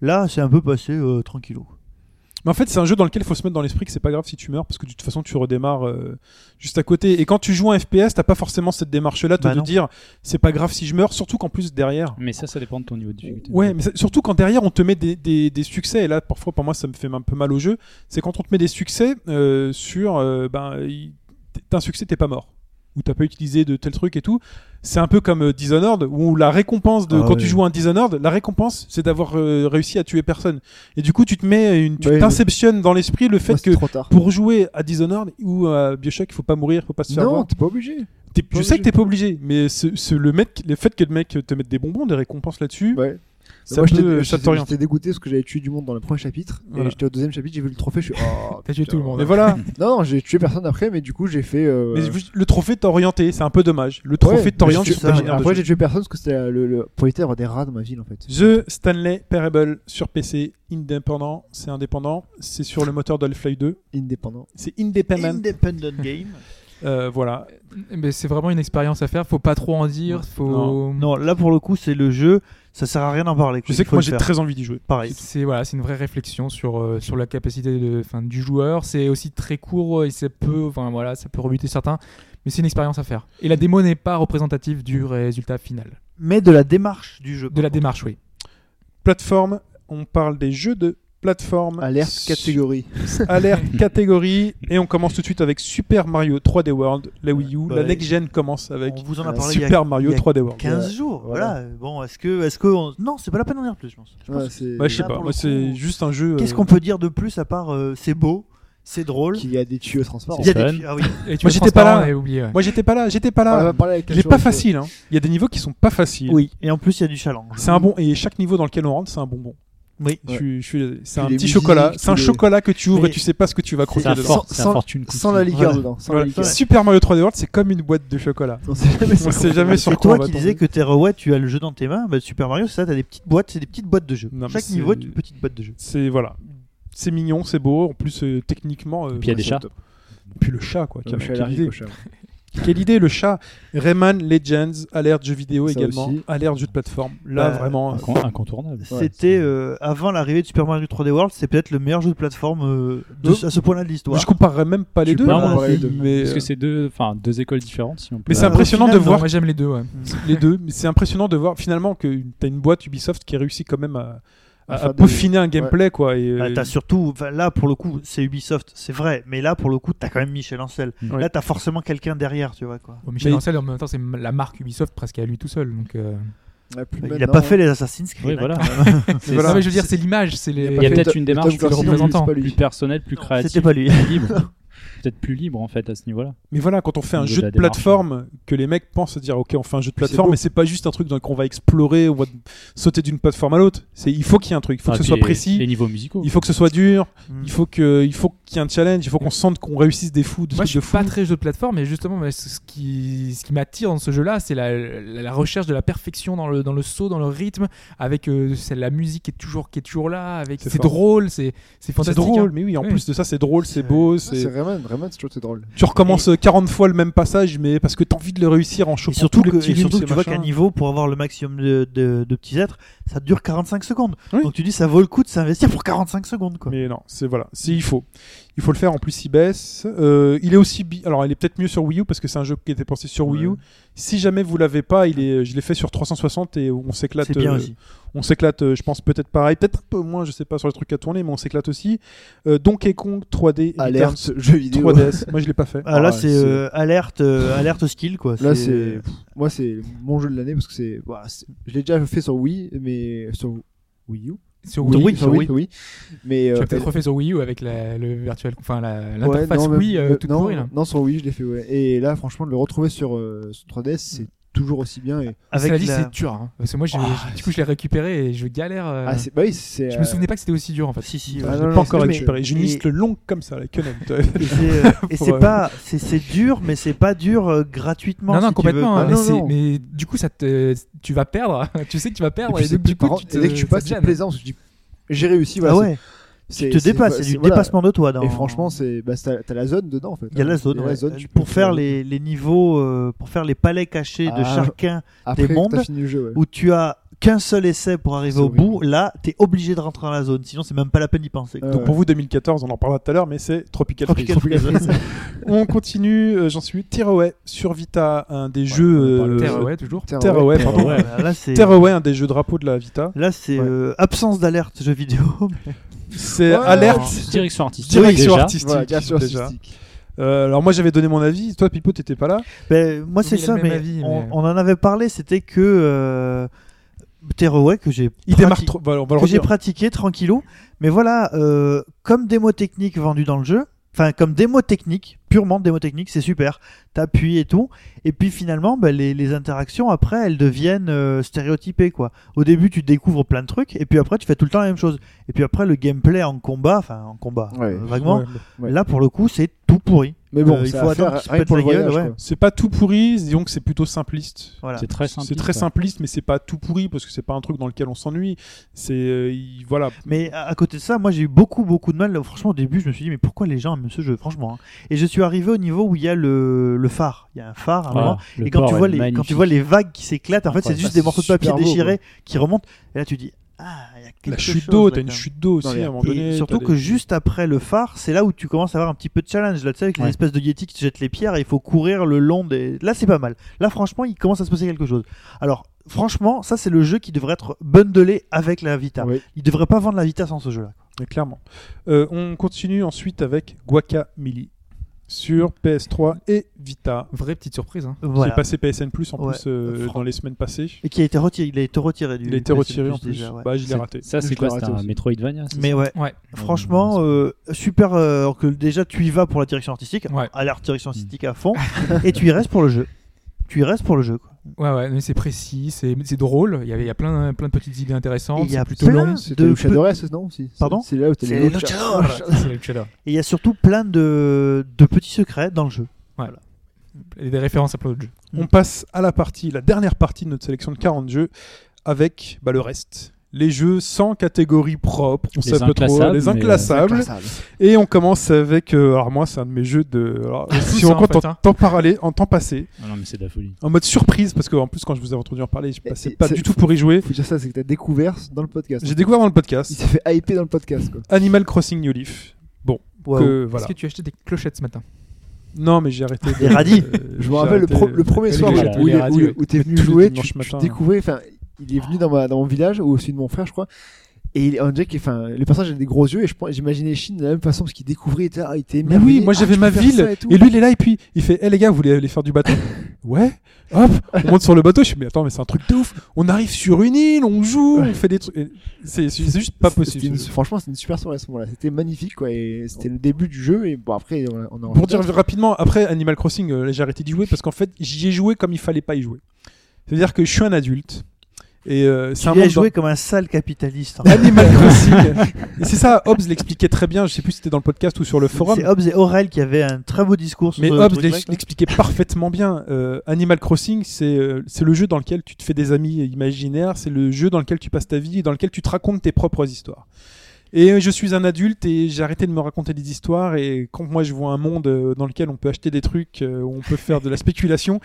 [SPEAKER 6] Là, c'est un peu passé euh, tranquillou.
[SPEAKER 3] Mais en fait c'est un jeu dans lequel il faut se mettre dans l'esprit que c'est pas grave si tu meurs, parce que de toute façon tu redémarres euh, juste à côté. Et quand tu joues un FPS, t'as pas forcément cette démarche-là de
[SPEAKER 6] Bah
[SPEAKER 3] te
[SPEAKER 6] non.
[SPEAKER 3] dire c'est pas grave si je meurs, surtout qu'en plus derrière.
[SPEAKER 7] Mais ça, ça dépend de ton niveau de difficulté.
[SPEAKER 3] Ouais, mais c'est- surtout quand derrière on te met des, des, des succès, et là parfois pour moi ça me fait un peu mal au jeu, c'est quand on te met des succès euh, sur euh, ben, il- t'as un succès, t'es pas mort, ou t'as pas utilisé de tel truc et tout. C'est un peu comme euh, Dishonored, où la récompense de
[SPEAKER 6] Ah
[SPEAKER 3] quand
[SPEAKER 6] ouais.
[SPEAKER 3] tu joues à un Dishonored, la récompense c'est d'avoir euh, réussi à tuer personne. Et du coup tu te mets une, tu
[SPEAKER 4] Ouais,
[SPEAKER 3] t'inceptionnes dans l'esprit le fait
[SPEAKER 4] Moi,
[SPEAKER 3] que
[SPEAKER 4] c'est trop tard.
[SPEAKER 3] pour jouer à Dishonored ou à Bioshock, il faut pas mourir, il faut pas se faire
[SPEAKER 4] Non,
[SPEAKER 3] voir.
[SPEAKER 4] t'es pas obligé.
[SPEAKER 3] T'es-
[SPEAKER 4] pas
[SPEAKER 3] Je sais
[SPEAKER 4] obligé.
[SPEAKER 3] que t'es pas obligé, mais ce, ce- le, mec, le fait que le mec te mette des bonbons, des récompenses là-dessus,
[SPEAKER 4] Ouais.
[SPEAKER 3] ça
[SPEAKER 4] Moi, j'étais-
[SPEAKER 3] peut, ça
[SPEAKER 4] j'étais-
[SPEAKER 3] t'oriente.
[SPEAKER 4] J'étais dégoûté parce que j'avais tué du monde dans le premier chapitre.
[SPEAKER 3] Voilà.
[SPEAKER 4] Et j'étais au deuxième chapitre, j'ai vu le trophée, je suis. Oh,
[SPEAKER 5] T'as tué
[SPEAKER 4] putain.
[SPEAKER 5] tout le monde.
[SPEAKER 3] Mais voilà,
[SPEAKER 4] Non, non, j'ai tué personne après, mais du coup, j'ai fait. euh,
[SPEAKER 3] mais vous- le trophée t'a orienté, c'est un peu dommage. Le
[SPEAKER 4] ouais,
[SPEAKER 3] trophée t'oriente
[SPEAKER 4] j'ai
[SPEAKER 3] sur
[SPEAKER 4] tué-
[SPEAKER 3] ta
[SPEAKER 6] ça,
[SPEAKER 3] manière de
[SPEAKER 4] Après,
[SPEAKER 3] jouer.
[SPEAKER 4] j'ai tué personne parce que c'était le, le propriétaire des rats de ma ville en fait.
[SPEAKER 3] The Stanley Parable sur PC, indépendant, c'est indépendant, c'est sur le moteur de Half-Life 2,
[SPEAKER 4] Indépendant.
[SPEAKER 3] c'est independent.
[SPEAKER 6] Independent game.
[SPEAKER 3] Euh, voilà.
[SPEAKER 5] Mais c'est vraiment une expérience à faire. Faut pas trop en dire. Faut.
[SPEAKER 6] Non, là pour le coup, c'est le jeu. Ça sert à rien d'en parler.
[SPEAKER 3] Je sais que
[SPEAKER 6] Faut
[SPEAKER 3] moi
[SPEAKER 6] le
[SPEAKER 3] j'ai
[SPEAKER 6] faire.
[SPEAKER 3] très envie d'y jouer.
[SPEAKER 6] pareil.
[SPEAKER 5] C'est voilà, c'est une vraie réflexion sur euh, sur la capacité de, enfin, du joueur. C'est aussi très court euh, et ça peut, enfin voilà, ça peut rebuter certains. Mais c'est une expérience à faire. Et la démo n'est pas représentative du résultat final.
[SPEAKER 6] Mais de la démarche du jeu.
[SPEAKER 5] De la
[SPEAKER 6] par contre.
[SPEAKER 5] démarche, oui.
[SPEAKER 3] Plateforme, on parle des jeux de plateforme.
[SPEAKER 4] Alerte
[SPEAKER 3] Su-
[SPEAKER 4] catégorie.
[SPEAKER 3] Alerte catégorie. Et on commence tout de suite avec Super Mario 3D World, la Wii U.
[SPEAKER 6] Bah,
[SPEAKER 3] la
[SPEAKER 6] ouais.
[SPEAKER 3] next gen commence avec
[SPEAKER 6] On vous en
[SPEAKER 4] euh,
[SPEAKER 6] a parlé il y a
[SPEAKER 3] Super Mario
[SPEAKER 6] il y a
[SPEAKER 3] 3D World.
[SPEAKER 6] 15
[SPEAKER 4] Ouais,
[SPEAKER 6] jours.
[SPEAKER 4] voilà.
[SPEAKER 6] Voilà. Bon, est-ce que, est-ce que, on- non, c'est pas la peine d'en dire plus, je pense. Je pense
[SPEAKER 4] Ouais, c'est-
[SPEAKER 3] Ouais, je sais
[SPEAKER 6] Là,
[SPEAKER 3] pas,
[SPEAKER 6] pour
[SPEAKER 3] moi
[SPEAKER 6] le
[SPEAKER 3] c'est
[SPEAKER 6] coup,
[SPEAKER 3] juste un jeu.
[SPEAKER 6] Qu'est-ce
[SPEAKER 3] euh,
[SPEAKER 6] qu'on peut dire de plus à part euh, c'est beau, c'est drôle.
[SPEAKER 4] qu'il y a des tuyaux transparents.
[SPEAKER 6] Il y a
[SPEAKER 7] Fun.
[SPEAKER 6] des ah oui.
[SPEAKER 5] Et tu
[SPEAKER 3] Moi,
[SPEAKER 5] es
[SPEAKER 3] j'étais pas là.
[SPEAKER 5] transparent, j'avais oublié, ouais.
[SPEAKER 3] Moi, j'étais pas là, j'étais pas
[SPEAKER 4] On
[SPEAKER 3] là.
[SPEAKER 4] va parler avec
[SPEAKER 3] Il
[SPEAKER 4] les
[SPEAKER 3] est pas
[SPEAKER 4] gens,
[SPEAKER 3] facile. hein. Il y a des niveaux qui sont pas faciles.
[SPEAKER 6] oui. Et en plus, il y a du challenge.
[SPEAKER 3] C'est un bon et chaque niveau dans lequel on rentre, c'est un bonbon.
[SPEAKER 6] Oui.
[SPEAKER 3] Je suis- je suis- c'est
[SPEAKER 4] Puis
[SPEAKER 3] un
[SPEAKER 4] les
[SPEAKER 3] petit
[SPEAKER 4] musiques,
[SPEAKER 3] chocolat.
[SPEAKER 4] tous
[SPEAKER 3] C'est un
[SPEAKER 4] les-
[SPEAKER 3] chocolat que tu ouvres
[SPEAKER 6] Mais-
[SPEAKER 3] et tu sais pas ce que tu vas
[SPEAKER 7] C'est
[SPEAKER 3] croquer
[SPEAKER 7] un
[SPEAKER 3] dedans.
[SPEAKER 7] fort, c'est un
[SPEAKER 4] sans-
[SPEAKER 7] fortune.
[SPEAKER 4] euh, Sans la liqueur
[SPEAKER 6] Voilà.
[SPEAKER 4] dedans. Sans
[SPEAKER 3] Voilà.
[SPEAKER 4] la liqueur.
[SPEAKER 3] Super Mario 3D World, c'est comme une boîte de chocolat.
[SPEAKER 4] On sait jamais
[SPEAKER 3] On
[SPEAKER 4] sur
[SPEAKER 3] sait
[SPEAKER 4] quoi
[SPEAKER 3] jamais sur
[SPEAKER 6] Et
[SPEAKER 3] quoi on
[SPEAKER 6] toi
[SPEAKER 3] va
[SPEAKER 6] qui disais
[SPEAKER 3] tomber.
[SPEAKER 6] que Terraway, tu as le jeu dans tes mains, bah, Super Mario, c'est ça, t'as des petites boîtes, c'est des petites boîtes de jeu.
[SPEAKER 3] Non, mais
[SPEAKER 6] Chaque
[SPEAKER 3] c'est-
[SPEAKER 6] niveau est une petite boîte de jeu.
[SPEAKER 3] C'est voilà. C'est mignon, c'est beau. En plus, euh, techniquement. euh,
[SPEAKER 7] Puis il y a des
[SPEAKER 3] c'est
[SPEAKER 7] chats.
[SPEAKER 3] top. Puis le chat, quoi.
[SPEAKER 4] on- Je suis
[SPEAKER 3] quelle, quelle
[SPEAKER 4] allergique
[SPEAKER 3] idée.
[SPEAKER 4] au chat.
[SPEAKER 3] Quelle idée, le chat. Rayman Legends, alerte jeu vidéo
[SPEAKER 4] Ça
[SPEAKER 3] également,
[SPEAKER 4] aussi.
[SPEAKER 3] alerte jeu de plateforme. Là,
[SPEAKER 6] Bah,
[SPEAKER 3] vraiment.
[SPEAKER 7] Incon- Incontournable.
[SPEAKER 6] C'était euh, avant l'arrivée de Super Mario 3D World, c'est peut-être le meilleur jeu de plateforme euh, de-
[SPEAKER 3] De-
[SPEAKER 6] à ce point-là de l'histoire.
[SPEAKER 3] Je comparerais même pas les
[SPEAKER 4] Tu
[SPEAKER 3] deux.
[SPEAKER 4] peux
[SPEAKER 7] pas
[SPEAKER 3] mais-
[SPEAKER 4] comparer les deux.
[SPEAKER 3] mais,
[SPEAKER 7] Parce
[SPEAKER 3] euh,
[SPEAKER 7] que c'est deux, enfin deux écoles différentes, si on peut.
[SPEAKER 3] mais c'est
[SPEAKER 6] Bah, au
[SPEAKER 3] impressionnant
[SPEAKER 6] final,
[SPEAKER 3] de
[SPEAKER 5] Non,
[SPEAKER 3] voir
[SPEAKER 5] moi j'aime les deux. ouais.
[SPEAKER 3] les deux. Mais c'est impressionnant de voir finalement que t'as une boîte Ubisoft qui réussit quand même à, à-
[SPEAKER 4] À
[SPEAKER 3] à
[SPEAKER 4] faire des-
[SPEAKER 3] peaufiner un gameplay, quoi. Et, euh,
[SPEAKER 6] Ah, t'as surtout, enfin, là pour le coup, c'est Ubisoft, c'est vrai, mais là pour le coup, t'as quand même Michel Ancel.
[SPEAKER 3] Mm.
[SPEAKER 7] Ouais.
[SPEAKER 6] Là, t'as forcément quelqu'un derrière, tu vois quoi.
[SPEAKER 5] Bon, Michel
[SPEAKER 3] Mais-
[SPEAKER 5] Ancel, en même temps, c'est la marque Ubisoft presque à lui tout seul. Donc, euh,
[SPEAKER 4] Ouais, plus
[SPEAKER 6] Il a
[SPEAKER 4] maintenant,
[SPEAKER 6] pas fait les Assassin's Creed.
[SPEAKER 7] Oui,
[SPEAKER 6] hein,
[SPEAKER 7] voilà.
[SPEAKER 6] quand même.
[SPEAKER 3] mais voilà.
[SPEAKER 5] Non, mais je veux dire, c'est l'image, c'est les.
[SPEAKER 7] Il y a
[SPEAKER 4] fait
[SPEAKER 7] peut-être
[SPEAKER 4] de-
[SPEAKER 7] une
[SPEAKER 4] de
[SPEAKER 7] démarche
[SPEAKER 4] Tom
[SPEAKER 5] qui le
[SPEAKER 4] Clancy, non,
[SPEAKER 5] représente.
[SPEAKER 4] c'est pas lui.
[SPEAKER 7] plus personnel, plus
[SPEAKER 3] Ah,
[SPEAKER 7] créatif,
[SPEAKER 6] C'était pas lui.
[SPEAKER 7] plus libre. Peut-être plus libre en fait à ce niveau-là.
[SPEAKER 3] Mais voilà, quand on fait
[SPEAKER 7] Au
[SPEAKER 3] un
[SPEAKER 7] niveau
[SPEAKER 3] jeu de
[SPEAKER 7] de la démarche.
[SPEAKER 3] plateforme, que les mecs pensent se dire, ok, on fait un jeu de
[SPEAKER 4] Puis c'est
[SPEAKER 3] plateforme,
[SPEAKER 4] beau.
[SPEAKER 3] mais c'est pas juste un truc dans lequel on va explorer, on va sauter d'une plateforme à l'autre. C'est, il faut qu'il y ait un truc, il faut
[SPEAKER 7] Ah,
[SPEAKER 3] que ce
[SPEAKER 7] puis
[SPEAKER 3] soit
[SPEAKER 7] les- Les
[SPEAKER 3] précis,
[SPEAKER 7] niveaux musicaux.
[SPEAKER 3] il faut que ce soit dur,
[SPEAKER 6] Mm.
[SPEAKER 3] il faut que, il faut qu'il y ait un challenge, il faut qu'on sente qu'on réussisse des fous, des
[SPEAKER 5] Moi,
[SPEAKER 3] trucs
[SPEAKER 5] je
[SPEAKER 3] de
[SPEAKER 5] suis pas
[SPEAKER 3] fous.
[SPEAKER 5] très jeu de plateforme, mais justement, mais ce ce qui, ce qui m'attire dans ce jeu-là, c'est la, la- la recherche de la perfection dans le, dans le saut, dans le rythme, avec euh, c'est la musique qui est toujours, qui est toujours là, avec
[SPEAKER 3] C'est
[SPEAKER 5] c'est
[SPEAKER 3] fort.
[SPEAKER 5] drôle, c'est c'est
[SPEAKER 3] C'est
[SPEAKER 5] fantastique.
[SPEAKER 3] drôle,
[SPEAKER 5] hein.
[SPEAKER 3] mais oui, en
[SPEAKER 5] Oui.
[SPEAKER 3] plus de ça, c'est drôle, c'est
[SPEAKER 5] Ouais.
[SPEAKER 3] beau,
[SPEAKER 4] Ah, C'est
[SPEAKER 3] c'est.
[SPEAKER 4] Rayman, Rayman, c'est toujours très drôle.
[SPEAKER 3] Tu recommences 40 fois le même passage, mais parce que t'as envie de le réussir en
[SPEAKER 6] Et
[SPEAKER 3] chopant
[SPEAKER 6] surtout,
[SPEAKER 3] tous les
[SPEAKER 6] que,
[SPEAKER 3] petits
[SPEAKER 6] et surtout
[SPEAKER 3] sur ces
[SPEAKER 6] que tu vois
[SPEAKER 3] machins.
[SPEAKER 6] qu'un niveau, pour avoir le maximum de, de- de petits êtres, ça dure 45 secondes.
[SPEAKER 3] Oui.
[SPEAKER 6] Donc tu dis, ça vaut le coup de s'investir pour 45 secondes. Quoi.
[SPEAKER 3] Mais non, c'est voilà, c'est il faut. Il faut le faire en plus il baisse. Euh, il est aussi bi- alors il est peut-être mieux sur Wii U parce que c'est un jeu qui était pensé sur Wii U.
[SPEAKER 6] Ouais.
[SPEAKER 3] Si jamais vous l'avez pas, il est je l'ai fait sur 360 et on s'éclate
[SPEAKER 6] C'est bien
[SPEAKER 3] euh,
[SPEAKER 6] aussi.
[SPEAKER 3] on s'éclate euh, je pense peut-être pareil, peut-être un peu moins, je sais pas sur les trucs à tourner mais on s'éclate aussi. Euh, Donkey Kong 3D Returns
[SPEAKER 4] Alerte, jeu vidéo.
[SPEAKER 3] 3DS. Moi je l'ai pas fait.
[SPEAKER 6] Ah,
[SPEAKER 4] Ah
[SPEAKER 6] là,
[SPEAKER 4] ouais,
[SPEAKER 6] c'est
[SPEAKER 4] c'est-
[SPEAKER 6] euh, alerte, euh, alerte skill. Quoi.
[SPEAKER 4] Là, c'est. pff, Moi, c'est mon jeu de l'année parce que c'est. bah, c'est- je l'ai déjà fait sur Wii, mais. Sur Wii U
[SPEAKER 5] hein. Sur
[SPEAKER 4] Sur
[SPEAKER 5] Wii,
[SPEAKER 4] Wii, sur Wii, sur Wii. Mais.
[SPEAKER 5] tu
[SPEAKER 4] euh,
[SPEAKER 5] as peut-être refait sur Wii U avec la, le virtuel, enfin la-
[SPEAKER 4] ouais,
[SPEAKER 5] l'interface
[SPEAKER 4] non, mais-
[SPEAKER 5] Wii euh,
[SPEAKER 4] mais-
[SPEAKER 5] toute
[SPEAKER 4] non,
[SPEAKER 5] pourrie, là.
[SPEAKER 4] Non, sur Wii, je l'ai fait, ouais. Et là, franchement, de le retrouver sur, euh, sur 3DS,
[SPEAKER 6] Mm.
[SPEAKER 4] c'est toujours aussi bien. Et...
[SPEAKER 6] Avec
[SPEAKER 5] Cela dit,
[SPEAKER 6] la-
[SPEAKER 5] c'est dur. hein, parce que moi, j'ai- j'ai- du coup, je l'ai récupéré et je galère. euh,
[SPEAKER 4] Oh, Ah, c'est. Bah oui, c'est.
[SPEAKER 5] je
[SPEAKER 4] euh,
[SPEAKER 5] me souvenais pas que c'était aussi dur en fait.
[SPEAKER 6] Si, si.
[SPEAKER 4] Ah,
[SPEAKER 6] ouais.
[SPEAKER 3] Je
[SPEAKER 4] non,
[SPEAKER 3] l'ai
[SPEAKER 4] non,
[SPEAKER 3] pas encore
[SPEAKER 6] mais-
[SPEAKER 3] récupéré. J'ai une
[SPEAKER 6] et-
[SPEAKER 3] liste longue comme ça, la connect.
[SPEAKER 6] Et c'est, euh, et
[SPEAKER 3] Pour,
[SPEAKER 6] c'est
[SPEAKER 3] euh,
[SPEAKER 6] pas, c'est, c'est dur, mais c'est pas dur euh, gratuitement.
[SPEAKER 5] Non,
[SPEAKER 6] si
[SPEAKER 5] non,
[SPEAKER 6] tu
[SPEAKER 5] complètement.
[SPEAKER 6] veux.
[SPEAKER 4] Ah,
[SPEAKER 5] hein, mais,
[SPEAKER 4] non,
[SPEAKER 5] c'est-
[SPEAKER 4] non.
[SPEAKER 5] mais du coup, ça te, tu vas perdre. tu sais que tu vas
[SPEAKER 4] Et
[SPEAKER 5] perdre.
[SPEAKER 4] puis,
[SPEAKER 5] Et,
[SPEAKER 4] c'est
[SPEAKER 5] donc, du
[SPEAKER 4] plus
[SPEAKER 5] coup,
[SPEAKER 4] marrant.
[SPEAKER 5] tu te-
[SPEAKER 4] Et dès que tu
[SPEAKER 5] ça
[SPEAKER 4] passes,
[SPEAKER 5] te
[SPEAKER 4] c'est
[SPEAKER 5] gêne.
[SPEAKER 4] plaisant. parce que tu dis, J'ai réussi, voilà.
[SPEAKER 6] ah
[SPEAKER 4] c'est-
[SPEAKER 6] ouais,
[SPEAKER 4] c'est-
[SPEAKER 6] tu te
[SPEAKER 4] c'est-
[SPEAKER 6] dépasses, c'est, du
[SPEAKER 4] voilà.
[SPEAKER 6] dépassement de toi. dans-
[SPEAKER 4] Et franchement, c'est bah, t'as t'as la zone dedans en fait. Hein,
[SPEAKER 6] il y a la zone. ouais.
[SPEAKER 4] tu peux-
[SPEAKER 6] pour faire les, les niveaux, euh, pour faire les palais cachés de
[SPEAKER 4] Ah.
[SPEAKER 6] chacun,
[SPEAKER 4] Après,
[SPEAKER 6] des
[SPEAKER 4] que t'as
[SPEAKER 6] mondes
[SPEAKER 4] fini le jeu, ouais.
[SPEAKER 6] où tu as qu'un seul essai pour arriver
[SPEAKER 4] C'est
[SPEAKER 6] au
[SPEAKER 4] horrible.
[SPEAKER 6] bout, là, t'es obligé de rentrer dans la zone. Sinon, c'est même pas la peine d'y penser.
[SPEAKER 4] Euh,
[SPEAKER 3] Donc pour vous 2014, on en parlera tout à l'heure, mais c'est Tropical, Freeze. On continue, euh, j'en suis. Tearaway sur Vita, un des jeux.
[SPEAKER 4] on parle de
[SPEAKER 3] euh,
[SPEAKER 5] Terre, ouais, toujours.
[SPEAKER 3] Tearaway,
[SPEAKER 4] Tearaway.
[SPEAKER 3] pardon.
[SPEAKER 7] Ouais.
[SPEAKER 6] Là, c'est,
[SPEAKER 3] Tearaway, un des jeux drapeaux de la Vita.
[SPEAKER 6] là, c'est
[SPEAKER 4] Ouais.
[SPEAKER 6] euh, absence d'alerte jeu vidéo.
[SPEAKER 3] C'est
[SPEAKER 4] Ouais.
[SPEAKER 3] alerte.
[SPEAKER 7] Direction artistique.
[SPEAKER 3] Direction
[SPEAKER 7] déjà.
[SPEAKER 3] artistique.
[SPEAKER 4] Voilà, bien sûr,
[SPEAKER 3] déjà.
[SPEAKER 4] artistique.
[SPEAKER 3] Euh, alors moi j'avais donné mon avis. Toi Pipo t'étais pas là.
[SPEAKER 6] Ben, moi,
[SPEAKER 5] Oui,
[SPEAKER 6] c'est
[SPEAKER 5] il a
[SPEAKER 6] ça,
[SPEAKER 5] le même
[SPEAKER 6] mais,
[SPEAKER 5] avis,
[SPEAKER 6] on,
[SPEAKER 5] mais-
[SPEAKER 6] on en avait parlé, c'était que euh, Tearaway, que j'ai
[SPEAKER 3] Il
[SPEAKER 6] prati-
[SPEAKER 3] démarre trop. voilà, on va le
[SPEAKER 6] que j'ai
[SPEAKER 3] redire.
[SPEAKER 6] pratiqué tranquillou. Mais voilà, euh, comme démo technique vendue dans le jeu, enfin comme démo technique, purement démo technique, c'est super. T'appuies et tout. Et puis finalement, bah, les, les interactions après, elles deviennent euh, stéréotypées quoi. Au début, tu découvres plein de trucs, et puis après, tu fais tout le temps la même chose. Et puis après, le gameplay en combat, enfin en combat,
[SPEAKER 4] Ouais.
[SPEAKER 6] euh, vaguement.
[SPEAKER 3] Ouais.
[SPEAKER 4] Ouais.
[SPEAKER 6] Là, pour le coup, c'est tout pourri.
[SPEAKER 4] Mais bon,
[SPEAKER 6] Euh, il
[SPEAKER 4] ça
[SPEAKER 6] faut
[SPEAKER 4] va faire
[SPEAKER 6] attendre qu'il se
[SPEAKER 4] rien que
[SPEAKER 6] pète
[SPEAKER 4] pour le
[SPEAKER 6] la gueule,
[SPEAKER 4] voyage.
[SPEAKER 6] ouais.
[SPEAKER 4] quoi.
[SPEAKER 3] C'est pas tout pourri. Disons que c'est plutôt simpliste.
[SPEAKER 6] Voilà.
[SPEAKER 7] C'est très simple.
[SPEAKER 3] C'est très simpliste, mais c'est pas tout pourri parce que c'est pas un truc dans lequel on s'ennuie. C'est euh, il- voilà.
[SPEAKER 6] Mais à à côté de ça, moi j'ai eu beaucoup beaucoup de mal. Franchement, au début, je me suis dit, mais pourquoi les gens aiment ce jeu Franchement. hein. Et je suis arrivé au niveau où il y a le, le phare. Il y a un phare
[SPEAKER 7] Ah,
[SPEAKER 6] à un moment. Et quand tu, vois les, quand tu vois les vagues qui s'éclatent, en fait, c'est
[SPEAKER 7] Incroyable.
[SPEAKER 6] juste des morceaux de papier
[SPEAKER 4] Super beau,
[SPEAKER 6] déchirés qui remontent. Et là, tu dis, ah, il y a quelque
[SPEAKER 3] La
[SPEAKER 6] chose.
[SPEAKER 3] chute d'eau,
[SPEAKER 6] là,
[SPEAKER 3] t'as une
[SPEAKER 6] quand même.
[SPEAKER 3] chute d'eau aussi
[SPEAKER 4] Non, mais-
[SPEAKER 3] à un moment
[SPEAKER 6] Et
[SPEAKER 3] donné.
[SPEAKER 6] surtout
[SPEAKER 3] t'as
[SPEAKER 6] que
[SPEAKER 3] des-
[SPEAKER 6] juste après le phare, c'est là où tu commences à avoir un petit peu de challenge. Là, tu sais, avec
[SPEAKER 7] Ouais.
[SPEAKER 6] les espèces de yétis qui te jettent les pierres, et il faut courir le long des. Là, c'est pas mal. Là, franchement, il commence à se passer quelque chose. Alors, franchement, ça, c'est le jeu qui devrait être bundlé avec la Vita.
[SPEAKER 4] Oui.
[SPEAKER 6] Il devrait pas vendre la Vita sans ce jeu-là.
[SPEAKER 3] Mais clairement. Euh, on continue ensuite avec Guacamole. sur PS3 et Vita.
[SPEAKER 5] Vraie petite surprise. hein.
[SPEAKER 6] Voilà.
[SPEAKER 3] C'est passé PSN Plus en
[SPEAKER 6] Ouais.
[SPEAKER 3] plus euh,
[SPEAKER 6] Fran-
[SPEAKER 3] dans les semaines passées.
[SPEAKER 6] Et qui a été retiré, il a été retiré du.
[SPEAKER 3] Il a été
[SPEAKER 6] PlayStation
[SPEAKER 3] retiré en plus.
[SPEAKER 6] déjà, ouais.
[SPEAKER 3] Bah, je l'ai raté.
[SPEAKER 7] Ça,
[SPEAKER 4] Je
[SPEAKER 7] c'est
[SPEAKER 4] l'ai
[SPEAKER 7] quoi C'est
[SPEAKER 4] raté
[SPEAKER 7] un
[SPEAKER 4] aussi.
[SPEAKER 7] Metroidvania c'est
[SPEAKER 6] Mais ouais.
[SPEAKER 5] Ouais.
[SPEAKER 6] Franchement, euh, super euh, alors que déjà tu y vas pour la direction artistique,
[SPEAKER 5] Ouais.
[SPEAKER 6] à la direction artistique à fond, et tu y restes pour le jeu. Tu y restes pour le jeu. quoi.
[SPEAKER 5] Ouais, ouais, mais c'est précis, c'est c'est drôle. Il y a, il y a plein, plein de petites idées
[SPEAKER 6] Et
[SPEAKER 5] intéressantes.
[SPEAKER 6] il y
[SPEAKER 5] C'est
[SPEAKER 6] a
[SPEAKER 5] plutôt
[SPEAKER 6] plein
[SPEAKER 5] long.
[SPEAKER 4] C'était
[SPEAKER 6] de
[SPEAKER 4] le Shadow Rest, non aussi C'est-
[SPEAKER 6] Pardon
[SPEAKER 4] C'est là où t'as
[SPEAKER 6] C'est
[SPEAKER 4] les
[SPEAKER 6] le
[SPEAKER 4] Shadow-
[SPEAKER 6] Shadow Rest.
[SPEAKER 5] C'est le cheddar.
[SPEAKER 6] Et il y a surtout plein de, de petits secrets dans le jeu.
[SPEAKER 5] Et des références à plein d'autres jeux.
[SPEAKER 3] On passe à la partie, la dernière partie de notre sélection de 40 jeux avec bah, le reste. Les jeux sans catégorie propre, on
[SPEAKER 7] Les
[SPEAKER 3] sait un peu trop,
[SPEAKER 7] inclassables,
[SPEAKER 3] les
[SPEAKER 7] mais, euh,
[SPEAKER 3] inclassables. Et on commence avec, euh, alors moi c'est un de mes jeux de, alors,
[SPEAKER 5] Tous,
[SPEAKER 3] si
[SPEAKER 5] hein,
[SPEAKER 3] on
[SPEAKER 5] en
[SPEAKER 3] compte en,
[SPEAKER 5] fait, hein.
[SPEAKER 3] temps parallé, en temps passé,
[SPEAKER 7] Ah Non, non, mais c'est de la folie.
[SPEAKER 3] en mode surprise, parce qu'en plus quand je vous ai entendu en parler, je
[SPEAKER 4] Et-
[SPEAKER 3] passais
[SPEAKER 4] et
[SPEAKER 3] pas
[SPEAKER 4] c'est-
[SPEAKER 3] du tout pour y jouer.
[SPEAKER 4] Faut dire ça, c'est que t'as découvert dans le podcast.
[SPEAKER 3] J'ai découvert dans le
[SPEAKER 4] Il
[SPEAKER 3] podcast
[SPEAKER 4] s'est fait hyper dans le podcast, quoi.
[SPEAKER 3] Animal Crossing New Leaf.
[SPEAKER 6] Waouh.
[SPEAKER 3] que, voilà.
[SPEAKER 5] Est-ce que tu as acheté des clochettes ce matin
[SPEAKER 3] Non, mais j'ai arrêté. de-
[SPEAKER 6] Des radis.
[SPEAKER 3] euh,
[SPEAKER 4] Je
[SPEAKER 3] j'ai
[SPEAKER 4] me rappelle le,
[SPEAKER 3] arrêté-
[SPEAKER 4] pro- le premier
[SPEAKER 3] les
[SPEAKER 4] soir où,
[SPEAKER 7] gars,
[SPEAKER 4] où
[SPEAKER 5] les
[SPEAKER 4] il est-
[SPEAKER 5] radios,
[SPEAKER 4] où il est-
[SPEAKER 5] ouais.
[SPEAKER 4] où t'es venu
[SPEAKER 3] Tous les
[SPEAKER 4] jouer, tu,
[SPEAKER 3] dimanches
[SPEAKER 4] tu
[SPEAKER 3] matin.
[SPEAKER 4] découvrais, enfin, il est venu dans, ma- dans mon village ou aussi de mon frère, je crois. Et il, on dirait que, enfin, le personnage avait des gros yeux et je pense- j'imaginais Shin de la même façon parce qu'il découvrait, il était, ah, il était
[SPEAKER 3] Mais oui,
[SPEAKER 4] émerveillé,
[SPEAKER 3] moi
[SPEAKER 4] ah,
[SPEAKER 3] j'avais
[SPEAKER 4] tu
[SPEAKER 3] ma
[SPEAKER 4] peux faire
[SPEAKER 3] ville.
[SPEAKER 4] ça
[SPEAKER 3] Et,
[SPEAKER 4] et tout.
[SPEAKER 3] lui il est là et puis il fait, hé les gars, vous voulez aller faire du bateau Ouais. Hop, on monte sur le bateau. Je fais, mais attends, mais c'est un truc de ouf. On arrive sur une île, on joue, on fait des trucs. Et C'est c'est juste pas
[SPEAKER 4] C'était une-
[SPEAKER 3] possible. ce jeu.
[SPEAKER 4] franchement, c'était une super soirée à ce moment-là. C'était magnifique, quoi. Et c'était le début du jeu. Et bon, après, on a- on a
[SPEAKER 3] Pour dire rapidement, après Animal Crossing, euh, j'ai arrêté d'y jouer parce qu'en fait, j'y ai joué comme il fallait pas y jouer. C'est-à-dire que je suis un adulte. Et euh, c'est un
[SPEAKER 6] Il a
[SPEAKER 3] monde dans-
[SPEAKER 6] joué comme un sale capitaliste. hein. en fait.
[SPEAKER 3] Animal Crossing. Et c'est ça, Hobbes l'expliquait très bien. Je sais plus si c'était dans le podcast ou sur le forum.
[SPEAKER 6] C'est Hobbes et Aurel qui avaient un très beau discours sur
[SPEAKER 3] Mais
[SPEAKER 6] ce
[SPEAKER 3] Hobbes
[SPEAKER 6] truc-là,
[SPEAKER 3] l'ex-
[SPEAKER 6] quoi.
[SPEAKER 3] l'expliquait parfaitement bien. Euh, Animal Crossing, c'est euh, c'est le jeu dans lequel tu te fais des amis imaginaires, c'est le jeu dans lequel tu passes ta vie et dans lequel tu te racontes tes propres histoires. Et euh, je suis un adulte et j'ai arrêté de me raconter des histoires. Et quand moi je vois un monde euh, dans lequel on peut acheter des trucs, euh, où on peut faire de la spéculation,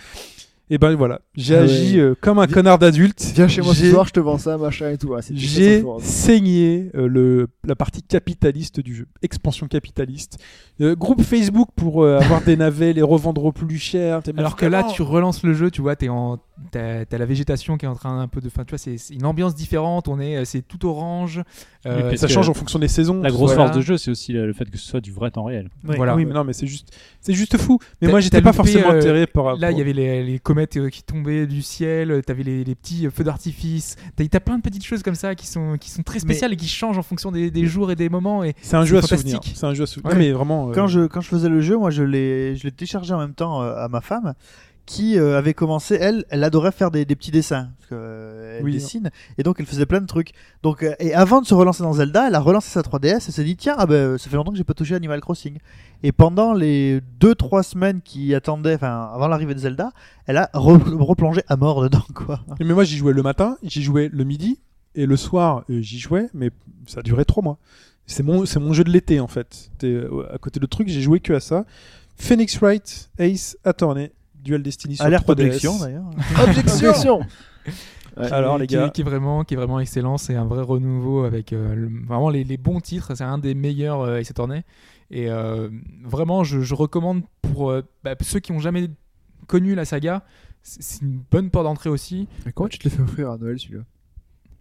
[SPEAKER 3] et ben voilà, j'ai
[SPEAKER 4] Ah ouais.
[SPEAKER 3] agi euh, comme un
[SPEAKER 4] Vi-
[SPEAKER 3] connard d'adulte.
[SPEAKER 4] viens chez moi ce
[SPEAKER 3] J'ai-
[SPEAKER 4] soir, je te vends ça, machin et tout. Voilà, c'était ça, ça,
[SPEAKER 3] j'ai
[SPEAKER 4] ça, ça, ça.
[SPEAKER 3] saigné euh, le, la partie capitaliste du jeu, expansion capitaliste. Euh, groupe Facebook pour euh, avoir des navets, les revendre au plus cher. T'es-
[SPEAKER 5] Alors que là,
[SPEAKER 3] Comment
[SPEAKER 5] tu relances le jeu, tu vois, t'es en, t'as, t'as la végétation qui est en train un peu de, enfin, tu vois, c'est, c'est une ambiance différente. On est, c'est tout orange. euh,
[SPEAKER 7] Oui, mais
[SPEAKER 3] Ça
[SPEAKER 7] parce
[SPEAKER 3] change
[SPEAKER 7] que
[SPEAKER 3] en fonction des saisons.
[SPEAKER 7] La grosse
[SPEAKER 5] Voilà.
[SPEAKER 7] force de jeu, c'est aussi euh, le le fait que ce soit du vrai temps réel.
[SPEAKER 6] Ouais.
[SPEAKER 5] Voilà.
[SPEAKER 3] Oui, mais non, mais c'est juste, c'est juste fou. Mais
[SPEAKER 5] T'as-
[SPEAKER 3] moi, j'étais
[SPEAKER 5] t'as
[SPEAKER 3] pas
[SPEAKER 5] loupé,
[SPEAKER 3] forcément
[SPEAKER 5] euh,
[SPEAKER 3] intéressé par.
[SPEAKER 5] Là, il y avait les, les comètes euh, qui tombaient du ciel. euh, T'avais les, les petits euh, feux d'artifice. T'as, t'as plein de petites choses comme ça qui sont, qui sont très spéciales et qui changent en fonction des, des jours et des moments. Et
[SPEAKER 3] C'est un jeu à
[SPEAKER 5] c'est
[SPEAKER 3] souvenir.
[SPEAKER 5] fantastique.
[SPEAKER 3] C'est un jeu à souvenir.
[SPEAKER 5] Ouais.
[SPEAKER 3] Mais vraiment. euh,
[SPEAKER 6] Quand je, quand je faisais le jeu, moi je l'ai je l'ai téléchargé en même temps euh, à ma femme qui euh, avait commencé, elle, elle adorait faire des, des petits dessins. Parce que, euh, elle
[SPEAKER 3] Oui.
[SPEAKER 6] dessine et donc elle faisait plein de trucs. Donc, euh, et avant de se relancer dans Zelda, elle a relancé sa 3DS et s'est dit tiens, ah ben, ça fait longtemps que j'ai pas touché Animal Crossing. Et pendant les 2-3 semaines qui attendaient, enfin avant l'arrivée de Zelda, elle a re- replongé à mort dedans quoi.
[SPEAKER 3] Mais moi, j'y jouais le matin, j'y jouais le midi et le soir, euh, j'y jouais, mais ça durait trois mois. C'est mon, c'est mon jeu de l'été en fait. T'es, euh, à côté de truc, j'ai joué que à ça. Phoenix Wright, Ace, Attorney, Dual Destiny sur
[SPEAKER 6] À l'air
[SPEAKER 3] 3DS.
[SPEAKER 6] protection d'ailleurs.
[SPEAKER 4] Objection Ouais.
[SPEAKER 3] Alors les
[SPEAKER 5] qui,
[SPEAKER 3] gars,
[SPEAKER 5] qui est vraiment, qui est vraiment excellent. C'est un vrai renouveau avec euh, le- vraiment les, les bons titres. C'est un des meilleurs euh, Ace Attorney. Et euh, vraiment, je, je recommande pour euh, bah, ceux qui ont jamais connu la saga. C'est c'est une bonne porte d'entrée aussi.
[SPEAKER 4] Mais comment tu te l'as fait offrir à Noël celui-là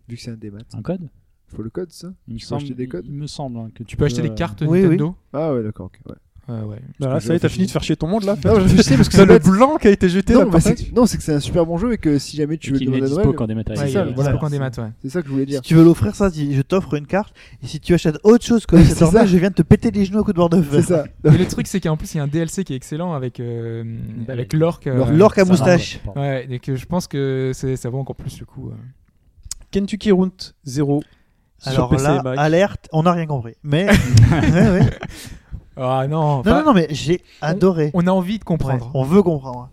[SPEAKER 4] Vu que c'est un démat.
[SPEAKER 7] Un code
[SPEAKER 4] Faut le code, ça
[SPEAKER 7] Il me
[SPEAKER 4] Tu peux acheter
[SPEAKER 7] semble-
[SPEAKER 4] des codes
[SPEAKER 7] Il me semble hein, que
[SPEAKER 5] Tu peux acheter
[SPEAKER 7] euh,
[SPEAKER 5] des cartes
[SPEAKER 6] oui,
[SPEAKER 5] Nintendo.
[SPEAKER 4] Ah ouais, d'accord. ok, ouais.
[SPEAKER 5] Euh, ouais.
[SPEAKER 3] voilà, ça
[SPEAKER 4] je
[SPEAKER 3] y est,
[SPEAKER 4] vais
[SPEAKER 3] t'as
[SPEAKER 4] faire
[SPEAKER 3] fini de
[SPEAKER 4] chier.
[SPEAKER 3] faire chier ton monde là
[SPEAKER 4] Non, je sais parce que
[SPEAKER 3] T'as
[SPEAKER 4] c'est
[SPEAKER 3] le
[SPEAKER 4] bête.
[SPEAKER 3] blanc qui a été jeté
[SPEAKER 4] Non,
[SPEAKER 3] là.
[SPEAKER 4] mais
[SPEAKER 3] par
[SPEAKER 4] c'est-
[SPEAKER 3] ça.
[SPEAKER 4] non, c'est que c'est un super bon jeu et que si jamais tu veux
[SPEAKER 7] Qu'il
[SPEAKER 4] le
[SPEAKER 7] n'est
[SPEAKER 4] demander à
[SPEAKER 7] dispo
[SPEAKER 4] Noël,
[SPEAKER 7] qu'en
[SPEAKER 4] C'est
[SPEAKER 7] dématérialisé.
[SPEAKER 4] ça,
[SPEAKER 7] Ouais,
[SPEAKER 4] voilà.
[SPEAKER 5] Dispo qu'en démat, ouais.
[SPEAKER 4] c'est ça que je voulais
[SPEAKER 6] Si
[SPEAKER 4] dire.
[SPEAKER 6] tu veux l'offrir ça, si- je t'offre une carte. Et si tu achètes autre chose comme
[SPEAKER 4] Oui,
[SPEAKER 6] cette
[SPEAKER 4] c'est
[SPEAKER 6] ornée,
[SPEAKER 4] ça.
[SPEAKER 6] je viens de te péter les genoux à coups de bord de
[SPEAKER 4] C'est
[SPEAKER 6] feu.
[SPEAKER 4] ça.
[SPEAKER 5] Mais le truc, c'est qu'en plus, il y a un DLC qui est excellent avec, euh,
[SPEAKER 7] Bah,
[SPEAKER 5] avec
[SPEAKER 7] oui.
[SPEAKER 5] l'orque. euh,
[SPEAKER 6] L'or- l'orque à
[SPEAKER 7] Ça,
[SPEAKER 6] moustache.
[SPEAKER 7] pardon.
[SPEAKER 5] Ouais, et que je pense que c'est- ça vaut encore plus le coup. euh.
[SPEAKER 3] Kentucky Route 0 sur
[SPEAKER 6] Alors
[SPEAKER 3] PC
[SPEAKER 6] là,
[SPEAKER 3] et Mac.
[SPEAKER 6] alerte, on n'a rien compris. Mais Ouais, ouais.
[SPEAKER 5] Ah non,
[SPEAKER 6] non,
[SPEAKER 5] enfin,
[SPEAKER 6] non, non, mais j'ai adoré.
[SPEAKER 5] on a envie de
[SPEAKER 6] Ouais,
[SPEAKER 5] comprendre.
[SPEAKER 6] on veut comprendre.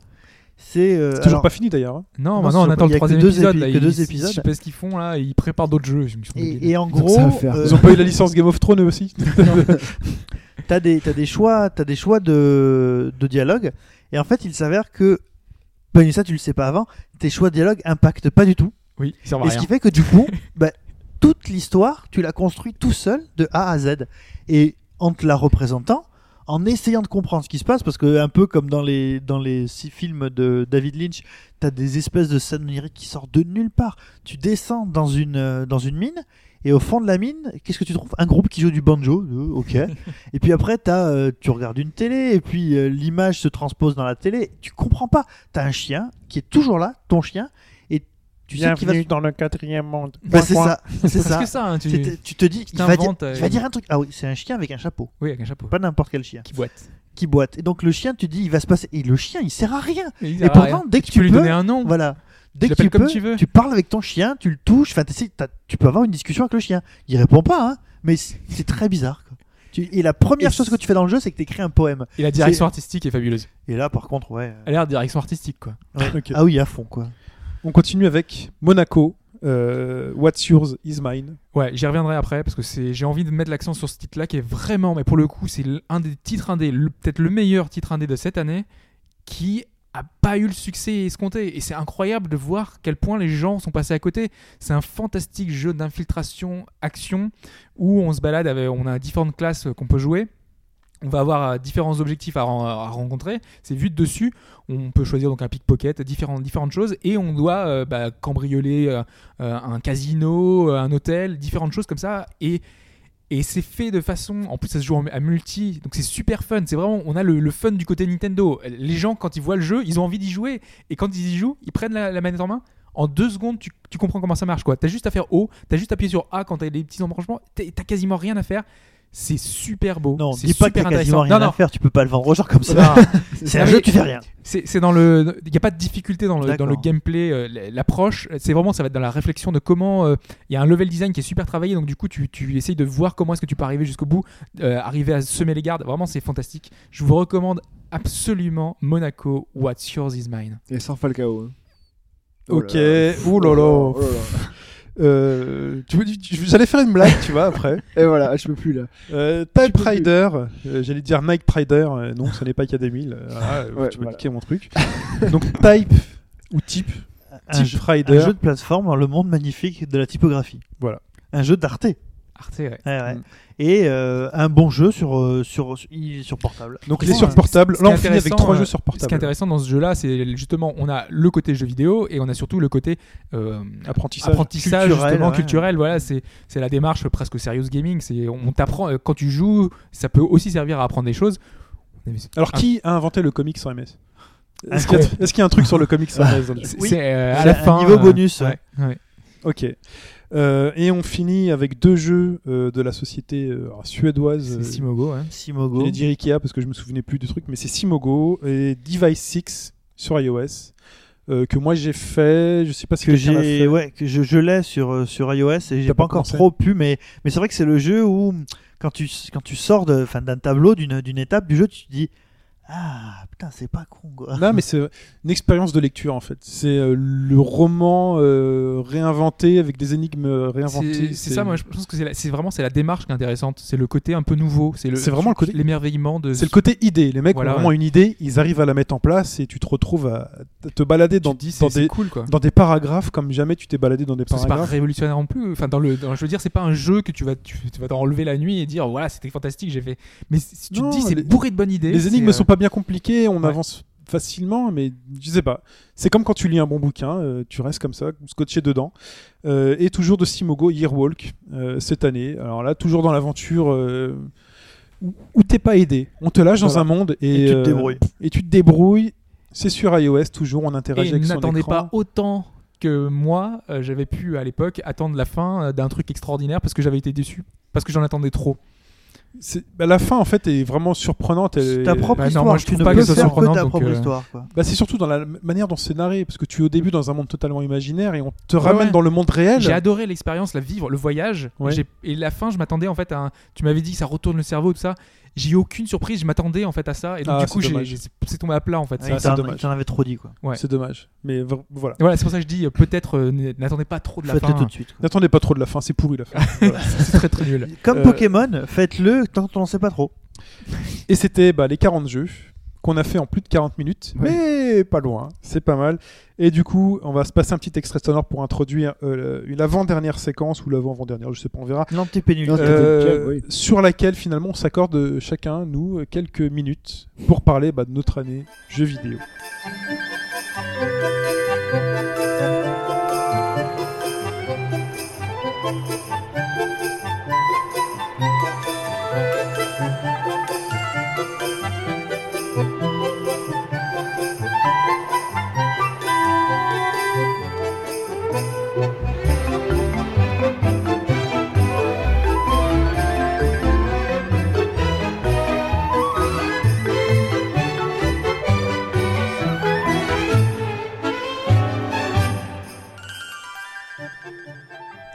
[SPEAKER 6] C'est euh,
[SPEAKER 3] C'est toujours
[SPEAKER 6] alors,
[SPEAKER 3] pas fini d'ailleurs. hein.
[SPEAKER 5] Non,
[SPEAKER 6] Non,
[SPEAKER 5] maintenant on
[SPEAKER 6] c'est-
[SPEAKER 5] attend
[SPEAKER 6] il y
[SPEAKER 5] le
[SPEAKER 6] a que
[SPEAKER 5] troisième
[SPEAKER 6] deux
[SPEAKER 5] épisode.
[SPEAKER 6] épi-
[SPEAKER 5] là,
[SPEAKER 6] que
[SPEAKER 5] ils-
[SPEAKER 6] deux
[SPEAKER 5] je-
[SPEAKER 6] épisodes.
[SPEAKER 5] Je sais pas ce qu'ils font là, ils préparent d'autres jeux. Ils sont débiles.
[SPEAKER 6] et, et en
[SPEAKER 4] Ils ont que ça à
[SPEAKER 6] gros,
[SPEAKER 4] faire.
[SPEAKER 6] euh,
[SPEAKER 3] Ils ont pas eu la licence Game of Thrones eux aussi.
[SPEAKER 6] t'as des t'as des choix, t'as des choix de de dialogue. Et en fait, il s'avère que ben, mais ça, tu le sais pas avant. Tes choix de dialogue impactent pas du tout.
[SPEAKER 5] Oui, ça va
[SPEAKER 6] Et ce
[SPEAKER 5] rien.
[SPEAKER 6] qui fait que du coup, bah, toute l'histoire, tu l'as construite tout seul de A à Z. Et en te la représentant, en essayant de comprendre ce qui se passe, parce que un peu comme dans les, dans les six films de David Lynch, t'as des espèces de scènes oniriques qui sortent de nulle part. Tu descends dans une, euh, dans une mine, et au fond de la mine, qu'est-ce que tu trouves Un groupe qui joue du banjo, euh, ok. et puis après, t'as, euh, tu regardes une télé, et puis euh, l'image se transpose dans la télé. Tu comprends pas. T'as un chien qui est toujours là, ton chien, et tu sais qu'il va.
[SPEAKER 8] dans le quatrième monde.
[SPEAKER 6] Bah, c'est ça, c'est
[SPEAKER 5] Parce
[SPEAKER 6] ça.
[SPEAKER 5] que ça, hein, tu...
[SPEAKER 6] C'était- Tu te dis,
[SPEAKER 5] tu
[SPEAKER 6] il va, dire,
[SPEAKER 5] t'inventes, euh,
[SPEAKER 6] il va dire un truc. Ah oui, c'est un chien avec un chapeau.
[SPEAKER 5] Oui, avec un chapeau.
[SPEAKER 6] Pas n'importe quel chien
[SPEAKER 5] Qui boite.
[SPEAKER 6] qui boite. Et donc le chien, tu dis, il va se passer. Et le chien, il sert à rien.
[SPEAKER 5] Et, il
[SPEAKER 6] Et
[SPEAKER 5] a-
[SPEAKER 6] pourtant, dès que tu,
[SPEAKER 5] tu peux lui
[SPEAKER 6] peux,
[SPEAKER 5] donner un nom.
[SPEAKER 6] voilà. Dès que
[SPEAKER 5] l'appelles
[SPEAKER 6] tu
[SPEAKER 5] comme
[SPEAKER 6] peux,
[SPEAKER 5] tu veux.
[SPEAKER 6] parles avec ton chien, tu le touches, enfin, t'essayes- t'as- tu peux avoir une discussion avec le chien. Il répond pas, hein, mais c'est c'est très bizarre. quoi. Tu- et la première
[SPEAKER 5] Et
[SPEAKER 6] chose que tu fais dans le jeu, c'est que tu écris un poème.
[SPEAKER 5] Et la direction artistique est fabuleuse.
[SPEAKER 6] Et là, par contre, ouais. euh,
[SPEAKER 5] Elle a l'air direction artistique, quoi.
[SPEAKER 3] Ok.
[SPEAKER 6] Ah oui, à fond, quoi.
[SPEAKER 3] On continue avec Monaco. euh, What's yours is mine.
[SPEAKER 5] Ouais, j'y reviendrai après parce que c'est j'ai envie de mettre l'accent sur ce titre-là qui est vraiment, mais pour le coup, c'est l- un des titres indés, le- peut-être le meilleur titre indé de cette année, qui a pas eu le succès escompté. Et c'est incroyable de voir quel point les gens sont passés à côté. C'est un fantastique jeu d'infiltration action où on se balade, avec, on a différentes classes euh, qu'on peut jouer. On va avoir euh, différents objectifs à, ren- à rencontrer. C'est vu de dessus. On peut choisir donc un pickpocket, différentes, différentes choses, et on doit euh, bah, cambrioler euh, euh, un casino, euh, un hôtel, différentes choses comme ça. Et, et c'est fait de façon. En plus, ça se joue en- à multi, donc c'est super fun. C'est vraiment. On a le, le fun du côté Nintendo. Les gens, quand ils voient le jeu, ils ont envie d'y jouer. Et quand ils y jouent, ils prennent la, la manette en main. En deux secondes, tu, tu comprends comment ça marche. quoi. T'as juste à faire O, t'as juste à appuyer sur A quand t'as des petits embranchements. t'es- T'as quasiment rien à faire. C'est super beau.
[SPEAKER 6] Non,
[SPEAKER 5] c'est
[SPEAKER 6] dis pas que
[SPEAKER 5] super
[SPEAKER 6] t'as
[SPEAKER 5] intéressant.
[SPEAKER 6] quasiment rien
[SPEAKER 5] non,
[SPEAKER 6] à faire, tu peux pas le vendre aux gens comme
[SPEAKER 5] non.
[SPEAKER 6] ça.
[SPEAKER 5] Non.
[SPEAKER 6] c'est un
[SPEAKER 5] Mais-
[SPEAKER 6] jeu, tu fais rien.
[SPEAKER 5] C'est c'est dans le. Il n'y a pas de difficulté dans le, dans
[SPEAKER 6] D'accord.
[SPEAKER 5] le gameplay, euh, l- l'approche. C'est vraiment, ça va être dans la réflexion de comment. euh, Il y a un level design qui est super travaillé, donc du coup, tu, tu essayes de voir comment est-ce que tu peux arriver jusqu'au bout, euh, arriver à semer les gardes. Vraiment, c'est fantastique. Je vous recommande absolument Monaco, What's Yours is Mine.
[SPEAKER 4] Et sans Falcao. hein. Oh là
[SPEAKER 3] Ok.
[SPEAKER 4] là.
[SPEAKER 3] Ouh là là.
[SPEAKER 4] Oh là là.
[SPEAKER 3] Euh, tu, tu- tu- J'allais faire une blague, tu vois, après.
[SPEAKER 4] Et voilà, je peux plus là.
[SPEAKER 3] Euh, Type
[SPEAKER 4] peux plus.
[SPEAKER 3] Rider. euh, J'allais dire Night Rider. euh, non, ce n'est pas Academy. euh, ah, euh,
[SPEAKER 4] Ouais,
[SPEAKER 3] tu m'as
[SPEAKER 4] voilà.
[SPEAKER 3] niqué mon truc. Donc Type ou Type.
[SPEAKER 6] Un
[SPEAKER 3] Type
[SPEAKER 6] jeu, un
[SPEAKER 3] Rider.
[SPEAKER 6] jeu de plateforme dans le monde magnifique de la typographie.
[SPEAKER 3] Voilà.
[SPEAKER 6] Un jeu d'Arte. Ouais,
[SPEAKER 5] Arte, ouais.
[SPEAKER 6] ouais.
[SPEAKER 3] Mm.
[SPEAKER 6] Et euh, un bon jeu sur, euh, sur, sur, il est sur portable. hein.
[SPEAKER 3] Donc
[SPEAKER 5] Et
[SPEAKER 3] il est
[SPEAKER 5] c'est-
[SPEAKER 3] sur portable.
[SPEAKER 5] hein. ce qui
[SPEAKER 3] Là,
[SPEAKER 5] est
[SPEAKER 3] on finit avec
[SPEAKER 5] intéressant,
[SPEAKER 3] trois
[SPEAKER 5] euh,
[SPEAKER 3] jeux sur
[SPEAKER 5] Ce qui est
[SPEAKER 3] portable.
[SPEAKER 5] intéressant dans ce jeu-là, c'est justement, on a le côté jeu vidéo et on a surtout le côté euh,
[SPEAKER 3] Apprentissage.
[SPEAKER 5] apprentissage
[SPEAKER 6] Culturel,
[SPEAKER 5] justement
[SPEAKER 6] ouais.
[SPEAKER 5] culturel voilà c'est c'est la démarche presque serious gaming c'est on t'apprend euh, quand tu joues ça peut aussi servir à apprendre des choses
[SPEAKER 3] Alors
[SPEAKER 5] Ah.
[SPEAKER 3] qui a inventé le comics sans MS
[SPEAKER 6] Ah,
[SPEAKER 3] Est-ce qu'il y, a-
[SPEAKER 5] ouais.
[SPEAKER 3] est-ce qu'il y a un truc sur le comics sans MS dans le-
[SPEAKER 5] c'est
[SPEAKER 6] Oui.
[SPEAKER 5] c'est, euh, à
[SPEAKER 6] C'est
[SPEAKER 5] la
[SPEAKER 6] un
[SPEAKER 5] fin
[SPEAKER 6] niveau bonus,
[SPEAKER 5] ouais, ouais.
[SPEAKER 3] Ok. Euh, et on finit avec deux jeux euh, de la société euh, alors, suédoise.
[SPEAKER 5] c'est
[SPEAKER 3] euh,
[SPEAKER 5] Simogo ouais.
[SPEAKER 6] Simogo.
[SPEAKER 3] J'allais dire Ikea parce que je me souvenais plus du truc, mais c'est Simogo et Device 6 sur iOS euh, que moi j'ai fait. Je sais pas si
[SPEAKER 6] que
[SPEAKER 3] quelqu'un l'a
[SPEAKER 6] j'ai
[SPEAKER 3] fait.
[SPEAKER 6] ouais que je, je l'ai sur euh, sur iOS et j'ai
[SPEAKER 3] T'as
[SPEAKER 6] pas,
[SPEAKER 3] pas
[SPEAKER 6] encore
[SPEAKER 3] commencé.
[SPEAKER 6] trop pu mais mais c'est vrai que c'est le jeu où quand tu quand tu sors de enfin, d'un tableau d'une d'une étape du jeu tu te dis ah putain c'est pas con quoi.
[SPEAKER 3] Non, mais c'est une expérience de lecture en fait. C'est euh, le roman euh, réinventé avec des énigmes euh, réinventées.
[SPEAKER 5] C'est- c'est ça moi je pense que c'est la- c'est vraiment c'est la démarche qui est intéressante c'est le côté un peu nouveau c'est le
[SPEAKER 3] C'est vraiment le côté-
[SPEAKER 5] l'émerveillement de
[SPEAKER 3] C'est le côté idée. Les mecs ont
[SPEAKER 5] Voilà,
[SPEAKER 3] vraiment
[SPEAKER 5] ouais.
[SPEAKER 3] une idée, ils arrivent à la mettre en place et tu te retrouves à à te balader dans,
[SPEAKER 5] tu te dis, c'est-
[SPEAKER 3] dans
[SPEAKER 5] c'est
[SPEAKER 3] des,
[SPEAKER 5] cool quoi
[SPEAKER 3] dans des paragraphes comme jamais tu t'es baladé dans des
[SPEAKER 5] Parce que c'est pas
[SPEAKER 3] paragraphes.
[SPEAKER 5] révolutionnaire non plus. Enfin, dans le, dans- je veux dire, c'est pas un jeu que tu vas, tu, tu vas t'enlever la nuit et dire voilà, c'était fantastique, j'ai fait. Mais si tu
[SPEAKER 3] Non,
[SPEAKER 5] te dis, c'est
[SPEAKER 3] les-
[SPEAKER 5] bourré de bonnes idées.
[SPEAKER 3] Les énigmes
[SPEAKER 5] c'est, euh,
[SPEAKER 3] sont pas bien compliquées, on
[SPEAKER 5] ouais.
[SPEAKER 3] avance facilement, mais je sais pas. C'est comme quand tu lis un bon bouquin, euh, tu restes comme ça, scotché dedans. Euh, et toujours de Simogo, Yearwalk, euh, cette année. Alors là, toujours dans l'aventure euh, où, où t'es pas aidé. On te lâche dans
[SPEAKER 6] Voilà.
[SPEAKER 3] un monde et,
[SPEAKER 6] et, tu te
[SPEAKER 3] euh,
[SPEAKER 6] débrouilles.
[SPEAKER 3] et tu te débrouilles. C'est sur iOS, toujours, on interagit
[SPEAKER 5] euh, Et
[SPEAKER 3] avec son
[SPEAKER 5] n'attendez
[SPEAKER 3] écran.
[SPEAKER 5] pas autant que moi, euh, j'avais pu à l'époque attendre la fin euh, d'un truc extraordinaire parce que j'avais été déçu, parce que j'en attendais trop.
[SPEAKER 3] C'est- bah, la fin en fait est vraiment surprenante.
[SPEAKER 6] C'est
[SPEAKER 3] elle-
[SPEAKER 6] ta propre
[SPEAKER 5] bah non,
[SPEAKER 6] histoire,
[SPEAKER 5] moi, je
[SPEAKER 6] tu
[SPEAKER 5] trouve
[SPEAKER 6] ne
[SPEAKER 5] pas
[SPEAKER 6] peux
[SPEAKER 5] que ce soit
[SPEAKER 6] faire que
[SPEAKER 5] surprenant,
[SPEAKER 6] ta
[SPEAKER 5] donc,
[SPEAKER 6] propre
[SPEAKER 5] euh,
[SPEAKER 6] histoire quoi.
[SPEAKER 3] Bah, c'est surtout dans la m- manière dont c'est narré, parce que tu es au début dans un monde totalement imaginaire et on te
[SPEAKER 5] Ouais,
[SPEAKER 3] ramène
[SPEAKER 5] ouais.
[SPEAKER 3] dans le monde réel.
[SPEAKER 5] J'ai adoré l'expérience, la vivre, le voyage.
[SPEAKER 3] Ouais.
[SPEAKER 5] J'ai- Et la fin, je m'attendais en fait à. un- Tu m'avais dit que ça retourne le cerveau, tout ça. J'ai eu aucune surprise, je m'attendais en fait à ça. Et donc
[SPEAKER 3] Ah,
[SPEAKER 5] du coup,
[SPEAKER 3] c'est
[SPEAKER 5] j'ai-
[SPEAKER 3] dommage.
[SPEAKER 5] j'ai- c'est tombé à plat en fait.
[SPEAKER 3] c'est
[SPEAKER 6] Ah,
[SPEAKER 3] assez
[SPEAKER 6] t'en-
[SPEAKER 3] dommage.
[SPEAKER 6] T'en avais trop dit quoi.
[SPEAKER 5] ouais.
[SPEAKER 3] C'est dommage, mais v- voilà.
[SPEAKER 5] Voilà, c'est pour ça que je dis euh, peut-être euh, n- n'attendez pas trop de la
[SPEAKER 6] Faites-le
[SPEAKER 5] fin. hein.
[SPEAKER 6] tout de suite. quoi.
[SPEAKER 3] N'attendez pas trop de la fin, c'est pourri la fin.
[SPEAKER 5] C'est très très nul.
[SPEAKER 6] Comme
[SPEAKER 3] Euh,
[SPEAKER 6] Pokémon, faites-le tant qu'on ne sait pas trop.
[SPEAKER 3] Et c'était bah, les 40 jeux qu'on a fait en plus de 40 minutes, mais pas loin, c'est pas mal. Et du coup, on va se passer un petit extrait sonore pour introduire euh, l'avant-dernière séquence ou l'avant-avant-dernière, je sais pas, on verra.
[SPEAKER 6] L'antépénulé.
[SPEAKER 4] Non,
[SPEAKER 3] Euh,
[SPEAKER 4] Peut-être, oui.
[SPEAKER 3] sur laquelle finalement on s'accorde euh, chacun, nous, euh, quelques minutes pour parler bah, de notre année jeux vidéo.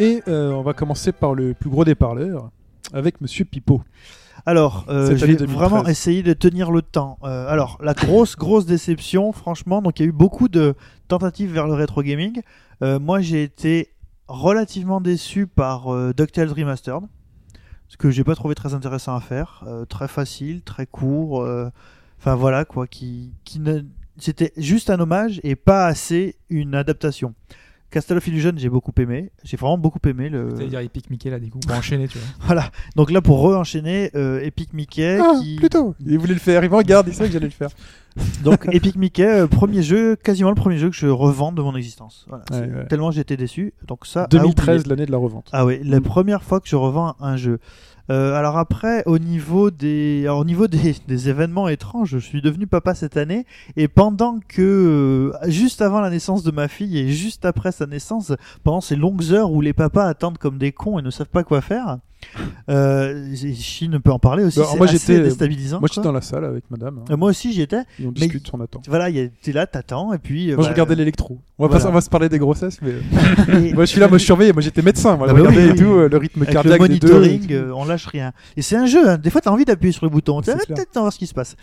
[SPEAKER 3] Et euh, on va commencer par le plus gros des parleurs, avec Monsieur Pipo.
[SPEAKER 6] Alors, euh,
[SPEAKER 3] Cette
[SPEAKER 6] je
[SPEAKER 3] année
[SPEAKER 6] vais
[SPEAKER 3] 2013.
[SPEAKER 6] vraiment essayer de tenir le temps. Euh, alors, la grosse, grosse déception, franchement, donc il y a eu beaucoup de tentatives vers le rétro gaming. Euh, moi, j'ai été relativement déçu par euh, DuckTales Remastered, ce que j'ai pas trouvé très intéressant à faire, Euh, très facile, très court. euh, Enfin voilà quoi, qui, qui ne, c'était juste un hommage et pas assez une adaptation. Castle of Illusion, j'ai beaucoup aimé. J'ai vraiment beaucoup aimé le.
[SPEAKER 5] C'est-à-dire, il pique Mickey là, des coups, pour enchaîner, tu vois.
[SPEAKER 6] Voilà. Donc là, pour re-enchaîner, euh, Epic Mickey.
[SPEAKER 3] Ah,
[SPEAKER 6] qui...
[SPEAKER 3] plutôt Il voulait le faire, il me regarde, il savait que j'allais le faire.
[SPEAKER 6] Donc Epic Mickey, euh, premier jeu, quasiment le premier jeu que je revends de mon existence. Voilà,
[SPEAKER 3] Ouais,
[SPEAKER 6] c'est-
[SPEAKER 3] ouais.
[SPEAKER 6] Tellement j'étais déçu. Donc ça. à
[SPEAKER 3] 2013,
[SPEAKER 6] oublier.
[SPEAKER 3] l'année de la revente.
[SPEAKER 6] Ah oui, la première fois que je revends un jeu. Euh, alors après, au niveau des, alors, au niveau des, des événements étranges, je suis devenu papa cette année et pendant que, euh, juste avant la naissance de ma fille et juste après sa naissance, pendant ces longues heures où les papas attendent comme des cons et ne savent pas quoi faire, euh, Chine peut en parler aussi.
[SPEAKER 3] Bah,
[SPEAKER 6] c'est
[SPEAKER 3] moi,
[SPEAKER 6] assez
[SPEAKER 3] j'étais-
[SPEAKER 6] déstabilisant.
[SPEAKER 3] Moi j'étais
[SPEAKER 6] quoi.
[SPEAKER 3] dans la salle avec madame, hein,
[SPEAKER 6] Euh, moi aussi j'y étais.
[SPEAKER 3] et on
[SPEAKER 6] mais-
[SPEAKER 3] discute, on attend.
[SPEAKER 6] Voilà, il y a- t'es là, t'attends, et puis. euh,
[SPEAKER 3] Moi je
[SPEAKER 6] bah,
[SPEAKER 3] regardais l'électro. On, va
[SPEAKER 6] voilà.
[SPEAKER 3] pas- on va se parler des grossesses, mais euh,
[SPEAKER 6] et-
[SPEAKER 3] moi je suis là, moi je surveillais, moi j'étais médecin, moi
[SPEAKER 6] Ah
[SPEAKER 3] je
[SPEAKER 6] bah oui,
[SPEAKER 3] regardais et
[SPEAKER 6] oui.
[SPEAKER 3] tout, euh, le rythme
[SPEAKER 6] Avec le
[SPEAKER 3] cardiaque des deux.
[SPEAKER 6] monitoring, euh, on lâche rien. Et c'est un jeu, hein. des fois t'as envie d'appuyer sur le bouton,
[SPEAKER 3] C'est
[SPEAKER 6] t'as
[SPEAKER 3] clair.
[SPEAKER 6] peut-être voir ce qui se passe.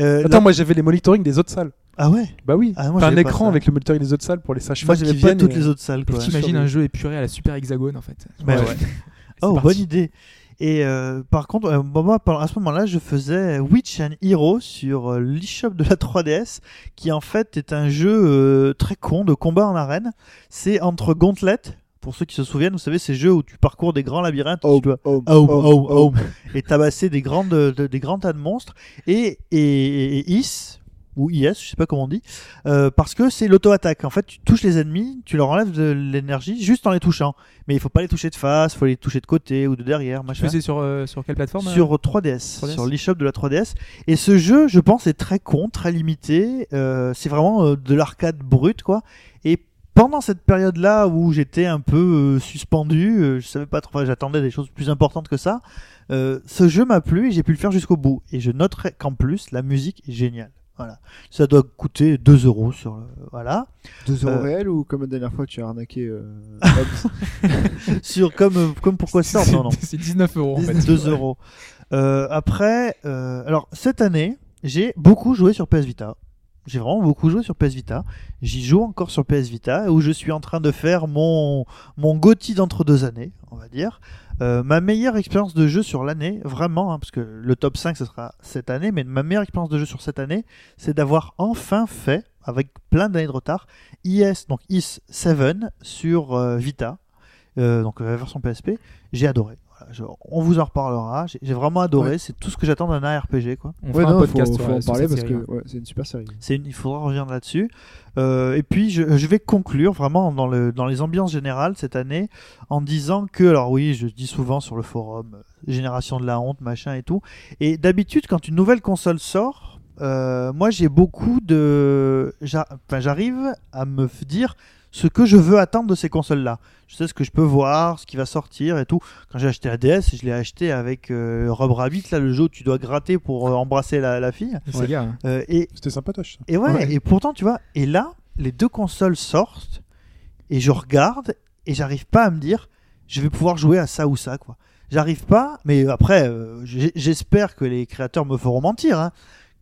[SPEAKER 6] Euh,
[SPEAKER 3] Attends,
[SPEAKER 6] là-
[SPEAKER 3] moi j'avais les monitorings des autres salles.
[SPEAKER 6] Ah ouais
[SPEAKER 3] Bah oui,
[SPEAKER 6] Ah, moi,
[SPEAKER 3] T'as un
[SPEAKER 6] j'avais pas
[SPEAKER 3] écran
[SPEAKER 6] ça.
[SPEAKER 3] avec le monitoring des autres salles pour les
[SPEAKER 6] Moi
[SPEAKER 3] sages-femmes qui
[SPEAKER 6] j'avais pas
[SPEAKER 3] viennent.
[SPEAKER 6] toutes
[SPEAKER 3] et-
[SPEAKER 6] les autres salles quoi.
[SPEAKER 3] Ouais.
[SPEAKER 5] T'imagines un jeu épuré à la super hexagone, en fait.
[SPEAKER 6] Bah Ouais, ouais.
[SPEAKER 5] C'est
[SPEAKER 6] Oh,
[SPEAKER 5] parti.
[SPEAKER 6] bonne idée. Et euh, par contre, euh, bah, moi, par- à ce moment-là, je faisais Witch and Hero sur euh, l'eShop de la 3DS, qui en fait est un jeu euh, très con de combat en arène. C'est entre Gauntlet, pour ceux qui se souviennent, vous savez, ces jeux où tu parcours des grands labyrinthes, où
[SPEAKER 4] Oh,
[SPEAKER 6] tu dois
[SPEAKER 4] oh,
[SPEAKER 6] Oh,
[SPEAKER 4] oh,
[SPEAKER 6] oh,
[SPEAKER 4] oh.
[SPEAKER 6] oh. et tabasser des grandes de- des grands tas de monstres et et, et- et is ou is je sais pas comment on dit euh, parce que c'est l'auto attaque en fait tu touches les ennemis tu leur enlèves de l'énergie juste en les touchant mais il faut pas les toucher de face faut les toucher de côté ou de derrière
[SPEAKER 5] Je
[SPEAKER 6] machin
[SPEAKER 5] faisais sur, euh, sur quelle plateforme hein
[SPEAKER 6] sur 3DS,
[SPEAKER 5] 3DS.
[SPEAKER 6] sur l'eShop de la 3DS. Et ce jeu, je pense, est très con, très limité. Euh, c'est vraiment euh, de l'arcade brute, quoi. Et pendant cette période-là où j'étais un peu euh, suspendu, euh, je savais pas trop, enfin, j'attendais des choses plus importantes que ça. euh, ce jeu m'a plu et j'ai pu le faire jusqu'au bout. Et je noterai qu'en plus, la musique est géniale. Voilà. Ça doit coûter 2 euros sur le. Voilà.
[SPEAKER 4] 2 euros
[SPEAKER 6] Euh,
[SPEAKER 4] réels ou comme la dernière fois tu as arnaqué euh, Hobbs
[SPEAKER 6] sur, comme, euh, comme pourquoi ça Non, non.
[SPEAKER 5] C'est 19 euros, en fait.
[SPEAKER 6] 2 euros. Euh, après, euh, alors cette année, j'ai beaucoup joué sur PS Vita. J'ai vraiment beaucoup joué sur PS Vita. J'y joue encore sur PS Vita, où je suis en train de faire mon, mon GOTY d'entre deux années, on va dire. Euh, ma meilleure expérience de jeu sur l'année, vraiment, hein, parce que le top 5, ce sera cette année, mais ma meilleure expérience de jeu sur cette année, c'est d'avoir enfin fait, avec plein d'années de retard, IS, donc IS-7 sur euh, Vita, euh, donc la version PSP. J'ai adoré. Voilà, je- on vous en reparlera. J'ai j'ai vraiment adoré. C'est tout ce que j'attends d'un ARPG, quoi.
[SPEAKER 5] On
[SPEAKER 4] Ouais,
[SPEAKER 5] fera
[SPEAKER 4] non,
[SPEAKER 5] un podcast
[SPEAKER 4] faut,
[SPEAKER 5] sur,
[SPEAKER 4] faut en
[SPEAKER 5] sur
[SPEAKER 4] parler
[SPEAKER 5] cette
[SPEAKER 4] parce
[SPEAKER 5] série, hein.
[SPEAKER 4] que ouais, c'est une super série.
[SPEAKER 6] C'est une- il faudra revenir là-dessus. Euh, et puis, je, je vais conclure vraiment dans, le, dans les ambiances générales cette année en disant que, alors oui, je dis souvent sur le forum, euh, génération de la honte, machin et tout. Et d'habitude, quand une nouvelle console sort, euh, moi j'ai beaucoup de. j'a- enfin, J'arrive à me f- dire ce que je veux attendre de ces consoles-là. Je sais ce que je peux voir, ce qui va sortir et tout. Quand j'ai acheté la DS, je l'ai acheté avec euh, Rob Rabbit, là, le jeu où tu dois gratter pour euh, embrasser la, la fille.
[SPEAKER 5] C'est gars, hein.
[SPEAKER 6] Euh, et
[SPEAKER 3] C'était sympatoche. ça.
[SPEAKER 6] et ouais,
[SPEAKER 3] Ouais.
[SPEAKER 6] et pourtant, tu vois, et là, les deux consoles sortent, et je regarde, et j'arrive pas à me dire, je vais pouvoir jouer à ça ou ça, quoi. J'arrive pas, mais après, euh, j'ai- j'espère que les créateurs me feront mentir, hein,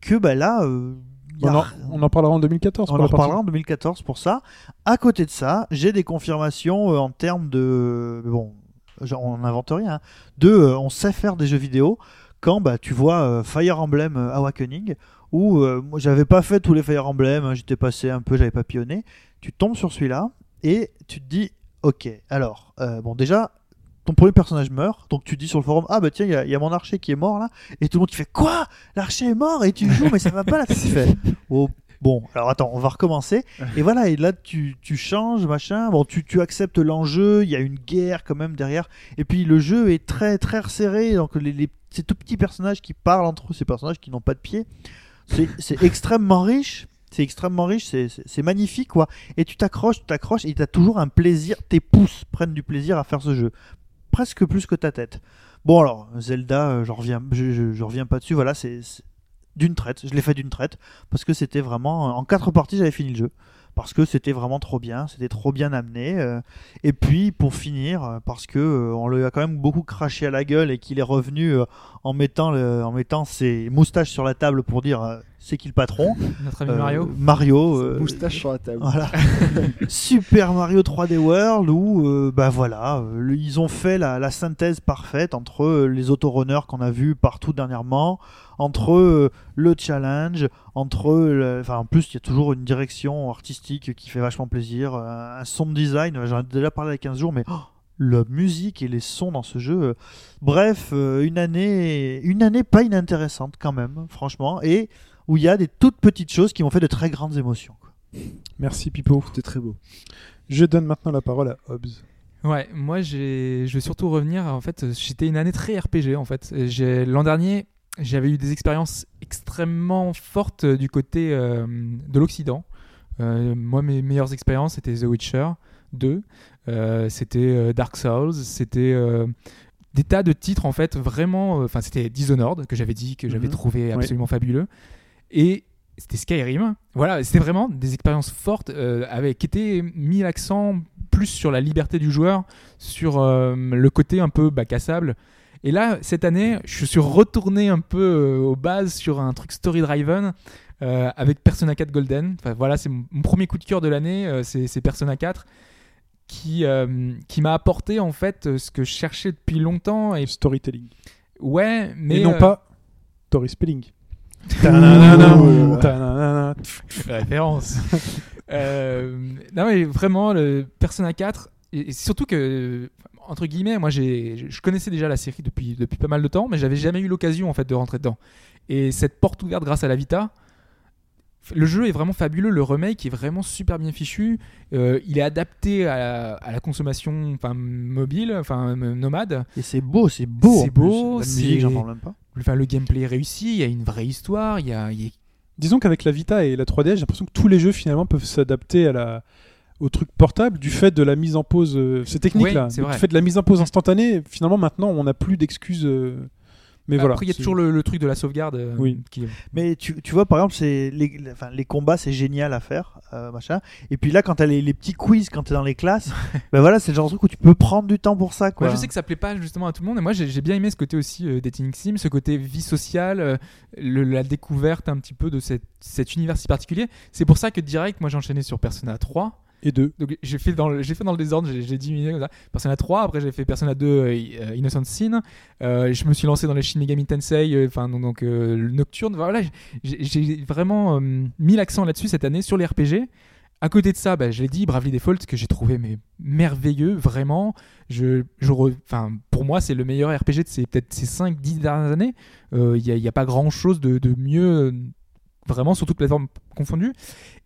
[SPEAKER 6] que bah là, euh, y a
[SPEAKER 3] On en, on en parlera en 2014.
[SPEAKER 6] on
[SPEAKER 3] pour
[SPEAKER 6] en
[SPEAKER 3] la partie.
[SPEAKER 6] reparlera en 2014 pour ça. À côté de ça, j'ai des confirmations euh, en termes de. mais Bon, genre, on n'invente rien. hein. de. euh, on sait faire des jeux vidéo. Quand bah, tu vois euh, Fire Emblem euh, Awakening, où euh, moi j'avais pas fait tous les Fire Emblem, hein, j'étais passé un peu, j'avais pas papillonné. Tu tombes sur celui-là et tu te dis ok, alors euh, bon déjà ton premier personnage meurt, donc tu dis sur le forum ah bah tiens il y a- il y, a mon archer qui est mort là et tout le monde qui fait quoi l'archer est mort et tu joues mais ça va pas là tu fais oh, bon alors attends on va recommencer et voilà et là tu, tu changes machin bon tu, tu acceptes l'enjeu il y a une guerre quand même derrière et puis le jeu est très très resserré, donc les, les- ces tout petits personnages qui parlent entre eux, ces personnages qui n'ont pas de pied, c'est c'est extrêmement riche. C'est extrêmement riche, c'est- c'est c'est magnifique quoi. Et tu t'accroches, tu t'accroches, et t'as toujours un plaisir. Tes pouces prennent du plaisir à faire ce jeu, presque plus que ta tête. Bon alors Zelda, euh, j'en reviens, je, je- je reviens pas dessus. Voilà, c'est c'est d'une traite. Je l'ai fait d'une traite parce que c'était vraiment en quatre parties j'avais fini le jeu parce que c'était vraiment trop bien, c'était trop bien amené. euh, et puis pour finir, euh, parce que euh, on lui a quand même beaucoup craché à la gueule et qu'il est revenu euh, en mettant le- en mettant ses moustaches sur la table pour dire euh, c'est qui le patron
[SPEAKER 5] Notre ami
[SPEAKER 6] Euh,
[SPEAKER 5] Mario.
[SPEAKER 6] Mario. euh,
[SPEAKER 4] Moustache sur la table.
[SPEAKER 6] voilà. Super Mario 3D World où euh, bah voilà, euh, le- ils ont fait la, la synthèse parfaite entre euh, les autorunners qu'on a vus partout dernièrement, entre euh, le challenge, entre le- enfin en plus il y a toujours une direction artistique qui fait vachement plaisir, euh, un son design, j'en ai déjà parlé il y a 15 jours mais oh, la musique et les sons dans ce jeu. euh, Bref, euh, une année une année pas inintéressante quand même, franchement et où il y a des toutes petites choses qui m'ont fait de très grandes émotions. quoi.
[SPEAKER 3] Merci Pipo.
[SPEAKER 4] C'était très beau.
[SPEAKER 3] Je donne maintenant la parole à Hobbs.
[SPEAKER 5] Ouais, moi j'ai, je vais surtout revenir. En fait, euh, c'était une année très RPG. En fait, Euh, j'ai l'an dernier, j'avais eu des expériences extrêmement fortes euh, du côté euh, de l'Occident. Euh, moi, mes meilleures expériences c'était The Witcher 2, euh, c'était euh, Dark Souls, c'était euh, des tas de titres en fait vraiment. euh, Enfin, c'était Dishonored que j'avais dit que j'avais
[SPEAKER 3] Mhm.
[SPEAKER 5] trouvé absolument fabuleux et c'était Skyrim. Voilà, c'était vraiment des expériences fortes euh, avec qui étaient mis l'accent plus sur la liberté du joueur, sur euh, le côté un peu bac à sable. Et là, cette année, je suis retourné un peu euh, aux bases sur un truc story-driven euh, avec Persona 4 Golden. Enfin voilà, c'est mon mon premier coup de cœur de l'année, euh, c'est c'est Persona 4 qui, euh, qui m'a apporté en fait euh, ce que je cherchais depuis longtemps. Et
[SPEAKER 3] Storytelling.
[SPEAKER 5] ouais, mais
[SPEAKER 3] Et non
[SPEAKER 5] euh,
[SPEAKER 3] pas Story Spelling.
[SPEAKER 4] Ouh.
[SPEAKER 3] Tananana.
[SPEAKER 5] référence. Euh, non mais vraiment le Persona 4 et et surtout que entre guillemets moi j'ai je connaissais déjà la série depuis depuis pas mal de temps mais j'avais jamais eu l'occasion en fait de rentrer dedans. Et cette porte ouverte grâce à la Vita le jeu est vraiment fabuleux, le remake est vraiment super bien fichu. Euh, il est adapté à la, à la consommation enfin, mobile, enfin nomade.
[SPEAKER 6] Et c'est beau, c'est beau.
[SPEAKER 5] C'est
[SPEAKER 6] en plus.
[SPEAKER 5] beau,
[SPEAKER 6] La
[SPEAKER 5] c'est-
[SPEAKER 6] musique, j'en parle même pas.
[SPEAKER 5] Enfin, le gameplay est réussi, il y a une vraie histoire, il y a, il y a
[SPEAKER 3] Disons qu'avec la Vita et la 3DS, j'ai l'impression que tous les jeux finalement peuvent s'adapter à la au truc portable du fait de la mise en pause euh, c'est technique
[SPEAKER 5] Ouais,
[SPEAKER 3] là
[SPEAKER 5] c'est
[SPEAKER 3] du
[SPEAKER 5] vrai.
[SPEAKER 3] fait de la mise en pause instantanée finalement maintenant on n'a plus d'excuses euh, mais voilà
[SPEAKER 5] Bah, Après, il y a
[SPEAKER 3] c'est-
[SPEAKER 5] toujours le, le truc de la sauvegarde. euh,
[SPEAKER 3] Oui.
[SPEAKER 5] Qui...
[SPEAKER 6] Mais tu, tu vois, par exemple, c'est les, les- enfin, les combats, c'est génial à faire, euh, machin. Et puis là, quand t'as les, les petits quiz, quand t'es dans les classes, ben voilà, c'est le genre de truc où tu peux prendre du temps pour ça, quoi.
[SPEAKER 5] Moi, je sais que ça plaît pas justement à tout le monde, et moi j'ai j'ai bien aimé ce côté aussi euh, dating sim, ce côté vie sociale, euh, le- la découverte un petit peu de cette- cet univers si particulier. C'est pour ça que direct, moi j'ai enchaîné sur Persona 3.
[SPEAKER 3] et deux
[SPEAKER 5] Donc j'ai fait dans le, j'ai fait dans le désordre, j'ai, j'ai diminué comme ça. Persona 3, après j'ai fait Persona 2 euh, euh, Innocent Sin. Euh, je me suis lancé dans les Shin Megami Tensei, euh, enfin donc, donc, euh, le Nocturne. Voilà, j'ai, j'ai vraiment euh, mis l'accent là-dessus cette année sur les RPG. À côté de ça, bah, je l'ai dit, Bravely Default que j'ai trouvé mais merveilleux, vraiment. Je, je re- enfin pour moi c'est le meilleur RPG de ces peut-être ces 5 10 dernières années. Euh, Il n'y a, il y a pas grand-chose de, de mieux euh, vraiment sur toute plateforme confondue.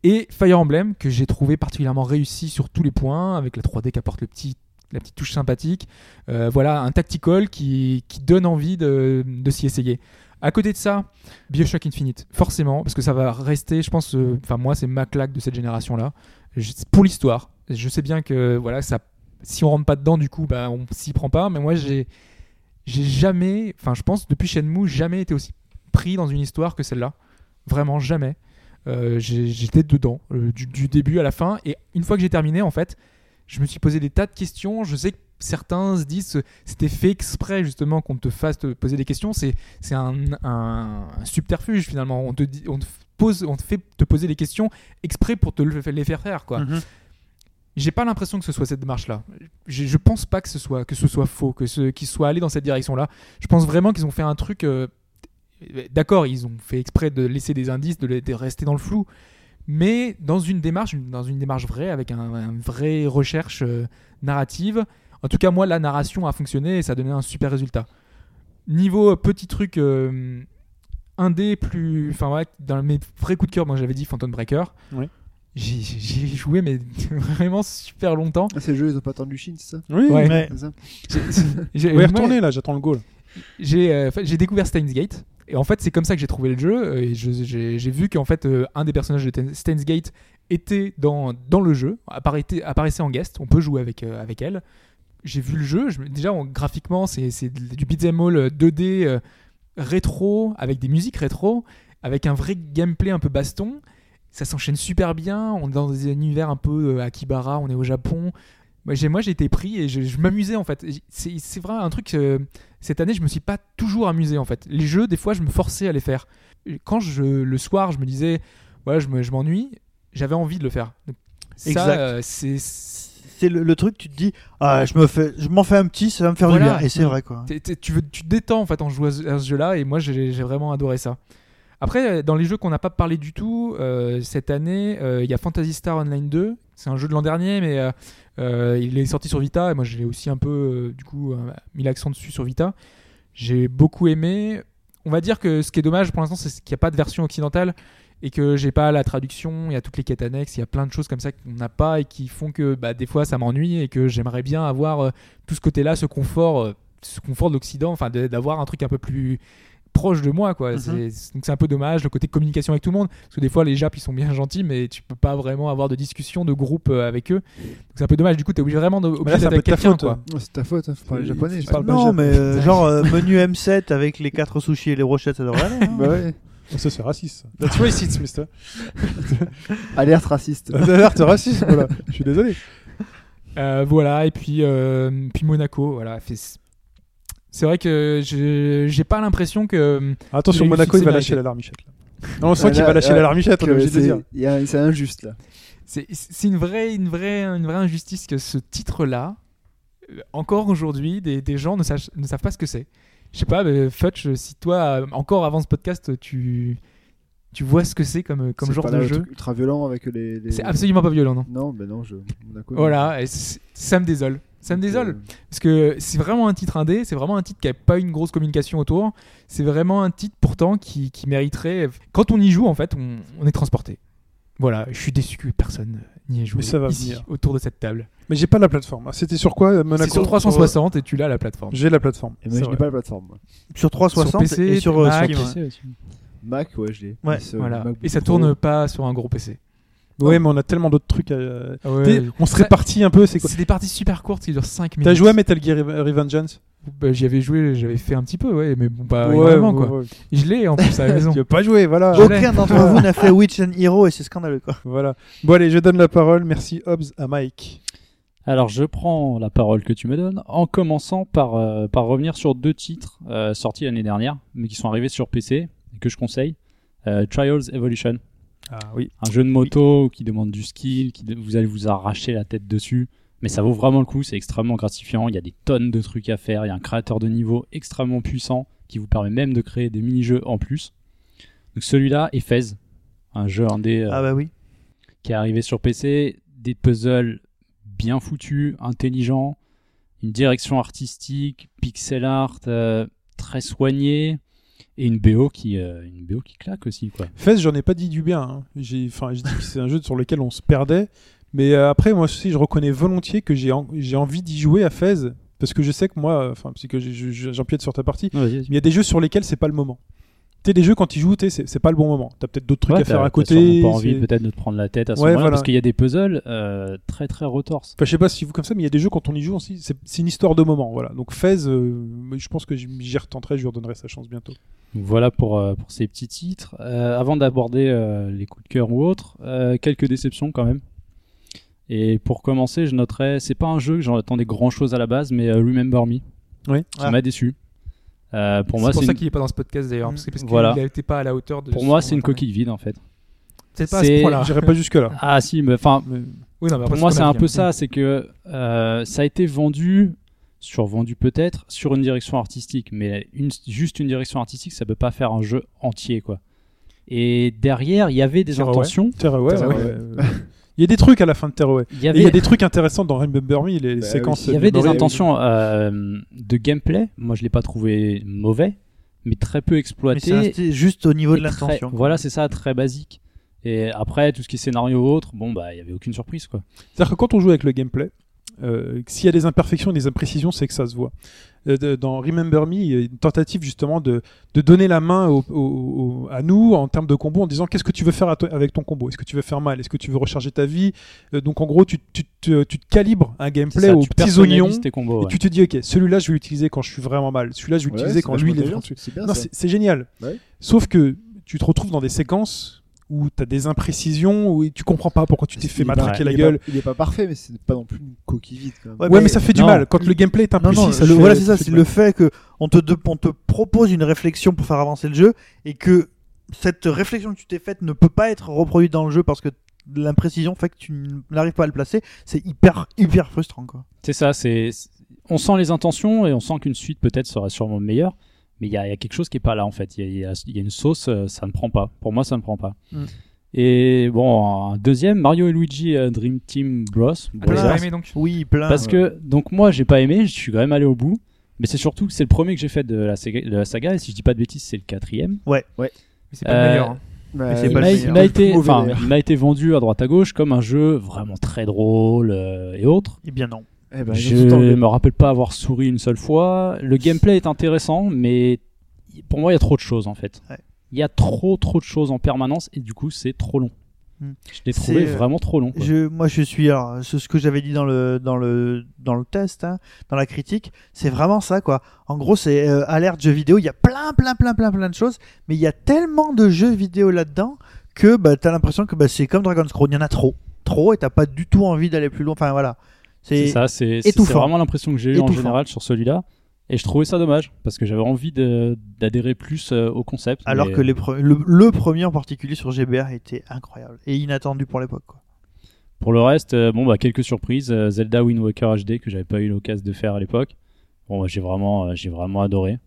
[SPEAKER 5] Et Fire Emblem, que j'ai trouvé particulièrement réussi sur tous les points, avec la 3D qui apporte le petit, la petite touche sympathique. Euh, voilà, un tactical qui, qui donne envie de, de s'y essayer. À côté de ça, Bioshock Infinite, forcément, parce que ça va rester, je pense, euh, enfin moi c'est ma claque de cette génération-là, Je- pour l'histoire. Je sais bien que voilà, ça, si on rentre pas dedans, du coup, bah, on s'y prend pas, mais moi j'ai j'ai jamais, enfin je pense, depuis Shenmue, jamais été aussi pris dans une histoire que celle-là. Vraiment jamais. Euh, j'ai- j'étais dedans, euh, du, du début à la fin. Et une fois que j'ai terminé, en fait, je me suis posé des tas de questions. Je sais que certains se disent euh, c'était fait exprès justement qu'on te fasse te poser des questions. C'est c'est un, un- un subterfuge finalement. On te dit, on te pose, on te fait te poser des questions exprès pour te le- les faire faire quoi.
[SPEAKER 3] Mhm.
[SPEAKER 5] J'ai pas l'impression que ce soit cette démarche-là. Je, je pense pas que ce soit que ce soit faux, que ce qu'ils soient allés dans cette direction-là. Je pense vraiment qu'ils ont fait un truc euh, D'accord, ils ont fait exprès de laisser des indices, de, les- de rester dans le flou, mais dans une démarche, une- dans une démarche vraie, avec un, un vraie recherche euh, narrative. En tout cas, moi, la narration a fonctionné et ça a donné un super résultat. Niveau euh, petit truc euh, indé, plus, enfin ouais, dans mes vrais coups de cœur, moi j'avais dit Phantom Breaker.
[SPEAKER 3] Ouais.
[SPEAKER 5] J'ai j'ai joué mais vraiment super longtemps.
[SPEAKER 4] Ah, Ces jeux, ils ont pas attendu Chine, c'est ça
[SPEAKER 3] Oui,
[SPEAKER 5] Ouais.
[SPEAKER 6] Ouais.
[SPEAKER 4] C'est ça
[SPEAKER 5] J'ai-
[SPEAKER 3] on va y
[SPEAKER 5] moi,
[SPEAKER 3] retourner là, j'attends le goal.
[SPEAKER 5] j'ai euh, fait- j'ai découvert Steins Gate et en fait c'est comme ça que j'ai trouvé le jeu euh, et je- j'ai j'ai vu qu'en fait euh, un des personnages de Ten- Steins Gate était dans, dans le jeu apparaissait, apparaissait en guest on peut jouer avec, euh, avec elle j'ai vu le jeu je me- déjà en- graphiquement c'est c'est du beat'em all euh, 2D euh, rétro avec des musiques rétro avec un vrai gameplay un peu baston ça s'enchaîne super bien on est dans des univers un peu euh, Akibara on est au Japon moi j'ai moi, j'ai été pris et je, je m'amusais en fait c'est c'est vraiment un truc euh, cette année, je me suis pas toujours amusé en fait. Les jeux, des fois, je me forçais à les faire. Et Quand je, le soir, je me disais, voilà, je me- je m'ennuie, j'avais envie de le faire. Donc,
[SPEAKER 6] Exact.
[SPEAKER 5] Ça, euh, c'est. c'est-
[SPEAKER 6] C'est le, le truc, tu te dis, ah, je me fais, je m'en fais un petit, ça va me faire du
[SPEAKER 5] Voilà.
[SPEAKER 6] bien. Et c'est vrai, quoi.
[SPEAKER 5] t'es- t'es- tu, veux, tu te détends en fait en jouant à ce à ce jeu-là, et moi j'ai j'ai vraiment adoré ça. Après, euh, dans les jeux qu'on n'a pas parlé du tout, euh, cette année, euh, il y a Fantasy Star Online 2. C'est un jeu de l'an dernier, mais euh, euh, il est sorti sur Vita, et moi j'ai aussi un peu, euh, du coup, euh, mis l'accent dessus sur Vita. J'ai beaucoup aimé. On va dire que ce qui est dommage pour l'instant, c'est qu'il n'y a pas de version occidentale et que j'ai pas la traduction, il y a toutes les quêtes annexes, il y a plein de choses comme ça qu'on n'a pas et qui font que bah, des fois ça m'ennuie et que j'aimerais bien avoir euh, tout ce côté-là, ce confort, euh, ce confort de l'Occident, enfin de- d'avoir un truc un peu plus proche de moi quoi.
[SPEAKER 6] Mhm.
[SPEAKER 5] C'est- c'est- Donc c'est un peu dommage le côté communication avec tout le monde parce que des fois les Japs ils sont bien gentils mais tu peux pas vraiment avoir de discussion de groupe euh, avec eux. Donc c'est un peu dommage du coup tu es obligé vraiment de, obligé
[SPEAKER 3] là, c'est un
[SPEAKER 5] d'être
[SPEAKER 3] peu de ta
[SPEAKER 5] avec quelqu'un
[SPEAKER 3] faute.
[SPEAKER 5] quoi.
[SPEAKER 4] Ouais, C'est ta faute, hein, faut parler
[SPEAKER 3] Il-
[SPEAKER 4] japonais.
[SPEAKER 3] il
[SPEAKER 4] je
[SPEAKER 3] parle
[SPEAKER 4] sais.
[SPEAKER 3] pas
[SPEAKER 6] Non,
[SPEAKER 3] japonais.
[SPEAKER 6] mais euh, genre euh, menu M7 avec les quatre sushis et les rochettes, ça devrait aller. hein.
[SPEAKER 4] Bah ouais.
[SPEAKER 3] Oh, Ça, c'est raciste. That's racist, mister.
[SPEAKER 4] Alerte raciste.
[SPEAKER 3] Alerte raciste, voilà. Je suis désolé.
[SPEAKER 5] Euh, voilà, et puis, euh, puis Monaco, voilà. fait- C'est vrai que je- j'ai pas l'impression que.
[SPEAKER 3] Attention,
[SPEAKER 5] Il a eu
[SPEAKER 3] Monaco, il
[SPEAKER 5] succès
[SPEAKER 3] va
[SPEAKER 5] mérité.
[SPEAKER 3] lâcher la larmichette. Là. Non, on sent
[SPEAKER 4] Ah,
[SPEAKER 3] qu'il
[SPEAKER 4] là,
[SPEAKER 3] va lâcher
[SPEAKER 4] ouais,
[SPEAKER 3] la larmichette, on est
[SPEAKER 4] Que
[SPEAKER 3] obligé de le
[SPEAKER 4] C'est
[SPEAKER 3] dire.
[SPEAKER 4] il y a- c'est injuste là.
[SPEAKER 5] C'est c'est une vraie, une, vraie, une vraie injustice que ce titre-là, euh, encore aujourd'hui, des, des gens ne, sachent- ne savent pas ce que c'est. Je sais pas, mais Futch, si toi, euh, encore avant ce podcast, tu, tu vois ce que c'est comme, comme
[SPEAKER 4] C'est
[SPEAKER 5] genre
[SPEAKER 4] pas
[SPEAKER 5] de
[SPEAKER 4] là, le
[SPEAKER 5] jeu.
[SPEAKER 4] truc Ultra violent avec les. les-
[SPEAKER 5] C'est absolument pas violent, non
[SPEAKER 4] Non, ben non, je. Monaco,
[SPEAKER 5] Voilà, et c'est- ça me désole. Ça me
[SPEAKER 4] Donc,
[SPEAKER 5] désole.
[SPEAKER 4] euh,
[SPEAKER 5] Parce que c'est vraiment un titre indé, c'est vraiment un titre qui n'a pas une grosse communication autour, c'est vraiment un titre pourtant qui, qui mériterait... Quand on y joue, en fait, on, on est transporté. Voilà, je suis déçu que personne n'y ait joué
[SPEAKER 3] Mais ça va
[SPEAKER 5] ici,
[SPEAKER 3] venir.
[SPEAKER 5] autour de cette table.
[SPEAKER 3] Mais j'ai pas la plateforme. C'était sur quoi, euh,
[SPEAKER 5] C'est
[SPEAKER 3] Monaco
[SPEAKER 5] sur 360 et tu l'as la plateforme.
[SPEAKER 3] J'ai la plateforme.
[SPEAKER 4] Et moi,
[SPEAKER 3] c'est
[SPEAKER 4] je
[SPEAKER 3] vrai.
[SPEAKER 4] n'ai pas la plateforme. moi.
[SPEAKER 6] Sur 360
[SPEAKER 5] Sur PC,
[SPEAKER 6] et sur euh,
[SPEAKER 5] Mac,
[SPEAKER 6] Steam, ouais.
[SPEAKER 7] PC aussi.
[SPEAKER 4] Mac, ouais, je l'ai.
[SPEAKER 6] Ouais,
[SPEAKER 4] Mais ce
[SPEAKER 5] Voilà.
[SPEAKER 4] MacBook
[SPEAKER 5] Et ça
[SPEAKER 4] Pro,
[SPEAKER 5] tourne euh, pas sur un gros PC.
[SPEAKER 3] Ouais, mais on a tellement d'autres trucs à.
[SPEAKER 5] Ah ouais,
[SPEAKER 3] T'sais, On se
[SPEAKER 5] Ça-
[SPEAKER 3] répartit un peu, c'est quoi
[SPEAKER 5] C'est des parties super courtes qui durent 5 minutes.
[SPEAKER 3] T'as joué à Metal Gear Re- Revengeance
[SPEAKER 5] Bah, J'y avais joué, j'avais fait un petit peu, ouais, mais bon, bah, énormément, quoi.
[SPEAKER 3] Ah ouais.
[SPEAKER 5] Je l'ai en plus à la maison.
[SPEAKER 3] Tu as pas joué, voilà.
[SPEAKER 5] Je l'ai.
[SPEAKER 6] Aucun d'entre vous n'a fait Witch and Hero et c'est scandaleux, quoi.
[SPEAKER 3] Voilà. Bon, allez, je donne la parole. Merci, Hobbs, à Mike.
[SPEAKER 7] Alors je prends la parole que tu me donnes en commençant par, euh, par revenir sur deux titres euh, sortis l'année dernière mais qui sont arrivés sur PC et que je conseille. Euh, Trials Evolution,
[SPEAKER 3] Ah oui.
[SPEAKER 7] un jeu de moto qui demande du skill, qui de- vous allez vous arracher la tête dessus, mais ça vaut vraiment le coup, c'est extrêmement gratifiant, il y a des tonnes de trucs à faire, il y a un créateur de niveau extrêmement puissant qui vous permet même de créer des mini-jeux en plus. Donc celui-là est Fez, un jeu indé euh,
[SPEAKER 6] Ah bah oui.
[SPEAKER 7] qui est arrivé sur PC, des puzzles bien foutus, intelligents, une direction artistique, pixel art euh, très soignée et une BO qui euh, une BO qui claque aussi quoi.
[SPEAKER 3] Fez, j'en ai pas dit du bien. hein. J'ai, enfin, je dis que c'est un jeu sur lequel on se perdait. Mais euh, après, moi aussi, je reconnais volontiers que j'ai, en- j'ai envie d'y jouer à Fez. Parce que je sais que moi, euh, enfin, parce que j'ai- j'ai- j'empiète sur ta partie, mais il y a des jeux sur lesquels c'est pas le moment. Tu sais, des jeux quand ils jouent, tu sais, c'est, c'est pas le bon moment. T'as peut-être d'autres trucs
[SPEAKER 7] Ouais,
[SPEAKER 3] à faire
[SPEAKER 7] t'as-
[SPEAKER 3] à
[SPEAKER 7] t'as
[SPEAKER 3] côté.
[SPEAKER 7] sûrement pas
[SPEAKER 3] c'est-
[SPEAKER 7] envie peut-être de te prendre la tête à ce
[SPEAKER 3] Ouais,
[SPEAKER 7] moment-là
[SPEAKER 3] voilà.
[SPEAKER 7] parce qu'il y a des puzzles euh, très très retorses.
[SPEAKER 3] Enfin, je sais pas si vous comme ça, mais il y a des jeux quand on y joue aussi, c'est c'est une histoire de moment, voilà. Donc Fez, euh, je pense que j'y j'y retenterai, je lui redonnerai sa chance bientôt.
[SPEAKER 7] Donc voilà pour euh, pour ces petits titres. Euh, avant d'aborder euh, les coups de cœur ou autres, euh, quelques déceptions quand même. Et pour commencer, je noterais, c'est pas un jeu que j'en attendais grand chose à la base, mais euh, Remember Me,
[SPEAKER 3] Oui.
[SPEAKER 7] qui
[SPEAKER 6] Ah.
[SPEAKER 7] m'a déçu. Euh, pour moi,
[SPEAKER 5] c'est
[SPEAKER 7] c'est
[SPEAKER 5] pour ça
[SPEAKER 7] une-
[SPEAKER 5] qu'il est pas dans ce podcast d'ailleurs, parce que- parce qu'il
[SPEAKER 7] Voilà.
[SPEAKER 5] n'était pas à la hauteur de.
[SPEAKER 7] Pour
[SPEAKER 5] ce
[SPEAKER 7] moi,
[SPEAKER 5] qu'on
[SPEAKER 7] c'est une
[SPEAKER 5] attendait.
[SPEAKER 7] coquille vide en fait.
[SPEAKER 5] Peut-être pas à ce
[SPEAKER 7] C'est-
[SPEAKER 5] point-là.
[SPEAKER 3] J'irai pas jusque là.
[SPEAKER 7] Ah si, mais enfin,
[SPEAKER 5] Oui, non, mais après,
[SPEAKER 7] pour moi,
[SPEAKER 5] ce
[SPEAKER 7] c'est
[SPEAKER 5] qu'on a
[SPEAKER 7] un
[SPEAKER 5] dit,
[SPEAKER 7] peu
[SPEAKER 5] hein.
[SPEAKER 7] ça, c'est que euh, ça a été vendu survendu peut-être, sur une direction artistique. Mais une- juste une direction artistique, ça peut pas faire un jeu entier, quoi. Et derrière, il y avait des
[SPEAKER 5] Ah
[SPEAKER 3] Sur- ouais.
[SPEAKER 7] intentions.
[SPEAKER 3] Tearaway,
[SPEAKER 4] Tearaway.
[SPEAKER 3] ouais, euh, Il y a des trucs à la fin de Tearaway.
[SPEAKER 7] Il y
[SPEAKER 3] Et Il y
[SPEAKER 7] avait,
[SPEAKER 3] a des trucs intéressants dans Remember Me, les
[SPEAKER 4] Bah
[SPEAKER 3] séquences.
[SPEAKER 4] oui.
[SPEAKER 7] il y avait des
[SPEAKER 3] mémorées.
[SPEAKER 7] intentions euh, de gameplay. Moi, je l'ai pas trouvé mauvais, mais très peu
[SPEAKER 6] Mais c'est
[SPEAKER 7] exploité.
[SPEAKER 6] resté juste au niveau de
[SPEAKER 7] et très-
[SPEAKER 6] l'intention.
[SPEAKER 7] Voilà, c'est ça, très basique. Et après, tout ce qui est scénario ou autre, bon, bah, il y avait aucune surprise, quoi.
[SPEAKER 3] C'est-à-dire que quand on joue avec le gameplay, euh, s'il y a des imperfections et des imprécisions, c'est que ça se voit. Euh, de- Dans Remember Me, il y a une tentative justement de, de donner la main au- au- au- à nous en termes de combo en disant qu'est-ce que tu veux faire à toi- avec ton combo Est-ce que tu veux faire mal Est-ce que tu veux recharger ta vie Euh, Donc en gros, tu, tu te- tu te calibres un
[SPEAKER 7] C'est
[SPEAKER 3] gameplay
[SPEAKER 7] ça,
[SPEAKER 3] aux
[SPEAKER 7] tu
[SPEAKER 3] petits
[SPEAKER 7] personnalises
[SPEAKER 3] oignons
[SPEAKER 7] tes combos,
[SPEAKER 3] et
[SPEAKER 7] ouais.
[SPEAKER 3] tu te dis ok, celui-là je vais l'utiliser quand je suis vraiment mal, celui-là je vais l'utiliser quand lui il est foutu.
[SPEAKER 4] C'est bien
[SPEAKER 3] Non,
[SPEAKER 4] ça.
[SPEAKER 3] c'est c'est génial.
[SPEAKER 4] Ouais.
[SPEAKER 3] Sauf que tu te retrouves dans des séquences où t'as des imprécisions, où tu comprends pas pourquoi tu t'es fait
[SPEAKER 4] Il est pas-
[SPEAKER 3] matraquer la
[SPEAKER 4] il est pas-
[SPEAKER 3] gueule.
[SPEAKER 4] Il est pas parfait, mais c'est pas non plus une coquille vide. Quand même.
[SPEAKER 3] Ouais, mais ça fait du
[SPEAKER 7] non.
[SPEAKER 3] mal. Quand le gameplay est
[SPEAKER 6] Non,
[SPEAKER 3] imprécis,
[SPEAKER 6] non,
[SPEAKER 3] ça
[SPEAKER 6] le-
[SPEAKER 3] fait-
[SPEAKER 6] voilà, c'est ça,
[SPEAKER 3] fait
[SPEAKER 6] c'est
[SPEAKER 3] du
[SPEAKER 6] le
[SPEAKER 3] mal.
[SPEAKER 6] fait que on te, de- on te propose une réflexion pour faire avancer le jeu et que cette réflexion que tu t'es faite ne peut pas être reproduite dans le jeu parce que l'imprécision fait que tu n'arrives pas à le placer. C'est hyper, hyper frustrant, quoi.
[SPEAKER 7] C'est ça, c'est c'est- on sent les intentions et on sent qu'une suite peut-être sera sûrement meilleure, mais il y, a il y a quelque chose qui est pas là en fait. Il y a- il y, a- il y a une sauce, euh, ça ne prend pas. Pour moi, ça ne prend pas.
[SPEAKER 3] Mm.
[SPEAKER 7] Et bon, un deuxième, Mario et Luigi euh, Dream Team Bros.
[SPEAKER 5] Ah, t'as
[SPEAKER 7] Brothers.
[SPEAKER 5] pas aimé, donc
[SPEAKER 6] Oui, plein.
[SPEAKER 7] Parce que donc moi, j'ai pas aimé, je suis quand même allé au bout. Mais c'est surtout que c'est le premier que j'ai fait de la, saga, de la saga, et si je dis pas de bêtises, c'est le quatrième.
[SPEAKER 5] Mais c'est pas le
[SPEAKER 7] Euh,
[SPEAKER 5] meilleur. hein.
[SPEAKER 4] Mais
[SPEAKER 6] c'est
[SPEAKER 7] Il
[SPEAKER 6] pas
[SPEAKER 7] m'a-
[SPEAKER 6] le
[SPEAKER 7] il
[SPEAKER 6] meilleur.
[SPEAKER 7] m'a
[SPEAKER 4] Le plus
[SPEAKER 7] été,
[SPEAKER 4] mauvais,
[SPEAKER 7] enfin,
[SPEAKER 4] d'ailleurs.
[SPEAKER 7] il m'a été vendu à droite à gauche comme un jeu vraiment très drôle euh, et autres.
[SPEAKER 6] Eh bien non.
[SPEAKER 4] Eh ben, ils
[SPEAKER 7] Je
[SPEAKER 4] ont tout enlevé.
[SPEAKER 7] me rappelle pas avoir souri une seule fois. Le gameplay est intéressant, mais pour moi, il y a trop de choses en fait.
[SPEAKER 6] Ouais.
[SPEAKER 7] Il y a trop, trop de choses en permanence et du coup, c'est trop long.
[SPEAKER 6] Hmm.
[SPEAKER 7] Je l'ai
[SPEAKER 6] C'est,
[SPEAKER 7] trouvé
[SPEAKER 6] euh,
[SPEAKER 7] vraiment trop long. quoi.
[SPEAKER 6] Je, moi, je suis. Alors, ce ce que j'avais dit dans le, dans le, dans le test, hein, dans la critique, c'est vraiment ça, quoi. En gros, c'est euh, alerte jeux vidéo. Il y a plein, plein, plein, plein, plein de choses, mais il y a tellement de jeux vidéo là-dedans que bah, t'as l'impression que bah, c'est comme Dragon's Crown. Il y en a trop, trop, et t'as pas du tout envie d'aller plus loin. Enfin, voilà.
[SPEAKER 7] C'est ça, c'est c'est-
[SPEAKER 6] étouffant.
[SPEAKER 7] c'est vraiment l'impression que j'ai eu en
[SPEAKER 6] Étouffant.
[SPEAKER 7] général sur celui-là. Et je trouvais ça dommage parce que j'avais envie de- d'adhérer plus euh, au concept.
[SPEAKER 6] Alors
[SPEAKER 7] mais-
[SPEAKER 6] que les pre- le, le premier en particulier sur GBR était incroyable et inattendu pour l'époque. quoi.
[SPEAKER 7] Pour le reste, euh, bon, bah, quelques surprises. Euh, Zelda Wind Waker HD que j'avais pas eu l'occasion de faire à l'époque. Bon, bah, j'ai vraiment, euh, j'ai vraiment adoré.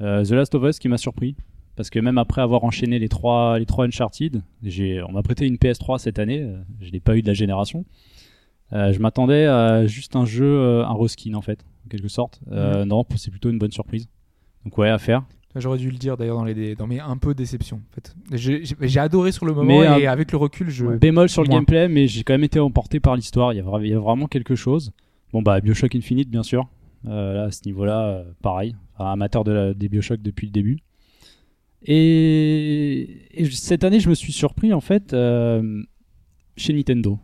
[SPEAKER 7] Euh, The Last of Us qui m'a surpris. Parce que même après avoir enchaîné les trois, les trois Uncharted, j'ai, on m'a prêté une PS3 cette année. euh, je l'ai pas eu de la génération. Euh, je m'attendais à juste un jeu, euh, un reskin en fait, en quelque sorte. Euh, Non, c'est plutôt une bonne surprise. Donc ouais, à faire.
[SPEAKER 5] J'aurais dû le dire d'ailleurs dans, les- dans mes un peu déception. En fait. J'ai- j'ai j'ai adoré sur le moment
[SPEAKER 7] Mais,
[SPEAKER 5] et
[SPEAKER 7] euh,
[SPEAKER 5] avec le recul, je.
[SPEAKER 7] Bémol sur le
[SPEAKER 5] Moins.
[SPEAKER 7] gameplay, mais j'ai quand même été emporté par l'histoire. Il y, a vra- il y a vraiment quelque chose. Bon, bah, Bioshock Infinite, bien sûr. Euh, là, à ce niveau-là, euh, pareil. Enfin, amateur de la- des Bioshock depuis le début. Et, et je- cette année, je me suis surpris, en fait, euh, chez Nintendo.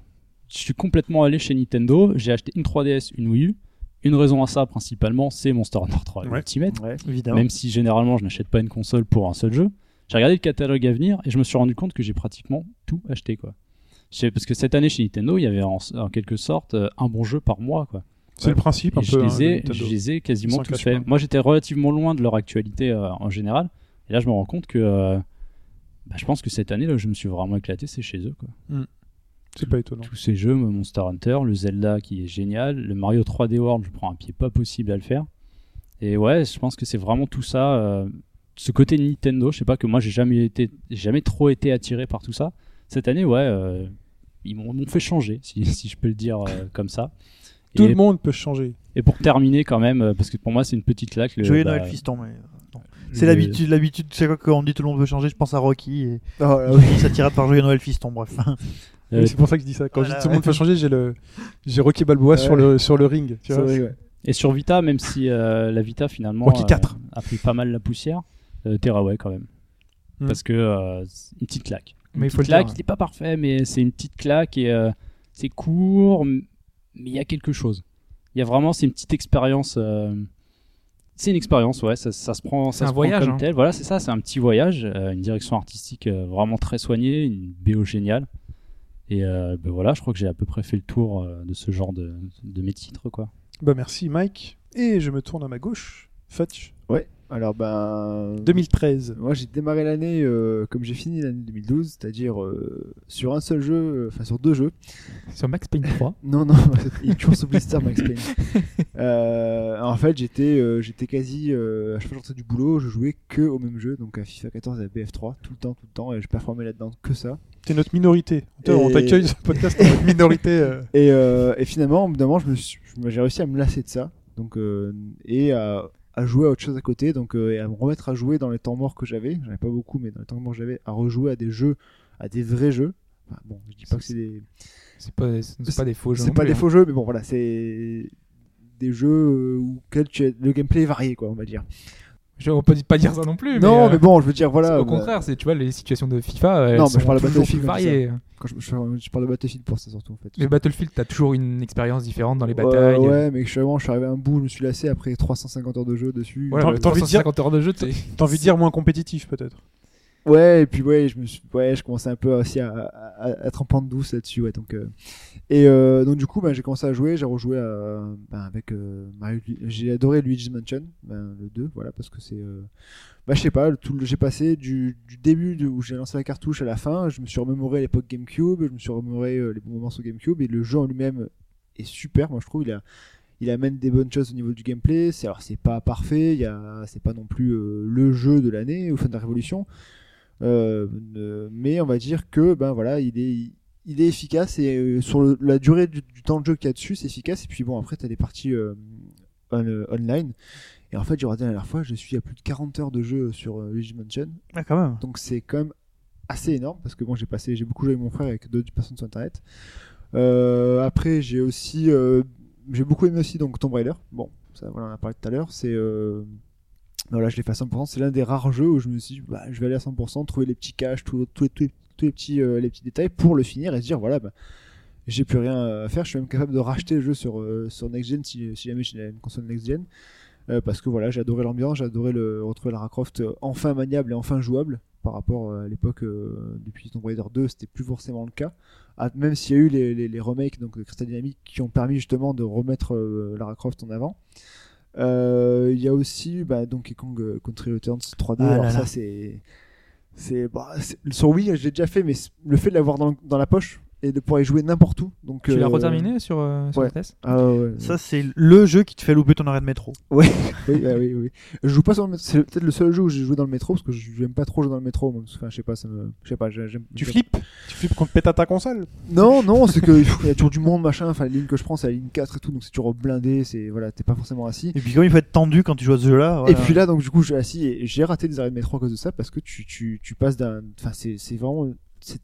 [SPEAKER 7] Je suis complètement allé chez Nintendo. J'ai acheté une 3DS, une Wii U. Une raison à ça, principalement, c'est Monster Hunter 3
[SPEAKER 3] Ouais.
[SPEAKER 7] Ultimate.
[SPEAKER 4] Ouais.
[SPEAKER 6] Évidemment.
[SPEAKER 7] Même si généralement je n'achète pas une console pour un seul jeu, j'ai regardé le catalogue à venir et je me suis rendu compte que j'ai pratiquement tout acheté quoi. Je sais- Parce que cette année chez Nintendo, il y avait en, en quelque sorte euh, un bon jeu par mois quoi.
[SPEAKER 3] C'est le principe
[SPEAKER 7] Et
[SPEAKER 3] un
[SPEAKER 7] je,
[SPEAKER 3] peu. hein,
[SPEAKER 7] les ai,
[SPEAKER 3] de Nintendo.
[SPEAKER 7] je les ai quasiment
[SPEAKER 3] Ils s'en
[SPEAKER 7] tous
[SPEAKER 3] cachent
[SPEAKER 7] faits.
[SPEAKER 3] pas.
[SPEAKER 7] Moi j'étais relativement loin de leur actualité euh, en général et là je me rends compte que euh, bah, je pense que cette année là où je me suis vraiment éclaté, c'est chez eux quoi.
[SPEAKER 3] C'est pas étonnant.
[SPEAKER 7] Tous ces jeux, le Monster Hunter, le Zelda qui est génial, le Mario 3D World, je prends un pied pas possible à le faire. Et ouais, je pense que c'est vraiment tout ça, euh, ce côté Nintendo, je sais pas que moi j'ai jamais été, j'ai jamais trop été attiré par tout ça. Cette année, ouais, euh, ils m'ont m'ont fait changer, si, si je peux le dire euh, comme ça.
[SPEAKER 3] Tout
[SPEAKER 7] et,
[SPEAKER 3] le monde peut changer.
[SPEAKER 7] et pour terminer quand même, euh, parce que pour moi c'est une petite claque. le-
[SPEAKER 6] Joyeux
[SPEAKER 7] bah,
[SPEAKER 6] Noël fiston, mais non.
[SPEAKER 7] le-
[SPEAKER 6] c'est l'habitude, l'habitude. Chaque fois qu'on me dit tout le monde veut changer, je pense à Rocky et
[SPEAKER 4] Oh là,
[SPEAKER 6] il
[SPEAKER 4] oui.
[SPEAKER 6] dit, ça tirade par Joyeux Noël fiston. Bref.
[SPEAKER 7] Euh,
[SPEAKER 3] Oui, c'est pour ça que je dis ça. Quand je
[SPEAKER 6] voilà,
[SPEAKER 3] dis tout le monde peut
[SPEAKER 6] ouais.
[SPEAKER 3] changer, j'ai le j'ai Rocky Balboa
[SPEAKER 4] Ouais.
[SPEAKER 3] sur le sur le ring. Tu
[SPEAKER 4] C'est
[SPEAKER 3] vois.
[SPEAKER 4] vrai, ouais.
[SPEAKER 7] Et sur Vita, même si euh, la Vita finalement
[SPEAKER 3] Rocky
[SPEAKER 7] euh,
[SPEAKER 3] quatre.
[SPEAKER 7] a pris pas mal la poussière, euh, Teraway quand même.
[SPEAKER 3] Hmm.
[SPEAKER 7] Parce que euh, c'est une petite claque. Une
[SPEAKER 5] Mais il
[SPEAKER 7] petite
[SPEAKER 5] faut le
[SPEAKER 7] claque,
[SPEAKER 5] dire.
[SPEAKER 7] il n'est pas parfait, mais c'est une petite claque et euh, c'est court, m- mais il y a quelque chose. Il y a vraiment, c'est une petite expérience. euh, c'est une expérience, ouais, ça, ça se prend,
[SPEAKER 5] C'est
[SPEAKER 7] ça
[SPEAKER 5] un
[SPEAKER 7] se prend
[SPEAKER 5] voyage,
[SPEAKER 7] comme
[SPEAKER 5] hein.
[SPEAKER 7] tel. Voilà, c'est ça, c'est un petit voyage, euh, une direction artistique euh, vraiment très soignée, une BO géniale. Et euh, ben voilà, je crois que j'ai à peu près fait le tour euh, de ce genre de, de mes titres, quoi.
[SPEAKER 3] Bah merci Mike. Et je me tourne à ma gauche. Fetch.
[SPEAKER 4] Ouais. Alors, ben.
[SPEAKER 3] 2013.
[SPEAKER 4] Moi, j'ai démarré l'année euh, comme j'ai fini l'année 2012, c'est-à-dire euh, sur un seul jeu, euh, enfin sur deux jeux.
[SPEAKER 5] hein. Sur Max Payne 3.
[SPEAKER 4] Non, non, il est toujours sous blister, Max Payne. Euh, en fait, j'étais, euh, j'étais quasi euh, à chaque fois que je sortais du boulot, je jouais que au même jeu, donc à FIFA 14 et à BF3, tout le temps, tout le temps, et je performais là-dedans que ça.
[SPEAKER 3] T'es notre minorité. Putain, On
[SPEAKER 4] Et-
[SPEAKER 3] t'accueille sur le podcast comme une minorité. euh.
[SPEAKER 4] Et, euh, et finalement, au bout d'un moment, je me suis- je me- j'ai réussi à me lasser de ça, donc euh, et à, à jouer à autre chose à côté, donc euh, et à me remettre à jouer dans les temps morts que j'avais. J'en avais pas beaucoup, mais dans les temps morts que j'avais, à rejouer à des jeux, à des vrais jeux. Enfin, bon, je dis pas que c'est des
[SPEAKER 5] C'est pas, c'est pas des faux jeux.
[SPEAKER 4] C'est
[SPEAKER 5] non
[SPEAKER 4] pas
[SPEAKER 5] plus,
[SPEAKER 4] des
[SPEAKER 5] hein.
[SPEAKER 4] faux jeux, mais bon, voilà, c'est des jeux euh, où quel tu as- le gameplay est varié, quoi, on va dire.
[SPEAKER 5] Je- On peut pas dire ça non plus.
[SPEAKER 4] non,
[SPEAKER 5] euh,
[SPEAKER 4] mais bon, je veux dire, voilà.
[SPEAKER 5] Au
[SPEAKER 4] bah,
[SPEAKER 5] contraire, c'est tu vois les situations de FIFA. euh, Elles
[SPEAKER 4] Non, mais
[SPEAKER 5] sont
[SPEAKER 4] je parle de
[SPEAKER 5] toujours plus
[SPEAKER 4] Battlefield, hein.
[SPEAKER 5] variées.
[SPEAKER 4] Quand je, je- je parle de Battlefield pour ça, surtout, en fait.
[SPEAKER 5] Les Battlefield, t'as toujours une expérience différente dans les
[SPEAKER 4] Ouais,
[SPEAKER 5] batailles.
[SPEAKER 4] Ouais, mais que je, suis vraiment, je suis arrivé à un bout, je me suis lassé après 350 heures de jeu dessus.
[SPEAKER 5] Voilà,
[SPEAKER 3] T'as-
[SPEAKER 5] le
[SPEAKER 3] t'as envie de dire-
[SPEAKER 5] 350 heures de jeu, t'es-
[SPEAKER 3] T'as envie de dire moins compétitif, peut-être.
[SPEAKER 4] Ouais, et puis ouais, je me suis, ouais, je commençais un peu aussi à, à, à être en pente douce là-dessus, ouais. Donc euh, et euh, donc du coup, ben, j'ai commencé à jouer, j'ai rejoué à, ben, avec euh, Mario- j'ai adoré Luigi's Mansion, ben, le 2, voilà, parce que c'est, euh, ben, je sais pas, le- tout le- j'ai passé du, du début de- où j'ai lancé la cartouche à la fin, je me suis remémoré l'époque GameCube, je me suis remémoré euh, les bons moments sur GameCube et le jeu en lui-même est super, moi je trouve, il a il amène des bonnes choses au niveau du gameplay. C'est alors c'est pas parfait, il y a c'est pas non plus euh, le jeu de l'année au fin de la révolution, euh, euh, mais on va dire que ben voilà, il est il est efficace et euh, sur le- la durée du, du temps de jeu qu'il y a dessus, c'est efficace. Et puis bon, après t'as des parties euh, on- euh, online. Et en fait, j'ai regardé la dernière fois, je suis à plus de 40 heures de jeu sur euh, Luigi's Mansion.
[SPEAKER 6] Ah, quand même.
[SPEAKER 4] Donc c'est quand même assez énorme parce que bon, j'ai passé, j'ai beaucoup joué avec mon frère et avec d'autres personnes sur internet. Euh, après, j'ai aussi, euh, j'ai beaucoup aimé aussi donc Tomb Raider. Bon, ça, voilà, on en a parlé tout à l'heure. C'est euh, voilà, je l'ai fait à 100%. C'est l'un des rares jeux où je me suis dit, bah, je vais aller à 100%, trouver les petits caches, tous tous les, tous les- tous les petits, euh, les petits détails pour le finir et se dire, voilà, bah, j'ai plus rien à faire. Je suis même capable de racheter le jeu sur, euh, sur Next Gen si, si jamais j'ai une console Next Gen. Euh, parce que voilà, j'ai adoré l'ambiance, j'ai adoré le, retrouver Lara Croft euh, enfin maniable et enfin jouable par rapport euh, à l'époque euh, depuis Tomb Raider 2, c'était plus forcément le cas. Ah, même s'il y a eu les, les- les remakes donc de Crystal Dynamics qui ont permis justement de remettre euh, Lara Croft en avant. Euh, Il y a aussi bah, Donkey Kong euh, Country Returns 3D.
[SPEAKER 6] Ah
[SPEAKER 4] alors
[SPEAKER 6] là
[SPEAKER 4] ça
[SPEAKER 6] là.
[SPEAKER 4] c'est c'est bah, c'est- sur Wii j'ai déjà fait, mais c'est- le fait de l'avoir dans, dans la poche et de pouvoir y jouer n'importe où. Donc
[SPEAKER 5] Tu l'as
[SPEAKER 4] euh,
[SPEAKER 5] reterminé sur, euh, sur
[SPEAKER 4] ouais.
[SPEAKER 5] RTS
[SPEAKER 4] ah ouais, ouais.
[SPEAKER 6] Ça, c'est le jeu qui te fait louper ton arrêt de métro.
[SPEAKER 4] oui, bah oui, oui. Je joue pas sur le métro. C'est peut-être le seul jeu où j'ai joué dans le métro parce que j'aime pas trop jouer dans le métro. moi. Enfin, je sais pas, ça me. Je sais pas, j'ai- j'aime.
[SPEAKER 3] Tu
[SPEAKER 4] j'aime-
[SPEAKER 3] flippes. Tu flippes qu'on te pète à ta console.
[SPEAKER 4] Non, non, c'est que pff, il y a toujours du monde, machin. Enfin, la ligne que je prends, c'est la ligne 4 et tout, donc c'est toujours blindé. C'est voilà, t'es pas forcément assis.
[SPEAKER 6] Et puis, comme il faut être tendu quand tu joues à ce jeu-là. voilà.
[SPEAKER 4] Et puis là, donc du coup, je suis assis et j'ai raté des arrêts de métro à cause de ça parce que tu, tu, tu passes d'un. Enfin, c'est c'est vraiment. C'est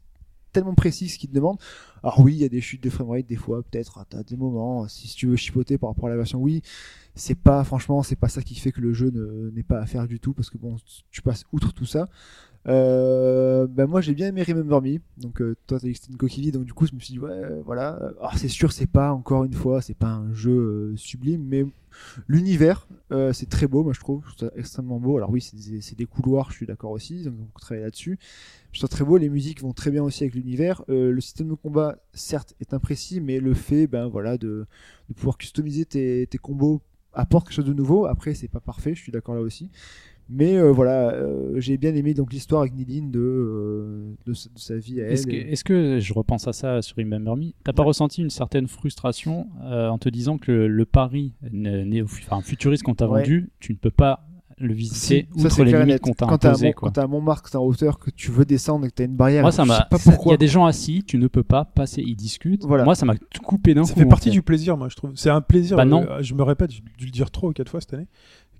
[SPEAKER 4] tellement précis ce qu'il te demande. Alors oui, il y a des chutes de framerate des fois, peut-être, à- à des moments, si tu veux chipoter par rapport à la version oui. C'est pas, franchement, c'est pas ça qui fait que le jeu ne- n'est pas à faire du tout parce que bon, tu passes outre tout ça. Euh, bah moi j'ai bien aimé Remember Me, donc euh, toi t'as dit que c'était une coquille vide, donc du coup je me suis dit ouais euh, voilà. Alors c'est sûr c'est pas encore une fois c'est pas un jeu euh, sublime, mais l'univers euh, c'est très beau moi je trouve, je trouve ça extrêmement beau. Alors oui c'est des, c'est des couloirs, je suis d'accord aussi, ils ont beaucoup travaillé là-dessus. Je trouve ça très beau, les musiques vont très bien aussi avec l'univers. Euh, le système de combat certes est imprécis, mais le fait ben voilà de, de pouvoir customiser tes, tes combos apporte quelque chose de nouveau. Après c'est pas parfait, je suis d'accord là aussi. Mais euh, voilà, euh, j'ai bien aimé donc l'histoire avec Niline de, euh, de, sa- de sa vie à elle.
[SPEAKER 7] Est-ce que, est-ce que je repense à ça sur Remember Me T'as pas ressenti une certaine frustration euh, en te disant que le, le pari né- né- enfin, futuriste qu'on t'a
[SPEAKER 4] Ouais.
[SPEAKER 7] vendu, tu ne peux pas le visiter
[SPEAKER 4] Ça,
[SPEAKER 7] outre les
[SPEAKER 4] clair et
[SPEAKER 7] limites
[SPEAKER 4] net.
[SPEAKER 7] qu'on t'a
[SPEAKER 4] Quand t'as un
[SPEAKER 7] imposées
[SPEAKER 4] mont-
[SPEAKER 7] quoi.
[SPEAKER 4] Quand t'as un Montmartre, que t'es en hauteur, que tu veux descendre et que t'as une barrière,
[SPEAKER 7] Moi, ça
[SPEAKER 4] je sais
[SPEAKER 7] m'a.
[SPEAKER 4] pas
[SPEAKER 7] Il y
[SPEAKER 4] pourquoi.
[SPEAKER 7] a des gens assis, tu ne peux pas passer. Ils discutent.
[SPEAKER 4] Voilà.
[SPEAKER 7] Moi, ça m'a tout coupé d'un coup.
[SPEAKER 3] Ça fait
[SPEAKER 7] en
[SPEAKER 3] partie
[SPEAKER 7] fait.
[SPEAKER 3] du plaisir, moi, je trouve. C'est un plaisir.
[SPEAKER 7] Bah non.
[SPEAKER 3] euh, Je me répète, j'ai dû le dire trois ou quatre fois cette année,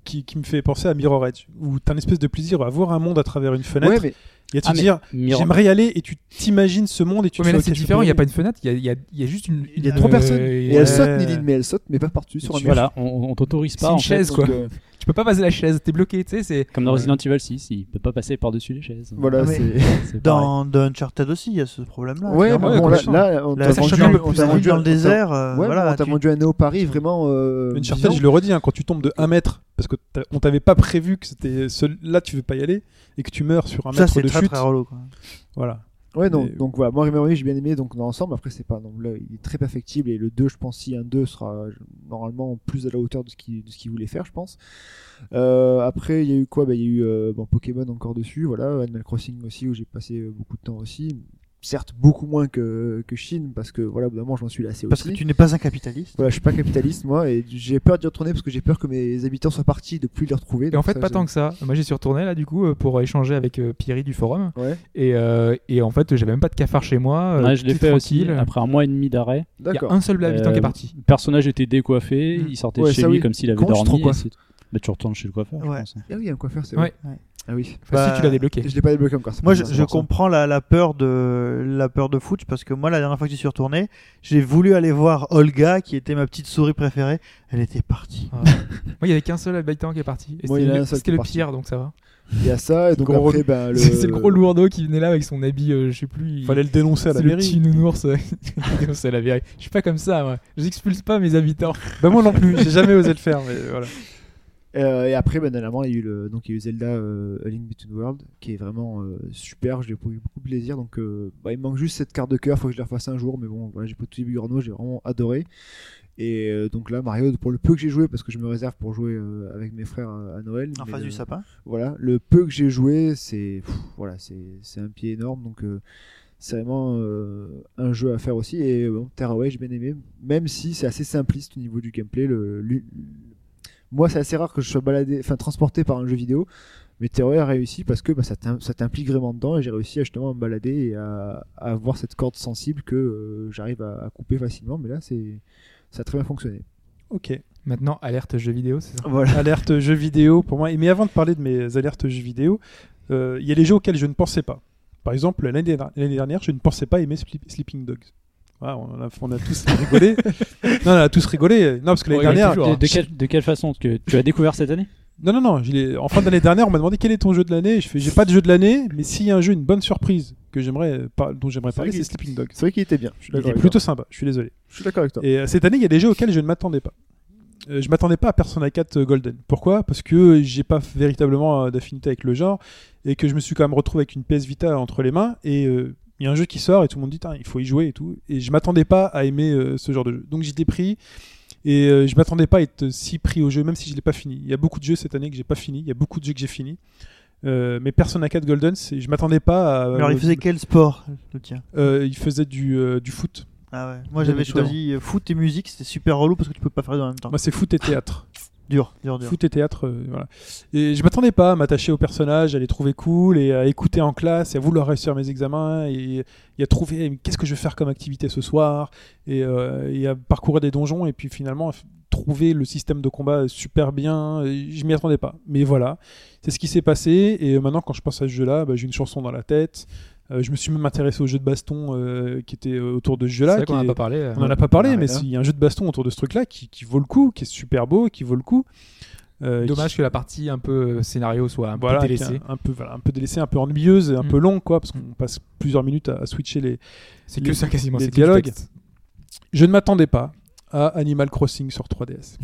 [SPEAKER 3] qui, qui me fait penser à Mirror Edge, où t'as un espèce de plaisir à voir un monde à travers une fenêtre
[SPEAKER 4] Ouais, mais
[SPEAKER 3] et à te
[SPEAKER 7] Ah, mais-
[SPEAKER 3] dire
[SPEAKER 7] Mirror-
[SPEAKER 3] j'aimerais y aller et tu t'imagines ce monde et tu
[SPEAKER 5] Ouais,
[SPEAKER 3] te
[SPEAKER 5] mais là
[SPEAKER 3] fais,
[SPEAKER 5] c'est
[SPEAKER 3] ok, je peux
[SPEAKER 5] différent, il
[SPEAKER 3] y
[SPEAKER 5] n'y a
[SPEAKER 3] aller.
[SPEAKER 5] pas une fenêtre, il y a, il y a- il y a juste une.
[SPEAKER 4] il y a trois
[SPEAKER 5] euh,
[SPEAKER 4] personnes. Et
[SPEAKER 5] il y a-
[SPEAKER 4] elle saute Niline, mais elle saute, mais pas partout sur un mur.
[SPEAKER 7] Voilà, on, on t'autorise
[SPEAKER 5] C'est
[SPEAKER 7] pas.
[SPEAKER 5] une
[SPEAKER 7] en fait.
[SPEAKER 5] chaise, quoi.
[SPEAKER 4] Donc, euh,
[SPEAKER 5] Tu peux pas passer la chaise, t'es bloqué, tu sais. c'est-
[SPEAKER 7] Comme dans Resident Evil 6, il peut pas passer par-dessus les chaises.
[SPEAKER 4] Voilà,
[SPEAKER 6] Ah, mais-
[SPEAKER 4] c'est.
[SPEAKER 7] C'est pareil.
[SPEAKER 6] Dans, dans Uncharted aussi, il y a ce problème-là.
[SPEAKER 4] Ouais,
[SPEAKER 5] clairement,
[SPEAKER 4] mais bon,
[SPEAKER 5] ouais,
[SPEAKER 4] là,
[SPEAKER 5] complètement.
[SPEAKER 4] là, on
[SPEAKER 6] Là,
[SPEAKER 4] t'a
[SPEAKER 5] ça
[SPEAKER 4] vendu,
[SPEAKER 5] change un peu
[SPEAKER 4] on
[SPEAKER 5] plus.
[SPEAKER 4] t'a
[SPEAKER 6] T'as
[SPEAKER 4] vendu
[SPEAKER 6] vendu dans
[SPEAKER 4] un-
[SPEAKER 6] le désert. euh,
[SPEAKER 4] Ouais, mais
[SPEAKER 6] voilà,
[SPEAKER 4] on t'a
[SPEAKER 6] tu-
[SPEAKER 4] vendu un néo-Paris vraiment. euh,
[SPEAKER 3] Une
[SPEAKER 4] disons,
[SPEAKER 3] je le redis, hein, quand tu tombes de 1 mètre, parce que t'a- on t'avait pas prévu que c'était ce- là tu veux pas y aller et que tu meurs sur un
[SPEAKER 6] Ça,
[SPEAKER 3] mètre
[SPEAKER 6] c'est
[SPEAKER 3] de
[SPEAKER 6] très
[SPEAKER 3] chute.
[SPEAKER 6] très relou. quoi.
[SPEAKER 3] Voilà.
[SPEAKER 4] Ouais, non,
[SPEAKER 3] Mais-
[SPEAKER 4] donc voilà, moi, Remember Me, j'ai bien aimé, donc dans l'ensemble, après, c'est pas, non, là, il est très perfectible, et le 2, je pense, si un 2 sera euh, normalement plus à la hauteur de ce qu'il de ce qu'il voulait faire, je pense. Euh, après, il y a eu quoi Bah, Il y a eu euh, bon, Pokémon encore dessus, voilà, Animal Crossing aussi, où j'ai passé euh, beaucoup de temps aussi, certes beaucoup moins que, que Chine, parce que voilà, au bout d'un moment, je m'en suis lassé
[SPEAKER 6] Parce
[SPEAKER 4] aussi.
[SPEAKER 6] que tu n'es pas un capitaliste.
[SPEAKER 4] Voilà, je suis pas capitaliste, moi, et j'ai peur d'y retourner parce que j'ai peur que mes habitants soient partis de plus les retrouver.
[SPEAKER 5] Et en fait, pas tant que ça. Moi, j'y suis retourné là, du coup, euh, pour échanger avec euh, Pierry du forum.
[SPEAKER 4] Ouais,
[SPEAKER 5] Et, euh, et en fait, j'avais même pas de cafard chez moi. euh,
[SPEAKER 7] Ouais, je l'ai
[SPEAKER 5] tout
[SPEAKER 7] fait aussi
[SPEAKER 5] tranquille.
[SPEAKER 7] après un mois et demi d'arrêt.
[SPEAKER 5] Il y a
[SPEAKER 4] d'accord.
[SPEAKER 5] un seul habitant qui
[SPEAKER 7] Euh,
[SPEAKER 5] est parti.
[SPEAKER 7] Le personnage était décoiffé,
[SPEAKER 5] Mm.
[SPEAKER 7] il sortait
[SPEAKER 4] Ouais,
[SPEAKER 7] de chez
[SPEAKER 4] ça,
[SPEAKER 7] lui
[SPEAKER 4] oui.
[SPEAKER 7] comme s'il avait
[SPEAKER 4] Comment je
[SPEAKER 7] dormi.
[SPEAKER 4] te recoiffe
[SPEAKER 7] et c'est- Bah, tu retournes chez le coiffeur, je
[SPEAKER 6] Ouais.
[SPEAKER 7] pense.
[SPEAKER 4] Ah oui, il y a un coiffeur, c'est
[SPEAKER 5] Ouais.
[SPEAKER 4] vrai. Ah oui.
[SPEAKER 5] Enfin,
[SPEAKER 6] bah,
[SPEAKER 5] si tu l'as débloqué.
[SPEAKER 4] Je l'ai pas débloqué encore. c'est
[SPEAKER 6] Moi,
[SPEAKER 4] pas
[SPEAKER 6] je,
[SPEAKER 4] mal,
[SPEAKER 6] je
[SPEAKER 4] c'est pour ça.
[SPEAKER 6] comprends la, la peur de la peur de foot parce que moi, la dernière fois que j'y suis retourné, j'ai voulu aller voir Olga, qui était ma petite souris préférée. Elle était partie.
[SPEAKER 5] Ah. Moi, il y avait qu'un seul habitant qui est parti. Et
[SPEAKER 4] Moi, il y
[SPEAKER 5] c'était
[SPEAKER 4] en a
[SPEAKER 5] le-
[SPEAKER 4] un seul qui est
[SPEAKER 5] c'était le
[SPEAKER 4] parti.
[SPEAKER 5] pire, donc ça va.
[SPEAKER 4] Il y a ça, et donc
[SPEAKER 3] gros-
[SPEAKER 4] après, ben, le...
[SPEAKER 5] C'est le gros lourdeau qui venait là avec son habit, euh, je sais plus. il-
[SPEAKER 3] Ah, Fallait le dénoncer à la
[SPEAKER 5] C'est le petit
[SPEAKER 3] mairie.
[SPEAKER 5] nounours euh, qui dénonce à la mairie. Je suis pas comme ça, moi. J'expulse pas mes habitants.
[SPEAKER 3] Bah moi non plus, j'ai jamais osé le faire. Mais voilà.
[SPEAKER 4] Euh, et après, ben, dernièrement, il y a eu, le... donc, il y a eu Zelda euh, A Link Between World, qui est vraiment euh, super. J'ai eu beaucoup de plaisir. Donc, euh, bah, il me manque juste cette carte de cœur. Faut que je la refasse un jour. Mais bon, voilà, j'ai pas tout début Gorno. J'ai vraiment adoré. Et euh, donc là, Mario, pour le peu que j'ai joué, parce que je me réserve pour jouer euh, avec mes frères euh, à Noël.
[SPEAKER 6] En
[SPEAKER 4] mais,
[SPEAKER 6] face
[SPEAKER 4] euh,
[SPEAKER 6] du sapin.
[SPEAKER 4] voilà le peu que j'ai joué c'est pff, voilà c'est c'est un pied énorme donc euh, c'est vraiment euh, un jeu à faire aussi et bon, Terraway j'ai bien aimé même si c'est assez simpliste au niveau du gameplay le, lu- moi c'est assez rare que je sois baladé enfin transporté par un jeu vidéo mais Terraway a réussi parce que bah, ça t'im- ça t'implique vraiment dedans et j'ai réussi à justement me balader et à, à avoir cette corde sensible que euh, j'arrive à, à couper facilement mais là c'est ça a très bien fonctionné
[SPEAKER 3] Ok.
[SPEAKER 5] Maintenant, alerte jeu vidéo, c'est ça
[SPEAKER 4] voilà
[SPEAKER 3] Alerte jeux vidéo pour moi. Et Mais avant de parler de mes alertes jeux vidéo, euh, il y a des jeux auxquels je ne pensais pas. Par exemple, l'année dernière- l'année dernière, je ne pensais pas aimer Sleep- Sleeping Dogs. Voilà, on, a, on a tous rigolé. non, on a tous rigolé. Non, parce que l'année
[SPEAKER 5] Ouais, il y a
[SPEAKER 3] dernière,
[SPEAKER 5] toujours,
[SPEAKER 7] De, de quelle, de quelle façon Parce que Tu as découvert cette année
[SPEAKER 3] Non, non, non. je l'ai- En fin d'année dernière, on m'a demandé quel est ton jeu de l'année. Je fais, j'ai pas de jeu de l'année, mais s'il y a un jeu, une bonne surprise que j'aimerais, euh, par- dont j'aimerais
[SPEAKER 4] C'est vrai
[SPEAKER 3] parler, c'est
[SPEAKER 4] qu'il-
[SPEAKER 3] Sleeping Dogs.
[SPEAKER 4] c'est vrai qu'il était bien je suis
[SPEAKER 3] Il
[SPEAKER 4] d'accord
[SPEAKER 3] est
[SPEAKER 4] avec
[SPEAKER 3] plutôt
[SPEAKER 4] toi.
[SPEAKER 3] sympa. Je suis désolé.
[SPEAKER 4] Je suis d'accord avec toi
[SPEAKER 3] Et euh, cette année, il y a des jeux auxquels je ne m'attendais pas. Euh, je m'attendais pas à Persona 4 euh, Golden. Pourquoi Parce que j'ai pas véritablement euh, d'affinité avec le genre et que je me suis quand même retrouvé avec une PS Vita entre les mains et euh, il y a un jeu qui sort et tout le monde dit Tain, il faut y jouer et tout et je m'attendais pas à aimer euh, ce genre de jeu. Donc j'étais pris et euh, je m'attendais pas à être si pris au jeu même si je l'ai pas fini. Il y a beaucoup de jeux cette année que j'ai pas fini, il y a beaucoup de jeux que j'ai fini. Euh, mais Persona 4 Golden, c'est- je m'attendais pas à
[SPEAKER 6] Alors, il faisait quel sport, le tien
[SPEAKER 3] Euh, il faisait du, euh, du foot.
[SPEAKER 6] Ah ouais. Moi,
[SPEAKER 3] Bien
[SPEAKER 6] j'avais
[SPEAKER 3] évidemment.
[SPEAKER 6] choisi euh, foot et musique. C'était super relou parce que tu peux pas faire les deux en même temps.
[SPEAKER 3] Moi c'est foot et théâtre.
[SPEAKER 6] Dur, dur, dur.
[SPEAKER 3] Foot et théâtre, euh, voilà. Et je m'attendais pas à m'attacher au personnage, à les trouver cool et à écouter en classe, et à vouloir réussir mes examens et, et à trouver euh, qu'est-ce que je vais faire comme activité ce soir et, euh, et à parcourir des donjons et puis finalement f- trouver le système de combat super bien. Et Je m'y attendais pas, mais voilà, c'est ce qui s'est passé. Et euh, maintenant, quand je pense à ce jeu-là, bah, j'ai une chanson dans la tête. Euh, je me suis même intéressé au jeu de baston euh, qui était euh, autour de ce
[SPEAKER 5] C'est
[SPEAKER 3] jeu-là.
[SPEAKER 5] vrai
[SPEAKER 3] qui
[SPEAKER 5] qu'on en
[SPEAKER 3] est-
[SPEAKER 5] a pas parlé. euh.
[SPEAKER 3] on n'en a pas parlé,
[SPEAKER 4] Ouais,
[SPEAKER 3] mais
[SPEAKER 4] là.
[SPEAKER 3] il y a un jeu de baston autour de ce truc-là qui, qui vaut le coup, qui est super beau, qui vaut le coup. Euh,
[SPEAKER 5] Dommage que la partie un peu euh, scénario soit un
[SPEAKER 3] voilà,
[SPEAKER 5] peu
[SPEAKER 3] qui est
[SPEAKER 5] délaissée.
[SPEAKER 3] Un, un peu, voilà, un peu délaissée, un peu ennuyeuse, et un
[SPEAKER 5] Mm.
[SPEAKER 3] peu long, quoi, parce qu'on passe plusieurs minutes à, à switcher les.
[SPEAKER 5] C'est
[SPEAKER 3] les-
[SPEAKER 5] que ça quasiment.
[SPEAKER 3] les
[SPEAKER 5] c'est que du
[SPEAKER 3] dialogues.
[SPEAKER 5] texte.
[SPEAKER 3] Je ne m'attendais pas à Animal Crossing sur 3DS.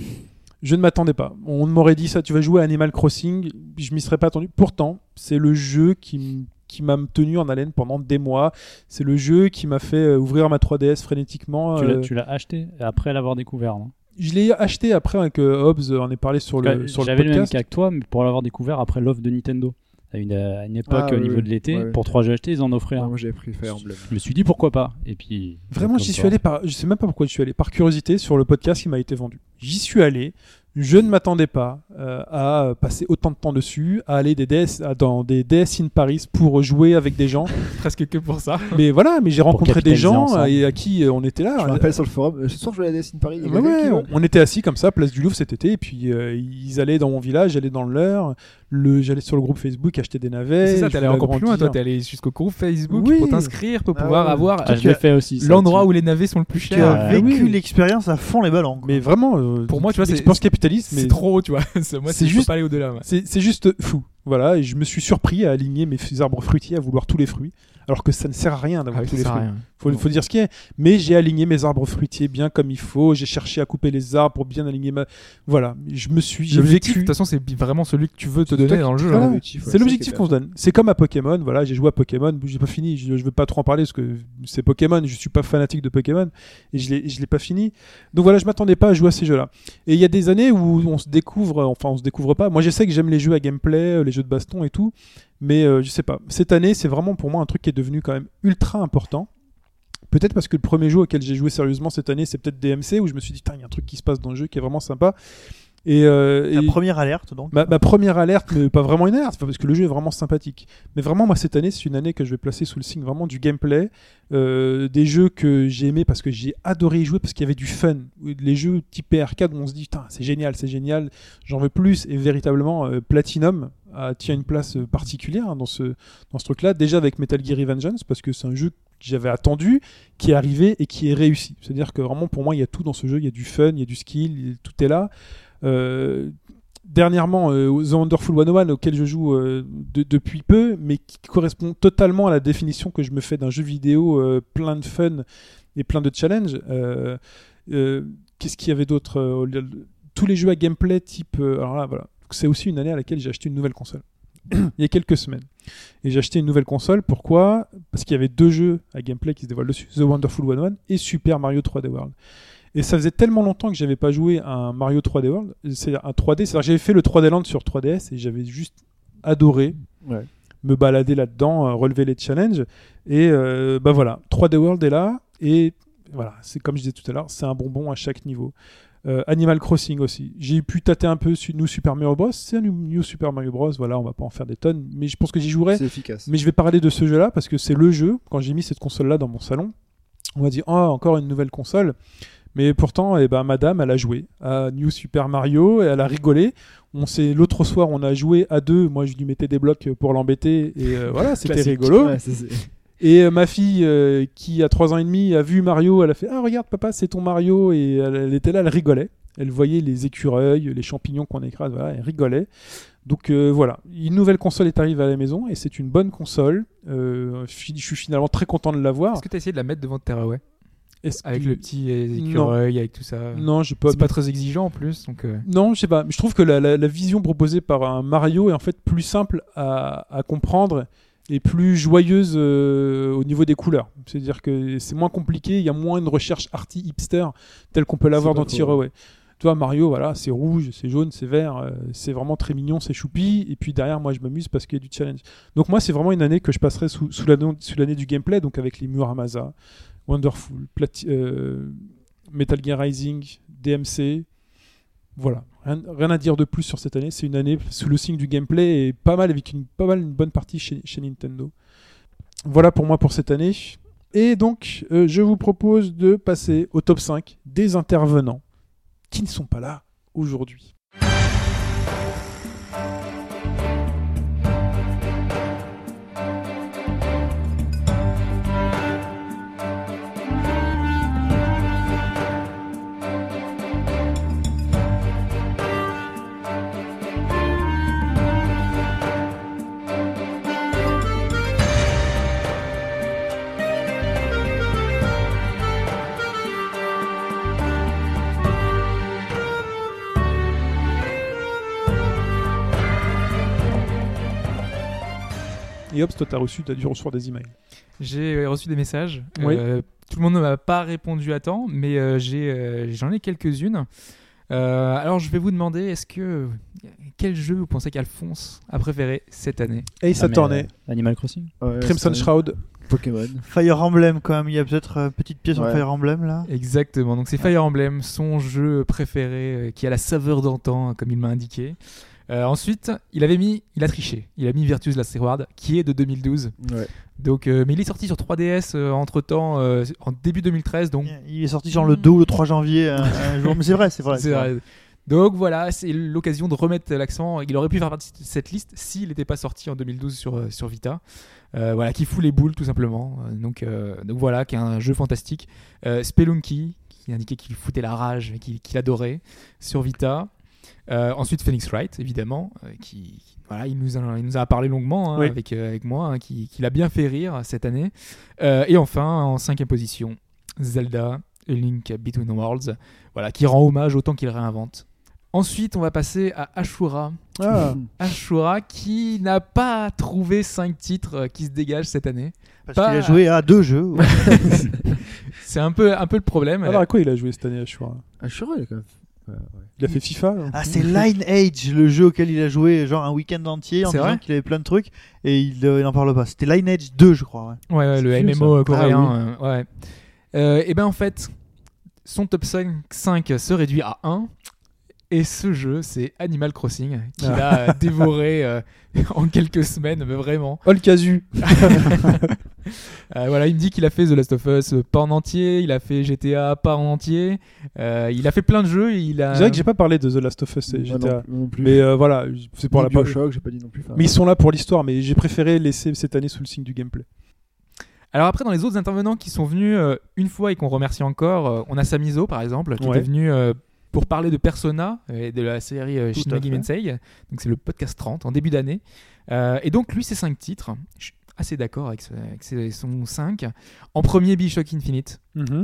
[SPEAKER 3] Je ne m'attendais pas. On m'aurait dit ça, tu vas jouer à Animal Crossing, je m'y serais pas attendu. Pourtant, c'est le jeu qui m- qui m'a tenu en haleine pendant des mois. C'est le jeu qui m'a fait euh, ouvrir ma 3DS frénétiquement.
[SPEAKER 7] Tu l'as-
[SPEAKER 3] euh,
[SPEAKER 7] Tu l'as acheté après l'avoir découvert. non
[SPEAKER 3] Je l'ai acheté après hein, que Hobbs en ait parlé sur le, sur le
[SPEAKER 7] J'avais le même
[SPEAKER 3] podcast.
[SPEAKER 7] cas que toi, mais pour l'avoir découvert après l'offre de Nintendo. À une, à une époque,
[SPEAKER 4] Ah,
[SPEAKER 7] au
[SPEAKER 4] oui,
[SPEAKER 7] niveau
[SPEAKER 4] oui.
[SPEAKER 7] de l'été,
[SPEAKER 4] Ouais, ouais.
[SPEAKER 7] pour trois jeux achetés, ils en offraient
[SPEAKER 4] Non,
[SPEAKER 7] un.
[SPEAKER 4] moi j'avais pris Fire Emblem
[SPEAKER 7] Je me suis dit pourquoi pas. Et puis.
[SPEAKER 3] Vraiment,
[SPEAKER 7] comme
[SPEAKER 3] j'y suis
[SPEAKER 7] ça.
[SPEAKER 3] allé par. Je sais même pas pourquoi je suis allé. Par curiosité, sur le podcast qui m'a été vendu. J'y suis allé. Je ne m'attendais pas euh, à passer autant de temps dessus, à aller des DS, à- dans des DS in Paris pour jouer avec des gens.
[SPEAKER 5] Presque que pour ça.
[SPEAKER 3] mais voilà, mais j'ai rencontré des
[SPEAKER 7] capitaliser
[SPEAKER 3] gens
[SPEAKER 7] ensemble.
[SPEAKER 3] euh, et à qui euh, on était là.
[SPEAKER 4] Je me rappelle sur le forum, euh, ce soir je vais à la Destiny Paris. il y
[SPEAKER 3] Ouais,
[SPEAKER 4] avait
[SPEAKER 3] ouais,
[SPEAKER 4] qui,
[SPEAKER 3] on,
[SPEAKER 4] ouais.
[SPEAKER 3] on était assis comme ça, place du Louvre cet été, et puis euh, ils allaient dans mon village, j'allais dans le leur, le, j'allais sur le groupe Facebook acheter des navets.
[SPEAKER 5] C'est ça,
[SPEAKER 3] je
[SPEAKER 5] t'es allé
[SPEAKER 3] voulais
[SPEAKER 5] encore plus loin. Toi,
[SPEAKER 3] agrandir.
[SPEAKER 5] t'es allé jusqu'au groupe Facebook
[SPEAKER 3] Oui.
[SPEAKER 5] pour t'inscrire, pour
[SPEAKER 4] Ah
[SPEAKER 5] pouvoir
[SPEAKER 4] ouais.
[SPEAKER 5] avoir
[SPEAKER 7] Ah,
[SPEAKER 5] euh,
[SPEAKER 7] je l'ai fait aussi. ça,
[SPEAKER 5] l'endroit
[SPEAKER 7] aussi.
[SPEAKER 5] où les navets sont le plus
[SPEAKER 6] Tu
[SPEAKER 5] chers.
[SPEAKER 6] as
[SPEAKER 7] Ah,
[SPEAKER 6] vécu
[SPEAKER 3] oui.
[SPEAKER 6] l'expérience à fond les ballons.
[SPEAKER 3] Mais vraiment, euh,
[SPEAKER 5] Pour moi, tu vois, c'est-
[SPEAKER 3] l'expérience capitaliste, mais
[SPEAKER 5] C'est trop haut, tu vois. C'est- Moi,
[SPEAKER 3] C'est juste- Ah
[SPEAKER 5] c'est juste pas aller au-delà. moi.
[SPEAKER 3] C'est c'est juste fou. Voilà, et je me suis surpris à aligner mes arbres fruitiers à vouloir tous les fruits, alors que ça ne sert à rien
[SPEAKER 5] Ah
[SPEAKER 3] d'avoir
[SPEAKER 5] oui,
[SPEAKER 3] tous
[SPEAKER 5] ça
[SPEAKER 3] les
[SPEAKER 5] sert à
[SPEAKER 3] fruits.
[SPEAKER 5] rien.
[SPEAKER 3] Faut,
[SPEAKER 5] Bon.
[SPEAKER 3] faut dire ce qu'il y a. Mais j'ai aligné mes arbres fruitiers bien comme il faut. J'ai cherché à couper les arbres pour bien aligner ma. Voilà. Je me suis. J'ai
[SPEAKER 5] L'objectif, de
[SPEAKER 3] vécu.
[SPEAKER 5] toute façon, c'est vraiment celui que tu veux te
[SPEAKER 3] C'est toi
[SPEAKER 5] donner
[SPEAKER 3] qui-
[SPEAKER 5] dans le jeu.
[SPEAKER 3] Voilà.
[SPEAKER 5] hein.
[SPEAKER 3] C'est l'objectif qu'on se donne. C'est comme à Pokémon. Voilà, j'ai joué à Pokémon. J'ai pas fini. Je, je veux pas trop en parler parce que c'est Pokémon. Je suis pas fanatique de Pokémon et je l'ai, je l'ai pas fini. Donc voilà, je m'attendais pas à jouer à ces jeux-là. Et il y a des années où on se découvre. Enfin, on se découvre pas. Moi, je sais que j'aime les jeux à gameplay, euh, les jeux de baston et tout. Mais euh, je sais pas. Cette année, c'est vraiment pour moi un truc qui est devenu quand même ultra important. Peut-être parce que le premier jeu auquel j'ai joué sérieusement cette année, c'est peut-être DMC, où je me suis dit, Putain, il y a un truc qui se passe dans le jeu qui est vraiment sympa. Et, euh,
[SPEAKER 6] La
[SPEAKER 3] et-
[SPEAKER 6] première alerte, donc.
[SPEAKER 3] Ma, ma première alerte, mais pas vraiment une alerte, enfin, parce que le jeu est vraiment sympathique. Mais vraiment, moi, cette année, c'est une année que je vais placer sous le signe vraiment du gameplay, euh, des jeux que j'ai aimé parce que j'ai adoré y jouer, parce qu'il y avait du fun. Les jeux typés arcade où on se dit, putain, c'est génial, c'est génial, j'en veux plus. Et véritablement, euh, Platinum a, tient une place euh, particulière hein, dans ce, dans ce truc-là. Déjà avec Metal Gear Revengeance, parce que c'est un jeu que j'avais attendu, qui est arrivé et qui est réussi. C'est-à-dire que vraiment, pour moi, il y a tout dans ce jeu. Il y a du fun, il y a du skill, il- tout est là. Euh, dernièrement euh, The Wonderful 101 auquel je joue euh, de- depuis peu mais qui correspond totalement à la définition que je me fais d'un jeu vidéo euh, plein de fun et plein de challenges Euh, euh, qu'est-ce qu'il y avait d'autre euh, le- le- tous les jeux à gameplay type euh, alors là voilà Donc, c'est aussi une année à laquelle j'ai acheté une nouvelle console il y a quelques semaines et j'ai acheté une nouvelle console pourquoi parce qu'il y avait deux jeux à gameplay qui se dévoilent dessus The Wonderful 101 et Super Mario 3D World et ça faisait tellement longtemps que j'avais pas joué à un Mario 3D World, c'est un 3D, c'est-à-dire que j'avais fait le 3D Land sur 3DS et j'avais juste adoré
[SPEAKER 4] Ouais.
[SPEAKER 3] me balader là-dedans, euh, relever les challenges. Et euh, bah voilà, 3D World est là et voilà, c'est comme je disais tout à l'heure, c'est un bonbon à chaque niveau. Euh, Animal Crossing aussi. J'ai pu tâter un peu sur New Super Mario Bros. C'est un New Super Mario Bros. Voilà, on va pas en faire des tonnes, mais je pense que j'y jouerai
[SPEAKER 4] C'est efficace.
[SPEAKER 3] mais je vais parler de ce jeu-là parce que c'est le jeu. Quand j'ai mis cette console-là dans mon salon, on m'a dit oh encore une nouvelle console. Mais pourtant, eh ben, madame, elle a joué à New Super Mario et elle a rigolé. On s'est l'autre soir, on a joué à deux. Moi, je lui mettais des blocs pour l'embêter et euh, voilà, c'était
[SPEAKER 5] Classique.
[SPEAKER 3] rigolo.
[SPEAKER 4] Ouais, c'est- c'est-
[SPEAKER 3] Et euh, ma fille, euh, qui a 3 ans et demi, a vu Mario, elle a fait Ah, regarde, papa, c'est ton Mario. Et elle, elle était là, elle rigolait. Elle voyait les écureuils, les champignons qu'on écrase, voilà, elle rigolait. Donc euh, voilà, une nouvelle console est arrivée à la maison et c'est une bonne console. Euh, fi- je suis finalement très content de l'avoir.
[SPEAKER 5] Est-ce que tu as essayé de la mettre devant Terraway
[SPEAKER 3] Est-ce
[SPEAKER 5] Avec
[SPEAKER 3] que-
[SPEAKER 5] le petit euh, écureuil, avec tout ça.
[SPEAKER 3] Non, j'ai pas.
[SPEAKER 5] C'est pas très exigeant en plus. Donc, euh,
[SPEAKER 3] Non, je sais pas. Je trouve que la, la- la vision proposée par un Mario est en fait plus simple à, à comprendre et plus joyeuse euh, au niveau des couleurs. C'est-à-dire que c'est moins compliqué, il y a moins une recherche arty hipster telle qu'on peut l'avoir
[SPEAKER 4] pas
[SPEAKER 3] dans
[SPEAKER 4] faux,
[SPEAKER 3] Tiraway. Tu vois, Mario, voilà, c'est rouge, c'est jaune, c'est vert, euh, c'est vraiment très mignon, c'est choupi. Et puis derrière, moi, je m'amuse parce qu'il y a du challenge. Donc moi, c'est vraiment une année que je passerai sous, sous l'année sous l'année du gameplay, donc avec les Muramasa, Wonderful, Plati- euh, Metal Gear Rising, DMC. Voilà, rien, rien à dire de plus sur cette année. C'est une année sous le signe du gameplay et pas mal avec une, pas mal une bonne partie chez, chez Nintendo. Voilà pour moi pour cette année. Et donc, euh, je vous propose de passer au top 5 des intervenants qui ne sont pas là aujourd'hui. Et hop, toi, t'as reçu, t'as dû recevoir des emails.
[SPEAKER 5] J'ai euh, reçu des messages.
[SPEAKER 3] Oui.
[SPEAKER 5] Euh, tout le monde ne m'a pas répondu à temps, mais euh, j'ai, euh, j'en ai, quelques-unes. Euh, alors, je vais vous demander est-ce que quel jeu vous pensez qu'Alphonse a préféré cette année
[SPEAKER 3] Ace
[SPEAKER 7] Ah, mais,
[SPEAKER 3] Attorney,
[SPEAKER 7] euh, Animal Crossing
[SPEAKER 4] Ouais,
[SPEAKER 3] Crimson
[SPEAKER 4] c'est-
[SPEAKER 3] Shroud,
[SPEAKER 4] Pokémon.
[SPEAKER 6] Fire Emblem, quand même. Il y a peut-être euh, une petite pièce sur
[SPEAKER 4] Ouais.
[SPEAKER 6] Fire Emblem, là.
[SPEAKER 5] Exactement. Donc, c'est Fire Emblem, son jeu préféré, euh, qui a la saveur d'antan, hein, comme il m'a indiqué. Euh, ensuite, il avait mis, il a triché. Il a mis Virtus Last Reward, qui est de 2012.
[SPEAKER 4] Ouais.
[SPEAKER 5] Donc, euh, mais il est sorti sur 3DS entre temps, euh, en début 2013. Donc,
[SPEAKER 6] Il est sorti genre le 2 ou le 3 janvier un, un jour. Mais c'est vrai, c'est vrai.
[SPEAKER 5] C'est vrai. Donc voilà, c'est l'occasion de remettre l'accent. Il aurait pu faire partie de cette liste s'il n'était pas sorti en 2012 sur, euh, sur Vita. Euh, voilà, qui fout les boules tout simplement. Euh, Donc, euh, donc voilà, qui est un jeu fantastique. Euh, Spelunky, qui indiquait qu'il foutait la rage, et qu'il qu'il adorait, sur Vita. Euh, ensuite, Phoenix Wright, évidemment, euh, qui, qui- voilà, il nous a, il nous a parlé longuement hein,
[SPEAKER 3] Oui.
[SPEAKER 5] avec, euh, avec moi, hein, qui, qui l'a bien fait rire cette année. Euh, et enfin, en cinquième position, Zelda, A Link Between Worlds, voilà, qui rend hommage autant qu'il réinvente. Ensuite, on va passer à Ashura.
[SPEAKER 6] Ah,
[SPEAKER 5] Ashura qui n'a pas trouvé cinq titres euh, qui se dégagent cette année.
[SPEAKER 6] parce
[SPEAKER 5] Pas-
[SPEAKER 6] qu'il a joué à deux jeux. ouais.
[SPEAKER 5] C'est un peu, un peu le problème.
[SPEAKER 3] Alors Ah, bah, à quoi il a joué cette année, Ashura
[SPEAKER 4] Ashura, il a quand même.
[SPEAKER 3] Il a fait FIFA là
[SPEAKER 6] Ah, c'est Line Age, le jeu auquel il a joué genre un week-end entier en
[SPEAKER 5] C'est
[SPEAKER 6] disant
[SPEAKER 5] vrai
[SPEAKER 6] qu'il avait plein de trucs et il euh, il n'en parle pas. C'était Line Age 2, je crois. ouais.
[SPEAKER 5] Ouais, ouais, le
[SPEAKER 3] C'est vieux,
[SPEAKER 5] MMO
[SPEAKER 3] ça. Ah
[SPEAKER 5] coréen. euh, ouais. Euh, et ben en fait, son top 5, 5 se réduit à 1. Et ce jeu, c'est Animal Crossing,
[SPEAKER 3] Ah.
[SPEAKER 5] qu'il a euh, dévoré euh, en quelques semaines, mais vraiment.
[SPEAKER 3] All Casu
[SPEAKER 5] Euh, voilà, il me dit qu'il a fait The Last of Us euh, pas en entier, il a fait GTA pas en entier, euh, il a fait plein de jeux, il a...
[SPEAKER 3] C'est vrai que j'ai pas parlé de The Last of Us et
[SPEAKER 4] Moi
[SPEAKER 3] GTA.
[SPEAKER 4] non, non plus.
[SPEAKER 3] Mais euh, voilà, c'est pour la
[SPEAKER 4] Ni Bioshock, j'ai pas dit non plus. enfin,
[SPEAKER 3] Mais ils sont là pour l'histoire, mais j'ai préféré laisser cette année sous le signe du gameplay.
[SPEAKER 5] Alors après, dans les autres intervenants qui sont venus euh, une fois et qu'on remercie encore, euh, on a Samizo par exemple, qui
[SPEAKER 3] Ouais.
[SPEAKER 5] était venu euh, pour parler de Persona euh, et de la série euh,
[SPEAKER 6] Tout
[SPEAKER 5] Shin
[SPEAKER 6] à
[SPEAKER 5] Megami
[SPEAKER 6] fait.
[SPEAKER 5] Tensei. Donc c'est le podcast 30 en début d'année. Euh, et donc lui, c'est 5 titres. Je suis assez d'accord avec, ce- avec ces- son 5. En premier, Bioshock Infinite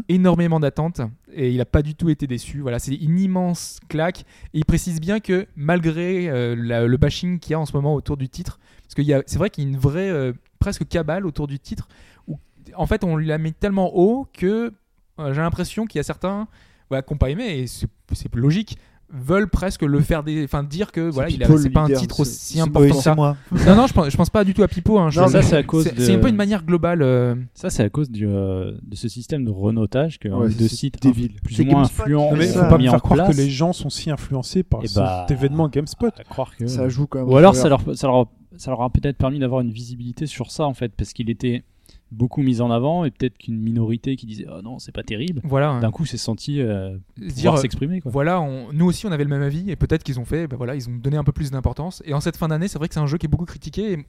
[SPEAKER 5] énormément d'attentes et il n'a pas du tout été déçu. Voilà, c'est une immense claque. Et il précise bien que malgré euh, la- le bashing qu'il y a en ce moment autour du titre, parce que c'est vrai qu'il y a une vraie euh, presque cabale autour du titre où en fait on l'a mis tellement haut que euh, j'ai l'impression qu'il y a certains voilà, qui n'ont pas aimé et c'est c'est logique veulent presque le faire des enfin dire que voilà il a-
[SPEAKER 4] Paul
[SPEAKER 5] c'est pas un
[SPEAKER 4] Leader,
[SPEAKER 5] titre
[SPEAKER 4] c'est-
[SPEAKER 5] aussi
[SPEAKER 4] c'est
[SPEAKER 5] important que
[SPEAKER 6] Oui, c'est
[SPEAKER 5] ça
[SPEAKER 6] moi.
[SPEAKER 5] non non je pense, je pense pas du tout à Pipo hein, je-
[SPEAKER 7] ça, c'est à cause
[SPEAKER 5] c'est
[SPEAKER 7] de-
[SPEAKER 5] c'est un peu une manière globale euh,
[SPEAKER 7] Ça, c'est à cause du, euh, de ce système de renotage que
[SPEAKER 4] Ouais,
[SPEAKER 7] euh,
[SPEAKER 4] c'est-
[SPEAKER 7] de
[SPEAKER 4] c'est
[SPEAKER 7] sites
[SPEAKER 4] débile.
[SPEAKER 7] plus
[SPEAKER 6] C'est
[SPEAKER 7] ou moins
[SPEAKER 6] GameSpot qui
[SPEAKER 7] influents
[SPEAKER 6] fait
[SPEAKER 3] Non, mais
[SPEAKER 6] ça.
[SPEAKER 3] faut pas me
[SPEAKER 7] mis en
[SPEAKER 3] faire croire
[SPEAKER 7] place.
[SPEAKER 3] que les gens sont si influencés par
[SPEAKER 7] Eh
[SPEAKER 3] cet
[SPEAKER 7] bah,
[SPEAKER 3] événement GameSpot.
[SPEAKER 7] à croire que-
[SPEAKER 4] Ça joue quand même.
[SPEAKER 7] Ou alors, ça leur, ça leur, ça leur a peut-être permis d'avoir une visibilité sur ça, en fait, parce qu'il était beaucoup mis en avant et peut-être qu'une minorité qui disait Oh non, c'est pas terrible,
[SPEAKER 5] voilà hein.
[SPEAKER 7] d'un coup s'est senti euh,
[SPEAKER 5] dire
[SPEAKER 7] pouvoir
[SPEAKER 5] euh,
[SPEAKER 7] s'exprimer. quoi.
[SPEAKER 5] Voilà, on- nous aussi on avait le même avis et peut-être qu'ils ont fait, bah voilà, ils ont donné un peu plus d'importance. Et en cette fin d'année, c'est vrai que c'est un jeu qui est beaucoup critiqué. et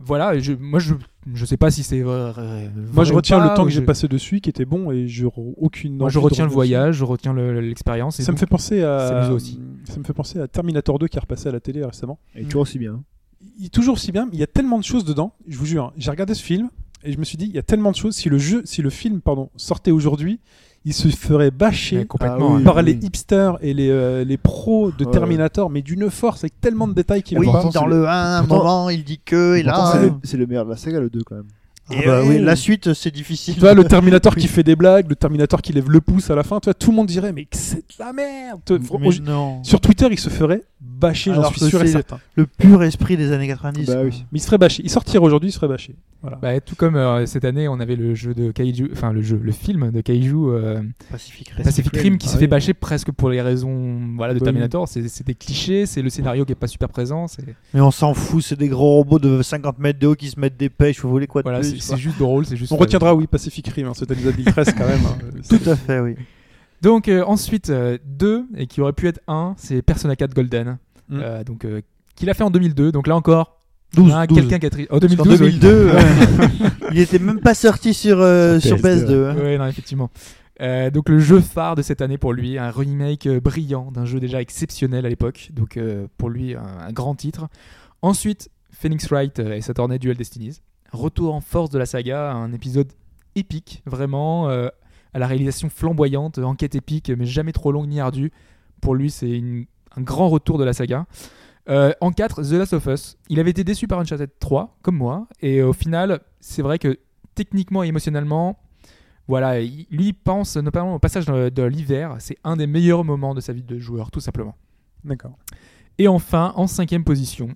[SPEAKER 5] voilà, et je, moi je je sais pas si c'est vrai- euh, vrai
[SPEAKER 3] Moi, je
[SPEAKER 5] ou
[SPEAKER 3] retiens
[SPEAKER 5] pas,
[SPEAKER 3] le temps que
[SPEAKER 5] je-
[SPEAKER 3] j'ai passé dessus, qui était bon, et je re- aucune.
[SPEAKER 5] Moi
[SPEAKER 3] envie
[SPEAKER 5] je
[SPEAKER 3] de
[SPEAKER 5] retiens le
[SPEAKER 3] revenir
[SPEAKER 5] voyage, je retiens le- l'expérience.
[SPEAKER 3] dessus.
[SPEAKER 5] et
[SPEAKER 3] Ça me
[SPEAKER 5] donc-
[SPEAKER 3] fait penser
[SPEAKER 5] c'est
[SPEAKER 3] à.
[SPEAKER 5] amusant aussi.
[SPEAKER 3] Ça me fait penser à Terminator 2 qui est repassé à la télé récemment.
[SPEAKER 4] Et toujours aussi bien.
[SPEAKER 3] Il est toujours si bien, mais il y a tellement de choses dedans. Je vous jure, hein, j'ai regardé ce film et je me suis dit, il y a tellement de choses. Si le jeu, si le film, pardon, sortait aujourd'hui, il se ferait
[SPEAKER 5] mais
[SPEAKER 3] bâcher
[SPEAKER 5] complètement.
[SPEAKER 4] Ah oui.
[SPEAKER 5] hein.
[SPEAKER 3] par les hipsters et les, euh, les pros de
[SPEAKER 4] Ouais.
[SPEAKER 3] Terminator, mais d'une force avec tellement de détails qu'il
[SPEAKER 6] Oui,
[SPEAKER 3] va pas.
[SPEAKER 6] dans le 1, à un
[SPEAKER 4] Pourtant-
[SPEAKER 6] moment, il dit que, et
[SPEAKER 4] Pourtant,
[SPEAKER 6] là.
[SPEAKER 4] c'est
[SPEAKER 6] hein.
[SPEAKER 4] le- c'est le meilleur de la saga, le 2, quand même.
[SPEAKER 6] Et
[SPEAKER 3] Ah bah
[SPEAKER 6] oui,
[SPEAKER 3] oui.
[SPEAKER 6] la suite, c'est difficile.
[SPEAKER 3] Tu vois, le Terminator qui fait des blagues, le Terminator qui lève le pouce à la fin, tu vois, tout le monde dirait, mais c'est de la merde. Tu-
[SPEAKER 6] Mais
[SPEAKER 3] au-
[SPEAKER 6] non.
[SPEAKER 3] oh, Sur Twitter, il se ferait bâcher, j'en
[SPEAKER 6] Alors
[SPEAKER 3] suis
[SPEAKER 6] que
[SPEAKER 3] sûr et
[SPEAKER 6] c'est-
[SPEAKER 3] certain.
[SPEAKER 6] Le pur esprit des années 90.
[SPEAKER 4] Bah
[SPEAKER 6] quoi.
[SPEAKER 4] oui.
[SPEAKER 3] Mais il se ferait bâcher. Il sortirait aujourd'hui, il se ferait bâcher. Voilà.
[SPEAKER 5] Bah, tout comme euh, cette année, on avait le jeu de Kaiju, enfin le jeu, le film de Kaiju euh,
[SPEAKER 6] Pacific Rim.
[SPEAKER 5] Pacific
[SPEAKER 3] Rim,
[SPEAKER 5] Rim qui
[SPEAKER 3] ah
[SPEAKER 5] se fait
[SPEAKER 3] oui.
[SPEAKER 5] bâcher presque pour les raisons voilà de
[SPEAKER 3] Bah oui.
[SPEAKER 5] Terminator. C'est c'est des clichés, c'est le scénario qui est pas super présent. c'est-
[SPEAKER 6] Mais on s'en fout, c'est des gros robots de 50 mètres de haut qui se mettent des pêches. Vous voulez quoi de
[SPEAKER 5] Voilà, c'est
[SPEAKER 6] plus
[SPEAKER 5] c'est
[SPEAKER 6] quoi.
[SPEAKER 5] juste drôle, c'est juste. euh,
[SPEAKER 3] On retiendra, oui, Pacific Rim, hein, c'était des 2013 quand même. hein. C'est-
[SPEAKER 6] Tout à fait, oui.
[SPEAKER 5] Donc euh, ensuite 2 et qui aurait pu être 1, c'est Persona 4 Golden.
[SPEAKER 3] Mm.
[SPEAKER 5] Euh, donc euh, qu'il a fait en 2002. Donc là encore,
[SPEAKER 6] 12.
[SPEAKER 5] hein,
[SPEAKER 6] 12.
[SPEAKER 5] quelqu'un qui a tri- oh,
[SPEAKER 6] Parce qu'en
[SPEAKER 5] 2012. oui.
[SPEAKER 6] 2002, euh, il était même pas sorti sur, euh, sur
[SPEAKER 4] Sur PS2,
[SPEAKER 6] PS2. hein.
[SPEAKER 5] Ouais, non, effectivement. Euh, donc le jeu phare de cette année pour lui, un remake euh, brillant d'un jeu déjà exceptionnel à l'époque. Donc euh, pour lui un, un grand titre. Ensuite, Phoenix Wright euh, et sa tournée Duel Destinies. Retour en force de la saga, un épisode épique, vraiment, euh, à la réalisation flamboyante, euh, enquête épique, mais jamais trop longue ni ardue. Pour lui, c'est une- un grand retour de la saga. Euh, en 4, The Last of Us. Il avait été déçu par Uncharted 3, comme moi, et au final, c'est vrai que techniquement et émotionnellement, voilà, il- lui il pense notamment au passage de, de l'hiver, c'est un des meilleurs moments de sa vie de joueur, tout simplement.
[SPEAKER 3] D'accord.
[SPEAKER 5] Et enfin, en cinquième position,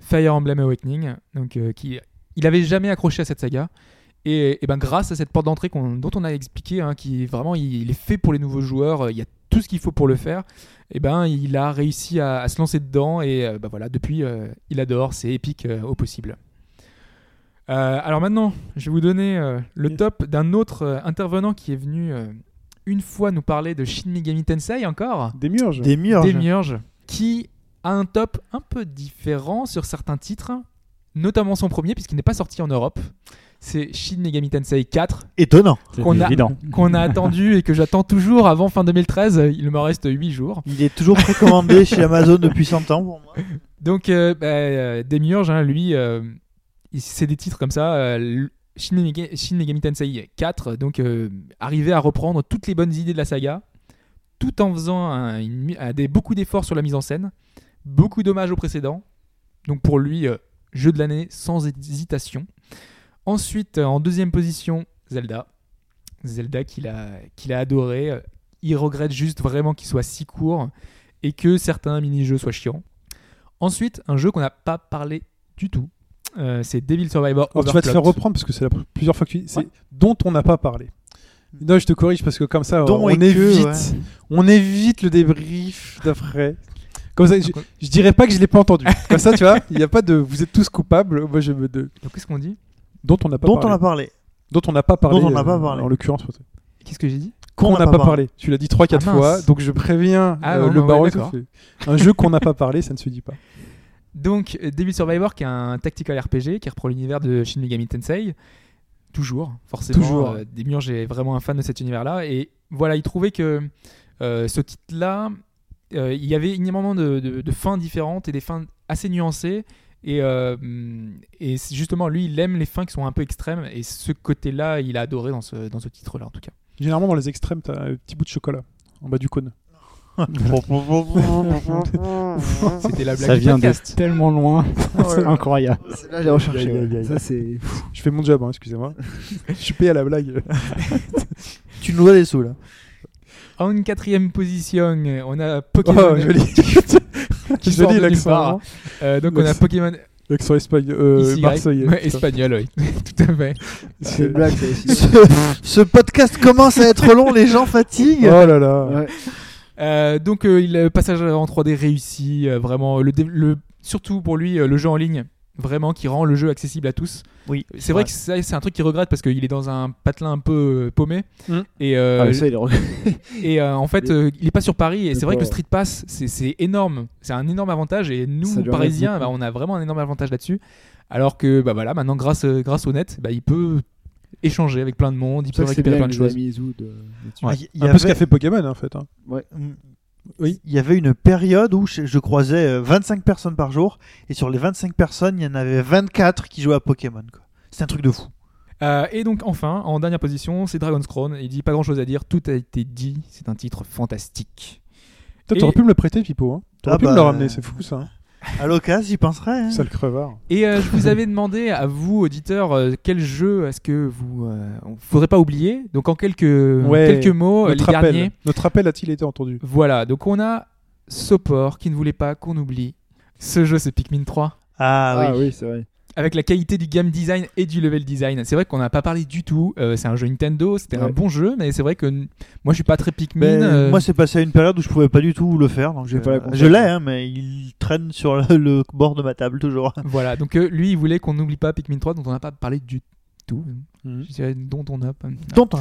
[SPEAKER 5] Fire Emblem Awakening, donc, euh, qui, il avait jamais accroché à cette saga. Et, et ben grâce à cette porte d'entrée qu'on- dont on a expliqué, hein, qui vraiment il, il est fait pour les nouveaux joueurs, euh, il y a tout ce qu'il faut pour le faire. Et ben il a réussi à, à se lancer dedans et euh, bah voilà depuis euh, il adore, c'est épique euh, au possible. Euh, alors maintenant, je vais vous donner euh, le
[SPEAKER 3] Yes.
[SPEAKER 5] top d'un autre euh, intervenant qui est venu euh, une fois nous parler de Shin Megami Tensei encore.
[SPEAKER 3] Des murges.
[SPEAKER 6] Des murs.
[SPEAKER 5] Demiurge, qui a un top un peu différent sur certains titres, notamment son premier, puisqu'il n'est pas sorti en Europe. c'est Shin Megami Tensei 4
[SPEAKER 6] Étonnant.
[SPEAKER 5] qu'on a,
[SPEAKER 7] évident.
[SPEAKER 5] qu'on a attendu et que j'attends toujours avant fin 2013. Il me reste 8 jours.
[SPEAKER 6] Il est toujours précommandé chez Amazon depuis 100 ans pour moi.
[SPEAKER 5] Donc, euh, bah, euh, Demiurge, hein, lui, euh, il- c'est des titres comme ça. euh, l- Shin Megami, Shin Megami Tensei 4, donc euh, arriver à reprendre toutes les bonnes idées de la saga, tout en faisant un- une mi- un des, beaucoup d'efforts sur la mise en scène, beaucoup d'hommages au précédent. Donc pour lui, euh, jeu de l'année sans hésitation. Ensuite, euh, en deuxième position, Zelda. Zelda qu'il a, qu'il a adoré. Euh, Il regrette juste vraiment qu'il soit si court et que certains mini-jeux soient chiants. Ensuite, un jeu qu'on n'a pas parlé du tout, euh, c'est Devil Survivor
[SPEAKER 3] Alors, Oh, tu vas te faire
[SPEAKER 5] Overclocked.
[SPEAKER 3] reprendre parce que c'est la pr- plusieurs fois que tu dis. C'est
[SPEAKER 7] Ouais.
[SPEAKER 3] dont on n'a pas parlé. Non, je te corrige parce que comme ça,
[SPEAKER 6] Mm. Dont
[SPEAKER 3] Oh, on
[SPEAKER 6] et que,
[SPEAKER 3] évite,
[SPEAKER 6] ouais.
[SPEAKER 3] on évite le débrief d'après. Comme ça, je, je dirais pas que je l'ai pas entendu. Comme ça, tu vois, il n'y a pas de. Vous êtes tous coupables. Moi, je me. de-
[SPEAKER 5] Donc, qu'est-ce qu'on dit
[SPEAKER 3] dont on n'a pas
[SPEAKER 6] Dont on
[SPEAKER 3] parlé.
[SPEAKER 6] a parlé.
[SPEAKER 3] Dont on n'a pas parlé.
[SPEAKER 6] Dont on n'a pas
[SPEAKER 3] euh,
[SPEAKER 6] parlé.
[SPEAKER 3] En l'occurrence,
[SPEAKER 5] Qu'est-ce que j'ai dit
[SPEAKER 3] qu'on n'a
[SPEAKER 6] n'a
[SPEAKER 3] pas,
[SPEAKER 6] pas
[SPEAKER 3] parlé. Tu l'as dit 3-4
[SPEAKER 5] Ah, mince.
[SPEAKER 3] fois, donc je préviens
[SPEAKER 5] Ah,
[SPEAKER 3] euh,
[SPEAKER 5] non,
[SPEAKER 3] le
[SPEAKER 5] non,
[SPEAKER 3] baron.
[SPEAKER 5] ouais,
[SPEAKER 3] tout
[SPEAKER 5] d'accord.
[SPEAKER 3] fait. un jeu qu'on n'a pas parlé, ça ne se dit pas.
[SPEAKER 5] Donc, euh, Devil Survivor, qui est un tactical RPG qui reprend l'univers de Shin Megami Tensei. Toujours, forcément.
[SPEAKER 3] Toujours.
[SPEAKER 5] Euh, Demiurge est vraiment un fan de cet univers-là. Et voilà, il trouvait que euh, ce titre-là, euh, il y avait énormément de, de- de fins différentes et des fins assez nuancées. Et, euh, hum, et c'est justement, lui, il aime les fins qui sont un peu extrêmes. Et ce côté-là, il a adoré dans ce, dans ce titre-là, en tout cas.
[SPEAKER 3] Généralement, dans les extrêmes, t'as un petit bout de chocolat en bas du cône.
[SPEAKER 5] C'était la blague
[SPEAKER 7] Ça
[SPEAKER 5] du
[SPEAKER 7] vient de
[SPEAKER 5] podcast.
[SPEAKER 7] tellement loin. c'est incroyable.
[SPEAKER 4] Là, j'ai recherché.
[SPEAKER 7] Aïe, aïe,
[SPEAKER 4] ouais.
[SPEAKER 7] aïe.
[SPEAKER 4] Ça, c'est.
[SPEAKER 3] Je fais mon job, hein, excusez-moi. je suis payé à la blague.
[SPEAKER 6] Tu nous dois des sous là.
[SPEAKER 5] En une quatrième position, on a Pokémon.
[SPEAKER 3] Oh, joli.
[SPEAKER 5] qui sort
[SPEAKER 3] joli
[SPEAKER 5] de nulle
[SPEAKER 3] l'accent.
[SPEAKER 5] part. Euh, donc, on a
[SPEAKER 3] L'accent.
[SPEAKER 5] Pokémon
[SPEAKER 3] L'accent espagnol. Euh,
[SPEAKER 5] Ici,
[SPEAKER 3] Marseillais.
[SPEAKER 5] ouais,
[SPEAKER 3] putain.
[SPEAKER 5] espagnol, oui. Tout à fait.
[SPEAKER 4] C'est une blague, ça aussi.
[SPEAKER 6] ce, ce podcast commence à être long, les gens fatiguent.
[SPEAKER 3] Oh là là.
[SPEAKER 4] Ouais.
[SPEAKER 5] Euh, donc, euh, il, euh, passage en 3D réussi, euh, vraiment. Le, dé- le- surtout pour lui, euh, le jeu en ligne, vraiment, qui rend le jeu accessible à tous.
[SPEAKER 6] Oui,
[SPEAKER 5] C'est vrai que ça, c'est un truc qu'il regrette parce qu'il est dans un patelin un peu euh, paumé.
[SPEAKER 3] Mm.
[SPEAKER 5] Et, euh,
[SPEAKER 4] Ah, mais ça, il est re-
[SPEAKER 5] et euh, en fait, euh, il est pas sur Paris. Et c'est vrai que le
[SPEAKER 4] D'accord.
[SPEAKER 5] Street Pass, c'est- c'est énorme. C'est un énorme avantage. Et
[SPEAKER 4] Ça
[SPEAKER 5] nous,
[SPEAKER 4] lui enlève
[SPEAKER 5] Parisiens,
[SPEAKER 4] beaucoup.
[SPEAKER 5] bah, on a vraiment un énorme avantage là-dessus. Alors que, bah voilà, maintenant, grâce, euh, grâce au net, bah, il peut échanger avec plein de monde, il
[SPEAKER 4] C'est
[SPEAKER 5] peut
[SPEAKER 4] vrai que c'est
[SPEAKER 5] récupérer
[SPEAKER 4] bien
[SPEAKER 5] plein de
[SPEAKER 4] les
[SPEAKER 5] choses.
[SPEAKER 4] amis Zoud. euh, là-dessus.
[SPEAKER 6] Il y- il y
[SPEAKER 3] Un peu
[SPEAKER 6] avait-
[SPEAKER 3] ce qu'a fait Pokémon, hein, en fait. hein.
[SPEAKER 6] Mm.
[SPEAKER 3] Oui.
[SPEAKER 6] Il y avait une période où je, je croisais euh, 25 personnes par jour, et sur les 25 personnes, il y en avait 24 qui jouaient à Pokémon. quoi. C'est un truc de fou.
[SPEAKER 5] Euh, et donc enfin, en dernière position, c'est Dragon's Crown. Il dit pas grand chose à dire, tout a été dit. C'est un titre fantastique.
[SPEAKER 3] Toi,
[SPEAKER 5] Et-
[SPEAKER 3] T'aurais pu me le prêter, Pipo. Hein. T'aurais
[SPEAKER 6] Ah
[SPEAKER 3] pu me
[SPEAKER 6] bah,
[SPEAKER 3] le ramener, c'est fou ça. hein.
[SPEAKER 6] À l'occasion, j'y penserais. hein.
[SPEAKER 3] Sale crevard.
[SPEAKER 5] Et euh, je vous avais demandé à vous, auditeurs, euh, quel jeu est-ce que vous. euh, faudrait pas oublier. Donc en quelques,
[SPEAKER 3] Ouais,
[SPEAKER 5] quelques mots, euh, les
[SPEAKER 3] Notre appel.
[SPEAKER 5] derniers.
[SPEAKER 3] Notre appel a-t-il été entendu
[SPEAKER 5] Voilà, donc on a Sopor qui ne voulait pas qu'on oublie. Ce jeu, c'est Pikmin 3.
[SPEAKER 6] Ah, oui.
[SPEAKER 4] c'est vrai.
[SPEAKER 5] Avec la qualité du game design et du level design. C'est vrai qu'on n'a pas parlé du tout. Euh, c'est un jeu Nintendo, c'était un
[SPEAKER 4] Ouais.
[SPEAKER 5] bon jeu, mais c'est vrai que n- moi je suis pas très Pikmin.
[SPEAKER 6] Ben,
[SPEAKER 5] euh,
[SPEAKER 6] Moi, c'est passé à une période où je pouvais pas du tout le faire, donc j'ai
[SPEAKER 4] J'ai pas la console.
[SPEAKER 6] Je l'ai, hein, mais il traîne sur le, le bord de ma table toujours.
[SPEAKER 5] Voilà, donc euh, lui, il voulait qu'on n'oublie pas Pikmin 3, dont on n'a pas parlé du tout.
[SPEAKER 3] Mhm.
[SPEAKER 5] Je dirais dont on a pas.
[SPEAKER 6] Donc,
[SPEAKER 3] Non,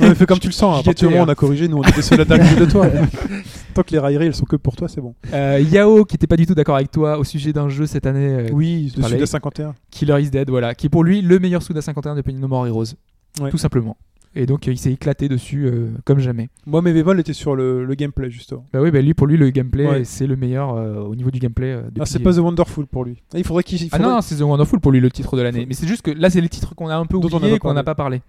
[SPEAKER 3] mais fais comme tu le sens. hein. À
[SPEAKER 5] J'y étais,
[SPEAKER 3] partir du moment où
[SPEAKER 5] hein.
[SPEAKER 3] on a corrigé, nous on était ceux-là d'accueil de toi. Tant que les railleries elles sont que pour toi, c'est bon.
[SPEAKER 5] Euh, Yao, qui n'était pas du tout d'accord avec toi au sujet d'un jeu cette année, euh,
[SPEAKER 3] Oui, de
[SPEAKER 5] parlais.
[SPEAKER 3] Suda 51.
[SPEAKER 5] Killer is Dead, voilà, qui est pour lui le meilleur Souda 51 depuis No More Heroes.
[SPEAKER 3] Ouais.
[SPEAKER 5] Tout simplement. Et donc euh, il s'est éclaté dessus euh, comme jamais.
[SPEAKER 3] Moi, mes bémols étaient sur le, le gameplay, justement.
[SPEAKER 5] Bah oui, bah lui, pour lui, le gameplay,
[SPEAKER 3] Ouais.
[SPEAKER 5] c'est le meilleur euh, au niveau du gameplay. euh, depuis-
[SPEAKER 3] Ah, c'est pas The Wonderful pour lui. Ah, Il faudrait qu'il. il
[SPEAKER 5] Ah
[SPEAKER 3] faudrait-
[SPEAKER 5] non, non, c'est The Wonderful pour lui le titre de l'année. Mais c'est juste que là, c'est les titres qu'on a un peu
[SPEAKER 3] Dont on
[SPEAKER 5] oubliés
[SPEAKER 3] n'a
[SPEAKER 5] et
[SPEAKER 3] pas
[SPEAKER 5] qu'on n'a pas parlé.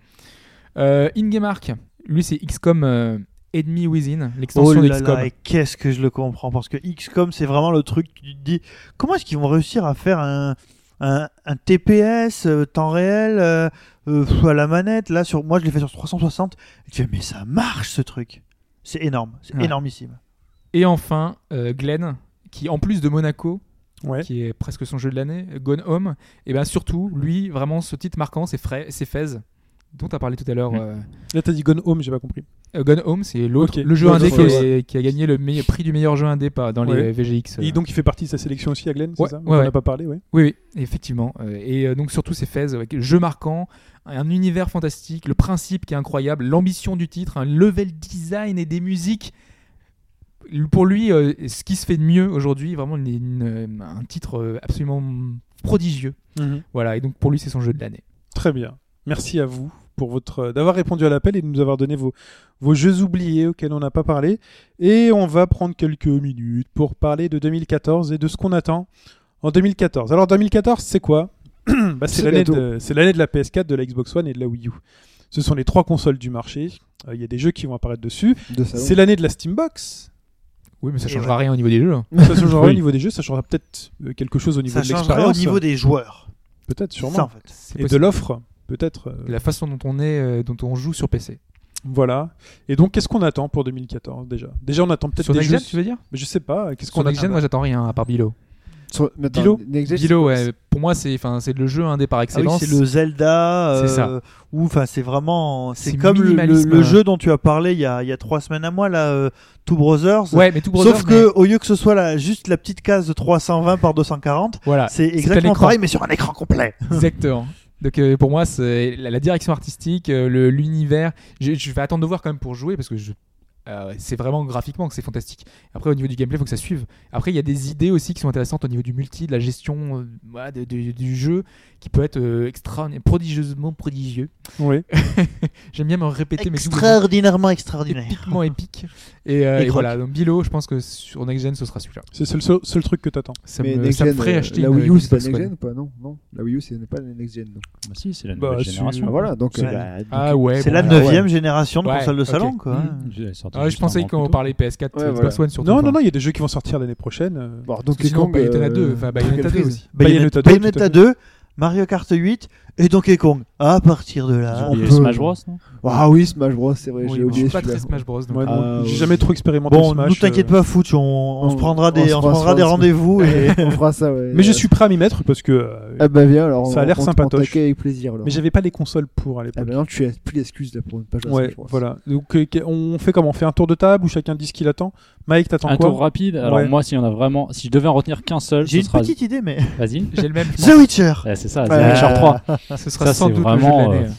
[SPEAKER 5] Euh, Ingemark, lui, c'est XCOM euh, Enemy Within,
[SPEAKER 6] Oh
[SPEAKER 5] l'extension
[SPEAKER 6] là
[SPEAKER 5] d'XCOM.
[SPEAKER 6] là, et qu'est-ce que je le comprends parce que XCOM c'est vraiment le truc tu te dis comment est-ce qu'ils vont réussir à faire un un, un TPS euh, temps réel euh, euh, pff, à la manette là sur moi je l'ai fait sur 360 et tu fais mais ça marche ce truc c'est énorme c'est
[SPEAKER 5] Ouais.
[SPEAKER 6] énormissime
[SPEAKER 5] Et enfin, euh, Glenn, qui en plus de Monaco,
[SPEAKER 3] Ouais.
[SPEAKER 5] qui est presque son jeu de l'année, Gone Home, et bien surtout, lui, vraiment, ce titre marquant, c'est Fra- c'est Fez, dont tu as parlé tout à l'heure.
[SPEAKER 7] Mm.
[SPEAKER 5] euh,
[SPEAKER 3] Là, t'as dit Gone Home, j'ai pas compris.
[SPEAKER 5] euh, Gone Home, c'est l'autre,
[SPEAKER 3] Ok.
[SPEAKER 5] le jeu
[SPEAKER 3] Gone
[SPEAKER 5] indé
[SPEAKER 3] Home,
[SPEAKER 5] qui,
[SPEAKER 3] ouais.
[SPEAKER 5] est- qui a gagné le meilleur- prix du meilleur jeu indé pas, dans les
[SPEAKER 3] Ouais.
[SPEAKER 5] VGX. euh.
[SPEAKER 3] Et donc, il fait partie de sa sélection aussi à Glenn, c'est
[SPEAKER 5] Ouais,
[SPEAKER 3] ça dont
[SPEAKER 5] ouais,
[SPEAKER 3] On
[SPEAKER 5] ouais.
[SPEAKER 3] n'a pas parlé, ouais.
[SPEAKER 5] Oui, oui, effectivement. Euh, Et euh, donc surtout c'est Fez, ouais, jeu marquant, un univers fantastique, le principe qui est incroyable, l'ambition du titre, un level design et des musiques. Pour lui, euh, ce qui se fait de mieux aujourd'hui, vraiment une- euh, Mhm. une- un titre euh, absolument prodigieux. Voilà, et donc pour lui c'est son jeu de l'année.
[SPEAKER 3] Très bien. Merci à vous pour votre euh, d'avoir répondu à l'appel et de nous avoir donné vos, vos jeux oubliés auxquels on n'a pas parlé. Et on va prendre quelques minutes pour parler de 2014 et de ce qu'on attend en 2014. Alors 2014, c'est quoi Bah, C'est
[SPEAKER 4] C'est
[SPEAKER 3] l'année
[SPEAKER 4] bientôt.
[SPEAKER 3] de, c'est l'année de la PS4, de la Xbox One et de la Wii U. Ce sont les trois consoles du marché. Euh, Il y a des jeux qui vont apparaître dessus.
[SPEAKER 4] de salon.
[SPEAKER 3] C'est l'année de la Steambox.
[SPEAKER 5] Oui, mais ça
[SPEAKER 6] Et
[SPEAKER 5] changera rien au niveau des jeux. hein.
[SPEAKER 3] Ça changera
[SPEAKER 7] Oui.
[SPEAKER 3] au niveau des jeux, ça changera peut-être euh, quelque chose au niveau
[SPEAKER 6] Ça
[SPEAKER 3] de
[SPEAKER 6] changera au
[SPEAKER 3] l'expérience.
[SPEAKER 6] niveau des joueurs.
[SPEAKER 3] Peut-être,
[SPEAKER 6] C'est
[SPEAKER 3] sûrement.
[SPEAKER 6] Ça, en fait.
[SPEAKER 5] C'est
[SPEAKER 3] et de
[SPEAKER 5] possible.
[SPEAKER 3] l'offre, peut-être. euh,
[SPEAKER 5] La façon dont on est, euh, dont on joue sur PC.
[SPEAKER 3] Voilà. Et donc, qu'est-ce qu'on attend pour 2014 déjà Déjà, on attend peut-être
[SPEAKER 5] Sur
[SPEAKER 3] des
[SPEAKER 5] Next
[SPEAKER 3] jeux.
[SPEAKER 5] Gen, tu veux dire
[SPEAKER 3] Mais je sais pas. Qu'est-ce
[SPEAKER 5] Sur
[SPEAKER 3] qu'on
[SPEAKER 5] Next Gen,
[SPEAKER 3] attend
[SPEAKER 5] moi j'attends rien à part Bilo.
[SPEAKER 4] Sur- mais attends,
[SPEAKER 3] Bilo.
[SPEAKER 4] Next Gen, c'est
[SPEAKER 5] Bilo,
[SPEAKER 4] quoi
[SPEAKER 5] ouais, pour moi c'est, enfin, c'est le jeu indé par
[SPEAKER 6] Ah oui,
[SPEAKER 5] excellence.
[SPEAKER 6] c'est le Zelda.
[SPEAKER 5] C'est ça.
[SPEAKER 6] euh, Ou enfin, c'est vraiment. C'est
[SPEAKER 5] C'est
[SPEAKER 6] comme le, le-
[SPEAKER 5] minimalisme.
[SPEAKER 6] le jeu dont tu as parlé il y a, il y a trois semaines à moi, là, euh, Two Brothers.
[SPEAKER 5] Ouais, mais tout
[SPEAKER 6] Sauf que au lieu que ce soit la, juste la petite case de 320 par 240,
[SPEAKER 5] voilà,
[SPEAKER 6] c'est
[SPEAKER 5] à
[SPEAKER 6] exactement
[SPEAKER 5] Ah, l'écran.
[SPEAKER 6] pareil, mais sur un écran complet.
[SPEAKER 5] Exactement. Donc euh, pour moi, c'est la, la direction artistique, euh, le- l'univers. Je, je vais attendre de voir quand même pour jouer parce que je- euh, c'est vraiment graphiquement que c'est fantastique. Après, au niveau du gameplay, il faut que ça suive. Après, il y a des idées aussi qui sont intéressantes au niveau du multi, de la gestion euh, voilà, de- de- du jeu qui peut être euh, extra, prodigieusement prodigieux.
[SPEAKER 3] Oui.
[SPEAKER 5] J'aime bien me répéter mes doubles
[SPEAKER 6] Extraordinairement
[SPEAKER 5] mots.
[SPEAKER 6] extraordinaire.
[SPEAKER 5] Épiquement épique. Et, euh,
[SPEAKER 6] Et
[SPEAKER 5] et
[SPEAKER 6] croque.
[SPEAKER 5] voilà, donc Bilo, je pense que sur Next Gen, ce sera celui-là.
[SPEAKER 3] C'est c'est le seul, seul truc que t'attends.
[SPEAKER 5] Ça,
[SPEAKER 4] Mais
[SPEAKER 5] me,
[SPEAKER 4] Next
[SPEAKER 5] ça me
[SPEAKER 4] Gen,
[SPEAKER 5] ferait
[SPEAKER 4] euh,
[SPEAKER 5] acheter
[SPEAKER 4] la
[SPEAKER 5] une
[SPEAKER 4] Wii U, c'est pas
[SPEAKER 5] Xbox
[SPEAKER 4] Next
[SPEAKER 5] One.
[SPEAKER 4] Gen ou pas Non, non. La Wii U, c'est pas la Next Gen. donc.
[SPEAKER 7] Bah si, c'est la
[SPEAKER 3] Bah,
[SPEAKER 7] nouvelle
[SPEAKER 3] c'est-
[SPEAKER 7] génération.
[SPEAKER 4] Ah, voilà, donc.
[SPEAKER 6] C'est-
[SPEAKER 4] euh, bah, donc-
[SPEAKER 5] Ah ouais,
[SPEAKER 6] C'est la
[SPEAKER 5] bon,
[SPEAKER 4] neuf.
[SPEAKER 5] alors.
[SPEAKER 6] neuvième génération de
[SPEAKER 5] Ouais,
[SPEAKER 6] console de
[SPEAKER 5] ok.
[SPEAKER 6] salon,
[SPEAKER 7] Mm,
[SPEAKER 6] quoi. hein.
[SPEAKER 7] Mmh,
[SPEAKER 5] Mhm.
[SPEAKER 7] Elle est sortie
[SPEAKER 5] Ah, je
[SPEAKER 7] juste un
[SPEAKER 5] pensais
[SPEAKER 7] an
[SPEAKER 5] qu'on
[SPEAKER 7] plus tôt.
[SPEAKER 5] parlait PS4,
[SPEAKER 4] Ouais,
[SPEAKER 5] Xbox One surtout.
[SPEAKER 3] Non,
[SPEAKER 5] Enfin,
[SPEAKER 3] non, non, il y a des jeux qui vont sortir l'année prochaine. euh,
[SPEAKER 4] Bon, donc,
[SPEAKER 5] Sinon,
[SPEAKER 4] Kong,
[SPEAKER 5] Bayonetta
[SPEAKER 4] euh,
[SPEAKER 5] 2, enfin, Bayonetta
[SPEAKER 4] Bayonetta
[SPEAKER 5] 2 aussi.
[SPEAKER 3] Bayonetta 2,
[SPEAKER 6] Bayonetta,
[SPEAKER 3] tout à
[SPEAKER 6] Bayonetta
[SPEAKER 3] fait.
[SPEAKER 6] 2, Mario Kart 8 et Donkey Kong. À partir de
[SPEAKER 7] Ils
[SPEAKER 6] là,
[SPEAKER 7] ont oublié
[SPEAKER 4] peut-
[SPEAKER 7] Ah, Smash Bros, non
[SPEAKER 4] Ah oui, Smash Bros, c'est vrai, j'ai
[SPEAKER 5] Oui, je suis
[SPEAKER 4] oublié
[SPEAKER 5] pas
[SPEAKER 4] celui-là.
[SPEAKER 5] très Smash Bros. donc. euh,
[SPEAKER 3] moi, non,
[SPEAKER 4] Ah,
[SPEAKER 3] J'ai
[SPEAKER 4] oui.
[SPEAKER 3] jamais trop expérimenté
[SPEAKER 6] bon,
[SPEAKER 3] Smash.
[SPEAKER 6] nous t'inquiète
[SPEAKER 3] euh,
[SPEAKER 6] pas, Fouch, on, on
[SPEAKER 4] on-
[SPEAKER 6] se prendra
[SPEAKER 4] on
[SPEAKER 6] des,
[SPEAKER 4] se
[SPEAKER 6] on se
[SPEAKER 4] fera-
[SPEAKER 6] prendra des
[SPEAKER 4] on se-
[SPEAKER 6] rendez-vous et
[SPEAKER 4] On fera ça, ouais.
[SPEAKER 3] Mais je suis prêt à m'y mettre parce que. euh,
[SPEAKER 4] Ah bah viens, alors.
[SPEAKER 3] Ça a
[SPEAKER 4] on-
[SPEAKER 3] l'air
[SPEAKER 4] on- on
[SPEAKER 3] sympatoche.
[SPEAKER 4] t'accueille avec plaisir, alors.
[SPEAKER 3] mais j'avais pas les consoles pour à
[SPEAKER 4] Ah
[SPEAKER 3] l'époque.
[SPEAKER 4] bah non, tu as plus d'excuses là pour une page.
[SPEAKER 3] ouais, voilà. Donc, euh, que- on fait comment On fait un tour de table où chacun dit ce qu'il attend Mike, t'attends
[SPEAKER 7] Un
[SPEAKER 3] quoi
[SPEAKER 7] tour rapide. Alors
[SPEAKER 3] Ouais.
[SPEAKER 7] moi, si on a vraiment, si je devais en retenir qu'un seul,
[SPEAKER 6] j'ai
[SPEAKER 7] ce
[SPEAKER 6] une
[SPEAKER 7] sera.
[SPEAKER 6] petite idée, mais
[SPEAKER 7] Vas-y.
[SPEAKER 5] J'ai le même. je
[SPEAKER 6] The Witcher.
[SPEAKER 7] Ouais, c'est ça.
[SPEAKER 4] Ouais.
[SPEAKER 7] C'est Witcher 3.
[SPEAKER 5] pense. Ce sera
[SPEAKER 7] Ça,
[SPEAKER 5] sans
[SPEAKER 7] c'est
[SPEAKER 5] doute
[SPEAKER 7] vraiment,
[SPEAKER 5] le jeu de l'année.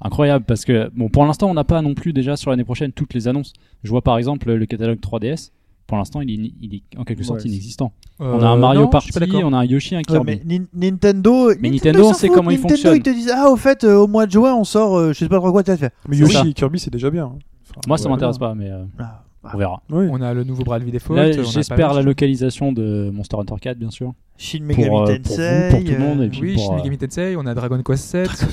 [SPEAKER 7] Incroyable parce que bon, pour l'instant, on n'a pas non plus déjà sur l'année prochaine toutes les annonces. Je vois par exemple le catalogue 3DS. Pour l'instant, il est, il est en quelque sorte
[SPEAKER 4] Ouais.
[SPEAKER 7] inexistant.
[SPEAKER 5] Euh,
[SPEAKER 7] on a un Mario
[SPEAKER 5] non, je
[SPEAKER 7] Party,
[SPEAKER 5] suis pas d'accord.
[SPEAKER 7] on a un Yoshi, un
[SPEAKER 6] Ouais,
[SPEAKER 7] Kirby.
[SPEAKER 6] mais Nin- Nintendo,
[SPEAKER 7] Mais Nintendo,
[SPEAKER 6] s'en
[SPEAKER 7] on sait
[SPEAKER 6] fout.
[SPEAKER 7] comment ils
[SPEAKER 6] Nintendo,
[SPEAKER 7] fonctionnent.
[SPEAKER 6] ils te disent ah au fait euh, au mois de juin on sort euh, je sais pas trop quoi tu as fait.
[SPEAKER 3] Mais
[SPEAKER 7] C'est
[SPEAKER 3] Yoshi
[SPEAKER 7] ça.
[SPEAKER 3] et Kirby, c'est déjà bien. hein. Enfin,
[SPEAKER 7] Moi, ça
[SPEAKER 3] ouais,
[SPEAKER 7] m'intéresse pas, mais euh,
[SPEAKER 6] Ah.
[SPEAKER 7] on verra.
[SPEAKER 3] Oui.
[SPEAKER 5] On a le nouveau Bras de Default. bah, on a
[SPEAKER 7] Là,
[SPEAKER 5] pas mal
[SPEAKER 7] j'espère
[SPEAKER 5] de
[SPEAKER 7] la
[SPEAKER 5] choses.
[SPEAKER 7] localisation de Monster Hunter 4, bien sûr.
[SPEAKER 6] Shin
[SPEAKER 7] Pour,
[SPEAKER 6] Megami
[SPEAKER 7] euh, pour vous, pour
[SPEAKER 6] Tensei.
[SPEAKER 7] tout le monde, et puis
[SPEAKER 5] Oui,
[SPEAKER 7] pour,
[SPEAKER 5] Shin
[SPEAKER 7] euh,
[SPEAKER 5] Megami Tensei, on a Dragon Quest 7.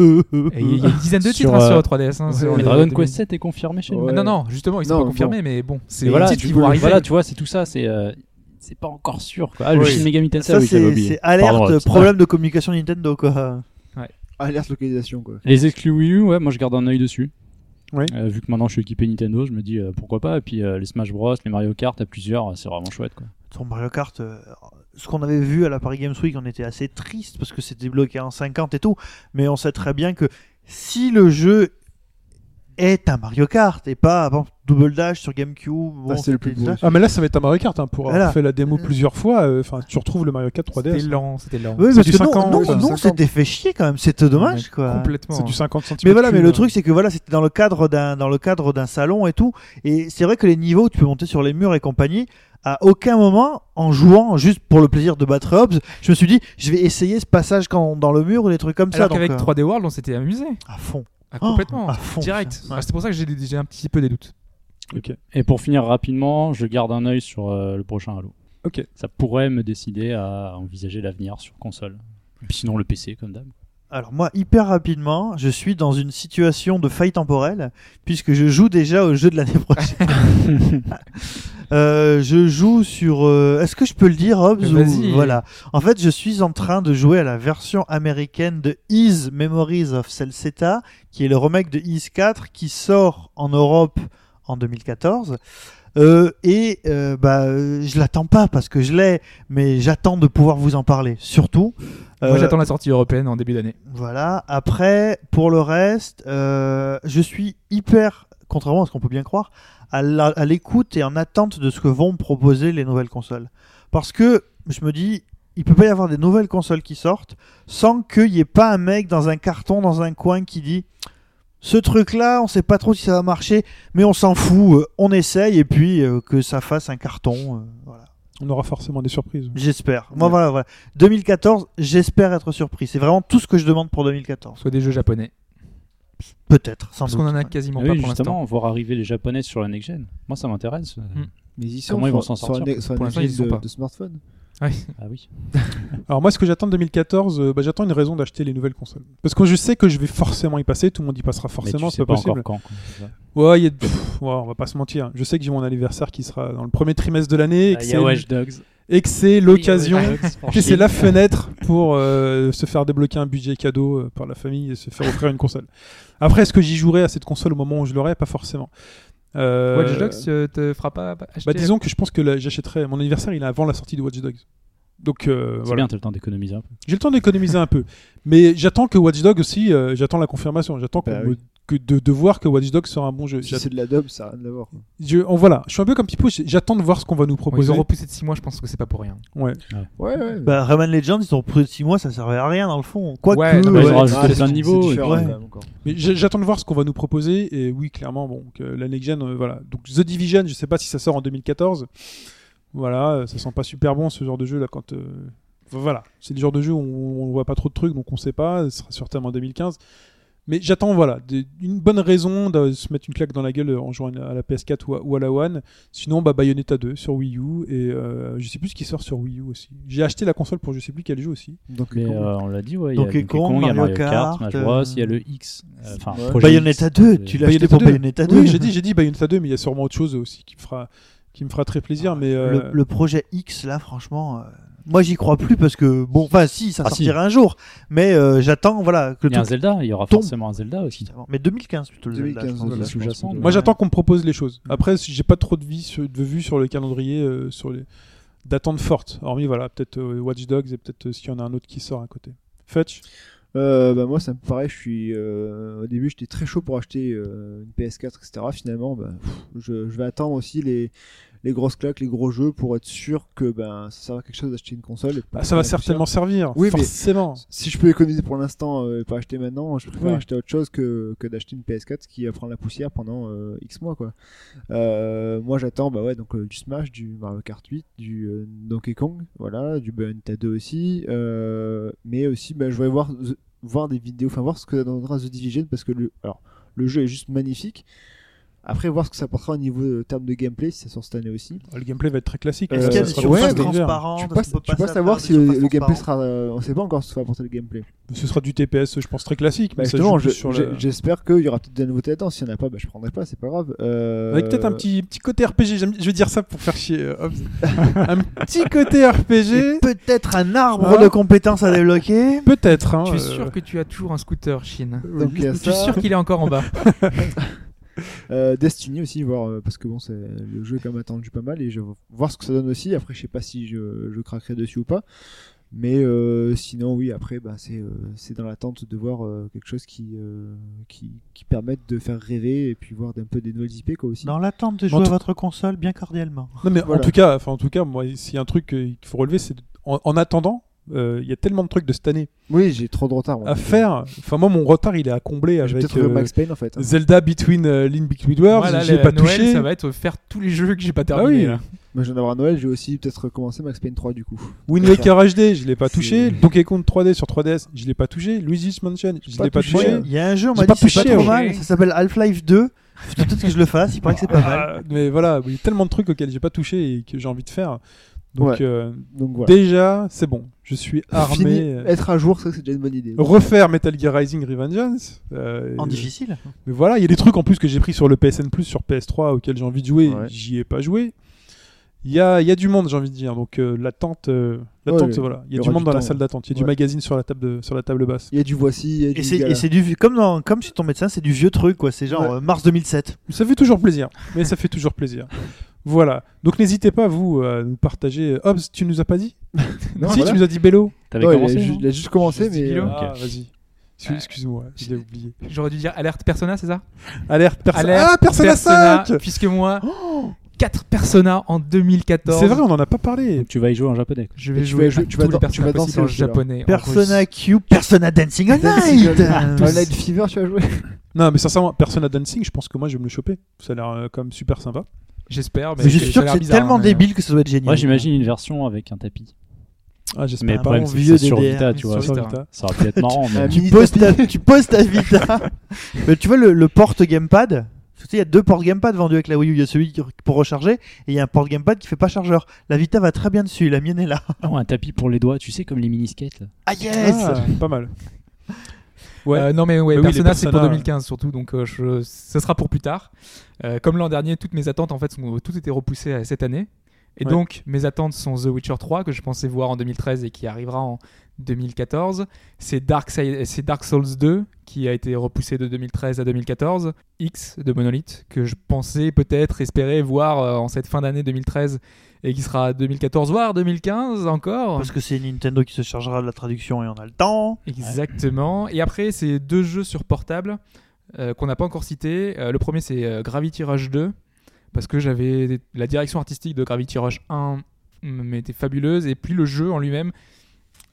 [SPEAKER 6] euh,
[SPEAKER 5] Et Il y a une dizaine de
[SPEAKER 7] Sur,
[SPEAKER 5] titres hein,
[SPEAKER 7] euh,
[SPEAKER 5] sur 3DS. hein, sur
[SPEAKER 7] Mais
[SPEAKER 5] les-
[SPEAKER 7] Dragon
[SPEAKER 5] les-
[SPEAKER 7] Quest 7 est confirmé chez nous.
[SPEAKER 4] Ouais.
[SPEAKER 5] Ah Non, non, justement, ils sont
[SPEAKER 4] Non,
[SPEAKER 5] pas confirmés, mais bon, c'est
[SPEAKER 7] Mais
[SPEAKER 5] les
[SPEAKER 7] voilà,
[SPEAKER 5] titres
[SPEAKER 7] du
[SPEAKER 5] qui
[SPEAKER 7] coup,
[SPEAKER 5] vont arriver.
[SPEAKER 7] voilà, tu vois, c'est tout ça, c'est euh, c'est pas encore sûr. Quoi. Ah, le
[SPEAKER 6] Oui.
[SPEAKER 7] Shin Megami Tensei,
[SPEAKER 6] Ça
[SPEAKER 7] oui, j'avais
[SPEAKER 6] c'est
[SPEAKER 7] oublié.
[SPEAKER 6] c'est alerte euh,
[SPEAKER 7] Pardon, putain.
[SPEAKER 6] problème de communication Nintendo quoi.
[SPEAKER 4] Ah, Alerte localisation, quoi.
[SPEAKER 7] Les exclus Wii U, ouais, moi je garde un œil dessus.
[SPEAKER 3] Oui.
[SPEAKER 7] Euh, vu que maintenant je suis équipé Nintendo, je me dis euh, pourquoi pas. Et puis euh, les Smash Bros, les Mario Kart à plusieurs, euh, c'est vraiment chouette. Quoi.
[SPEAKER 6] Sur Mario Kart euh, ce qu'on avait vu à la Paris Games Week on était assez triste parce que c'était bloqué en 50 et tout mais on sait très bien que si le jeu est un Mario Kart et pas avant Double Dash sur GameCube bon,
[SPEAKER 4] Ah, c'est le plus
[SPEAKER 6] c'était-
[SPEAKER 4] beau.
[SPEAKER 3] Ah, mais là, ça va être un Mario Kart. hein, pour avoir
[SPEAKER 6] Voilà.
[SPEAKER 3] fait la démo plusieurs fois, euh, Enfin, tu retrouves le Mario Kart 3DS.
[SPEAKER 5] C'était lent, c'était lent.
[SPEAKER 6] Oui,
[SPEAKER 3] C'est
[SPEAKER 6] parce
[SPEAKER 3] du
[SPEAKER 6] que non,
[SPEAKER 3] 50,
[SPEAKER 6] non,
[SPEAKER 3] ça,
[SPEAKER 6] non,
[SPEAKER 3] 50.
[SPEAKER 6] c'était fait chier quand même, c'était dommage quoi.
[SPEAKER 5] Complètement.
[SPEAKER 3] C'est du 50 cm.
[SPEAKER 6] Mais voilà, mais le truc c'est que voilà, c'était dans le cadre d'un dans le cadre d'un salon et tout et c'est vrai que les niveaux tu peux monter sur les murs et compagnie à aucun moment en jouant juste pour le plaisir de battre Hobbs, je me suis dit je vais essayer ce passage quand dans le mur ou des trucs comme
[SPEAKER 5] Alors
[SPEAKER 6] ça donc
[SPEAKER 5] qu'avec
[SPEAKER 6] euh,
[SPEAKER 5] 3D World, on s'était amusé.
[SPEAKER 6] à fond.
[SPEAKER 5] Ah,
[SPEAKER 6] Oh,
[SPEAKER 5] Complètement.
[SPEAKER 6] à fond,
[SPEAKER 5] Direct.
[SPEAKER 6] putain.
[SPEAKER 5] Ah, C'est pour ça que j'ai des- j'ai un petit peu des doutes.
[SPEAKER 7] Et pour finir rapidement, je garde un œil sur euh, le prochain Halo.
[SPEAKER 3] Ok.
[SPEAKER 7] Ça pourrait me décider à envisager l'avenir sur console. Et puis sinon le PC, comme d'hab. Ah
[SPEAKER 6] Alors moi hyper rapidement, je suis dans une situation de faille temporelle puisque je joue déjà au jeu de l'année prochaine. Euh, je joue sur. euh, Est-ce que je peux le dire, Hobbs ou-
[SPEAKER 5] Vas-y.
[SPEAKER 6] Voilà. En fait, je suis en train de jouer à la version américaine de Is Memories of Celceta, qui est le remake de Is 4 qui sort en Europe en 2014. Euh, et euh, bah, euh, je l'attends pas parce que je l'ai, mais j'attends de pouvoir vous en parler. Surtout.
[SPEAKER 5] Moi,
[SPEAKER 6] Euh,
[SPEAKER 5] j'attends la sortie européenne en début d'année.
[SPEAKER 6] voilà. Après, pour le reste, euh, je suis hyper, contrairement à ce qu'on peut bien croire, à la- à l'écoute et en attente de ce que vont me proposer les nouvelles consoles. Parce que je me dis, il peut pas y avoir des nouvelles consoles qui sortent sans qu'il y ait pas un mec dans un carton, dans un coin qui dit. Ce truc-là, on sait pas trop si ça va marcher, mais on s'en fout, euh, on essaye et puis euh, que ça fasse un carton. euh, voilà.
[SPEAKER 3] On aura forcément des surprises.
[SPEAKER 6] J'espère. Moi,
[SPEAKER 4] Ouais.
[SPEAKER 6] voilà, voilà. 2014, j'espère être surpris. C'est vraiment tout ce que je demande pour 2014.
[SPEAKER 5] Soit des jeux japonais.
[SPEAKER 6] Peut-être, sans
[SPEAKER 5] Parce
[SPEAKER 6] doute.
[SPEAKER 5] qu'on en a
[SPEAKER 6] Ouais.
[SPEAKER 5] quasiment
[SPEAKER 7] Ah
[SPEAKER 5] pas
[SPEAKER 7] oui,
[SPEAKER 5] pour l'instant.
[SPEAKER 7] justement, voir arriver les japonaises sur la next-gen. Moi, ça m'intéresse. Euh,
[SPEAKER 4] Mais ils
[SPEAKER 7] Comment ils vont s'en
[SPEAKER 4] sur un-
[SPEAKER 7] sortir
[SPEAKER 4] sur un
[SPEAKER 5] Pour l'instant, ils y
[SPEAKER 4] échelle
[SPEAKER 5] sont pas.
[SPEAKER 4] de, de smartphone.
[SPEAKER 7] Ah oui.
[SPEAKER 3] Alors moi, ce que j'attends de 2014, euh, bah, j'attends une raison d'acheter les nouvelles consoles. Parce que je sais que je vais forcément y passer, tout le monde y passera
[SPEAKER 7] mais
[SPEAKER 3] forcément,
[SPEAKER 7] tu
[SPEAKER 3] c'est
[SPEAKER 7] sais
[SPEAKER 3] pas,
[SPEAKER 7] pas,
[SPEAKER 3] possible.
[SPEAKER 7] encore quand. quoi, c'est ça.
[SPEAKER 3] Ouais, il y a- pff, ouais, on va pas se mentir. Je sais que j'ai mon anniversaire qui sera dans le premier trimestre de l'année et que
[SPEAKER 7] Ah, il y
[SPEAKER 3] c'est-
[SPEAKER 7] a Watch Dogs.
[SPEAKER 3] et que c'est l'occasion,
[SPEAKER 7] Il y a Watch Dogs,
[SPEAKER 3] que c'est
[SPEAKER 7] franchement.
[SPEAKER 3] la fenêtre pour euh, se faire débloquer un budget cadeau euh, par la famille et se faire offrir une console. Après, est-ce que j'y jouerai à cette console au moment où je l'aurai Pas forcément. Euh,
[SPEAKER 5] Watch Dogs euh, te fera pas acheter. hein.
[SPEAKER 3] bah, disons que je pense que la- j'achèterai. Mon anniversaire, il est avant la sortie de Watch Dogs. Donc euh,
[SPEAKER 7] C'est
[SPEAKER 3] voilà.
[SPEAKER 7] bien, t'as le temps d'économiser un peu.
[SPEAKER 3] J'ai le temps d'économiser un peu. Mais j'attends que Watch Dogs aussi, euh, j'attends la confirmation. J'attends qu'on
[SPEAKER 4] Bah
[SPEAKER 3] me-
[SPEAKER 4] oui.
[SPEAKER 3] que de, de voir que Watch Dogs sera un bon jeu.
[SPEAKER 4] Si
[SPEAKER 3] J'att-
[SPEAKER 4] c'est de la dob, ça a rien à voir.
[SPEAKER 3] Je, on- voilà, je suis un peu comme Pipo, j- j'attends de voir ce qu'on va nous
[SPEAKER 5] Bon, ils
[SPEAKER 3] proposer.
[SPEAKER 5] ont repoussé de 6 mois, je pense que c'est pas pour rien.
[SPEAKER 3] Ouais.
[SPEAKER 4] Ouais, ouais.
[SPEAKER 6] Bah, Rayman Legends, ils ont repris 6 mois, ça servait à rien dans le fond. Quoique.
[SPEAKER 5] Ouais, non, mais
[SPEAKER 7] ils
[SPEAKER 6] ouais.
[SPEAKER 7] ont rajouté plein de niveaux, et
[SPEAKER 6] ouais.
[SPEAKER 3] Mais j- j'attends de voir ce qu'on va nous proposer. Et oui, clairement, bon, que la next gen, euh, voilà. Donc The Division, je sais pas si ça sort en 2014. Voilà, euh, ça sent pas super bon ce genre de jeu là quand. euh, Voilà, c'est le genre de jeu où on, on voit pas trop de trucs, donc on sait pas. Ce sera certainement en 2015. Mais j'attends, voilà, des- une bonne raison de se mettre une claque dans la gueule euh, en jouant à la PS4 ou à, ou à la One. Sinon, bah, Bayonetta 2 sur Wii U. Et euh, je sais plus ce qui sort sur Wii U aussi. J'ai acheté la console pour je sais plus quel jeu aussi.
[SPEAKER 4] Donc,
[SPEAKER 7] Mais
[SPEAKER 4] euh,
[SPEAKER 7] euh, on l'a dit, ouais. il y a
[SPEAKER 6] Donkey
[SPEAKER 7] Donkey
[SPEAKER 6] Kong,
[SPEAKER 7] Kong, il y a
[SPEAKER 6] Mario
[SPEAKER 7] Mario Kart,
[SPEAKER 6] Kart,
[SPEAKER 7] Smash Bros,
[SPEAKER 6] euh,
[SPEAKER 7] il y a le X. euh, Enfin,
[SPEAKER 4] Ouais.
[SPEAKER 7] Projet
[SPEAKER 6] Bayonetta
[SPEAKER 7] X, euh,
[SPEAKER 6] 2,
[SPEAKER 7] c'est-
[SPEAKER 6] tu l'as acheté
[SPEAKER 3] Bayonetta
[SPEAKER 6] pour
[SPEAKER 3] 2.
[SPEAKER 6] Bayonetta 2.
[SPEAKER 3] Oui, j'ai dit, j'ai dit Bayonetta 2, mais il y a sûrement autre chose aussi qui me fera, qui me fera très plaisir. Mais euh,
[SPEAKER 6] Le, le projet X, là, franchement, euh, moi j'y crois plus parce que, bon, enfin, si, ça
[SPEAKER 7] Ah,
[SPEAKER 6] sortira un jour, mais euh, j'attends, voilà, que
[SPEAKER 7] Il y a un
[SPEAKER 6] tout.
[SPEAKER 7] Zelda, il y aura
[SPEAKER 6] Tombe.
[SPEAKER 7] forcément un Zelda aussi.
[SPEAKER 6] Mais 2015 plutôt le Zelda, je
[SPEAKER 4] 2015,
[SPEAKER 6] pense.
[SPEAKER 4] voilà.
[SPEAKER 7] sous-jacent.
[SPEAKER 3] moi,
[SPEAKER 7] Ouais.
[SPEAKER 3] j'attends qu'on me propose les choses. Après, si j'ai pas trop de, vie sur- de vue sur le calendrier, euh, sur les d'attentes fortes. Hormis, voilà, peut-être euh, Watch Dogs et peut-être euh, s'il y en a un autre qui sort à côté. Fetch,
[SPEAKER 4] Euh, bah moi ça me paraît je suis euh, au début j'étais très chaud pour acheter euh, une PS4 etc finalement bah, pff, je, je vais attendre aussi les les grosses claques les gros jeux pour être sûr que ben ça sert à quelque chose d'acheter une console et
[SPEAKER 3] Bah,
[SPEAKER 4] pas
[SPEAKER 3] ça va
[SPEAKER 4] faire plus cher.
[SPEAKER 3] certainement servir.
[SPEAKER 4] Oui, mais-
[SPEAKER 3] forcément.
[SPEAKER 4] si je peux économiser pour l'instant euh, et pas acheter maintenant je préfère
[SPEAKER 3] Oui.
[SPEAKER 4] acheter autre chose que, que d'acheter une PS4 qui va prendre la poussière pendant euh, X mois quoi Euh, moi j'attends bah ouais donc euh, du Smash du Mario Kart 8 du euh, Donkey Kong voilà du Bayonetta 2 aussi euh, mais aussi bah, je vais voir The- voir des vidéos enfin voir ce que ça donnera The Division parce que le alors le jeu est juste magnifique après voir ce que ça portera au niveau euh, terme de gameplay si ça sort cette année aussi
[SPEAKER 3] Le gameplay va être très classique.
[SPEAKER 6] Est-ce qu'il y a
[SPEAKER 4] Euh,
[SPEAKER 6] des
[SPEAKER 3] Ça sera
[SPEAKER 4] ouais,
[SPEAKER 3] le
[SPEAKER 6] surfaces
[SPEAKER 4] mais-
[SPEAKER 3] fun d'hiver.
[SPEAKER 6] transparentes
[SPEAKER 4] tu
[SPEAKER 6] Est-ce
[SPEAKER 4] peux pas,
[SPEAKER 6] qu'on peut
[SPEAKER 4] tu peux pas
[SPEAKER 6] se
[SPEAKER 4] savoir
[SPEAKER 6] faire
[SPEAKER 4] si
[SPEAKER 6] des
[SPEAKER 4] le,
[SPEAKER 6] surfaces
[SPEAKER 4] le gameplay
[SPEAKER 6] transparentes
[SPEAKER 4] sera euh, on sait pas encore ce que va apporter le gameplay
[SPEAKER 3] Ce sera du TPS, je pense, très classique.
[SPEAKER 4] bah
[SPEAKER 3] mais ça
[SPEAKER 4] justement,
[SPEAKER 3] joue
[SPEAKER 4] je-
[SPEAKER 3] plus sur
[SPEAKER 4] j'ai-
[SPEAKER 3] le-
[SPEAKER 4] j'espère qu'il y aura peut-être des nouveautés là-dedans. S'il n'y en a pas, bah, je prendrai pas, c'est pas grave. Euh,
[SPEAKER 3] Avec peut-être un petit, petit côté RPG, j'aime- je vais dire ça pour faire chier. euh, Hobbs. un petit côté RPG,
[SPEAKER 6] Et Peut-être un arbre
[SPEAKER 3] Voilà.
[SPEAKER 6] de compétences à débloquer.
[SPEAKER 3] peut-être. hein,
[SPEAKER 5] Je suis
[SPEAKER 3] euh,
[SPEAKER 5] sûr que tu as toujours un scooter, Chine.
[SPEAKER 4] Donc, il y a
[SPEAKER 5] Je suis
[SPEAKER 4] ça.
[SPEAKER 5] sûr qu'il est encore en bas.
[SPEAKER 4] Euh, Destiny aussi, voir, euh, parce que bon, c'est le jeu est quand même attendu pas mal et je vais voir ce que ça donne aussi. Après, je sais pas si je, je craquerai dessus ou pas. Mais euh, sinon, oui, après, bah, c'est euh, c'est dans l'attente de voir euh, quelque chose qui, euh, qui, qui permette de faire rêver et puis voir d'un peu des nouvelles IP quoi aussi.
[SPEAKER 6] Dans l'attente de
[SPEAKER 3] En
[SPEAKER 6] jouer à
[SPEAKER 3] tout-
[SPEAKER 6] votre console, bien cordialement.
[SPEAKER 3] Non mais
[SPEAKER 4] Voilà.
[SPEAKER 3] en tout cas, enfin en tout cas, moi, s'il y a un truc euh, qu'il faut relever, c'est de- en, en attendant, euh, il y a tellement de trucs de cette année
[SPEAKER 4] Oui, j'ai trop de retard. moi.
[SPEAKER 3] à faire. Enfin moi, mon retard, il est à combler
[SPEAKER 4] J'ai
[SPEAKER 3] avec
[SPEAKER 4] peut-être
[SPEAKER 3] euh,
[SPEAKER 4] joué Max Payne en fait. hein.
[SPEAKER 3] Zelda Between euh, Link Between Worlds.
[SPEAKER 5] Voilà,
[SPEAKER 3] J'y ai
[SPEAKER 5] la-
[SPEAKER 3] pas
[SPEAKER 5] Noël,
[SPEAKER 3] touché.
[SPEAKER 5] ça va être faire tous les jeux que j'ai pas
[SPEAKER 3] Ah oui.
[SPEAKER 5] terminé.
[SPEAKER 4] Moi, je viens d'avoir Noël, j'ai aussi peut-être commencé Max Payne 3 du coup.
[SPEAKER 3] Wind
[SPEAKER 4] C'est
[SPEAKER 3] Waker HD, je l'ai pas touché.
[SPEAKER 4] C'est-
[SPEAKER 3] Donkey Kong 3D sur 3DS, je l'ai pas touché. Luigi's Mansion, je
[SPEAKER 4] pas
[SPEAKER 3] l'ai pas
[SPEAKER 4] touché,
[SPEAKER 3] touché.
[SPEAKER 4] hein.
[SPEAKER 6] Il y a un jeu, on
[SPEAKER 3] Euh, J'ai
[SPEAKER 6] m'a
[SPEAKER 3] pas hein.
[SPEAKER 6] dit c'est pas
[SPEAKER 3] touché,
[SPEAKER 6] trop
[SPEAKER 5] ouais.
[SPEAKER 6] mal, ça s'appelle Half-Life 2. Peut-être que je le fasse, il paraît que c'est pas mal.
[SPEAKER 3] Ah, mais voilà, il y a tellement de trucs auxquels j'ai pas touché et que j'ai envie de faire. Donc
[SPEAKER 4] Ouais.
[SPEAKER 3] euh,
[SPEAKER 4] Donc voilà.
[SPEAKER 3] déjà, c'est bon. Je suis armé.
[SPEAKER 4] Fini. Eh.
[SPEAKER 3] euh,
[SPEAKER 4] Être à jour, ça c'est déjà une bonne idée.
[SPEAKER 3] Refaire Metal Gear Rising Revengeance. euh,
[SPEAKER 6] En
[SPEAKER 3] et-
[SPEAKER 6] difficile.
[SPEAKER 3] Mais voilà, il y a des trucs en plus que j'ai pris sur le PSN Plus, sur PS3 auxquels j'ai envie de jouer,
[SPEAKER 4] Ouais.
[SPEAKER 3] j'y ai pas joué. Il y a, il y a du monde, j'ai envie de dire. Donc euh, l'attente, euh, l'attente,
[SPEAKER 4] Ouais,
[SPEAKER 3] voilà. Il y
[SPEAKER 4] il y
[SPEAKER 3] a du
[SPEAKER 4] aura
[SPEAKER 3] monde
[SPEAKER 4] du
[SPEAKER 3] dans la
[SPEAKER 4] temps,
[SPEAKER 3] salle d'attente. Il y a du
[SPEAKER 4] Ouais.
[SPEAKER 3] magazine sur la table, de- sur la table basse.
[SPEAKER 4] Il y a du voici, il y a
[SPEAKER 6] Et
[SPEAKER 4] du
[SPEAKER 6] c'est
[SPEAKER 4] gala.
[SPEAKER 6] et c'est du vieux- comme dans comme chez ton médecin, c'est du vieux truc quoi. C'est genre
[SPEAKER 4] Ouais.
[SPEAKER 6] euh, mars 2007.
[SPEAKER 3] Ça fait toujours plaisir. Mais ça fait toujours plaisir. Voilà. Donc n'hésitez pas vous à nous partager. Hobbs, tu nous as pas dit
[SPEAKER 4] Non,
[SPEAKER 3] Si,
[SPEAKER 4] voilà.
[SPEAKER 3] tu nous as dit Bello.
[SPEAKER 7] T'avais
[SPEAKER 4] Ouais,
[SPEAKER 7] commencé
[SPEAKER 4] il, a ju-
[SPEAKER 7] non
[SPEAKER 4] il a juste commencé,
[SPEAKER 5] Juste
[SPEAKER 4] mais
[SPEAKER 5] Bilo.
[SPEAKER 4] euh,
[SPEAKER 7] Ok.
[SPEAKER 3] Ah, vas-y. Excuse- Excuse-moi, je l'ai oublié.
[SPEAKER 5] J'aurais dû dire alerte Persona, c'est ça
[SPEAKER 3] Alerte, personne.
[SPEAKER 5] Alerte
[SPEAKER 3] ah, Persona, 5
[SPEAKER 5] Puisque moi,
[SPEAKER 4] Oh
[SPEAKER 5] 4 Persona en 2014.
[SPEAKER 3] C'est vrai, on en a pas parlé.
[SPEAKER 7] Donc tu vas y jouer en japonais. quoi.
[SPEAKER 5] Je vais
[SPEAKER 4] Et tu
[SPEAKER 5] jouer
[SPEAKER 4] vas jouer-
[SPEAKER 5] à
[SPEAKER 4] tu
[SPEAKER 5] tous
[SPEAKER 4] vas
[SPEAKER 5] les
[SPEAKER 4] dan- tu vas
[SPEAKER 5] personnages
[SPEAKER 4] danser
[SPEAKER 5] possibles en
[SPEAKER 4] aussi, alors.
[SPEAKER 5] japonais. en
[SPEAKER 6] Persona
[SPEAKER 5] russe.
[SPEAKER 6] Q, Persona Dancing on Night. Euh,
[SPEAKER 4] Dans Night Fever, tu as joué
[SPEAKER 3] Non, mais sincèrement, Persona Dancing, je pense que moi je vais me le choper. Ça a l'air euh, quand même super sympa.
[SPEAKER 5] J'espère, mais
[SPEAKER 6] Mais je
[SPEAKER 5] ça
[SPEAKER 6] suis sûr
[SPEAKER 5] a
[SPEAKER 6] que
[SPEAKER 5] l'air
[SPEAKER 6] c'est
[SPEAKER 5] bizarre,
[SPEAKER 6] tellement
[SPEAKER 5] mais- euh,
[SPEAKER 6] débile que ça doit être génial.
[SPEAKER 7] Moi, j'imagine une version avec un tapis.
[SPEAKER 3] Ah, j'espère.
[SPEAKER 7] Mais
[SPEAKER 6] un
[SPEAKER 7] le problème,
[SPEAKER 6] bon
[SPEAKER 7] c'est que
[SPEAKER 6] vieux
[SPEAKER 7] c'est sur
[SPEAKER 6] DDR,
[SPEAKER 7] Vita, tu vois.
[SPEAKER 5] sur
[SPEAKER 7] Ça
[SPEAKER 5] Vita.
[SPEAKER 7] ça aurait pu être marrant, mais
[SPEAKER 4] Un
[SPEAKER 6] Tu
[SPEAKER 4] mini
[SPEAKER 6] poses,
[SPEAKER 4] tapis.
[SPEAKER 6] ta, tu poses ta Vita. Mais tu vois le, le porte gamepad. Tu sais, il y a deux ports gamepad vendus avec la Wii U. Il y a celui qui- pour recharger et il y a un porte gamepad qui fait pas chargeur. La Vita va très bien dessus. La mienne est là.
[SPEAKER 7] Non, un tapis pour les doigts, tu sais, comme les mini-skates. là.
[SPEAKER 6] Ah
[SPEAKER 4] Eh,
[SPEAKER 6] yes.
[SPEAKER 3] Ah, pas mal. Ouais.
[SPEAKER 5] Euh, non mais ouais,
[SPEAKER 3] Bah oui, les
[SPEAKER 5] Persona c'est pour
[SPEAKER 3] Persona,
[SPEAKER 5] 2015 surtout, donc euh, je- ça sera pour plus tard. Euh, comme l'an dernier, toutes mes attentes en fait, sont, tout était repoussé à cette année. Et
[SPEAKER 3] Ouais.
[SPEAKER 5] donc mes attentes sont The Witcher 3 que je pensais voir en 2013 et qui arrivera en 2014. C'est Dark, Si- c'est Dark Souls 2 qui a été repoussé de 2013 à 2014. X de Monolith que je pensais peut-être espérer voir euh, en cette fin d'année 2013 et qui sera 2014 voire 2015 encore.
[SPEAKER 6] Parce que c'est Nintendo qui se chargera de la traduction et on a le temps.
[SPEAKER 5] Exactement. Et après, c'est deux jeux sur portable euh, qu'on n'a pas encore cités. Euh, le premier, c'est euh, Gravity Rush 2, parce que j'avais la direction artistique de Gravity Rush 1 m'était fabuleuse, et puis le jeu en lui-même.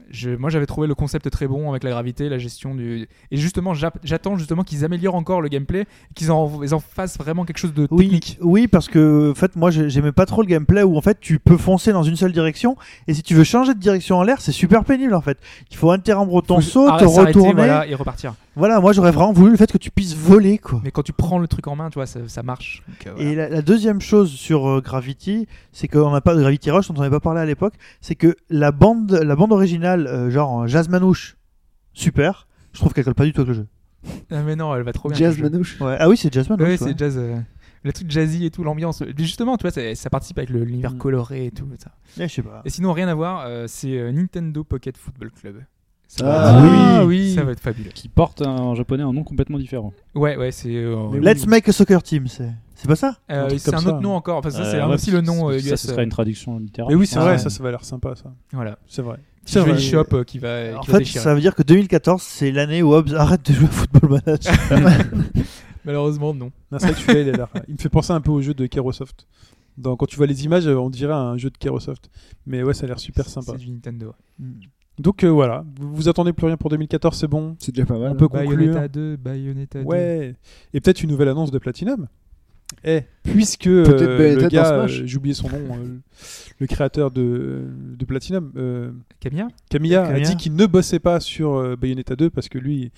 [SPEAKER 5] Je, moi, j'avais trouvé le concept très bon avec la gravité, la gestion du. Et justement, j'a- j'attends justement qu'ils améliorent encore le gameplay, qu'ils en, ils en fassent vraiment quelque chose de
[SPEAKER 6] Oui,
[SPEAKER 5] technique.
[SPEAKER 6] oui, parce que en fait, moi, j'ai- j'aimais pas trop le gameplay où en fait, tu peux foncer dans une seule direction et si tu veux changer de direction en l'air, c'est super pénible en fait. Il faut interrompre ton
[SPEAKER 5] Faut
[SPEAKER 6] saut, te
[SPEAKER 5] arrêter, s'arrêter,
[SPEAKER 6] retourner. Voilà.
[SPEAKER 5] voilà, et repartir.
[SPEAKER 6] moi, j'aurais vraiment voulu le fait que tu puisses voler quoi.
[SPEAKER 5] Mais quand tu prends le truc en main, tu vois, ça, ça marche. Donc, euh, voilà.
[SPEAKER 6] Et la, la deuxième chose sur euh, Gravity, c'est qu'on n'a pas de Gravity Rush, dont on n'avait pas parlé à l'époque, c'est que la bande, la bande originale, euh, genre euh, Jazz Manouche, super. Je trouve qu'elle colle pas du tout avec le jeu.
[SPEAKER 5] Ah, mais non, elle va trop bien.
[SPEAKER 4] Jazz
[SPEAKER 5] le jeu.
[SPEAKER 4] Manouche.
[SPEAKER 6] Ouais. Ah oui, c'est Jazz Manouche.
[SPEAKER 5] Ouais,
[SPEAKER 6] ouais.
[SPEAKER 5] c'est jazz. euh, le truc jazzy et tout, l'ambiance. Mais Justement, tu vois, ça, ça participe avec le- l'univers
[SPEAKER 6] Mm.
[SPEAKER 5] coloré et tout. ça.
[SPEAKER 6] Ouais, Eh, je sais pas.
[SPEAKER 5] Et sinon, rien à voir, euh, c'est euh, Nintendo Pocket Football Club. Ça
[SPEAKER 4] Ah,
[SPEAKER 5] va-
[SPEAKER 4] oui.
[SPEAKER 5] Ça va être fabuleux.
[SPEAKER 7] Qui porte un- en japonais un nom complètement différent.
[SPEAKER 5] Ouais, ouais, c'est. euh,
[SPEAKER 3] Mais
[SPEAKER 6] Let's make a soccer team, c'est c'est pas ça
[SPEAKER 5] euh,
[SPEAKER 3] un truc
[SPEAKER 5] c'est
[SPEAKER 3] comme
[SPEAKER 5] un
[SPEAKER 3] ça,
[SPEAKER 5] autre
[SPEAKER 3] hein.
[SPEAKER 5] nom encore. Enfin, ça,
[SPEAKER 7] Euh,
[SPEAKER 5] c'est un-
[SPEAKER 7] ouais,
[SPEAKER 5] aussi le nom euh, US.
[SPEAKER 7] Ça, ce serait une traduction littérale.
[SPEAKER 3] Mais oui, c'est
[SPEAKER 5] Ah
[SPEAKER 3] vrai,
[SPEAKER 5] ouais.
[SPEAKER 3] ça, ça va l'air sympa, ça.
[SPEAKER 5] Voilà.
[SPEAKER 3] C'est vrai.
[SPEAKER 5] Petit jeu
[SPEAKER 3] vrai.
[SPEAKER 5] eShop euh, qui va.
[SPEAKER 6] En
[SPEAKER 5] qui va
[SPEAKER 6] fait,
[SPEAKER 5] déchirer.
[SPEAKER 6] ça veut dire que 2014, c'est l'année où Hobbs arrête de jouer à Football Manager.
[SPEAKER 5] Malheureusement, non.
[SPEAKER 3] Non, c'est vrai que celui-là, il, a l'air- il me fait penser un peu au jeu de Kerosoft. Dans- quand tu vois les images, euh, on dirait un jeu de Kerosoft. Mais ouais, ça a l'air super
[SPEAKER 5] C'est-
[SPEAKER 3] sympa.
[SPEAKER 5] C'est du Nintendo.
[SPEAKER 3] Donc euh, voilà, vous, vous attendez plus rien pour 2014, c'est bon.
[SPEAKER 4] C'est déjà pas
[SPEAKER 3] On
[SPEAKER 4] mal.
[SPEAKER 3] peut conclure.
[SPEAKER 5] Bayonetta 2, Bayonetta 2.
[SPEAKER 3] hein. Ouais. Et peut-être une nouvelle annonce de Platinum. Eh, puisque euh,
[SPEAKER 4] Peut-être Bayonetta
[SPEAKER 3] le
[SPEAKER 4] dans
[SPEAKER 3] gars,
[SPEAKER 4] Smash.
[SPEAKER 3] euh, j'ai oublié son nom, euh, le créateur de, de Platinum, euh,
[SPEAKER 5] Camilla
[SPEAKER 3] Camilla, a
[SPEAKER 6] Camilla.
[SPEAKER 3] dit qu'il ne bossait pas sur euh, Bayonetta 2 parce que lui,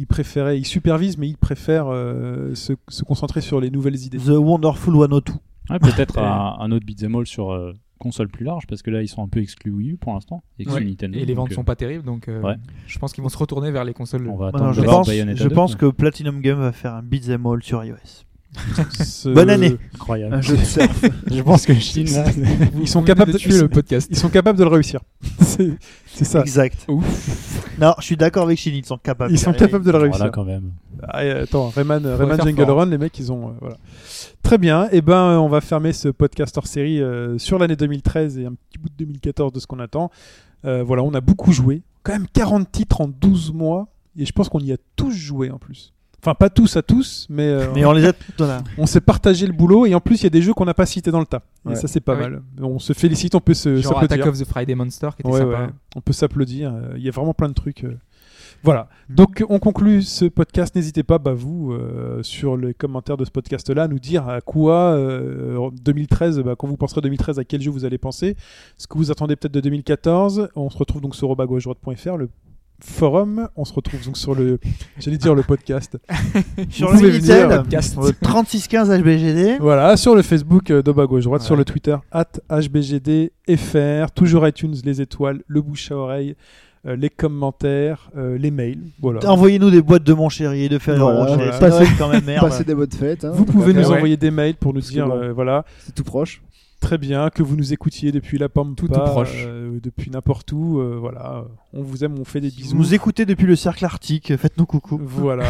[SPEAKER 3] il préférait, il supervise, mais il préfère euh, se, se concentrer sur les nouvelles idées.
[SPEAKER 6] The Wonderful 102.
[SPEAKER 7] Ouais, peut-être un, un autre beat'em all sur euh, console plus large, parce que là, ils sont un peu exclus Wii U pour l'instant. exclus
[SPEAKER 5] Ouais.
[SPEAKER 7] Nintendo,
[SPEAKER 5] Et les
[SPEAKER 7] donc,
[SPEAKER 5] ventes
[SPEAKER 7] euh,
[SPEAKER 5] sont pas terribles, donc euh,
[SPEAKER 7] Ouais.
[SPEAKER 5] je pense qu'ils vont se retourner vers les consoles.
[SPEAKER 7] On va
[SPEAKER 6] Voilà,
[SPEAKER 7] attendre
[SPEAKER 6] je
[SPEAKER 7] de voir
[SPEAKER 6] pense,
[SPEAKER 7] Bayonetta
[SPEAKER 6] je
[SPEAKER 7] 2,
[SPEAKER 6] pense
[SPEAKER 7] quoi.
[SPEAKER 6] que Platinum Game va faire un beat'em all sur iOS.
[SPEAKER 3] Ce-
[SPEAKER 6] Bonne année.
[SPEAKER 7] Incroyable.
[SPEAKER 4] Un jeu de surf.
[SPEAKER 7] je pense que Chine, là,
[SPEAKER 3] Ils sont capables de
[SPEAKER 5] de tuer le podcast.
[SPEAKER 3] Ils sont capables de le réussir. C'est c'est ça.
[SPEAKER 6] Exact. Non, je suis d'accord avec Shin, ils sont capables.
[SPEAKER 3] Ils sont
[SPEAKER 6] Carré.
[SPEAKER 3] capables de le réussir.
[SPEAKER 7] Voilà, quand même.
[SPEAKER 3] Ah, et attends, Rayman, Rayman
[SPEAKER 5] faire
[SPEAKER 3] Jungle
[SPEAKER 5] fort.
[SPEAKER 3] Run, les mecs, ils ont. euh, voilà. Très bien. Et ben, euh, on va fermer ce podcast hors série euh, sur l'année 2013 et un petit bout de 2014 de ce qu'on attend. Euh, voilà, on a beaucoup joué. Quand même 40 titres en 12 mois. Et je pense qu'on y a tous joué en plus. Enfin, pas tous à tous, mais, euh,
[SPEAKER 6] Mais on les a voilà.
[SPEAKER 3] on s'est partagé le boulot. Et en plus, il y a des jeux qu'on n'a pas cités dans le tas. Et
[SPEAKER 4] Ouais.
[SPEAKER 3] ça, c'est pas
[SPEAKER 5] Ah oui.
[SPEAKER 3] mal. On se félicite, on peut se
[SPEAKER 5] Genre
[SPEAKER 3] s'applaudir.
[SPEAKER 5] Attack of the Friday Monster qui était
[SPEAKER 3] Ouais,
[SPEAKER 5] sympa.
[SPEAKER 3] ouais. On peut s'applaudir. euh, Il y a vraiment plein de trucs. euh. Voilà.
[SPEAKER 5] Mm.
[SPEAKER 3] Donc on conclut ce podcast. N'hésitez pas, bah, vous, euh, sur les commentaires de ce podcast-là, à nous dire à quoi euh, 2013, bah, quand vous penserez 2013, à quel jeu vous allez penser, ce que vous attendez peut-être de 2014. On se retrouve donc sur robagauche-droite.fr, le forum. On se retrouve donc sur le, j'allais dire le podcast.
[SPEAKER 6] Sur
[SPEAKER 3] Vous
[SPEAKER 6] le
[SPEAKER 3] pouvez venir,
[SPEAKER 6] Minitel,
[SPEAKER 3] euh,
[SPEAKER 5] podcast.
[SPEAKER 6] euh, 3615 HBGD.
[SPEAKER 3] Voilà, sur le Facebook euh, d'Oba Gauche Droite,
[SPEAKER 5] Ouais.
[SPEAKER 3] sur le Twitter, at HBGDFR, toujours iTunes, les étoiles, le bouche à oreille, euh, les commentaires, euh, les mails. Voilà.
[SPEAKER 6] Envoyez-nous des boîtes de mon chéri et de Ferrero
[SPEAKER 4] Voilà,
[SPEAKER 6] Rocher.
[SPEAKER 3] voilà.
[SPEAKER 6] C'est
[SPEAKER 4] Passez-
[SPEAKER 6] Noël quand même, merde.
[SPEAKER 4] Passez des bonnes fêtes. hein.
[SPEAKER 3] Vous pouvez nous
[SPEAKER 5] Ouais.
[SPEAKER 3] envoyer des mails pour nous
[SPEAKER 4] Parce que
[SPEAKER 3] dire,
[SPEAKER 4] bon.
[SPEAKER 3] euh, voilà,
[SPEAKER 4] C'est tout proche.
[SPEAKER 3] très bien, que vous nous écoutiez depuis la Pampa,
[SPEAKER 5] Tout est proche.
[SPEAKER 3] euh, depuis n'importe où. euh, voilà, on vous aime, on fait des
[SPEAKER 6] Si
[SPEAKER 3] bisous.
[SPEAKER 6] vous nous écoutez depuis le cercle arctique, euh, faites-nous coucou.
[SPEAKER 3] Voilà.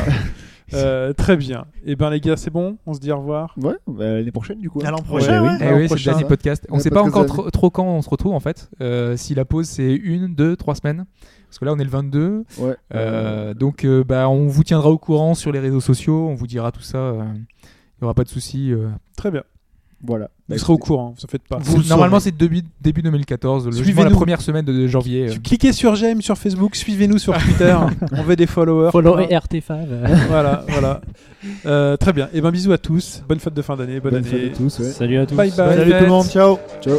[SPEAKER 3] Euh, très bien. Eh ben les gars, c'est bon, on se dit au revoir.
[SPEAKER 4] Ouais, bah, l'année prochaine du coup.
[SPEAKER 6] À l'an
[SPEAKER 4] Ouais,
[SPEAKER 6] prochain,
[SPEAKER 4] oui.
[SPEAKER 6] ouais.
[SPEAKER 5] Eh
[SPEAKER 4] L'an
[SPEAKER 5] oui, c'est le
[SPEAKER 4] prochain.
[SPEAKER 5] dernier podcast. On
[SPEAKER 4] Le
[SPEAKER 5] sait pas
[SPEAKER 4] podcast
[SPEAKER 5] encore
[SPEAKER 4] de l'année.
[SPEAKER 5] trop, trop quand on se retrouve en fait. Euh, si la pause c'est une, deux, trois semaines. Parce que là on est le 22.
[SPEAKER 4] Ouais.
[SPEAKER 5] Euh, donc euh, bah, on vous tiendra au courant sur les réseaux sociaux. On vous dira tout ça. Il n'y aura pas de souci. euh.
[SPEAKER 3] Très bien.
[SPEAKER 4] Voilà.
[SPEAKER 3] Vous serez au courant, vous en faites pas.
[SPEAKER 5] C'est- Normalement, c'est début, début 2014, logiquement la
[SPEAKER 3] Suivez-nous.
[SPEAKER 5] première semaine de, de janvier. euh.
[SPEAKER 3] Cliquez sur j'aime sur Facebook, suivez-nous sur Twitter, on veut des followers.
[SPEAKER 7] Follow RT5.
[SPEAKER 3] Voilà, voilà. Euh, très bien. Et ben bisous à tous. Bonne fête de fin d'année. Bonne,
[SPEAKER 4] Bonne
[SPEAKER 3] année.
[SPEAKER 4] fête à tous. ouais.
[SPEAKER 7] Salut à tous.
[SPEAKER 3] Bye bye.
[SPEAKER 4] Salut tout le monde. Ciao. Ciao.